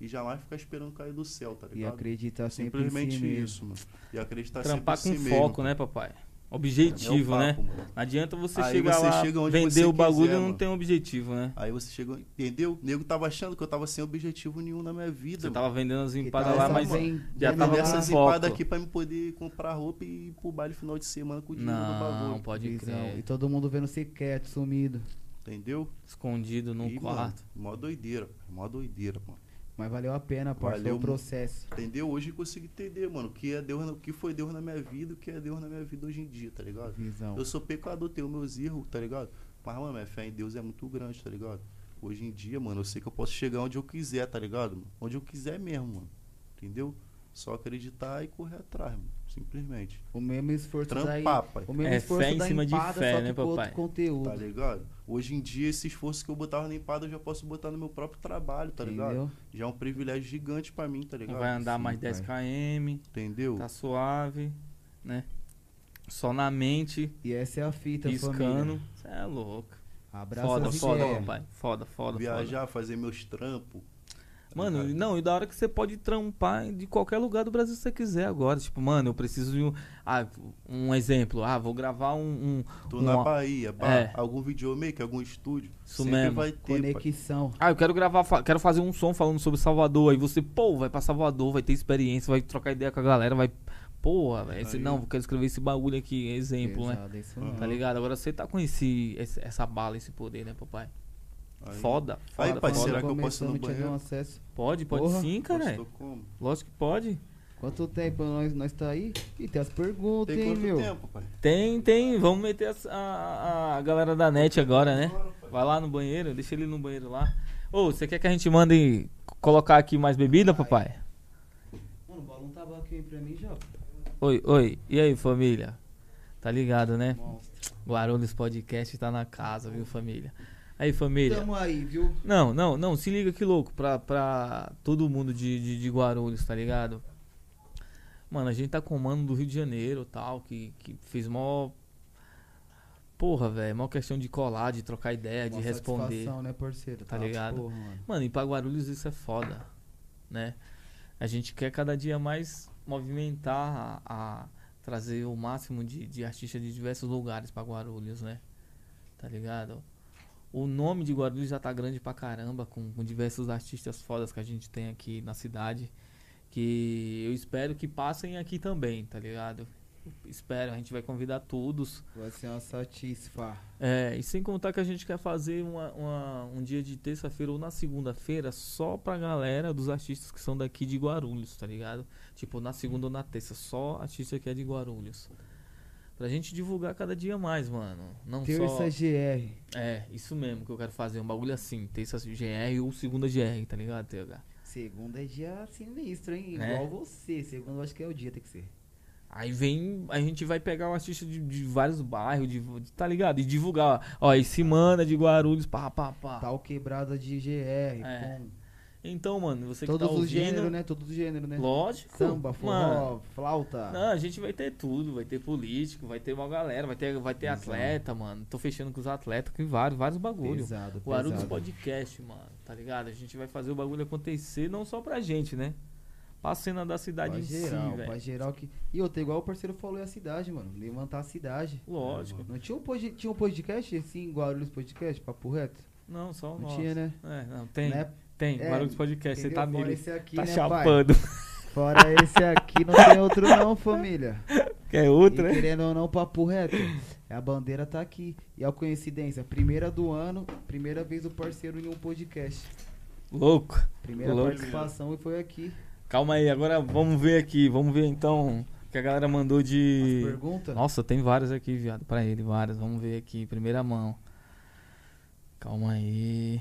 [SPEAKER 2] e jamais ficar esperando cair do céu, tá
[SPEAKER 3] E
[SPEAKER 2] ligado?
[SPEAKER 3] acreditar sempre em si
[SPEAKER 2] Simplesmente
[SPEAKER 3] mesmo.
[SPEAKER 2] isso, mano. E acreditar
[SPEAKER 1] Trampar com
[SPEAKER 2] é sempre em si
[SPEAKER 1] foco,
[SPEAKER 2] mesmo.
[SPEAKER 1] né, papai?
[SPEAKER 2] É o
[SPEAKER 1] Objetivo, né?
[SPEAKER 2] papo, mano.
[SPEAKER 1] Não adianta você
[SPEAKER 2] Aí
[SPEAKER 1] chegar
[SPEAKER 2] você
[SPEAKER 1] lá,
[SPEAKER 2] chega onde você
[SPEAKER 1] vender o bagulho
[SPEAKER 2] quiser,
[SPEAKER 1] e não
[SPEAKER 2] mano.
[SPEAKER 1] ter um objetivo, né?
[SPEAKER 2] Aí você chegou, entendeu? O nego tava achando que eu tava sem objetivo nenhum na minha vida.
[SPEAKER 1] Você
[SPEAKER 2] mano. tá
[SPEAKER 1] tava vendendo as
[SPEAKER 3] E
[SPEAKER 1] empadas
[SPEAKER 3] tava
[SPEAKER 1] lá,
[SPEAKER 3] só
[SPEAKER 1] mas
[SPEAKER 3] vem-
[SPEAKER 1] já
[SPEAKER 3] vendo
[SPEAKER 2] Eu
[SPEAKER 1] tava
[SPEAKER 2] vender
[SPEAKER 1] com
[SPEAKER 2] essas
[SPEAKER 1] foco.
[SPEAKER 2] empadas aqui pra me poder comprar roupa e ir pro baile final de semana com o dinheiro do
[SPEAKER 1] Não,
[SPEAKER 2] bagulho.
[SPEAKER 1] pode
[SPEAKER 3] visão. é, E
[SPEAKER 1] crer.
[SPEAKER 3] todo mundo vendo você quieto, sumido.
[SPEAKER 2] Entendeu?
[SPEAKER 1] Escondido num
[SPEAKER 2] E,
[SPEAKER 1] quarto.
[SPEAKER 2] Mano, mó doideira, mó doideira, mano.
[SPEAKER 3] Mas valeu a pena, parça. Foi
[SPEAKER 2] Valeu
[SPEAKER 3] o
[SPEAKER 2] mu-
[SPEAKER 3] processo.
[SPEAKER 2] Entendeu? Hoje eu consigo entender, mano, o que, é Deus, na- o que foi Deus na minha vida, o que é Deus na minha vida hoje em dia, tá ligado?
[SPEAKER 3] Visão.
[SPEAKER 2] Eu sou pecador, tenho meus erros, tá ligado? Mas, mano, minha fé em Deus é muito grande, tá ligado? Hoje em dia, mano, eu sei que eu posso chegar onde eu quiser, tá ligado? mano? Onde eu quiser mesmo, mano. Entendeu? Só acreditar e correr atrás, mano. Simplesmente.
[SPEAKER 3] O mesmo esforço daí.
[SPEAKER 2] Trampar, pai.
[SPEAKER 3] O mesmo
[SPEAKER 1] É
[SPEAKER 3] esforço
[SPEAKER 1] fé em
[SPEAKER 3] da
[SPEAKER 1] cima de
[SPEAKER 3] empada,
[SPEAKER 1] fé,
[SPEAKER 3] só
[SPEAKER 1] né,
[SPEAKER 3] que com outro
[SPEAKER 1] papai?
[SPEAKER 3] conteúdo.
[SPEAKER 2] Tá ligado? Hoje em dia, esse esforço que eu botava na empada, eu já posso botar no meu próprio trabalho, tá ligado?
[SPEAKER 3] entendeu?
[SPEAKER 2] Já é um privilégio gigante pra mim, tá
[SPEAKER 1] Não
[SPEAKER 2] ligado?
[SPEAKER 1] vai andar
[SPEAKER 3] Sim,
[SPEAKER 1] mais
[SPEAKER 3] pai.
[SPEAKER 1] 10 km,
[SPEAKER 2] Entendeu?
[SPEAKER 1] tá suave, né? Só na mente,
[SPEAKER 3] E essa é a fita,
[SPEAKER 1] piscando.
[SPEAKER 3] família.
[SPEAKER 1] Você é louco.
[SPEAKER 3] Abraço
[SPEAKER 1] Foda,
[SPEAKER 3] às
[SPEAKER 1] foda,
[SPEAKER 3] ideias.
[SPEAKER 1] papai. Foda, foda, foda.
[SPEAKER 2] Viajar, fazer meus trampos.
[SPEAKER 1] Mano,
[SPEAKER 2] Tá ligado?
[SPEAKER 1] não, e da hora que você pode trampar de qualquer lugar do Brasil que você quiser agora. Tipo, mano, eu preciso de um. Ah, um exemplo. Ah, vou gravar um. um-
[SPEAKER 2] Tô
[SPEAKER 1] um-
[SPEAKER 2] na Bahia, pá,
[SPEAKER 1] É.
[SPEAKER 2] algum videomaker, algum estúdio,
[SPEAKER 1] Isso
[SPEAKER 2] sempre
[SPEAKER 1] mesmo.
[SPEAKER 2] vai ter. pai.
[SPEAKER 3] Conexão.
[SPEAKER 1] Ah, eu quero gravar, fa- quero fazer um som falando sobre Salvador. Aí você, pô, vai pra Salvador, vai ter experiência, vai trocar ideia com a galera, vai. Porra, velho. você,
[SPEAKER 2] Aí.
[SPEAKER 1] Não, quero escrever esse bagulho aqui, exemplo, né?
[SPEAKER 3] Pesado, é isso
[SPEAKER 2] Aham.
[SPEAKER 1] Tá ligado? Agora você tá com esse, esse- essa bala, esse poder, né, papai?
[SPEAKER 2] Aí-
[SPEAKER 1] Foda,
[SPEAKER 2] Aí,
[SPEAKER 1] foda,
[SPEAKER 2] pai,
[SPEAKER 1] foda.
[SPEAKER 2] será que eu
[SPEAKER 3] Começou,
[SPEAKER 2] posso ir no
[SPEAKER 3] não tinha nenhum
[SPEAKER 2] banheiro?
[SPEAKER 3] um acesso.
[SPEAKER 1] Pode, pode
[SPEAKER 3] Porra.
[SPEAKER 1] sim, cara.
[SPEAKER 2] Posso, tô como?
[SPEAKER 1] Lógico que pode.
[SPEAKER 3] Quanto tempo nós, nós tá aí? E tem as perguntas,
[SPEAKER 2] Tem
[SPEAKER 3] hein,
[SPEAKER 2] quanto
[SPEAKER 3] meu?
[SPEAKER 2] tempo, pai?
[SPEAKER 1] Tem, tem. Vamos meter as- a, a- a galera da net agora, né? Vai lá no banheiro, deixa ele no banheiro lá. Ô, você quer que a gente mande colocar aqui mais bebida, papai?
[SPEAKER 3] Mano, bola um tabaco aí pra mim já.
[SPEAKER 1] Oi, oi. E aí, família? Tá ligado, né?
[SPEAKER 3] Monstro.
[SPEAKER 1] Guarulhos Podcast tá na casa, viu, família? Aí, família.
[SPEAKER 3] Tamo aí, viu?
[SPEAKER 1] Não, não, não, se liga que louco, pra, pra todo mundo de, de, de Guarulhos, tá ligado? Mano, a gente tá com o mano do Rio de Janeiro tal, que, que fez mó. Porra, velho, mó questão de colar, de trocar ideia, É de
[SPEAKER 3] Uma
[SPEAKER 1] responder.
[SPEAKER 3] satisfação, né, parceiro?
[SPEAKER 1] Tá ligado?
[SPEAKER 3] Porra, mano.
[SPEAKER 1] Mano, e pra Guarulhos isso é foda, né? A gente quer cada dia mais movimentar a, a trazer o máximo de, de artistas de diversos lugares pra Guarulhos, né? Tá ligado? O nome de Guarulhos já tá grande pra caramba, com, com diversos artistas fodas que a gente tem aqui na cidade. Que eu espero que passem aqui também, tá ligado? Espero, a gente vai convidar todos.
[SPEAKER 3] Vai ser é uma satisfa.
[SPEAKER 1] É, e sem contar que a gente quer fazer uma- uma- um dia de terça-feira ou na segunda-feira só pra galera dos artistas que são daqui de Guarulhos, tá ligado? Tipo, na segunda ou na terça, só artista que é de Guarulhos. Pra gente divulgar cada dia mais, mano. Não
[SPEAKER 3] Terça
[SPEAKER 1] só...
[SPEAKER 3] GR.
[SPEAKER 1] É, isso mesmo que eu quero fazer, um bagulho assim, terça GR ou segunda GR, tá ligado, TH?
[SPEAKER 3] Segunda é dia sinistro, hein?
[SPEAKER 1] É.
[SPEAKER 3] Igual você. Segunda eu acho que é o dia, tem que ser.
[SPEAKER 1] Aí vem, a gente vai pegar o artista de, de vários bairros, de, de- tá ligado? E divulgar, ó, esse mano é de Guarulhos, pá, pá, pá.
[SPEAKER 3] Tal quebrada de GR.
[SPEAKER 1] Ah. É.
[SPEAKER 3] pum.
[SPEAKER 1] Então, mano, você
[SPEAKER 3] Todos
[SPEAKER 1] que tá
[SPEAKER 3] os
[SPEAKER 1] ouvindo...
[SPEAKER 3] gêneros, né? Todos os gêneros, né?
[SPEAKER 1] Lógico.
[SPEAKER 3] Samba,
[SPEAKER 1] mano.
[SPEAKER 3] forró, flauta.
[SPEAKER 1] Não, a gente vai ter tudo, vai ter político, vai ter uma galera, vai ter, vai ter
[SPEAKER 3] Exato.
[SPEAKER 1] atleta, mano. Tô fechando com os atletas, com vários, vários bagulho.
[SPEAKER 3] Pesado,
[SPEAKER 1] O Guarulhos
[SPEAKER 3] pesado.
[SPEAKER 1] Podcast, mano, tá ligado? A gente vai fazer o bagulho acontecer, não só pra gente, né? Pra cena da cidade
[SPEAKER 3] Pra
[SPEAKER 1] em
[SPEAKER 3] geral,
[SPEAKER 1] si,
[SPEAKER 3] pra
[SPEAKER 1] velho.
[SPEAKER 3] geral que... E outra, igual o parceiro falou, é a cidade, mano. Levantar a cidade.
[SPEAKER 1] Lógico.
[SPEAKER 3] Não tinha um, pod... tinha um podcast assim, Guarulhos Podcast, papo reto?
[SPEAKER 1] Não, só o
[SPEAKER 3] Não
[SPEAKER 1] nosso.
[SPEAKER 3] tinha, né?
[SPEAKER 1] É, não, tem,
[SPEAKER 3] Né?
[SPEAKER 1] tem.
[SPEAKER 3] É,
[SPEAKER 1] Guarulhos Podcast, você
[SPEAKER 3] Entendeu?
[SPEAKER 1] tá
[SPEAKER 3] Fora
[SPEAKER 1] nele.
[SPEAKER 3] esse aqui,
[SPEAKER 1] Tá
[SPEAKER 3] né, pai?
[SPEAKER 1] chapando.
[SPEAKER 3] Fora esse aqui, não tem outro não, família.
[SPEAKER 1] Quer
[SPEAKER 3] E
[SPEAKER 1] outro, né?
[SPEAKER 3] querendo ou não, papo reto. A bandeira tá aqui. E a coincidência, primeira do ano, primeira vez o parceiro em um podcast.
[SPEAKER 1] Louco.
[SPEAKER 3] Primeira
[SPEAKER 1] Louco.
[SPEAKER 3] participação e foi aqui.
[SPEAKER 1] Calma aí, agora vamos ver aqui. Vamos ver então o que a galera mandou de.
[SPEAKER 3] As perguntas?
[SPEAKER 1] Nossa, tem várias aqui, viado, pra ele, várias. Vamos ver aqui, primeira mão. Calma aí.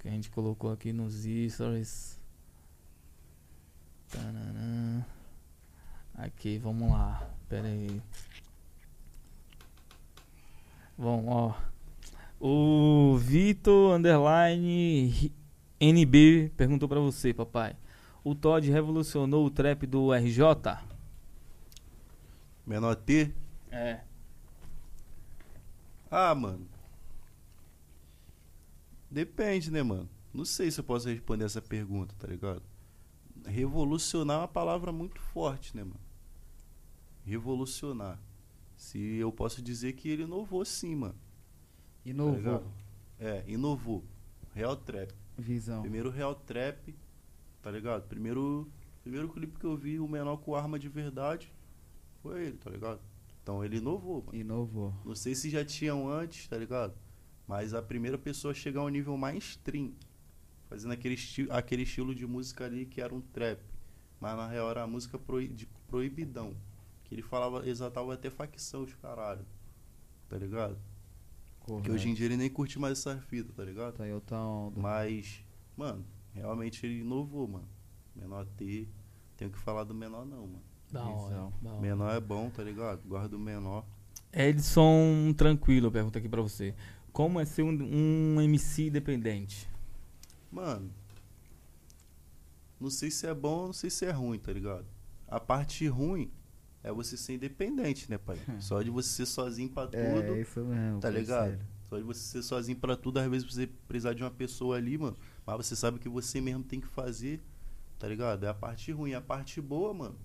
[SPEAKER 1] Que a gente colocou aqui nos stories. Tananã. Aqui, vamos lá. Pera aí. Bom, ó. O Vitor Underline Ri- NB perguntou pra você, papai. O Todd revolucionou o trap do RJ?
[SPEAKER 2] Menor T?
[SPEAKER 1] É.
[SPEAKER 2] Ah, mano. Depende, né, mano? Não sei se eu posso responder essa pergunta, tá ligado? Revolucionar é uma palavra muito forte, né, mano? Revolucionar. Se eu posso dizer que ele inovou sim, mano. tá
[SPEAKER 3] Inovou.
[SPEAKER 2] ligado? é, inovou. Real Trap.
[SPEAKER 3] Visão.
[SPEAKER 2] Primeiro Real Trap, tá ligado? Primeiro, primeiro clipe que eu vi, o menor com arma de verdade, foi ele, tá ligado? Então ele inovou, mano.
[SPEAKER 3] Inovou.
[SPEAKER 2] Não sei se já tinham antes, tá ligado? Mas a primeira pessoa a chegar ao nível mainstream, fazendo aquele, esti aquele estilo de música ali que era um trap. Mas na real era a música proí- de proibidão. Que ele falava, exaltava até facção os caralho. Tá ligado? Porque
[SPEAKER 3] Correto.
[SPEAKER 2] hoje em dia ele nem curte mais essa fita, tá ligado?
[SPEAKER 3] Tá aí o tal do-
[SPEAKER 2] Mas, mano, realmente ele inovou, mano. Menor T, tenho que falar do menor não, mano.
[SPEAKER 1] Da hora,
[SPEAKER 3] Visão.
[SPEAKER 1] da hora.
[SPEAKER 2] Menor é bom, tá ligado? Guarda o menor.
[SPEAKER 1] Edson um Tranquilo pergunta aqui pra você. Como é ser um, um MC independente?
[SPEAKER 2] Mano, não sei se é bom, não sei se é ruim, tá ligado? A parte ruim é você ser independente, né, pai? Só de você ser sozinho pra tudo.
[SPEAKER 3] É, isso mesmo.
[SPEAKER 2] tá ligado?
[SPEAKER 3] parceiro.
[SPEAKER 2] Só de você ser sozinho pra tudo, às vezes você precisar de uma pessoa ali, mano. Mas você sabe que você mesmo tem que fazer, tá ligado? É a parte ruim. A parte boa, mano,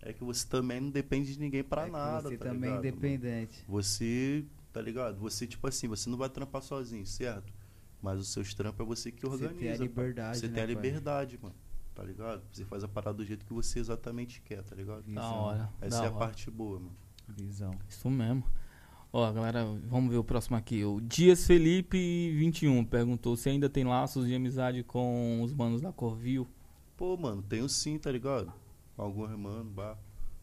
[SPEAKER 2] é que você também não depende de ninguém pra
[SPEAKER 3] É que
[SPEAKER 2] nada,
[SPEAKER 3] Você
[SPEAKER 2] tá
[SPEAKER 3] também é
[SPEAKER 2] ligado, mano?
[SPEAKER 3] independente.
[SPEAKER 2] Você, tá ligado? Você, tipo assim, você não vai trampar sozinho, certo? Mas os seus trampos é você que
[SPEAKER 3] Você
[SPEAKER 2] organiza.
[SPEAKER 3] tem a
[SPEAKER 2] pô.
[SPEAKER 3] liberdade,
[SPEAKER 2] Você
[SPEAKER 3] né,
[SPEAKER 2] tem a
[SPEAKER 3] pai?
[SPEAKER 2] liberdade, mano. Tá ligado? Você faz a parada do jeito que você exatamente quer, tá ligado?
[SPEAKER 3] Isso. um
[SPEAKER 1] Da hora.
[SPEAKER 2] Essa
[SPEAKER 1] da
[SPEAKER 2] é a
[SPEAKER 1] hora.
[SPEAKER 2] parte boa, mano.
[SPEAKER 3] Visão.
[SPEAKER 1] Isso mesmo. Ó, galera, vamos ver o próximo aqui. O Dias Felipe 21 perguntou se ainda tem laços de amizade com os manos da Corvil.
[SPEAKER 2] Pô, mano, tenho sim, tá ligado? Com algum irmão, bar.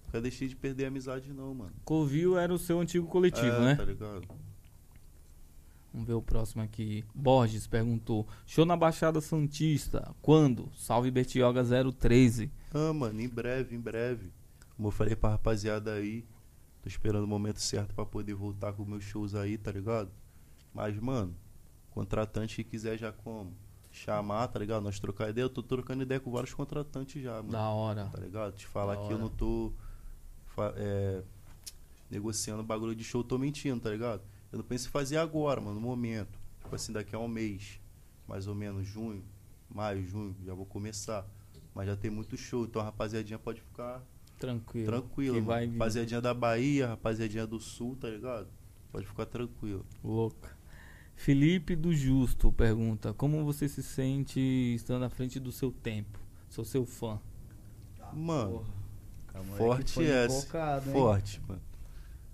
[SPEAKER 2] Nunca deixei de perder a amizade, não, mano.
[SPEAKER 1] Corvil era o seu antigo coletivo,
[SPEAKER 2] é,
[SPEAKER 1] né?
[SPEAKER 2] Tá ligado?
[SPEAKER 1] Vamos ver o próximo aqui. Borges perguntou: Show na Baixada Santista. Quando? Salve Bertioga 013.
[SPEAKER 2] Ah, mano, em breve, em breve. Como eu falei pra rapaziada aí, tô esperando o momento certo pra poder voltar com meus shows aí, tá ligado? Mas, mano, contratante que quiser já como? Chamar, tá ligado? Nós trocar ideia. Eu tô trocando ideia com vários contratantes já, mano.
[SPEAKER 1] Da hora.
[SPEAKER 2] Tá ligado? Te falar
[SPEAKER 1] Da
[SPEAKER 2] que eu
[SPEAKER 1] hora.
[SPEAKER 2] não tô fa- é, negociando bagulho de show, eu tô mentindo, tá ligado? Eu não penso em fazer agora, mano, no momento. Tipo assim, daqui a um mês, mais ou menos, junho, maio, junho, já vou começar. Mas já tem muito show, então a rapaziadinha pode ficar
[SPEAKER 1] Tranquilo.
[SPEAKER 2] tranquila,
[SPEAKER 1] Que
[SPEAKER 2] mano.
[SPEAKER 1] vai vir.
[SPEAKER 2] rapaziadinha da Bahia, rapaziadinha do Sul, tá ligado? Pode ficar tranquilo.
[SPEAKER 1] Louca. Felipe do Justo pergunta: Como você se sente estando à frente do seu tempo? Sou seu fã.
[SPEAKER 2] Mano,
[SPEAKER 3] Porra. Calma aí que
[SPEAKER 2] Forte
[SPEAKER 3] foi
[SPEAKER 2] essa.
[SPEAKER 3] invocado, hein?
[SPEAKER 2] Forte, mano.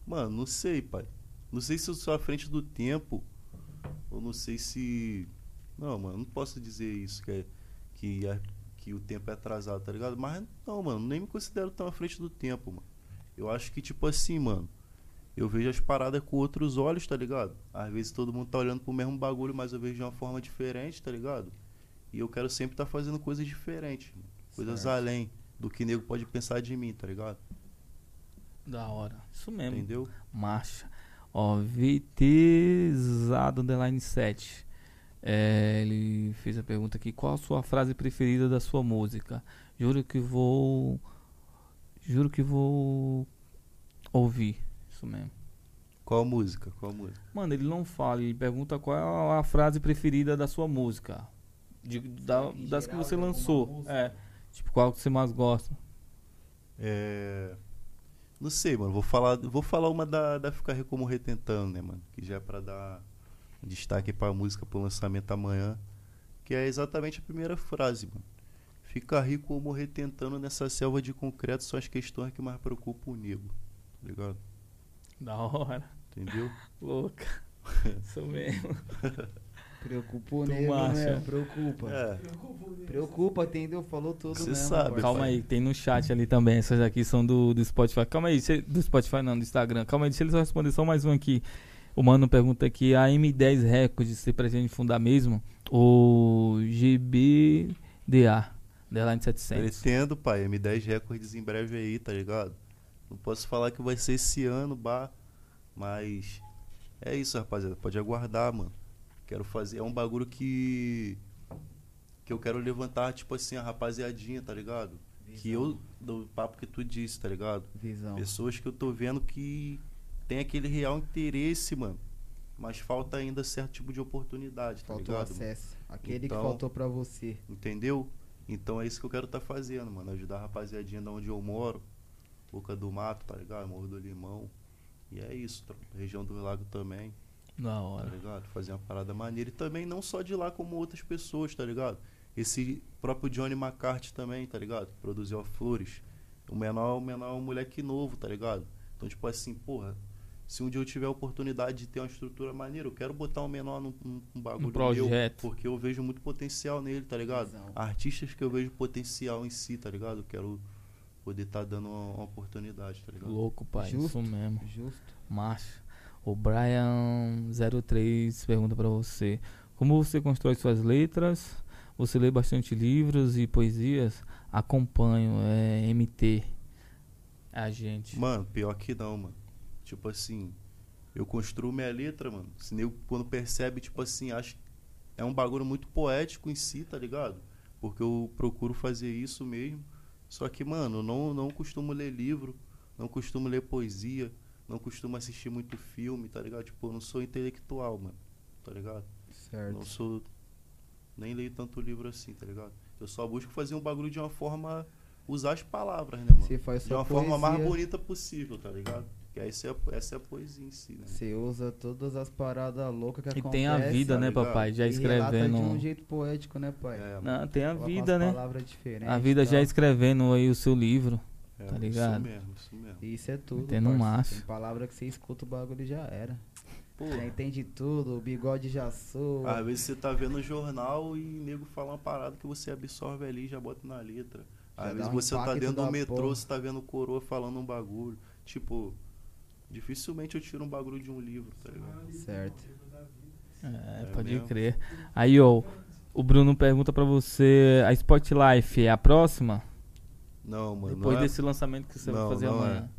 [SPEAKER 2] Mano, não sei, pai. Não sei se eu sou à frente do tempo. Ou não sei se. Não, mano, não posso dizer isso, que, é, que, é- que o tempo é atrasado, tá ligado? Mas não, mano, nem me considero tão à frente do tempo, mano. Eu acho que, tipo assim, mano, eu vejo as paradas com outros olhos, tá ligado? Às vezes todo mundo tá olhando pro mesmo bagulho, mas eu vejo de uma forma diferente, tá ligado? E eu quero sempre estar tá fazendo coisas diferentes, mano. coisas
[SPEAKER 3] Certo.
[SPEAKER 2] além do que nego pode pensar de mim, tá ligado?
[SPEAKER 1] Da hora. Isso mesmo.
[SPEAKER 2] Entendeu?
[SPEAKER 1] Marcha. Ó, VTzado underline 7. É, ele fez a pergunta aqui: Qual a sua frase preferida da sua música? Juro que vou. Juro que vou. Ouvir. Isso mesmo.
[SPEAKER 2] Qual música? Qual música?
[SPEAKER 1] Mano, ele não fala, ele pergunta qual é a frase preferida da sua música. De- da-
[SPEAKER 3] Em
[SPEAKER 1] das que
[SPEAKER 3] geral,
[SPEAKER 1] você
[SPEAKER 3] de alguma
[SPEAKER 1] lançou.
[SPEAKER 3] música?
[SPEAKER 1] É. Tipo, qual que você mais gosta?
[SPEAKER 2] É. Não sei, mano. Vou falar, vou falar uma da, da Ficar Como Retentando, né, mano? Que já é pra dar um destaque pra música pro lançamento amanhã. Que é exatamente a primeira frase, mano. Ficar rico ou morrer tentando nessa selva de concreto são as questões que mais preocupam o nego. Tá ligado?
[SPEAKER 1] Da hora.
[SPEAKER 2] Entendeu?
[SPEAKER 1] Louca. Isso mesmo.
[SPEAKER 3] Preocupou
[SPEAKER 1] Tu
[SPEAKER 3] nego,
[SPEAKER 1] marcha.
[SPEAKER 3] né? Preocupa.
[SPEAKER 2] É.
[SPEAKER 3] Preocupa, entendeu? Falou tudo
[SPEAKER 2] Cê
[SPEAKER 3] mesmo.
[SPEAKER 2] sabe,
[SPEAKER 3] parceiro.
[SPEAKER 1] Calma aí, tem no chat ali também. Essas aqui são do, do Spotify. Calma aí, cê- do Spotify não, do Instagram. Calma aí, deixa eles responder só mais um aqui. O mano pergunta aqui: a M10 Records, você pretende fundar mesmo? Ou GBDA? Deadline 700.
[SPEAKER 2] Pretendo, pai. M10 Records em breve aí, tá ligado? Não posso falar que vai ser esse ano, bah. Mas é isso, rapaziada. Pode aguardar, mano. Quero fazer. É um bagulho que. Que eu quero levantar, tipo assim, a rapaziadinha, tá ligado? Que eu. Do papo que tu disse, tá ligado?
[SPEAKER 3] Visão.
[SPEAKER 2] Pessoas que eu tô vendo que tem aquele real interesse, mano. Mas falta ainda certo tipo de oportunidade, tá
[SPEAKER 3] Faltou
[SPEAKER 2] ligado? mano?
[SPEAKER 3] acesso. Aquele
[SPEAKER 2] Então-
[SPEAKER 3] que faltou pra você.
[SPEAKER 2] Entendeu? Então é isso que eu quero estar fazendo, mano. Ajudar a rapaziadinha da onde eu moro. Boca do Mato, tá ligado? Morro do Limão. E é isso, tro- região do Lago também,
[SPEAKER 1] Da
[SPEAKER 2] tá
[SPEAKER 1] hora.
[SPEAKER 2] ligado? Fazer uma parada maneira. E também não só de lá, como outras pessoas, tá ligado? Esse próprio Johnny McCarthy também, tá ligado? Que produziu a Flores. O menor, o menor é um moleque novo, tá ligado? Então, tipo assim, porra, se um dia eu tiver a oportunidade de ter uma estrutura maneira, eu quero botar o menor num, num- num bagulho
[SPEAKER 1] Um
[SPEAKER 2] meu,
[SPEAKER 1] projeto.
[SPEAKER 2] porque eu vejo muito potencial nele, tá ligado?
[SPEAKER 3] Visão.
[SPEAKER 2] Artistas que eu vejo potencial em si, tá ligado? Eu quero poder estar dando uma, uma oportunidade, tá ligado?
[SPEAKER 1] Louco, pai. Isso
[SPEAKER 3] Justo.
[SPEAKER 1] mesmo.
[SPEAKER 3] Justo.
[SPEAKER 1] Marcha. O Brian03 pergunta pra você: Como você constrói suas letras? Você lê bastante livros e poesias? Acompanho, é MT. É a gente.
[SPEAKER 2] Mano, pior que não, mano. Tipo assim, eu construo minha letra, mano. Se nego quando percebe, tipo assim, acho é um bagulho muito poético em si, tá ligado? Porque eu procuro fazer isso mesmo. Só que, mano, eu não não costumo ler livro, não costumo ler poesia, não costumo assistir muito filme, tá ligado? Tipo, eu não sou intelectual, mano, tá ligado?
[SPEAKER 3] Certo.
[SPEAKER 2] Não sou. Nem leio tanto livro assim, tá ligado? Eu só busco fazer um bagulho de uma forma. Usar as palavras, né, mano?
[SPEAKER 3] Você faz
[SPEAKER 2] de
[SPEAKER 3] sua
[SPEAKER 2] uma forma mais
[SPEAKER 3] poesia,
[SPEAKER 2] bonita possível, tá ligado? Que essa é, a- essa é a poesia em si, né?
[SPEAKER 3] Você usa todas as paradas loucas que
[SPEAKER 1] E
[SPEAKER 3] acontecem.
[SPEAKER 1] tem a vida,
[SPEAKER 2] tá
[SPEAKER 1] né,
[SPEAKER 2] ligado?
[SPEAKER 1] papai? Já
[SPEAKER 3] e relata
[SPEAKER 1] escrevendo.
[SPEAKER 3] de um jeito poético, né, pai?
[SPEAKER 2] É, mano,
[SPEAKER 1] Não, tem a
[SPEAKER 3] Coloca
[SPEAKER 1] vida,
[SPEAKER 3] umas
[SPEAKER 1] né?
[SPEAKER 3] palavras diferentes então.
[SPEAKER 1] A vida
[SPEAKER 3] e
[SPEAKER 1] já
[SPEAKER 3] tal.
[SPEAKER 1] escrevendo aí o seu livro.
[SPEAKER 2] é,
[SPEAKER 1] tá ligado?
[SPEAKER 2] Isso mesmo, isso mesmo.
[SPEAKER 3] Isso é tudo.
[SPEAKER 1] Tem no
[SPEAKER 3] parça.
[SPEAKER 1] maço.
[SPEAKER 3] Tem palavra que você escuta o bagulho e já era.
[SPEAKER 2] Pô,
[SPEAKER 3] Já entende tudo, o bigode já soa.
[SPEAKER 2] às vezes você tá vendo o jornal e nego fala uma parada que você absorve ali e já bota na letra.
[SPEAKER 3] Já
[SPEAKER 2] Às
[SPEAKER 3] dá
[SPEAKER 2] vezes
[SPEAKER 3] um
[SPEAKER 2] você tá
[SPEAKER 3] impacto
[SPEAKER 2] dentro do
[SPEAKER 3] da
[SPEAKER 2] metrô,
[SPEAKER 3] porra.
[SPEAKER 2] você tá vendo o coroa falando um bagulho. Tipo, dificilmente eu tiro um bagulho de um livro, tá ligado?
[SPEAKER 3] certo.
[SPEAKER 1] É,
[SPEAKER 2] É
[SPEAKER 1] pode
[SPEAKER 2] mesmo?
[SPEAKER 1] crer. Aí, ó, o Bruno pergunta pra você, a Spot Life é a próxima?
[SPEAKER 2] Não, mano.
[SPEAKER 1] Depois
[SPEAKER 2] não é-
[SPEAKER 1] desse lançamento que você
[SPEAKER 2] Não,
[SPEAKER 1] vai fazer
[SPEAKER 2] não
[SPEAKER 1] amanhã.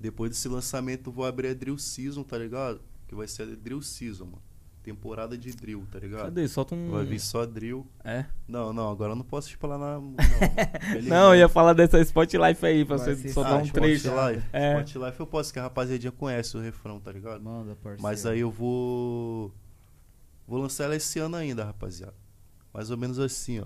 [SPEAKER 2] Depois desse lançamento, eu vou abrir a Drill Season, tá ligado? Que vai ser a Drill Season, mano. Temporada de Drill, tá
[SPEAKER 3] é.
[SPEAKER 2] ligado?
[SPEAKER 1] Cadê? Solta um.
[SPEAKER 2] Vai vir só Drill.
[SPEAKER 1] É?
[SPEAKER 2] Não, não, agora eu não posso explanar. Não,
[SPEAKER 1] Não, eu ia falar dessa Spot Life aí, pra
[SPEAKER 3] Vai
[SPEAKER 1] você
[SPEAKER 3] ser
[SPEAKER 1] soltar
[SPEAKER 2] ah,
[SPEAKER 1] um
[SPEAKER 2] Spot
[SPEAKER 1] trecho.
[SPEAKER 2] Life.
[SPEAKER 1] É.
[SPEAKER 2] Spot Life eu posso, que a rapaziadinha conhece o refrão, tá ligado?
[SPEAKER 3] Manda, parceiro.
[SPEAKER 2] Mas aí eu vou. Vou lançar ela esse ano ainda, rapaziada. Mais ou menos assim, ó.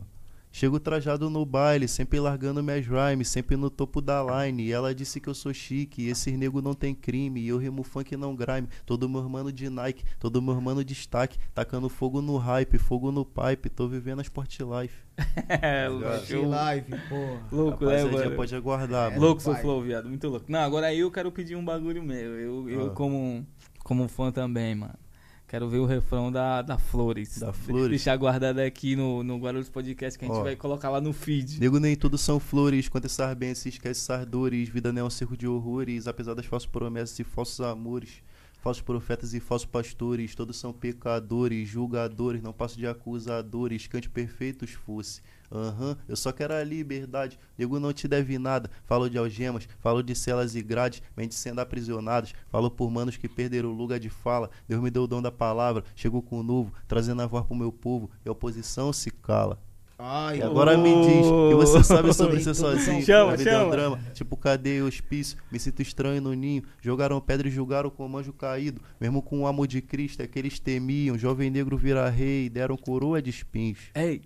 [SPEAKER 2] Chego trajado no baile, sempre largando minhas rhymes, sempre no topo da line. E ela disse que eu sou chique, e esses nego não tem crime. E eu rimo funk não grime. Todo meu mano de Nike, todo meu mano destaque. Tacando fogo no hype, fogo no pipe. Tô vivendo a Sport Life.
[SPEAKER 1] É,
[SPEAKER 2] Ligado?
[SPEAKER 3] Achei
[SPEAKER 1] eu-
[SPEAKER 3] live, porra.
[SPEAKER 1] Louco, né,
[SPEAKER 2] Rapaziadinha,
[SPEAKER 1] mano?
[SPEAKER 2] pode aguardar,
[SPEAKER 3] É,
[SPEAKER 2] mano.
[SPEAKER 1] Louco seu
[SPEAKER 3] pai.
[SPEAKER 1] flow, viado. Muito louco. Não, agora aí eu quero pedir um bagulho meu. Eu, eu
[SPEAKER 2] Ah.
[SPEAKER 1] como, como fã também, mano. Quero ver o refrão da, da Flores.
[SPEAKER 2] Da
[SPEAKER 1] De-
[SPEAKER 2] Flores.
[SPEAKER 1] Deixar guardado aqui no, no Guarulhos Podcast que a gente
[SPEAKER 2] Ó.
[SPEAKER 1] vai colocar lá no feed.
[SPEAKER 2] Nego nem tudo são flores, quantas sarbentas, se esquece essas dores. Vida não é um circo de horrores, apesar das falsas promessas e falsos amores. Falsos profetas e falsos pastores, todos são pecadores, julgadores, não passo de acusadores, cante perfeitos fosse. Aham, eu só quero a liberdade, nego não te deve nada. Falo de algemas, falo de celas e grades, mentes sendo aprisionadas, falo por manos que perderam o lugar de fala. Deus me deu o dom da palavra, chegou com o novo, trazendo a voz pro meu povo, e a oposição se cala.
[SPEAKER 3] Ai,
[SPEAKER 2] E agora me diz, o que você sabe sobre
[SPEAKER 3] Então,
[SPEAKER 2] ser sozinho?
[SPEAKER 1] chama,
[SPEAKER 2] a vida é
[SPEAKER 1] chama.
[SPEAKER 2] um drama, tipo cadê o hospício? Me sinto estranho no ninho. Jogaram pedra e julgaram como anjo caído. Mesmo com o amor de Cristo, é que eles temiam. Jovem negro vira rei, deram coroa de espinhos.
[SPEAKER 1] Ei,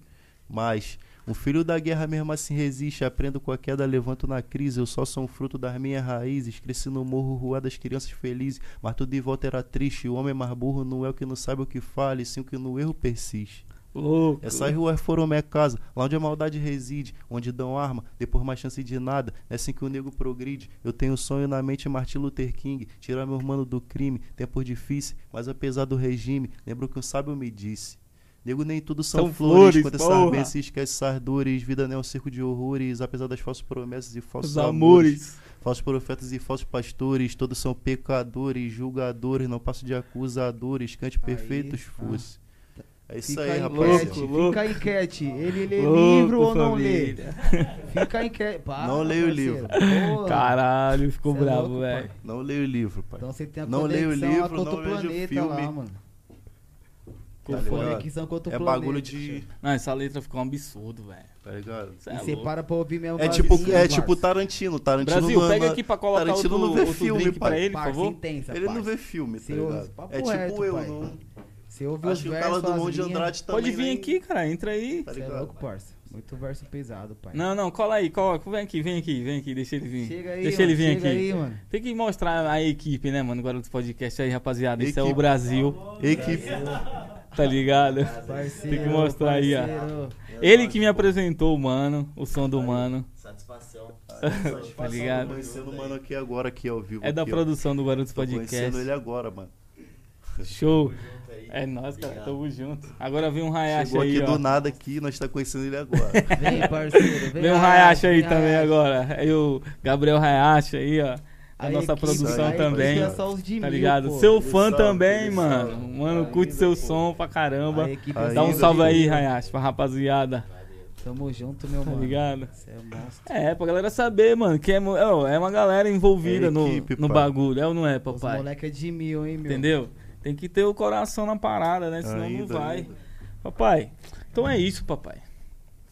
[SPEAKER 2] Mas, um filho da guerra mesmo assim resiste. Aprendo com a queda, levanto na crise. Eu só sou um fruto das minhas raízes. Cresci no morro, rua das crianças felizes. Mas tudo em volta era triste. O homem mais burro não é o que não sabe o que fala, e sim o que no erro persiste.
[SPEAKER 1] louco.
[SPEAKER 2] Essas ruas foram minha casa, lá onde a maldade reside, onde dão arma, depois mais chance de nada. É assim que o nego progride. Eu tenho um sonho na mente Martin Luther King, tirar meu mano do crime, tempos difíceis, mas apesar do regime, lembro que um sábio me disse. Nego nem tudo são,
[SPEAKER 1] São
[SPEAKER 2] flores,
[SPEAKER 1] flores,
[SPEAKER 2] quantas
[SPEAKER 1] porra.
[SPEAKER 2] sarbentas se esquece essas dores, vida não é um circo de horrores, apesar das falsas promessas e falsos
[SPEAKER 1] Os
[SPEAKER 2] amores.
[SPEAKER 1] amores.
[SPEAKER 2] Falsos profetas e falsos pastores, todos são pecadores, julgadores, não passo de acusadores, cante
[SPEAKER 3] Aí,
[SPEAKER 2] perfeitos
[SPEAKER 3] tá.
[SPEAKER 2] fosse. É isso
[SPEAKER 3] Fica
[SPEAKER 2] aí,
[SPEAKER 3] a
[SPEAKER 2] rapaziada.
[SPEAKER 3] enquete,
[SPEAKER 1] Louco,
[SPEAKER 3] Fica a enquete. Ele lê
[SPEAKER 1] Louco,
[SPEAKER 3] livro ou não lê?
[SPEAKER 1] família.
[SPEAKER 3] Fica a enquete. Para,
[SPEAKER 2] Não leio o
[SPEAKER 3] parceiro.
[SPEAKER 2] livro.
[SPEAKER 3] Porra.
[SPEAKER 1] Caralho,
[SPEAKER 3] Cê é
[SPEAKER 1] ficou
[SPEAKER 3] louco,
[SPEAKER 1] brabo,
[SPEAKER 3] pai.
[SPEAKER 1] velho.
[SPEAKER 2] Não leio o livro, pai.
[SPEAKER 3] Então você tem a
[SPEAKER 2] Não
[SPEAKER 3] conexão
[SPEAKER 2] leio o livro,
[SPEAKER 3] com outro
[SPEAKER 2] não vejo
[SPEAKER 3] planeta lá,
[SPEAKER 2] filme.
[SPEAKER 3] mano.
[SPEAKER 2] Tá
[SPEAKER 3] Tem
[SPEAKER 2] ligado?
[SPEAKER 3] conexão com outro
[SPEAKER 2] É
[SPEAKER 3] planeta.
[SPEAKER 2] bagulho de.
[SPEAKER 1] Não, essa letra ficou um absurdo, velho.
[SPEAKER 2] Tá ligado?
[SPEAKER 1] Cê
[SPEAKER 3] E
[SPEAKER 1] é
[SPEAKER 3] você
[SPEAKER 1] louco.
[SPEAKER 3] para pra ouvir mesmo
[SPEAKER 2] É
[SPEAKER 3] vazio,
[SPEAKER 2] tipo, é
[SPEAKER 3] parça.
[SPEAKER 2] tipo Tarantino. Tarantino
[SPEAKER 1] assim, Brasil,
[SPEAKER 2] não,
[SPEAKER 1] pega
[SPEAKER 2] não-
[SPEAKER 1] aqui pra colocar
[SPEAKER 2] Tarantino
[SPEAKER 1] outro,
[SPEAKER 2] não vê
[SPEAKER 1] outro
[SPEAKER 2] filme,
[SPEAKER 1] drink pra
[SPEAKER 2] pai.
[SPEAKER 1] ele, por
[SPEAKER 3] Parça
[SPEAKER 1] favor.
[SPEAKER 3] intensa,
[SPEAKER 2] Ele não
[SPEAKER 3] parça.
[SPEAKER 2] vê filme, tá
[SPEAKER 3] Seu-
[SPEAKER 2] ligado?
[SPEAKER 3] papo
[SPEAKER 2] É tipo
[SPEAKER 3] reto,
[SPEAKER 2] eu,
[SPEAKER 3] pai.
[SPEAKER 2] não.
[SPEAKER 3] Você ouve os
[SPEAKER 2] Acho que o cara
[SPEAKER 3] versos,
[SPEAKER 2] do
[SPEAKER 3] as
[SPEAKER 2] Mão de
[SPEAKER 3] linhas.
[SPEAKER 2] Andrade também.
[SPEAKER 1] Pode vir
[SPEAKER 2] nem-
[SPEAKER 1] aqui, cara, entra aí.
[SPEAKER 2] Tá
[SPEAKER 3] Cê é
[SPEAKER 2] ligado?
[SPEAKER 3] louco, parça. Muito verso pesado, pai.
[SPEAKER 1] Não, não, cola aí, coloca. Vem aqui, vem aqui, vem aqui, deixa ele vir.
[SPEAKER 3] Chega aí,
[SPEAKER 1] deixa
[SPEAKER 3] mano,
[SPEAKER 1] ele vir
[SPEAKER 3] chega
[SPEAKER 1] aqui.
[SPEAKER 3] aí, mano.
[SPEAKER 1] Tem que mostrar a equipe, né, mano? Guarulhos Podcast aí, rapaziada. Isso é o
[SPEAKER 2] Equipe.
[SPEAKER 1] Brasil,
[SPEAKER 2] Equipe.
[SPEAKER 1] tá ligado?
[SPEAKER 3] Parceiro,
[SPEAKER 1] que mostrar aí, ó.
[SPEAKER 3] parceiro.
[SPEAKER 1] Ele que me apresentou o mano, o som do mano.
[SPEAKER 4] Satisfação.
[SPEAKER 1] Tá ligado?
[SPEAKER 2] Tô conhecendo o mano aqui agora, aqui ao vivo.
[SPEAKER 1] É da
[SPEAKER 2] aqui, ó.
[SPEAKER 1] produção do Guarulhos
[SPEAKER 2] Tô conhecendo ele
[SPEAKER 1] Podcast.
[SPEAKER 2] agora, mano.
[SPEAKER 1] Show.
[SPEAKER 4] Junto aí.
[SPEAKER 1] É nóis, cara.
[SPEAKER 4] Obrigado.
[SPEAKER 1] Tamo junto. Agora vem um Hayashi
[SPEAKER 2] Chegou aqui
[SPEAKER 1] aí,
[SPEAKER 2] do
[SPEAKER 1] ó.
[SPEAKER 2] nada aqui, nós tá conhecendo ele agora.
[SPEAKER 3] Vem, parceiro. Vem,
[SPEAKER 1] Vem um Hayashi
[SPEAKER 3] Hayashi,
[SPEAKER 1] aí
[SPEAKER 3] vem,
[SPEAKER 1] também
[SPEAKER 3] Hayashi.
[SPEAKER 1] agora. Aí o Gabriel Hayashi aí, ó. A
[SPEAKER 3] Aí,
[SPEAKER 1] nossa
[SPEAKER 3] que-
[SPEAKER 1] produção
[SPEAKER 3] aí,
[SPEAKER 1] também.
[SPEAKER 3] parceiro, é só os de
[SPEAKER 1] Tá
[SPEAKER 3] mil,
[SPEAKER 1] ligado?
[SPEAKER 3] pô.
[SPEAKER 1] Seu fã
[SPEAKER 2] Salve,
[SPEAKER 1] também,
[SPEAKER 2] salve.
[SPEAKER 1] mano. Mano,
[SPEAKER 4] Ainda,
[SPEAKER 1] curte seu
[SPEAKER 4] pô.
[SPEAKER 1] som pra caramba.
[SPEAKER 3] A equipe
[SPEAKER 2] Aí,
[SPEAKER 3] é
[SPEAKER 1] Dá um
[SPEAKER 3] só os
[SPEAKER 1] salve
[SPEAKER 3] de
[SPEAKER 1] aí,
[SPEAKER 3] mil.
[SPEAKER 1] Hayashi, pra rapaziada.
[SPEAKER 3] Tamo junto, meu
[SPEAKER 1] Tá
[SPEAKER 3] mano.
[SPEAKER 1] ligado?
[SPEAKER 3] Você é monstro.
[SPEAKER 1] É, pra galera saber, mano, que é, mo- é, ó, é uma galera envolvida
[SPEAKER 2] É
[SPEAKER 1] no,
[SPEAKER 2] equipe,
[SPEAKER 1] no
[SPEAKER 2] pai.
[SPEAKER 1] bagulho, é ou não é,
[SPEAKER 3] Os
[SPEAKER 1] papai?
[SPEAKER 3] moleque é de mil, hein, meu.
[SPEAKER 1] Entendeu? Tem que ter o coração na parada, né? Senão não
[SPEAKER 2] Ainda,
[SPEAKER 1] vai.
[SPEAKER 2] ainda.
[SPEAKER 1] Papai, então é isso, papai.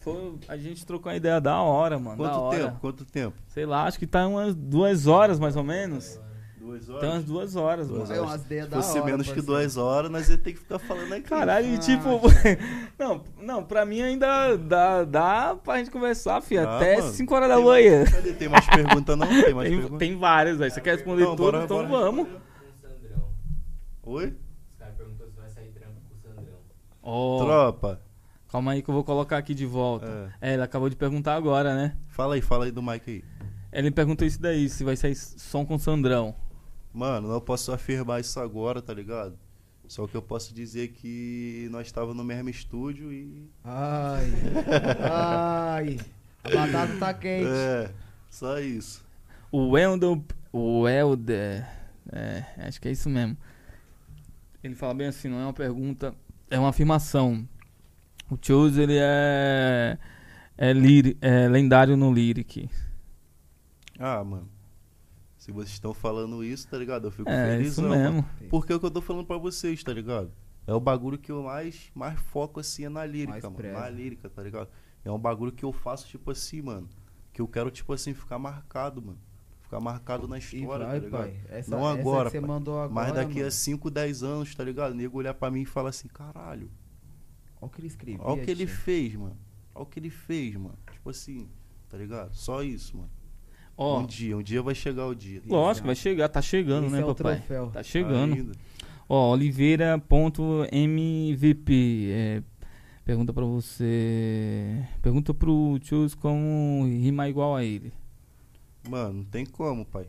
[SPEAKER 1] Foi- a gente trocou uma ideia da hora, mano. da
[SPEAKER 2] Quanto
[SPEAKER 1] hora.
[SPEAKER 2] tempo? Quanto tempo?
[SPEAKER 1] Sei lá, acho que tá umas duas horas mais ou menos.
[SPEAKER 2] duas horas?
[SPEAKER 1] Então, as duas horas,
[SPEAKER 2] Duas
[SPEAKER 1] mano.
[SPEAKER 2] horas.
[SPEAKER 3] É umas ideias
[SPEAKER 2] Se
[SPEAKER 3] da
[SPEAKER 2] fosse
[SPEAKER 3] hora, assim.
[SPEAKER 2] menos que
[SPEAKER 3] parceiro.
[SPEAKER 2] duas horas, nós ia ter que ficar falando aqui.
[SPEAKER 1] Caralho, e
[SPEAKER 3] Ah,
[SPEAKER 1] tipo. não, não, pra mim ainda dá, dá pra gente conversar, filho.
[SPEAKER 2] Ah,
[SPEAKER 1] até
[SPEAKER 2] mano.
[SPEAKER 1] 5 horas da
[SPEAKER 2] Tem-
[SPEAKER 1] manhã.
[SPEAKER 2] Cadê? Tem mais pergunta não? Tem mais
[SPEAKER 1] Tem,
[SPEAKER 2] pergunta?
[SPEAKER 1] tem várias, velho. Você quer responder
[SPEAKER 2] Não,
[SPEAKER 1] tudo,
[SPEAKER 2] bora-
[SPEAKER 1] então
[SPEAKER 2] bora
[SPEAKER 1] vamos.
[SPEAKER 2] responder.
[SPEAKER 4] Com o Sandrão.
[SPEAKER 2] Oi?
[SPEAKER 4] Os caras perguntou se vai sair trampo com o Sandrão.
[SPEAKER 1] Ó,
[SPEAKER 2] Tropa.
[SPEAKER 1] calma aí que eu vou colocar aqui de volta. É, ele acabou de perguntar agora, né?
[SPEAKER 2] Fala aí, fala aí do Mike aí.
[SPEAKER 1] Ele perguntou isso daí, se vai sair som com o Sandrão.
[SPEAKER 2] Mano, não posso afirmar isso agora, tá ligado? Só que eu posso dizer que nós estávamos no mesmo estúdio e.
[SPEAKER 3] Ai, ai. A batata tá quente.
[SPEAKER 2] É, só isso.
[SPEAKER 1] O Wendel. O Welder. É, acho que é isso mesmo. Ele fala bem assim, não é uma pergunta, é uma afirmação. O Chose, ele é. É, lyri- é lendário no Lyric.
[SPEAKER 2] Ah, mano. Se vocês estão falando isso, tá ligado? Eu fico
[SPEAKER 1] É,
[SPEAKER 2] feliz.
[SPEAKER 1] isso mesmo.
[SPEAKER 2] Porque é o que eu tô falando pra vocês, tá ligado? É o bagulho que eu mais, mais foco assim é na
[SPEAKER 3] Mais
[SPEAKER 2] lírica, mano. Na
[SPEAKER 3] preza.
[SPEAKER 2] lírica, tá ligado? É um bagulho que eu faço, tipo assim, mano. Que eu quero, tipo assim, ficar marcado, mano. Ficar marcado na
[SPEAKER 3] E
[SPEAKER 2] história,
[SPEAKER 3] vai,
[SPEAKER 2] tá ligado?
[SPEAKER 3] pai. Essa,
[SPEAKER 2] Não
[SPEAKER 3] essa
[SPEAKER 2] agora,
[SPEAKER 3] que você
[SPEAKER 2] pai.
[SPEAKER 3] mandou agora.
[SPEAKER 2] Mas daqui
[SPEAKER 3] mano.
[SPEAKER 2] a 5, 10 anos, tá ligado? O nego olhar pra mim e falar assim, caralho,
[SPEAKER 3] Olha o que ele escreveu.
[SPEAKER 2] olha o que ele fez, mano. Olha o que ele fez, mano. Tipo assim, tá ligado? Só isso, mano.
[SPEAKER 1] Ó,
[SPEAKER 2] Um dia, um dia vai chegar o dia.
[SPEAKER 1] lógico, vai chegar, tá chegando,
[SPEAKER 3] Esse
[SPEAKER 1] né,
[SPEAKER 3] é o
[SPEAKER 1] papai?
[SPEAKER 3] troféu.
[SPEAKER 1] Tá chegando.
[SPEAKER 2] Ainda.
[SPEAKER 1] Ó, Oliveira.mvp é, pergunta pra você. Pergunta pro Chose como rimar igual a ele.
[SPEAKER 2] Mano, não tem como, pai.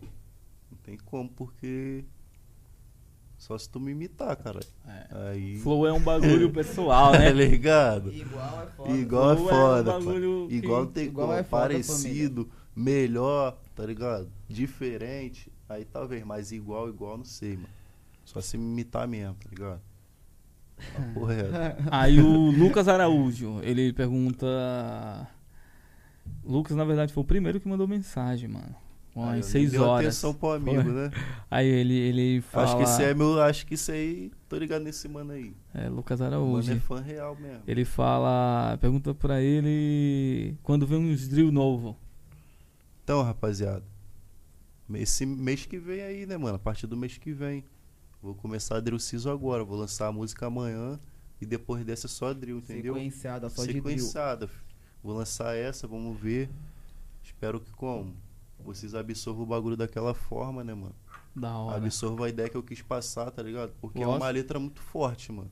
[SPEAKER 2] Não tem como, porque. Só se tu me imitar, cara. Aí.
[SPEAKER 1] Flow é um bagulho pessoal,
[SPEAKER 2] Tá
[SPEAKER 1] né?
[SPEAKER 2] ligado?
[SPEAKER 3] Igual é foda.
[SPEAKER 2] Igual é
[SPEAKER 1] Flow é um
[SPEAKER 2] foda,
[SPEAKER 1] bagulho
[SPEAKER 2] pai.
[SPEAKER 1] que-
[SPEAKER 2] Igual não tem
[SPEAKER 3] Igual
[SPEAKER 2] como.
[SPEAKER 3] é foda,
[SPEAKER 2] Parecido, melhor, tá ligado? Diferente. Aí talvez, mas igual, igual, não sei, mano. Só se me imitar mesmo, tá ligado? Tá porra é.
[SPEAKER 1] Aí o Lucas Araújo, ele pergunta. Lucas, na verdade, foi o primeiro que mandou mensagem, mano. Ó,
[SPEAKER 2] Aí,
[SPEAKER 1] em
[SPEAKER 2] ó,
[SPEAKER 1] seis
[SPEAKER 2] deu
[SPEAKER 1] horas.
[SPEAKER 2] atenção pro amigo,
[SPEAKER 1] Foi.
[SPEAKER 2] né?
[SPEAKER 1] Aí ele, ele fala.
[SPEAKER 2] Acho que isso é meu. Acho que isso aí. Tô ligado nesse mano aí.
[SPEAKER 1] É, Lucas
[SPEAKER 2] O
[SPEAKER 1] Araújo.
[SPEAKER 2] mano é fã real mesmo.
[SPEAKER 1] Ele fala. Pergunta pra ele quando vem uns drill novo.
[SPEAKER 2] Então, rapaziada, esse mês que vem aí, né, mano? A partir do mês que vem. Vou começar a drill siso agora, vou lançar a música amanhã e depois dessa é só drill, entendeu?
[SPEAKER 3] Sequenciada, só de drill.
[SPEAKER 2] Sequenciada. fi. Vou lançar essa, vamos ver. Espero que como vocês absorvam o bagulho daquela forma, né, mano?
[SPEAKER 1] Da hora.
[SPEAKER 2] Absorvam a ideia que eu quis passar, tá ligado? Porque é uma
[SPEAKER 1] Lógico.
[SPEAKER 2] letra muito forte, mano.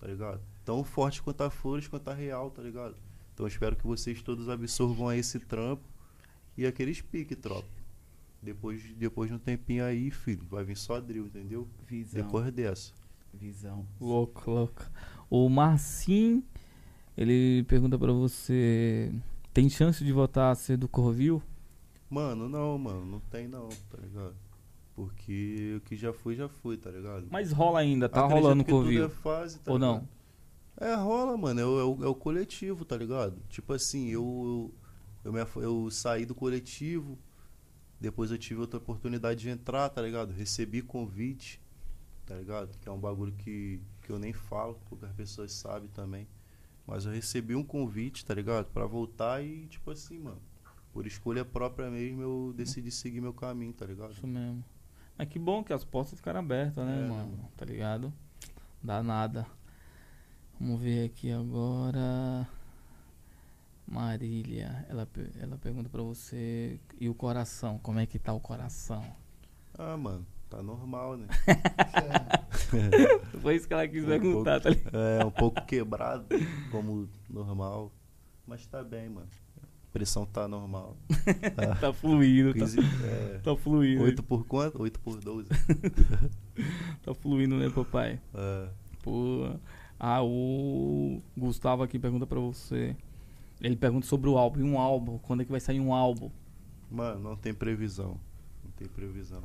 [SPEAKER 2] Tá ligado? Tão forte quanto a flores, quanto a real, tá ligado? Então eu espero que vocês todos absorvam aí esse trampo e aqueles pique, tropa. Depois, depois de um tempinho aí, filho, vai vir só drill, entendeu?
[SPEAKER 3] Visão.
[SPEAKER 2] Depois dessa.
[SPEAKER 3] Visão.
[SPEAKER 1] Louco, louco. O Marcin, ele pergunta pra você. Tem chance de votar ser do Corvil?
[SPEAKER 2] Mano, não, mano, não tem não, tá ligado? Porque o que já fui, já fui, tá ligado?
[SPEAKER 1] Mas rola ainda, tá
[SPEAKER 2] Acredito
[SPEAKER 1] rolando o
[SPEAKER 2] que tudo
[SPEAKER 1] Corvil.
[SPEAKER 2] é fase, tá
[SPEAKER 1] Ou
[SPEAKER 2] ligado?
[SPEAKER 1] não?
[SPEAKER 2] É, rola, mano. É o, é o- é o coletivo, tá ligado? Tipo assim, eu, eu, eu, me af- eu saí do coletivo, depois eu tive outra oportunidade de entrar, tá ligado? Recebi convite, tá ligado? Que é um bagulho que, que eu nem falo, poucas pessoas sabem também. Mas eu recebi um convite, tá ligado? Pra voltar e, tipo assim, mano, por escolha própria mesmo, eu decidi seguir meu caminho, tá ligado?
[SPEAKER 1] Isso mesmo. Mas que bom que as portas ficaram abertas, né,
[SPEAKER 2] É, né,
[SPEAKER 1] mano?
[SPEAKER 2] mano?
[SPEAKER 1] Tá ligado? Dá nada. Vamos ver aqui agora. Marília, ela, pe- ela pergunta pra você. E o coração? Como é que tá o coração?
[SPEAKER 2] Ah, mano, tá normal, né?
[SPEAKER 1] Foi isso que ela quis
[SPEAKER 2] Um
[SPEAKER 1] perguntar, tá ligado?
[SPEAKER 2] É, um pouco quebrado, como normal. Mas tá bem, mano. A pressão tá normal.
[SPEAKER 1] Tá fluindo, tá,
[SPEAKER 2] 15, é,
[SPEAKER 1] tá fluindo.
[SPEAKER 2] 8 por quanto? 8 por 12.
[SPEAKER 1] Tá fluindo, né, papai?
[SPEAKER 2] É,
[SPEAKER 1] Pô. Ah, o Gustavo aqui pergunta pra você. Ele pergunta sobre o álbum. E um álbum? Quando é que vai sair um álbum?
[SPEAKER 2] mano, não tem previsão. Não tem previsão.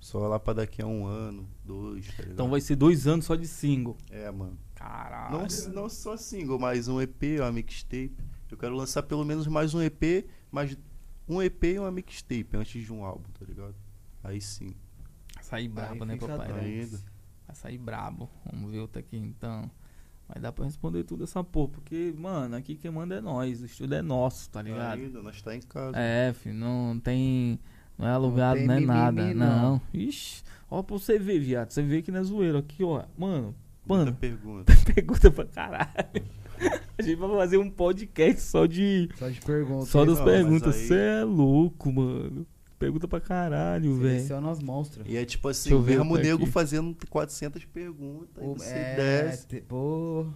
[SPEAKER 2] Só lá pra daqui a um ano, dois, tá ligado?
[SPEAKER 1] Então vai ser dois anos só de single.
[SPEAKER 2] É, mano.
[SPEAKER 1] Caralho.
[SPEAKER 2] Não, s- não só single, mas um EP, uma mixtape. Eu quero lançar pelo menos mais um EP, mas um EP e uma mixtape antes de um álbum, tá ligado? Aí sim. Tá
[SPEAKER 1] Sair brabo, né,
[SPEAKER 3] fica
[SPEAKER 1] papai?
[SPEAKER 3] doido.
[SPEAKER 2] Ainda.
[SPEAKER 1] Vai sair brabo. Vamos ver o aqui então. Vai dar pra responder tudo essa porra. Porque, mano, aqui quem manda é nós. O estudo é nosso, tá ligado?
[SPEAKER 2] Ainda, nós tá em casa.
[SPEAKER 1] É, filho, não tem. Não é alugado,
[SPEAKER 3] tem
[SPEAKER 1] não, é
[SPEAKER 3] mimimi,
[SPEAKER 1] nada. Não.
[SPEAKER 3] não.
[SPEAKER 1] Ixi, ó pra você ver, viado. Você vê que não é zoeiro aqui, ó. Mano,
[SPEAKER 2] Muita
[SPEAKER 1] mano,
[SPEAKER 2] pergunta.
[SPEAKER 1] pergunta pra caralho. A gente vai fazer um podcast só de.
[SPEAKER 3] Só de pergunta.
[SPEAKER 1] Só das
[SPEAKER 2] não, mas
[SPEAKER 1] perguntas.
[SPEAKER 2] aí-
[SPEAKER 1] Você é louco, mano. Pergunta pra caralho, velho.
[SPEAKER 3] Seleciona os monstros.
[SPEAKER 2] E é tipo assim,
[SPEAKER 1] Deixa eu
[SPEAKER 2] o
[SPEAKER 1] ver
[SPEAKER 2] mesmo
[SPEAKER 1] outra
[SPEAKER 2] nego
[SPEAKER 1] aqui.
[SPEAKER 2] fazendo 400 perguntas.
[SPEAKER 3] O-
[SPEAKER 2] Aí você
[SPEAKER 3] é,
[SPEAKER 2] desce.
[SPEAKER 3] te- pô,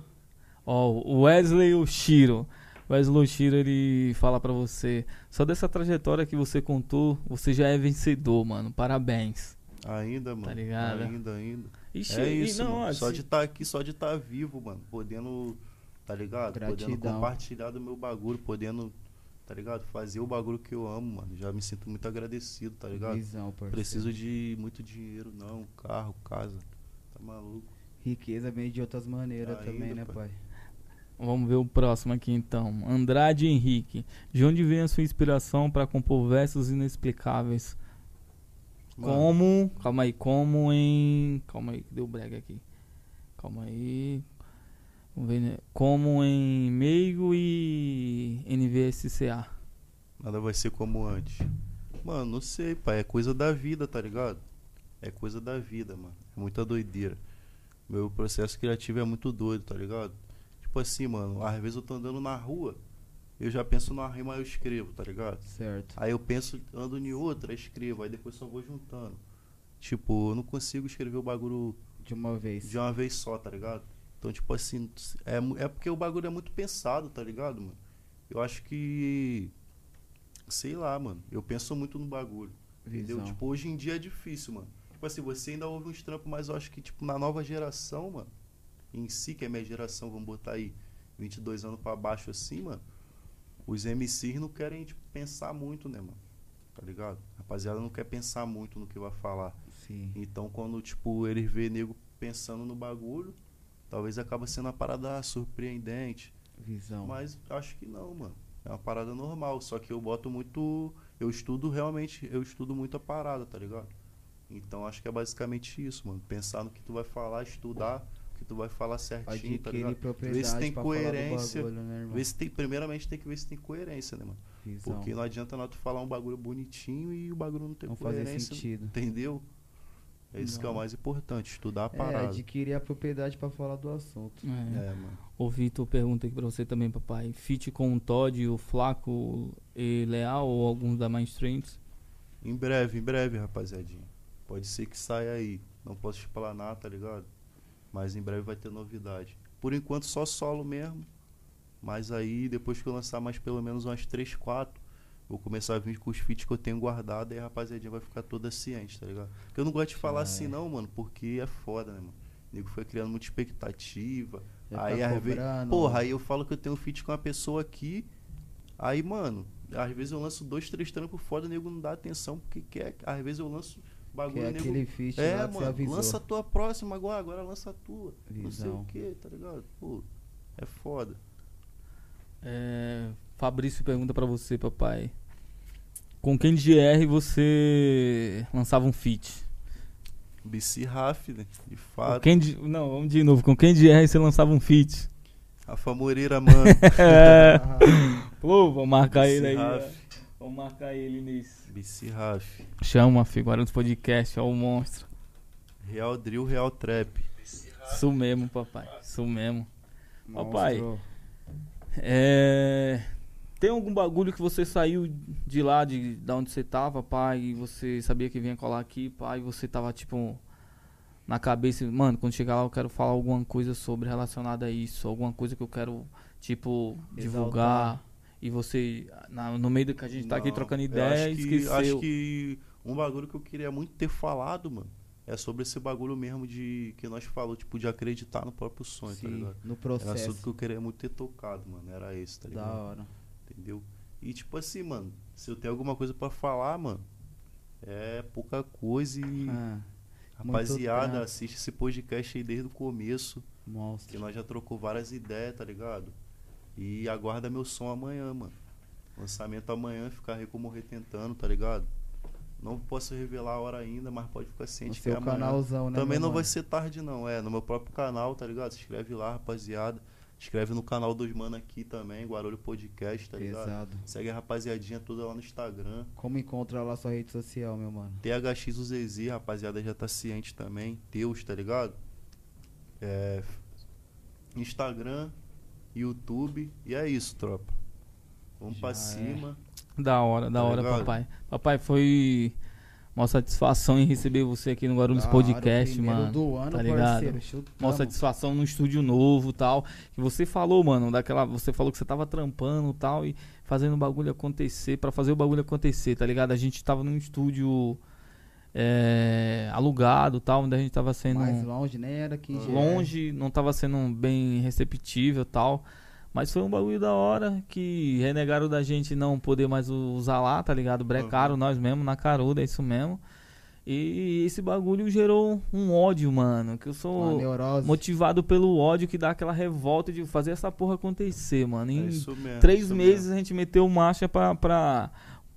[SPEAKER 1] Ó, o Wesley Oshiro. Wesley Oshiro, ele fala pra você. Só dessa trajetória que você contou, você já é vencedor, mano. Parabéns.
[SPEAKER 2] Ainda, mano.
[SPEAKER 1] ligado?
[SPEAKER 2] Ainda, ainda.
[SPEAKER 1] Ixi,
[SPEAKER 2] é
[SPEAKER 1] e
[SPEAKER 2] isso,
[SPEAKER 1] não, assim
[SPEAKER 2] mano.
[SPEAKER 1] ó,
[SPEAKER 2] Só
[SPEAKER 1] se-
[SPEAKER 2] de estar aqui, só de estar vivo, mano. Podendo, tá ligado? Podendo
[SPEAKER 3] Gratidão.
[SPEAKER 2] compartilhar do meu bagulho, podendo, tá ligado? Fazer o bagulho que eu amo, mano. Já me sinto muito agradecido, tá ligado?
[SPEAKER 3] visão, parceiro.
[SPEAKER 2] Preciso de muito dinheiro, não. Carro, casa. Tá maluco?
[SPEAKER 3] Riqueza vem de outras maneiras
[SPEAKER 2] Ainda,
[SPEAKER 3] também, né,
[SPEAKER 2] Tá pai.
[SPEAKER 3] pai?
[SPEAKER 1] Vamos ver o próximo aqui então. Andrade Henrique. De onde vem a sua inspiração pra compor versos inexplicáveis?
[SPEAKER 2] Mano,
[SPEAKER 1] Como. Calma aí, como em. Calma aí, que deu brega aqui. Calma aí. Vamos ver, né? Como em Meigo e NVSCA.
[SPEAKER 2] nada vai ser como antes. Mano, não sei, pai. É coisa da vida, tá ligado? É coisa da vida, mano. É muita doideira. Meu processo criativo é muito doido, tá ligado? Tipo assim, mano, às vezes eu tô andando na rua, eu já penso numa rima, eu escrevo, tá ligado?
[SPEAKER 3] Certo.
[SPEAKER 2] Aí eu penso, ando em outra, escrevo, aí depois só vou juntando. Tipo, eu não consigo escrever o bagulho
[SPEAKER 3] De uma vez.
[SPEAKER 2] de uma vez só, tá ligado? Então, tipo assim, é, mu- é porque o bagulho é muito pensado, tá ligado, mano? Eu acho que. Sei lá, mano. Eu penso muito no bagulho. Entendeu?
[SPEAKER 3] Visão.
[SPEAKER 2] Tipo, hoje em dia é difícil, mano. Tipo assim, você ainda ouve uns trampos, mas eu acho que, tipo, na nova geração, mano, em si, que é minha geração, vamos botar aí, 22 anos pra baixo assim, mano, os MCs não querem, tipo, pensar muito, né, mano? Tá ligado? A Rapaziada não quer pensar muito no que vai falar.
[SPEAKER 3] Sim.
[SPEAKER 2] Então, quando, tipo, eles vê nego pensando no bagulho, talvez acaba sendo uma parada surpreendente.
[SPEAKER 3] Visão.
[SPEAKER 2] Mas acho que não, mano. É uma parada normal, só que eu boto muito. Eu estudo realmente, eu estudo muito a parada, tá ligado? Então acho que é basicamente isso, mano. Pensar no que tu vai falar, estudar o que tu vai falar certinho, tá
[SPEAKER 3] Adquire
[SPEAKER 2] ligado?
[SPEAKER 3] propriedade
[SPEAKER 2] Vê se tem
[SPEAKER 3] pra
[SPEAKER 2] coerência,
[SPEAKER 3] falar do bagulho, né, irmão?
[SPEAKER 2] Ver se tem, primeiramente tem que ver se tem coerência, né, mano?
[SPEAKER 3] Visão.
[SPEAKER 2] Porque não adianta nós tu falar um bagulho bonitinho e o bagulho não ter
[SPEAKER 3] Não fazer
[SPEAKER 2] coerência.
[SPEAKER 3] sentido.
[SPEAKER 2] Entendeu? É isso que é o
[SPEAKER 1] Não.
[SPEAKER 2] mais importante, estudar a
[SPEAKER 3] É,
[SPEAKER 2] parada.
[SPEAKER 3] adquirir a propriedade pra falar do assunto.
[SPEAKER 1] É.
[SPEAKER 2] É, mano.
[SPEAKER 1] O Vitor pergunta aqui pra você também, papai. Fit com o Todd, o Flaco e Leal ou alguns da Mainstream?
[SPEAKER 2] Em breve, em breve, rapaziadinha. Pode ser que saia aí. Não posso explanar, tá ligado? Mas em breve vai ter novidade. Por enquanto só solo mesmo. Mas aí, depois que eu lançar mais pelo menos umas 3, 4, vou começar a vir com os feats que eu tenho guardado. Aí a rapaziadinha vai ficar toda ciente, tá ligado? Porque eu não gosto de falar assim não, mano, porque é foda, né, mano? O nego foi criando muita expectativa.
[SPEAKER 3] Já
[SPEAKER 2] aí
[SPEAKER 3] tá
[SPEAKER 2] às vezes.
[SPEAKER 3] cobrando,
[SPEAKER 2] Porra, aí eu falo que eu tenho feat com uma pessoa aqui. Aí, mano, às vezes eu lanço dois, três trampos foda, o nego não dá atenção porque quer. Às vezes eu lanço
[SPEAKER 3] que
[SPEAKER 2] bagulho,
[SPEAKER 3] é
[SPEAKER 2] o nego.
[SPEAKER 3] aquele feat
[SPEAKER 2] é,
[SPEAKER 3] lá que você
[SPEAKER 2] mano,
[SPEAKER 3] avisou.
[SPEAKER 2] lança a tua próxima agora, agora lança a tua. Não sei
[SPEAKER 3] Visão.
[SPEAKER 2] o que, tá ligado? Pô, é foda.
[SPEAKER 1] É, Fabrício pergunta pra você, papai. Com quem de GR você lançava um feat?
[SPEAKER 2] BC Raf, né? De
[SPEAKER 1] Com
[SPEAKER 2] fato.
[SPEAKER 1] Quem de- Não, vamos de novo. Com quem de GR você lançava um feat?
[SPEAKER 2] Rafa Moreira, mano.
[SPEAKER 1] É.
[SPEAKER 3] Ah,
[SPEAKER 1] Pô, vou marcar
[SPEAKER 2] BC
[SPEAKER 1] ele aí.
[SPEAKER 2] Raf.
[SPEAKER 3] né?
[SPEAKER 1] ó. Vou marcar ele nisso.
[SPEAKER 2] BC Raf.
[SPEAKER 1] Chama, filho. Guarda dos podcast, ó, o monstro.
[SPEAKER 2] Real Drill, Real Trap.
[SPEAKER 1] Isso mesmo, papai. Isso mesmo.
[SPEAKER 3] Monstro.
[SPEAKER 1] Papai. É, Tem algum bagulho que você saiu de lá, de, da onde você tava, pai, e você sabia que vinha colar aqui, pai, e você tava, tipo, na cabeça, mano, quando chegar lá eu quero falar alguma coisa sobre, relacionada a isso, alguma coisa que eu quero, tipo, divulgar, e você, na- no meio do que a gente tá aqui
[SPEAKER 2] Não,
[SPEAKER 1] trocando
[SPEAKER 2] eu
[SPEAKER 1] ideia,
[SPEAKER 2] acho que,
[SPEAKER 1] esqueceu.
[SPEAKER 2] Acho que um bagulho que eu queria muito ter falado, mano, é sobre esse bagulho mesmo de que nós falou, tipo, de acreditar no próprio sonho, tá
[SPEAKER 3] Sim,
[SPEAKER 2] ligado?
[SPEAKER 3] no
[SPEAKER 2] Era assunto que
[SPEAKER 3] processo.
[SPEAKER 2] eu queria muito ter tocado, mano. Era esse, tá
[SPEAKER 3] Da
[SPEAKER 2] ligado?
[SPEAKER 3] hora.
[SPEAKER 2] Entendeu? E tipo assim, mano, se eu tenho alguma coisa pra falar, mano, é pouca coisa e.
[SPEAKER 3] Ah,
[SPEAKER 2] rapaziada,
[SPEAKER 3] trampo.
[SPEAKER 2] assiste esse podcast aí desde o começo. Que
[SPEAKER 3] monstro.
[SPEAKER 2] nós já trocou várias ideias, tá ligado? E aguarda meu som amanhã, mano. Lançamento amanhã, ficar aí como retentando, tá ligado? Não posso revelar a hora ainda, mas pode ficar
[SPEAKER 3] No
[SPEAKER 2] ciente que é
[SPEAKER 3] seu
[SPEAKER 2] amanhã.
[SPEAKER 3] canalzão, né,
[SPEAKER 2] Também
[SPEAKER 3] meu
[SPEAKER 2] não vai
[SPEAKER 3] mano?
[SPEAKER 2] ser tarde não, é, no meu próprio canal, tá ligado? Se inscreve lá, rapaziada. Escreve no canal dos mano aqui também, Guarulho Podcast, tá ligado?
[SPEAKER 3] Pesado.
[SPEAKER 2] Segue a rapaziadinha toda lá no Instagram.
[SPEAKER 3] Como encontra lá sua rede social, meu mano?
[SPEAKER 2] THX Uzezi, rapaziada já tá ciente também. Deus, tá ligado? É, Instagram, YouTube. E é isso, tropa. Vamos pra
[SPEAKER 3] Já é.
[SPEAKER 2] cima.
[SPEAKER 1] Da hora, da
[SPEAKER 2] Tá
[SPEAKER 1] hora,
[SPEAKER 2] ligado?
[SPEAKER 1] papai. Papai, foi uma satisfação em receber você aqui no Guarulhos
[SPEAKER 3] Da hora, o
[SPEAKER 1] Podcast,
[SPEAKER 3] primeiro
[SPEAKER 1] mano.
[SPEAKER 3] Do ano,
[SPEAKER 1] tá ligado?
[SPEAKER 3] parceiro. Chutamos.
[SPEAKER 1] Uma satisfação no estúdio novo e tal. Que você falou, mano, daquela. Você falou que você tava trampando e tal e fazendo o bagulho acontecer, pra fazer o bagulho acontecer, tá ligado? A gente tava num estúdio é, alugado e tal, onde a gente tava sendo um
[SPEAKER 3] Mais longe, né? Era aqui em Jeé.
[SPEAKER 1] longe, não tava sendo um bem receptível e tal. Mas foi um bagulho da hora que renegaram da gente não poder mais u- usar lá, tá ligado? Brecaram nós mesmo na caruda, é isso mesmo. E esse bagulho gerou um ódio, mano. Que eu
[SPEAKER 3] Uma
[SPEAKER 1] sou
[SPEAKER 3] neurose.
[SPEAKER 1] motivado pelo ódio que dá aquela revolta de fazer essa porra acontecer, mano.
[SPEAKER 2] É
[SPEAKER 1] Em
[SPEAKER 2] isso mesmo.
[SPEAKER 1] três
[SPEAKER 2] isso
[SPEAKER 1] meses
[SPEAKER 2] mesmo.
[SPEAKER 1] a gente meteu marcha pra, pra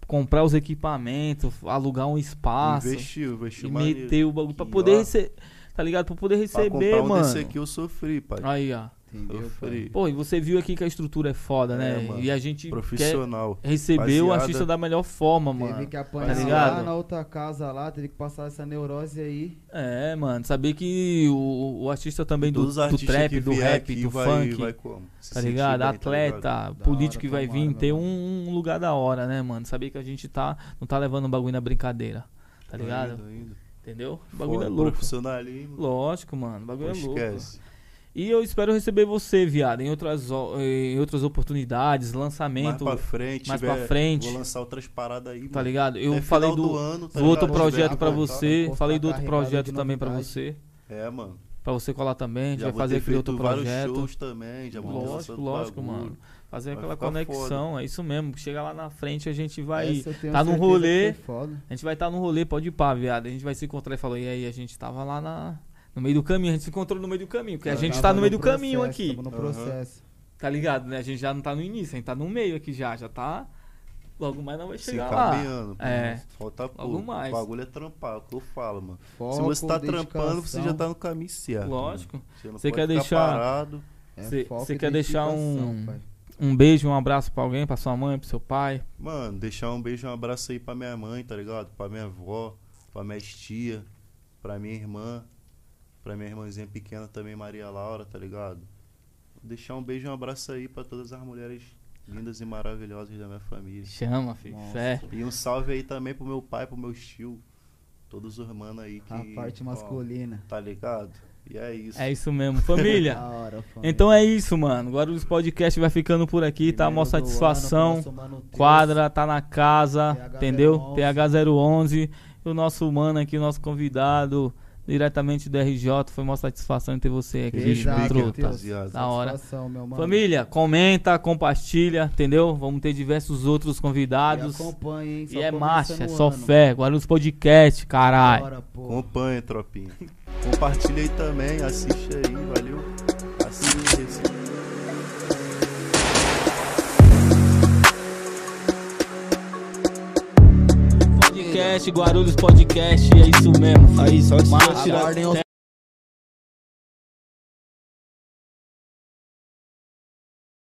[SPEAKER 1] comprar os equipamentos, alugar um espaço.
[SPEAKER 2] Investiu, investiu
[SPEAKER 1] E
[SPEAKER 2] maneiro.
[SPEAKER 1] meteu o bagulho pra
[SPEAKER 2] Que
[SPEAKER 1] poder
[SPEAKER 2] ó,
[SPEAKER 1] receber. Tá ligado? Pra poder
[SPEAKER 2] Pra
[SPEAKER 1] receber,
[SPEAKER 2] comprar um
[SPEAKER 1] mano.
[SPEAKER 2] desse aqui eu sofri, pai.
[SPEAKER 1] Aí, ó.
[SPEAKER 3] Entendeu?
[SPEAKER 2] Eu
[SPEAKER 3] pai?
[SPEAKER 2] falei,
[SPEAKER 1] Pô, e você viu aqui que a estrutura é foda,
[SPEAKER 2] É,
[SPEAKER 1] né?
[SPEAKER 2] mano.
[SPEAKER 1] E a gente quer
[SPEAKER 2] profissional.
[SPEAKER 1] receber o
[SPEAKER 2] Rapaziada.
[SPEAKER 1] artista da melhor forma,
[SPEAKER 3] Teve
[SPEAKER 1] mano. tá
[SPEAKER 3] que apanhar
[SPEAKER 1] ligado?
[SPEAKER 3] lá na outra casa lá, teve que passar essa neurose aí.
[SPEAKER 1] É, mano. Saber que o, o artista também do,
[SPEAKER 2] Todos os
[SPEAKER 1] do
[SPEAKER 2] artistas
[SPEAKER 1] trap,
[SPEAKER 2] que
[SPEAKER 1] do
[SPEAKER 2] vier
[SPEAKER 1] rap,
[SPEAKER 2] aqui
[SPEAKER 1] do
[SPEAKER 2] vai-
[SPEAKER 1] funk,
[SPEAKER 2] vai como? Se
[SPEAKER 1] tá
[SPEAKER 2] sentir
[SPEAKER 1] ligado?
[SPEAKER 2] bem, tá ligado? tá
[SPEAKER 1] Atleta, político que vai
[SPEAKER 3] tomara,
[SPEAKER 1] vir,
[SPEAKER 3] meu
[SPEAKER 1] ter
[SPEAKER 3] mano.
[SPEAKER 1] um, um lugar da hora, né, mano? Saber que a gente tá, não tá levando o bagulho na brincadeira, tá ligado?
[SPEAKER 2] Ainda, ainda.
[SPEAKER 1] Entendeu? O bagulho é
[SPEAKER 2] Foda,
[SPEAKER 1] louco.
[SPEAKER 2] Profissionalismo.
[SPEAKER 1] Lógico, mano. O bagulho
[SPEAKER 2] Não
[SPEAKER 1] é louco.
[SPEAKER 2] esquece.
[SPEAKER 1] E eu espero receber você, viado, em outras, o- em outras oportunidades,
[SPEAKER 2] Mais
[SPEAKER 1] lançamento,
[SPEAKER 2] pra frente.
[SPEAKER 1] mais
[SPEAKER 2] tiver-
[SPEAKER 1] pra frente.
[SPEAKER 2] Vou lançar outras paradas aí.
[SPEAKER 1] tá
[SPEAKER 2] mano.
[SPEAKER 1] ligado? Eu
[SPEAKER 2] É
[SPEAKER 1] falei
[SPEAKER 2] final
[SPEAKER 1] do,
[SPEAKER 2] ano, tá
[SPEAKER 1] do outro
[SPEAKER 2] ligado?
[SPEAKER 1] projeto pra
[SPEAKER 2] Vamos
[SPEAKER 1] você,
[SPEAKER 2] ver,
[SPEAKER 3] tá?
[SPEAKER 1] falei do outro
[SPEAKER 3] Carregado de
[SPEAKER 1] projeto também pra
[SPEAKER 3] novidade.
[SPEAKER 1] você,
[SPEAKER 2] tá? É, mano.
[SPEAKER 1] Pra você colar também, a gente
[SPEAKER 2] Já
[SPEAKER 1] vai
[SPEAKER 2] vou
[SPEAKER 1] fazer
[SPEAKER 2] ter
[SPEAKER 1] aquele
[SPEAKER 2] feito
[SPEAKER 1] outro
[SPEAKER 2] vários
[SPEAKER 1] projeto.
[SPEAKER 2] shows também. Já vou ter
[SPEAKER 1] Lógico,
[SPEAKER 2] lançado
[SPEAKER 1] lógico,
[SPEAKER 2] bagulho.
[SPEAKER 1] mano. Fazer
[SPEAKER 2] Vai
[SPEAKER 1] aquela
[SPEAKER 2] ficar
[SPEAKER 1] conexão, é isso mesmo. Chega lá na frente, a gente vai.
[SPEAKER 3] Essa eu tenho
[SPEAKER 1] tá no
[SPEAKER 3] certeza
[SPEAKER 1] rolê.
[SPEAKER 3] que foi foda.
[SPEAKER 1] A gente vai estar tá no rolê, pode ir pá, viado. A gente vai se encontrar e falou, e aí, a gente tava lá na. No meio do caminho, a gente se encontrou no meio do caminho, porque a
[SPEAKER 3] Eu
[SPEAKER 1] gente
[SPEAKER 3] tava
[SPEAKER 1] tá no meio do caminho
[SPEAKER 3] processo,
[SPEAKER 1] aqui.
[SPEAKER 3] tava no
[SPEAKER 2] Aham.
[SPEAKER 3] processo.
[SPEAKER 1] Tá ligado, né? A gente já não tá no início, a gente tá no meio aqui já, já tá. Logo mais não vai
[SPEAKER 2] Se
[SPEAKER 1] chegar lá.
[SPEAKER 2] caminhando. pô.
[SPEAKER 1] É.
[SPEAKER 2] Falta pouco.
[SPEAKER 1] mais.
[SPEAKER 2] O bagulho é trampar, é o que eu falo, mano. Se
[SPEAKER 3] Foco,
[SPEAKER 2] você tá trampando, você já
[SPEAKER 3] dedicação.
[SPEAKER 2] tá no caminho certo.
[SPEAKER 1] Lógico.
[SPEAKER 2] mano. Você não
[SPEAKER 1] Você
[SPEAKER 2] pode
[SPEAKER 1] quer
[SPEAKER 2] ficar
[SPEAKER 1] deixar-
[SPEAKER 2] parado.
[SPEAKER 1] Cê-
[SPEAKER 3] É foco
[SPEAKER 1] cê
[SPEAKER 3] e
[SPEAKER 1] quer deixar
[SPEAKER 3] dedicação,
[SPEAKER 1] um-
[SPEAKER 3] pai.
[SPEAKER 1] Um beijo, um abraço pra alguém, pra sua mãe, pro seu pai.
[SPEAKER 2] Mano, deixar um beijo e um abraço aí pra minha mãe, tá ligado? Pra minha avó, pra minha tia, pra minha irmã, pra minha irmãzinha pequena também, Maria Laura, tá ligado? Deixar um beijo e um abraço aí pra todas as mulheres lindas e maravilhosas da minha família.
[SPEAKER 1] Chama, filho. é,
[SPEAKER 3] Nossa.
[SPEAKER 1] Fé.
[SPEAKER 2] E um salve aí também pro meu pai, pro meu tio, todos os manos aí que.
[SPEAKER 3] A parte
[SPEAKER 2] ó,
[SPEAKER 3] masculina.
[SPEAKER 2] tá ligado? E é isso.
[SPEAKER 1] É isso mesmo. Família.
[SPEAKER 3] Da hora, família.
[SPEAKER 1] Então é isso, mano. Guarulhos Podcast vai ficando por aqui, tá? Mó
[SPEAKER 3] Primeiro do ano,
[SPEAKER 1] satisfação.
[SPEAKER 3] nosso mano Teus.
[SPEAKER 1] Quadra, tá na casa,
[SPEAKER 3] TH011.
[SPEAKER 1] entendeu? TH011. E o nosso humano aqui, o nosso convidado, diretamente do RJ. Foi mó satisfação em ter você aqui,
[SPEAKER 3] Beijo,
[SPEAKER 2] Respeito,
[SPEAKER 3] Matheus.
[SPEAKER 1] truta.
[SPEAKER 2] rapaziada.
[SPEAKER 1] Da hora.
[SPEAKER 3] Satisfação, meu mano.
[SPEAKER 1] Família, comenta, compartilha, entendeu? Vamos ter diversos outros convidados.
[SPEAKER 3] E acompanha, hein?
[SPEAKER 1] E é
[SPEAKER 3] começa
[SPEAKER 1] marcha, é
[SPEAKER 3] no
[SPEAKER 1] só
[SPEAKER 3] ano.
[SPEAKER 1] fé. Guarulhos Podcast,
[SPEAKER 3] Da
[SPEAKER 1] caralho.
[SPEAKER 3] hora, pô.
[SPEAKER 2] Acompanha, tropinha. Compartilha aí também, assiste aí, valeu. Assiste, assiste.
[SPEAKER 1] Podcast, Guarulhos Podcast, é isso mesmo. filho.
[SPEAKER 6] Aí, só
[SPEAKER 3] é
[SPEAKER 1] Marcha,
[SPEAKER 6] tirar-
[SPEAKER 1] até-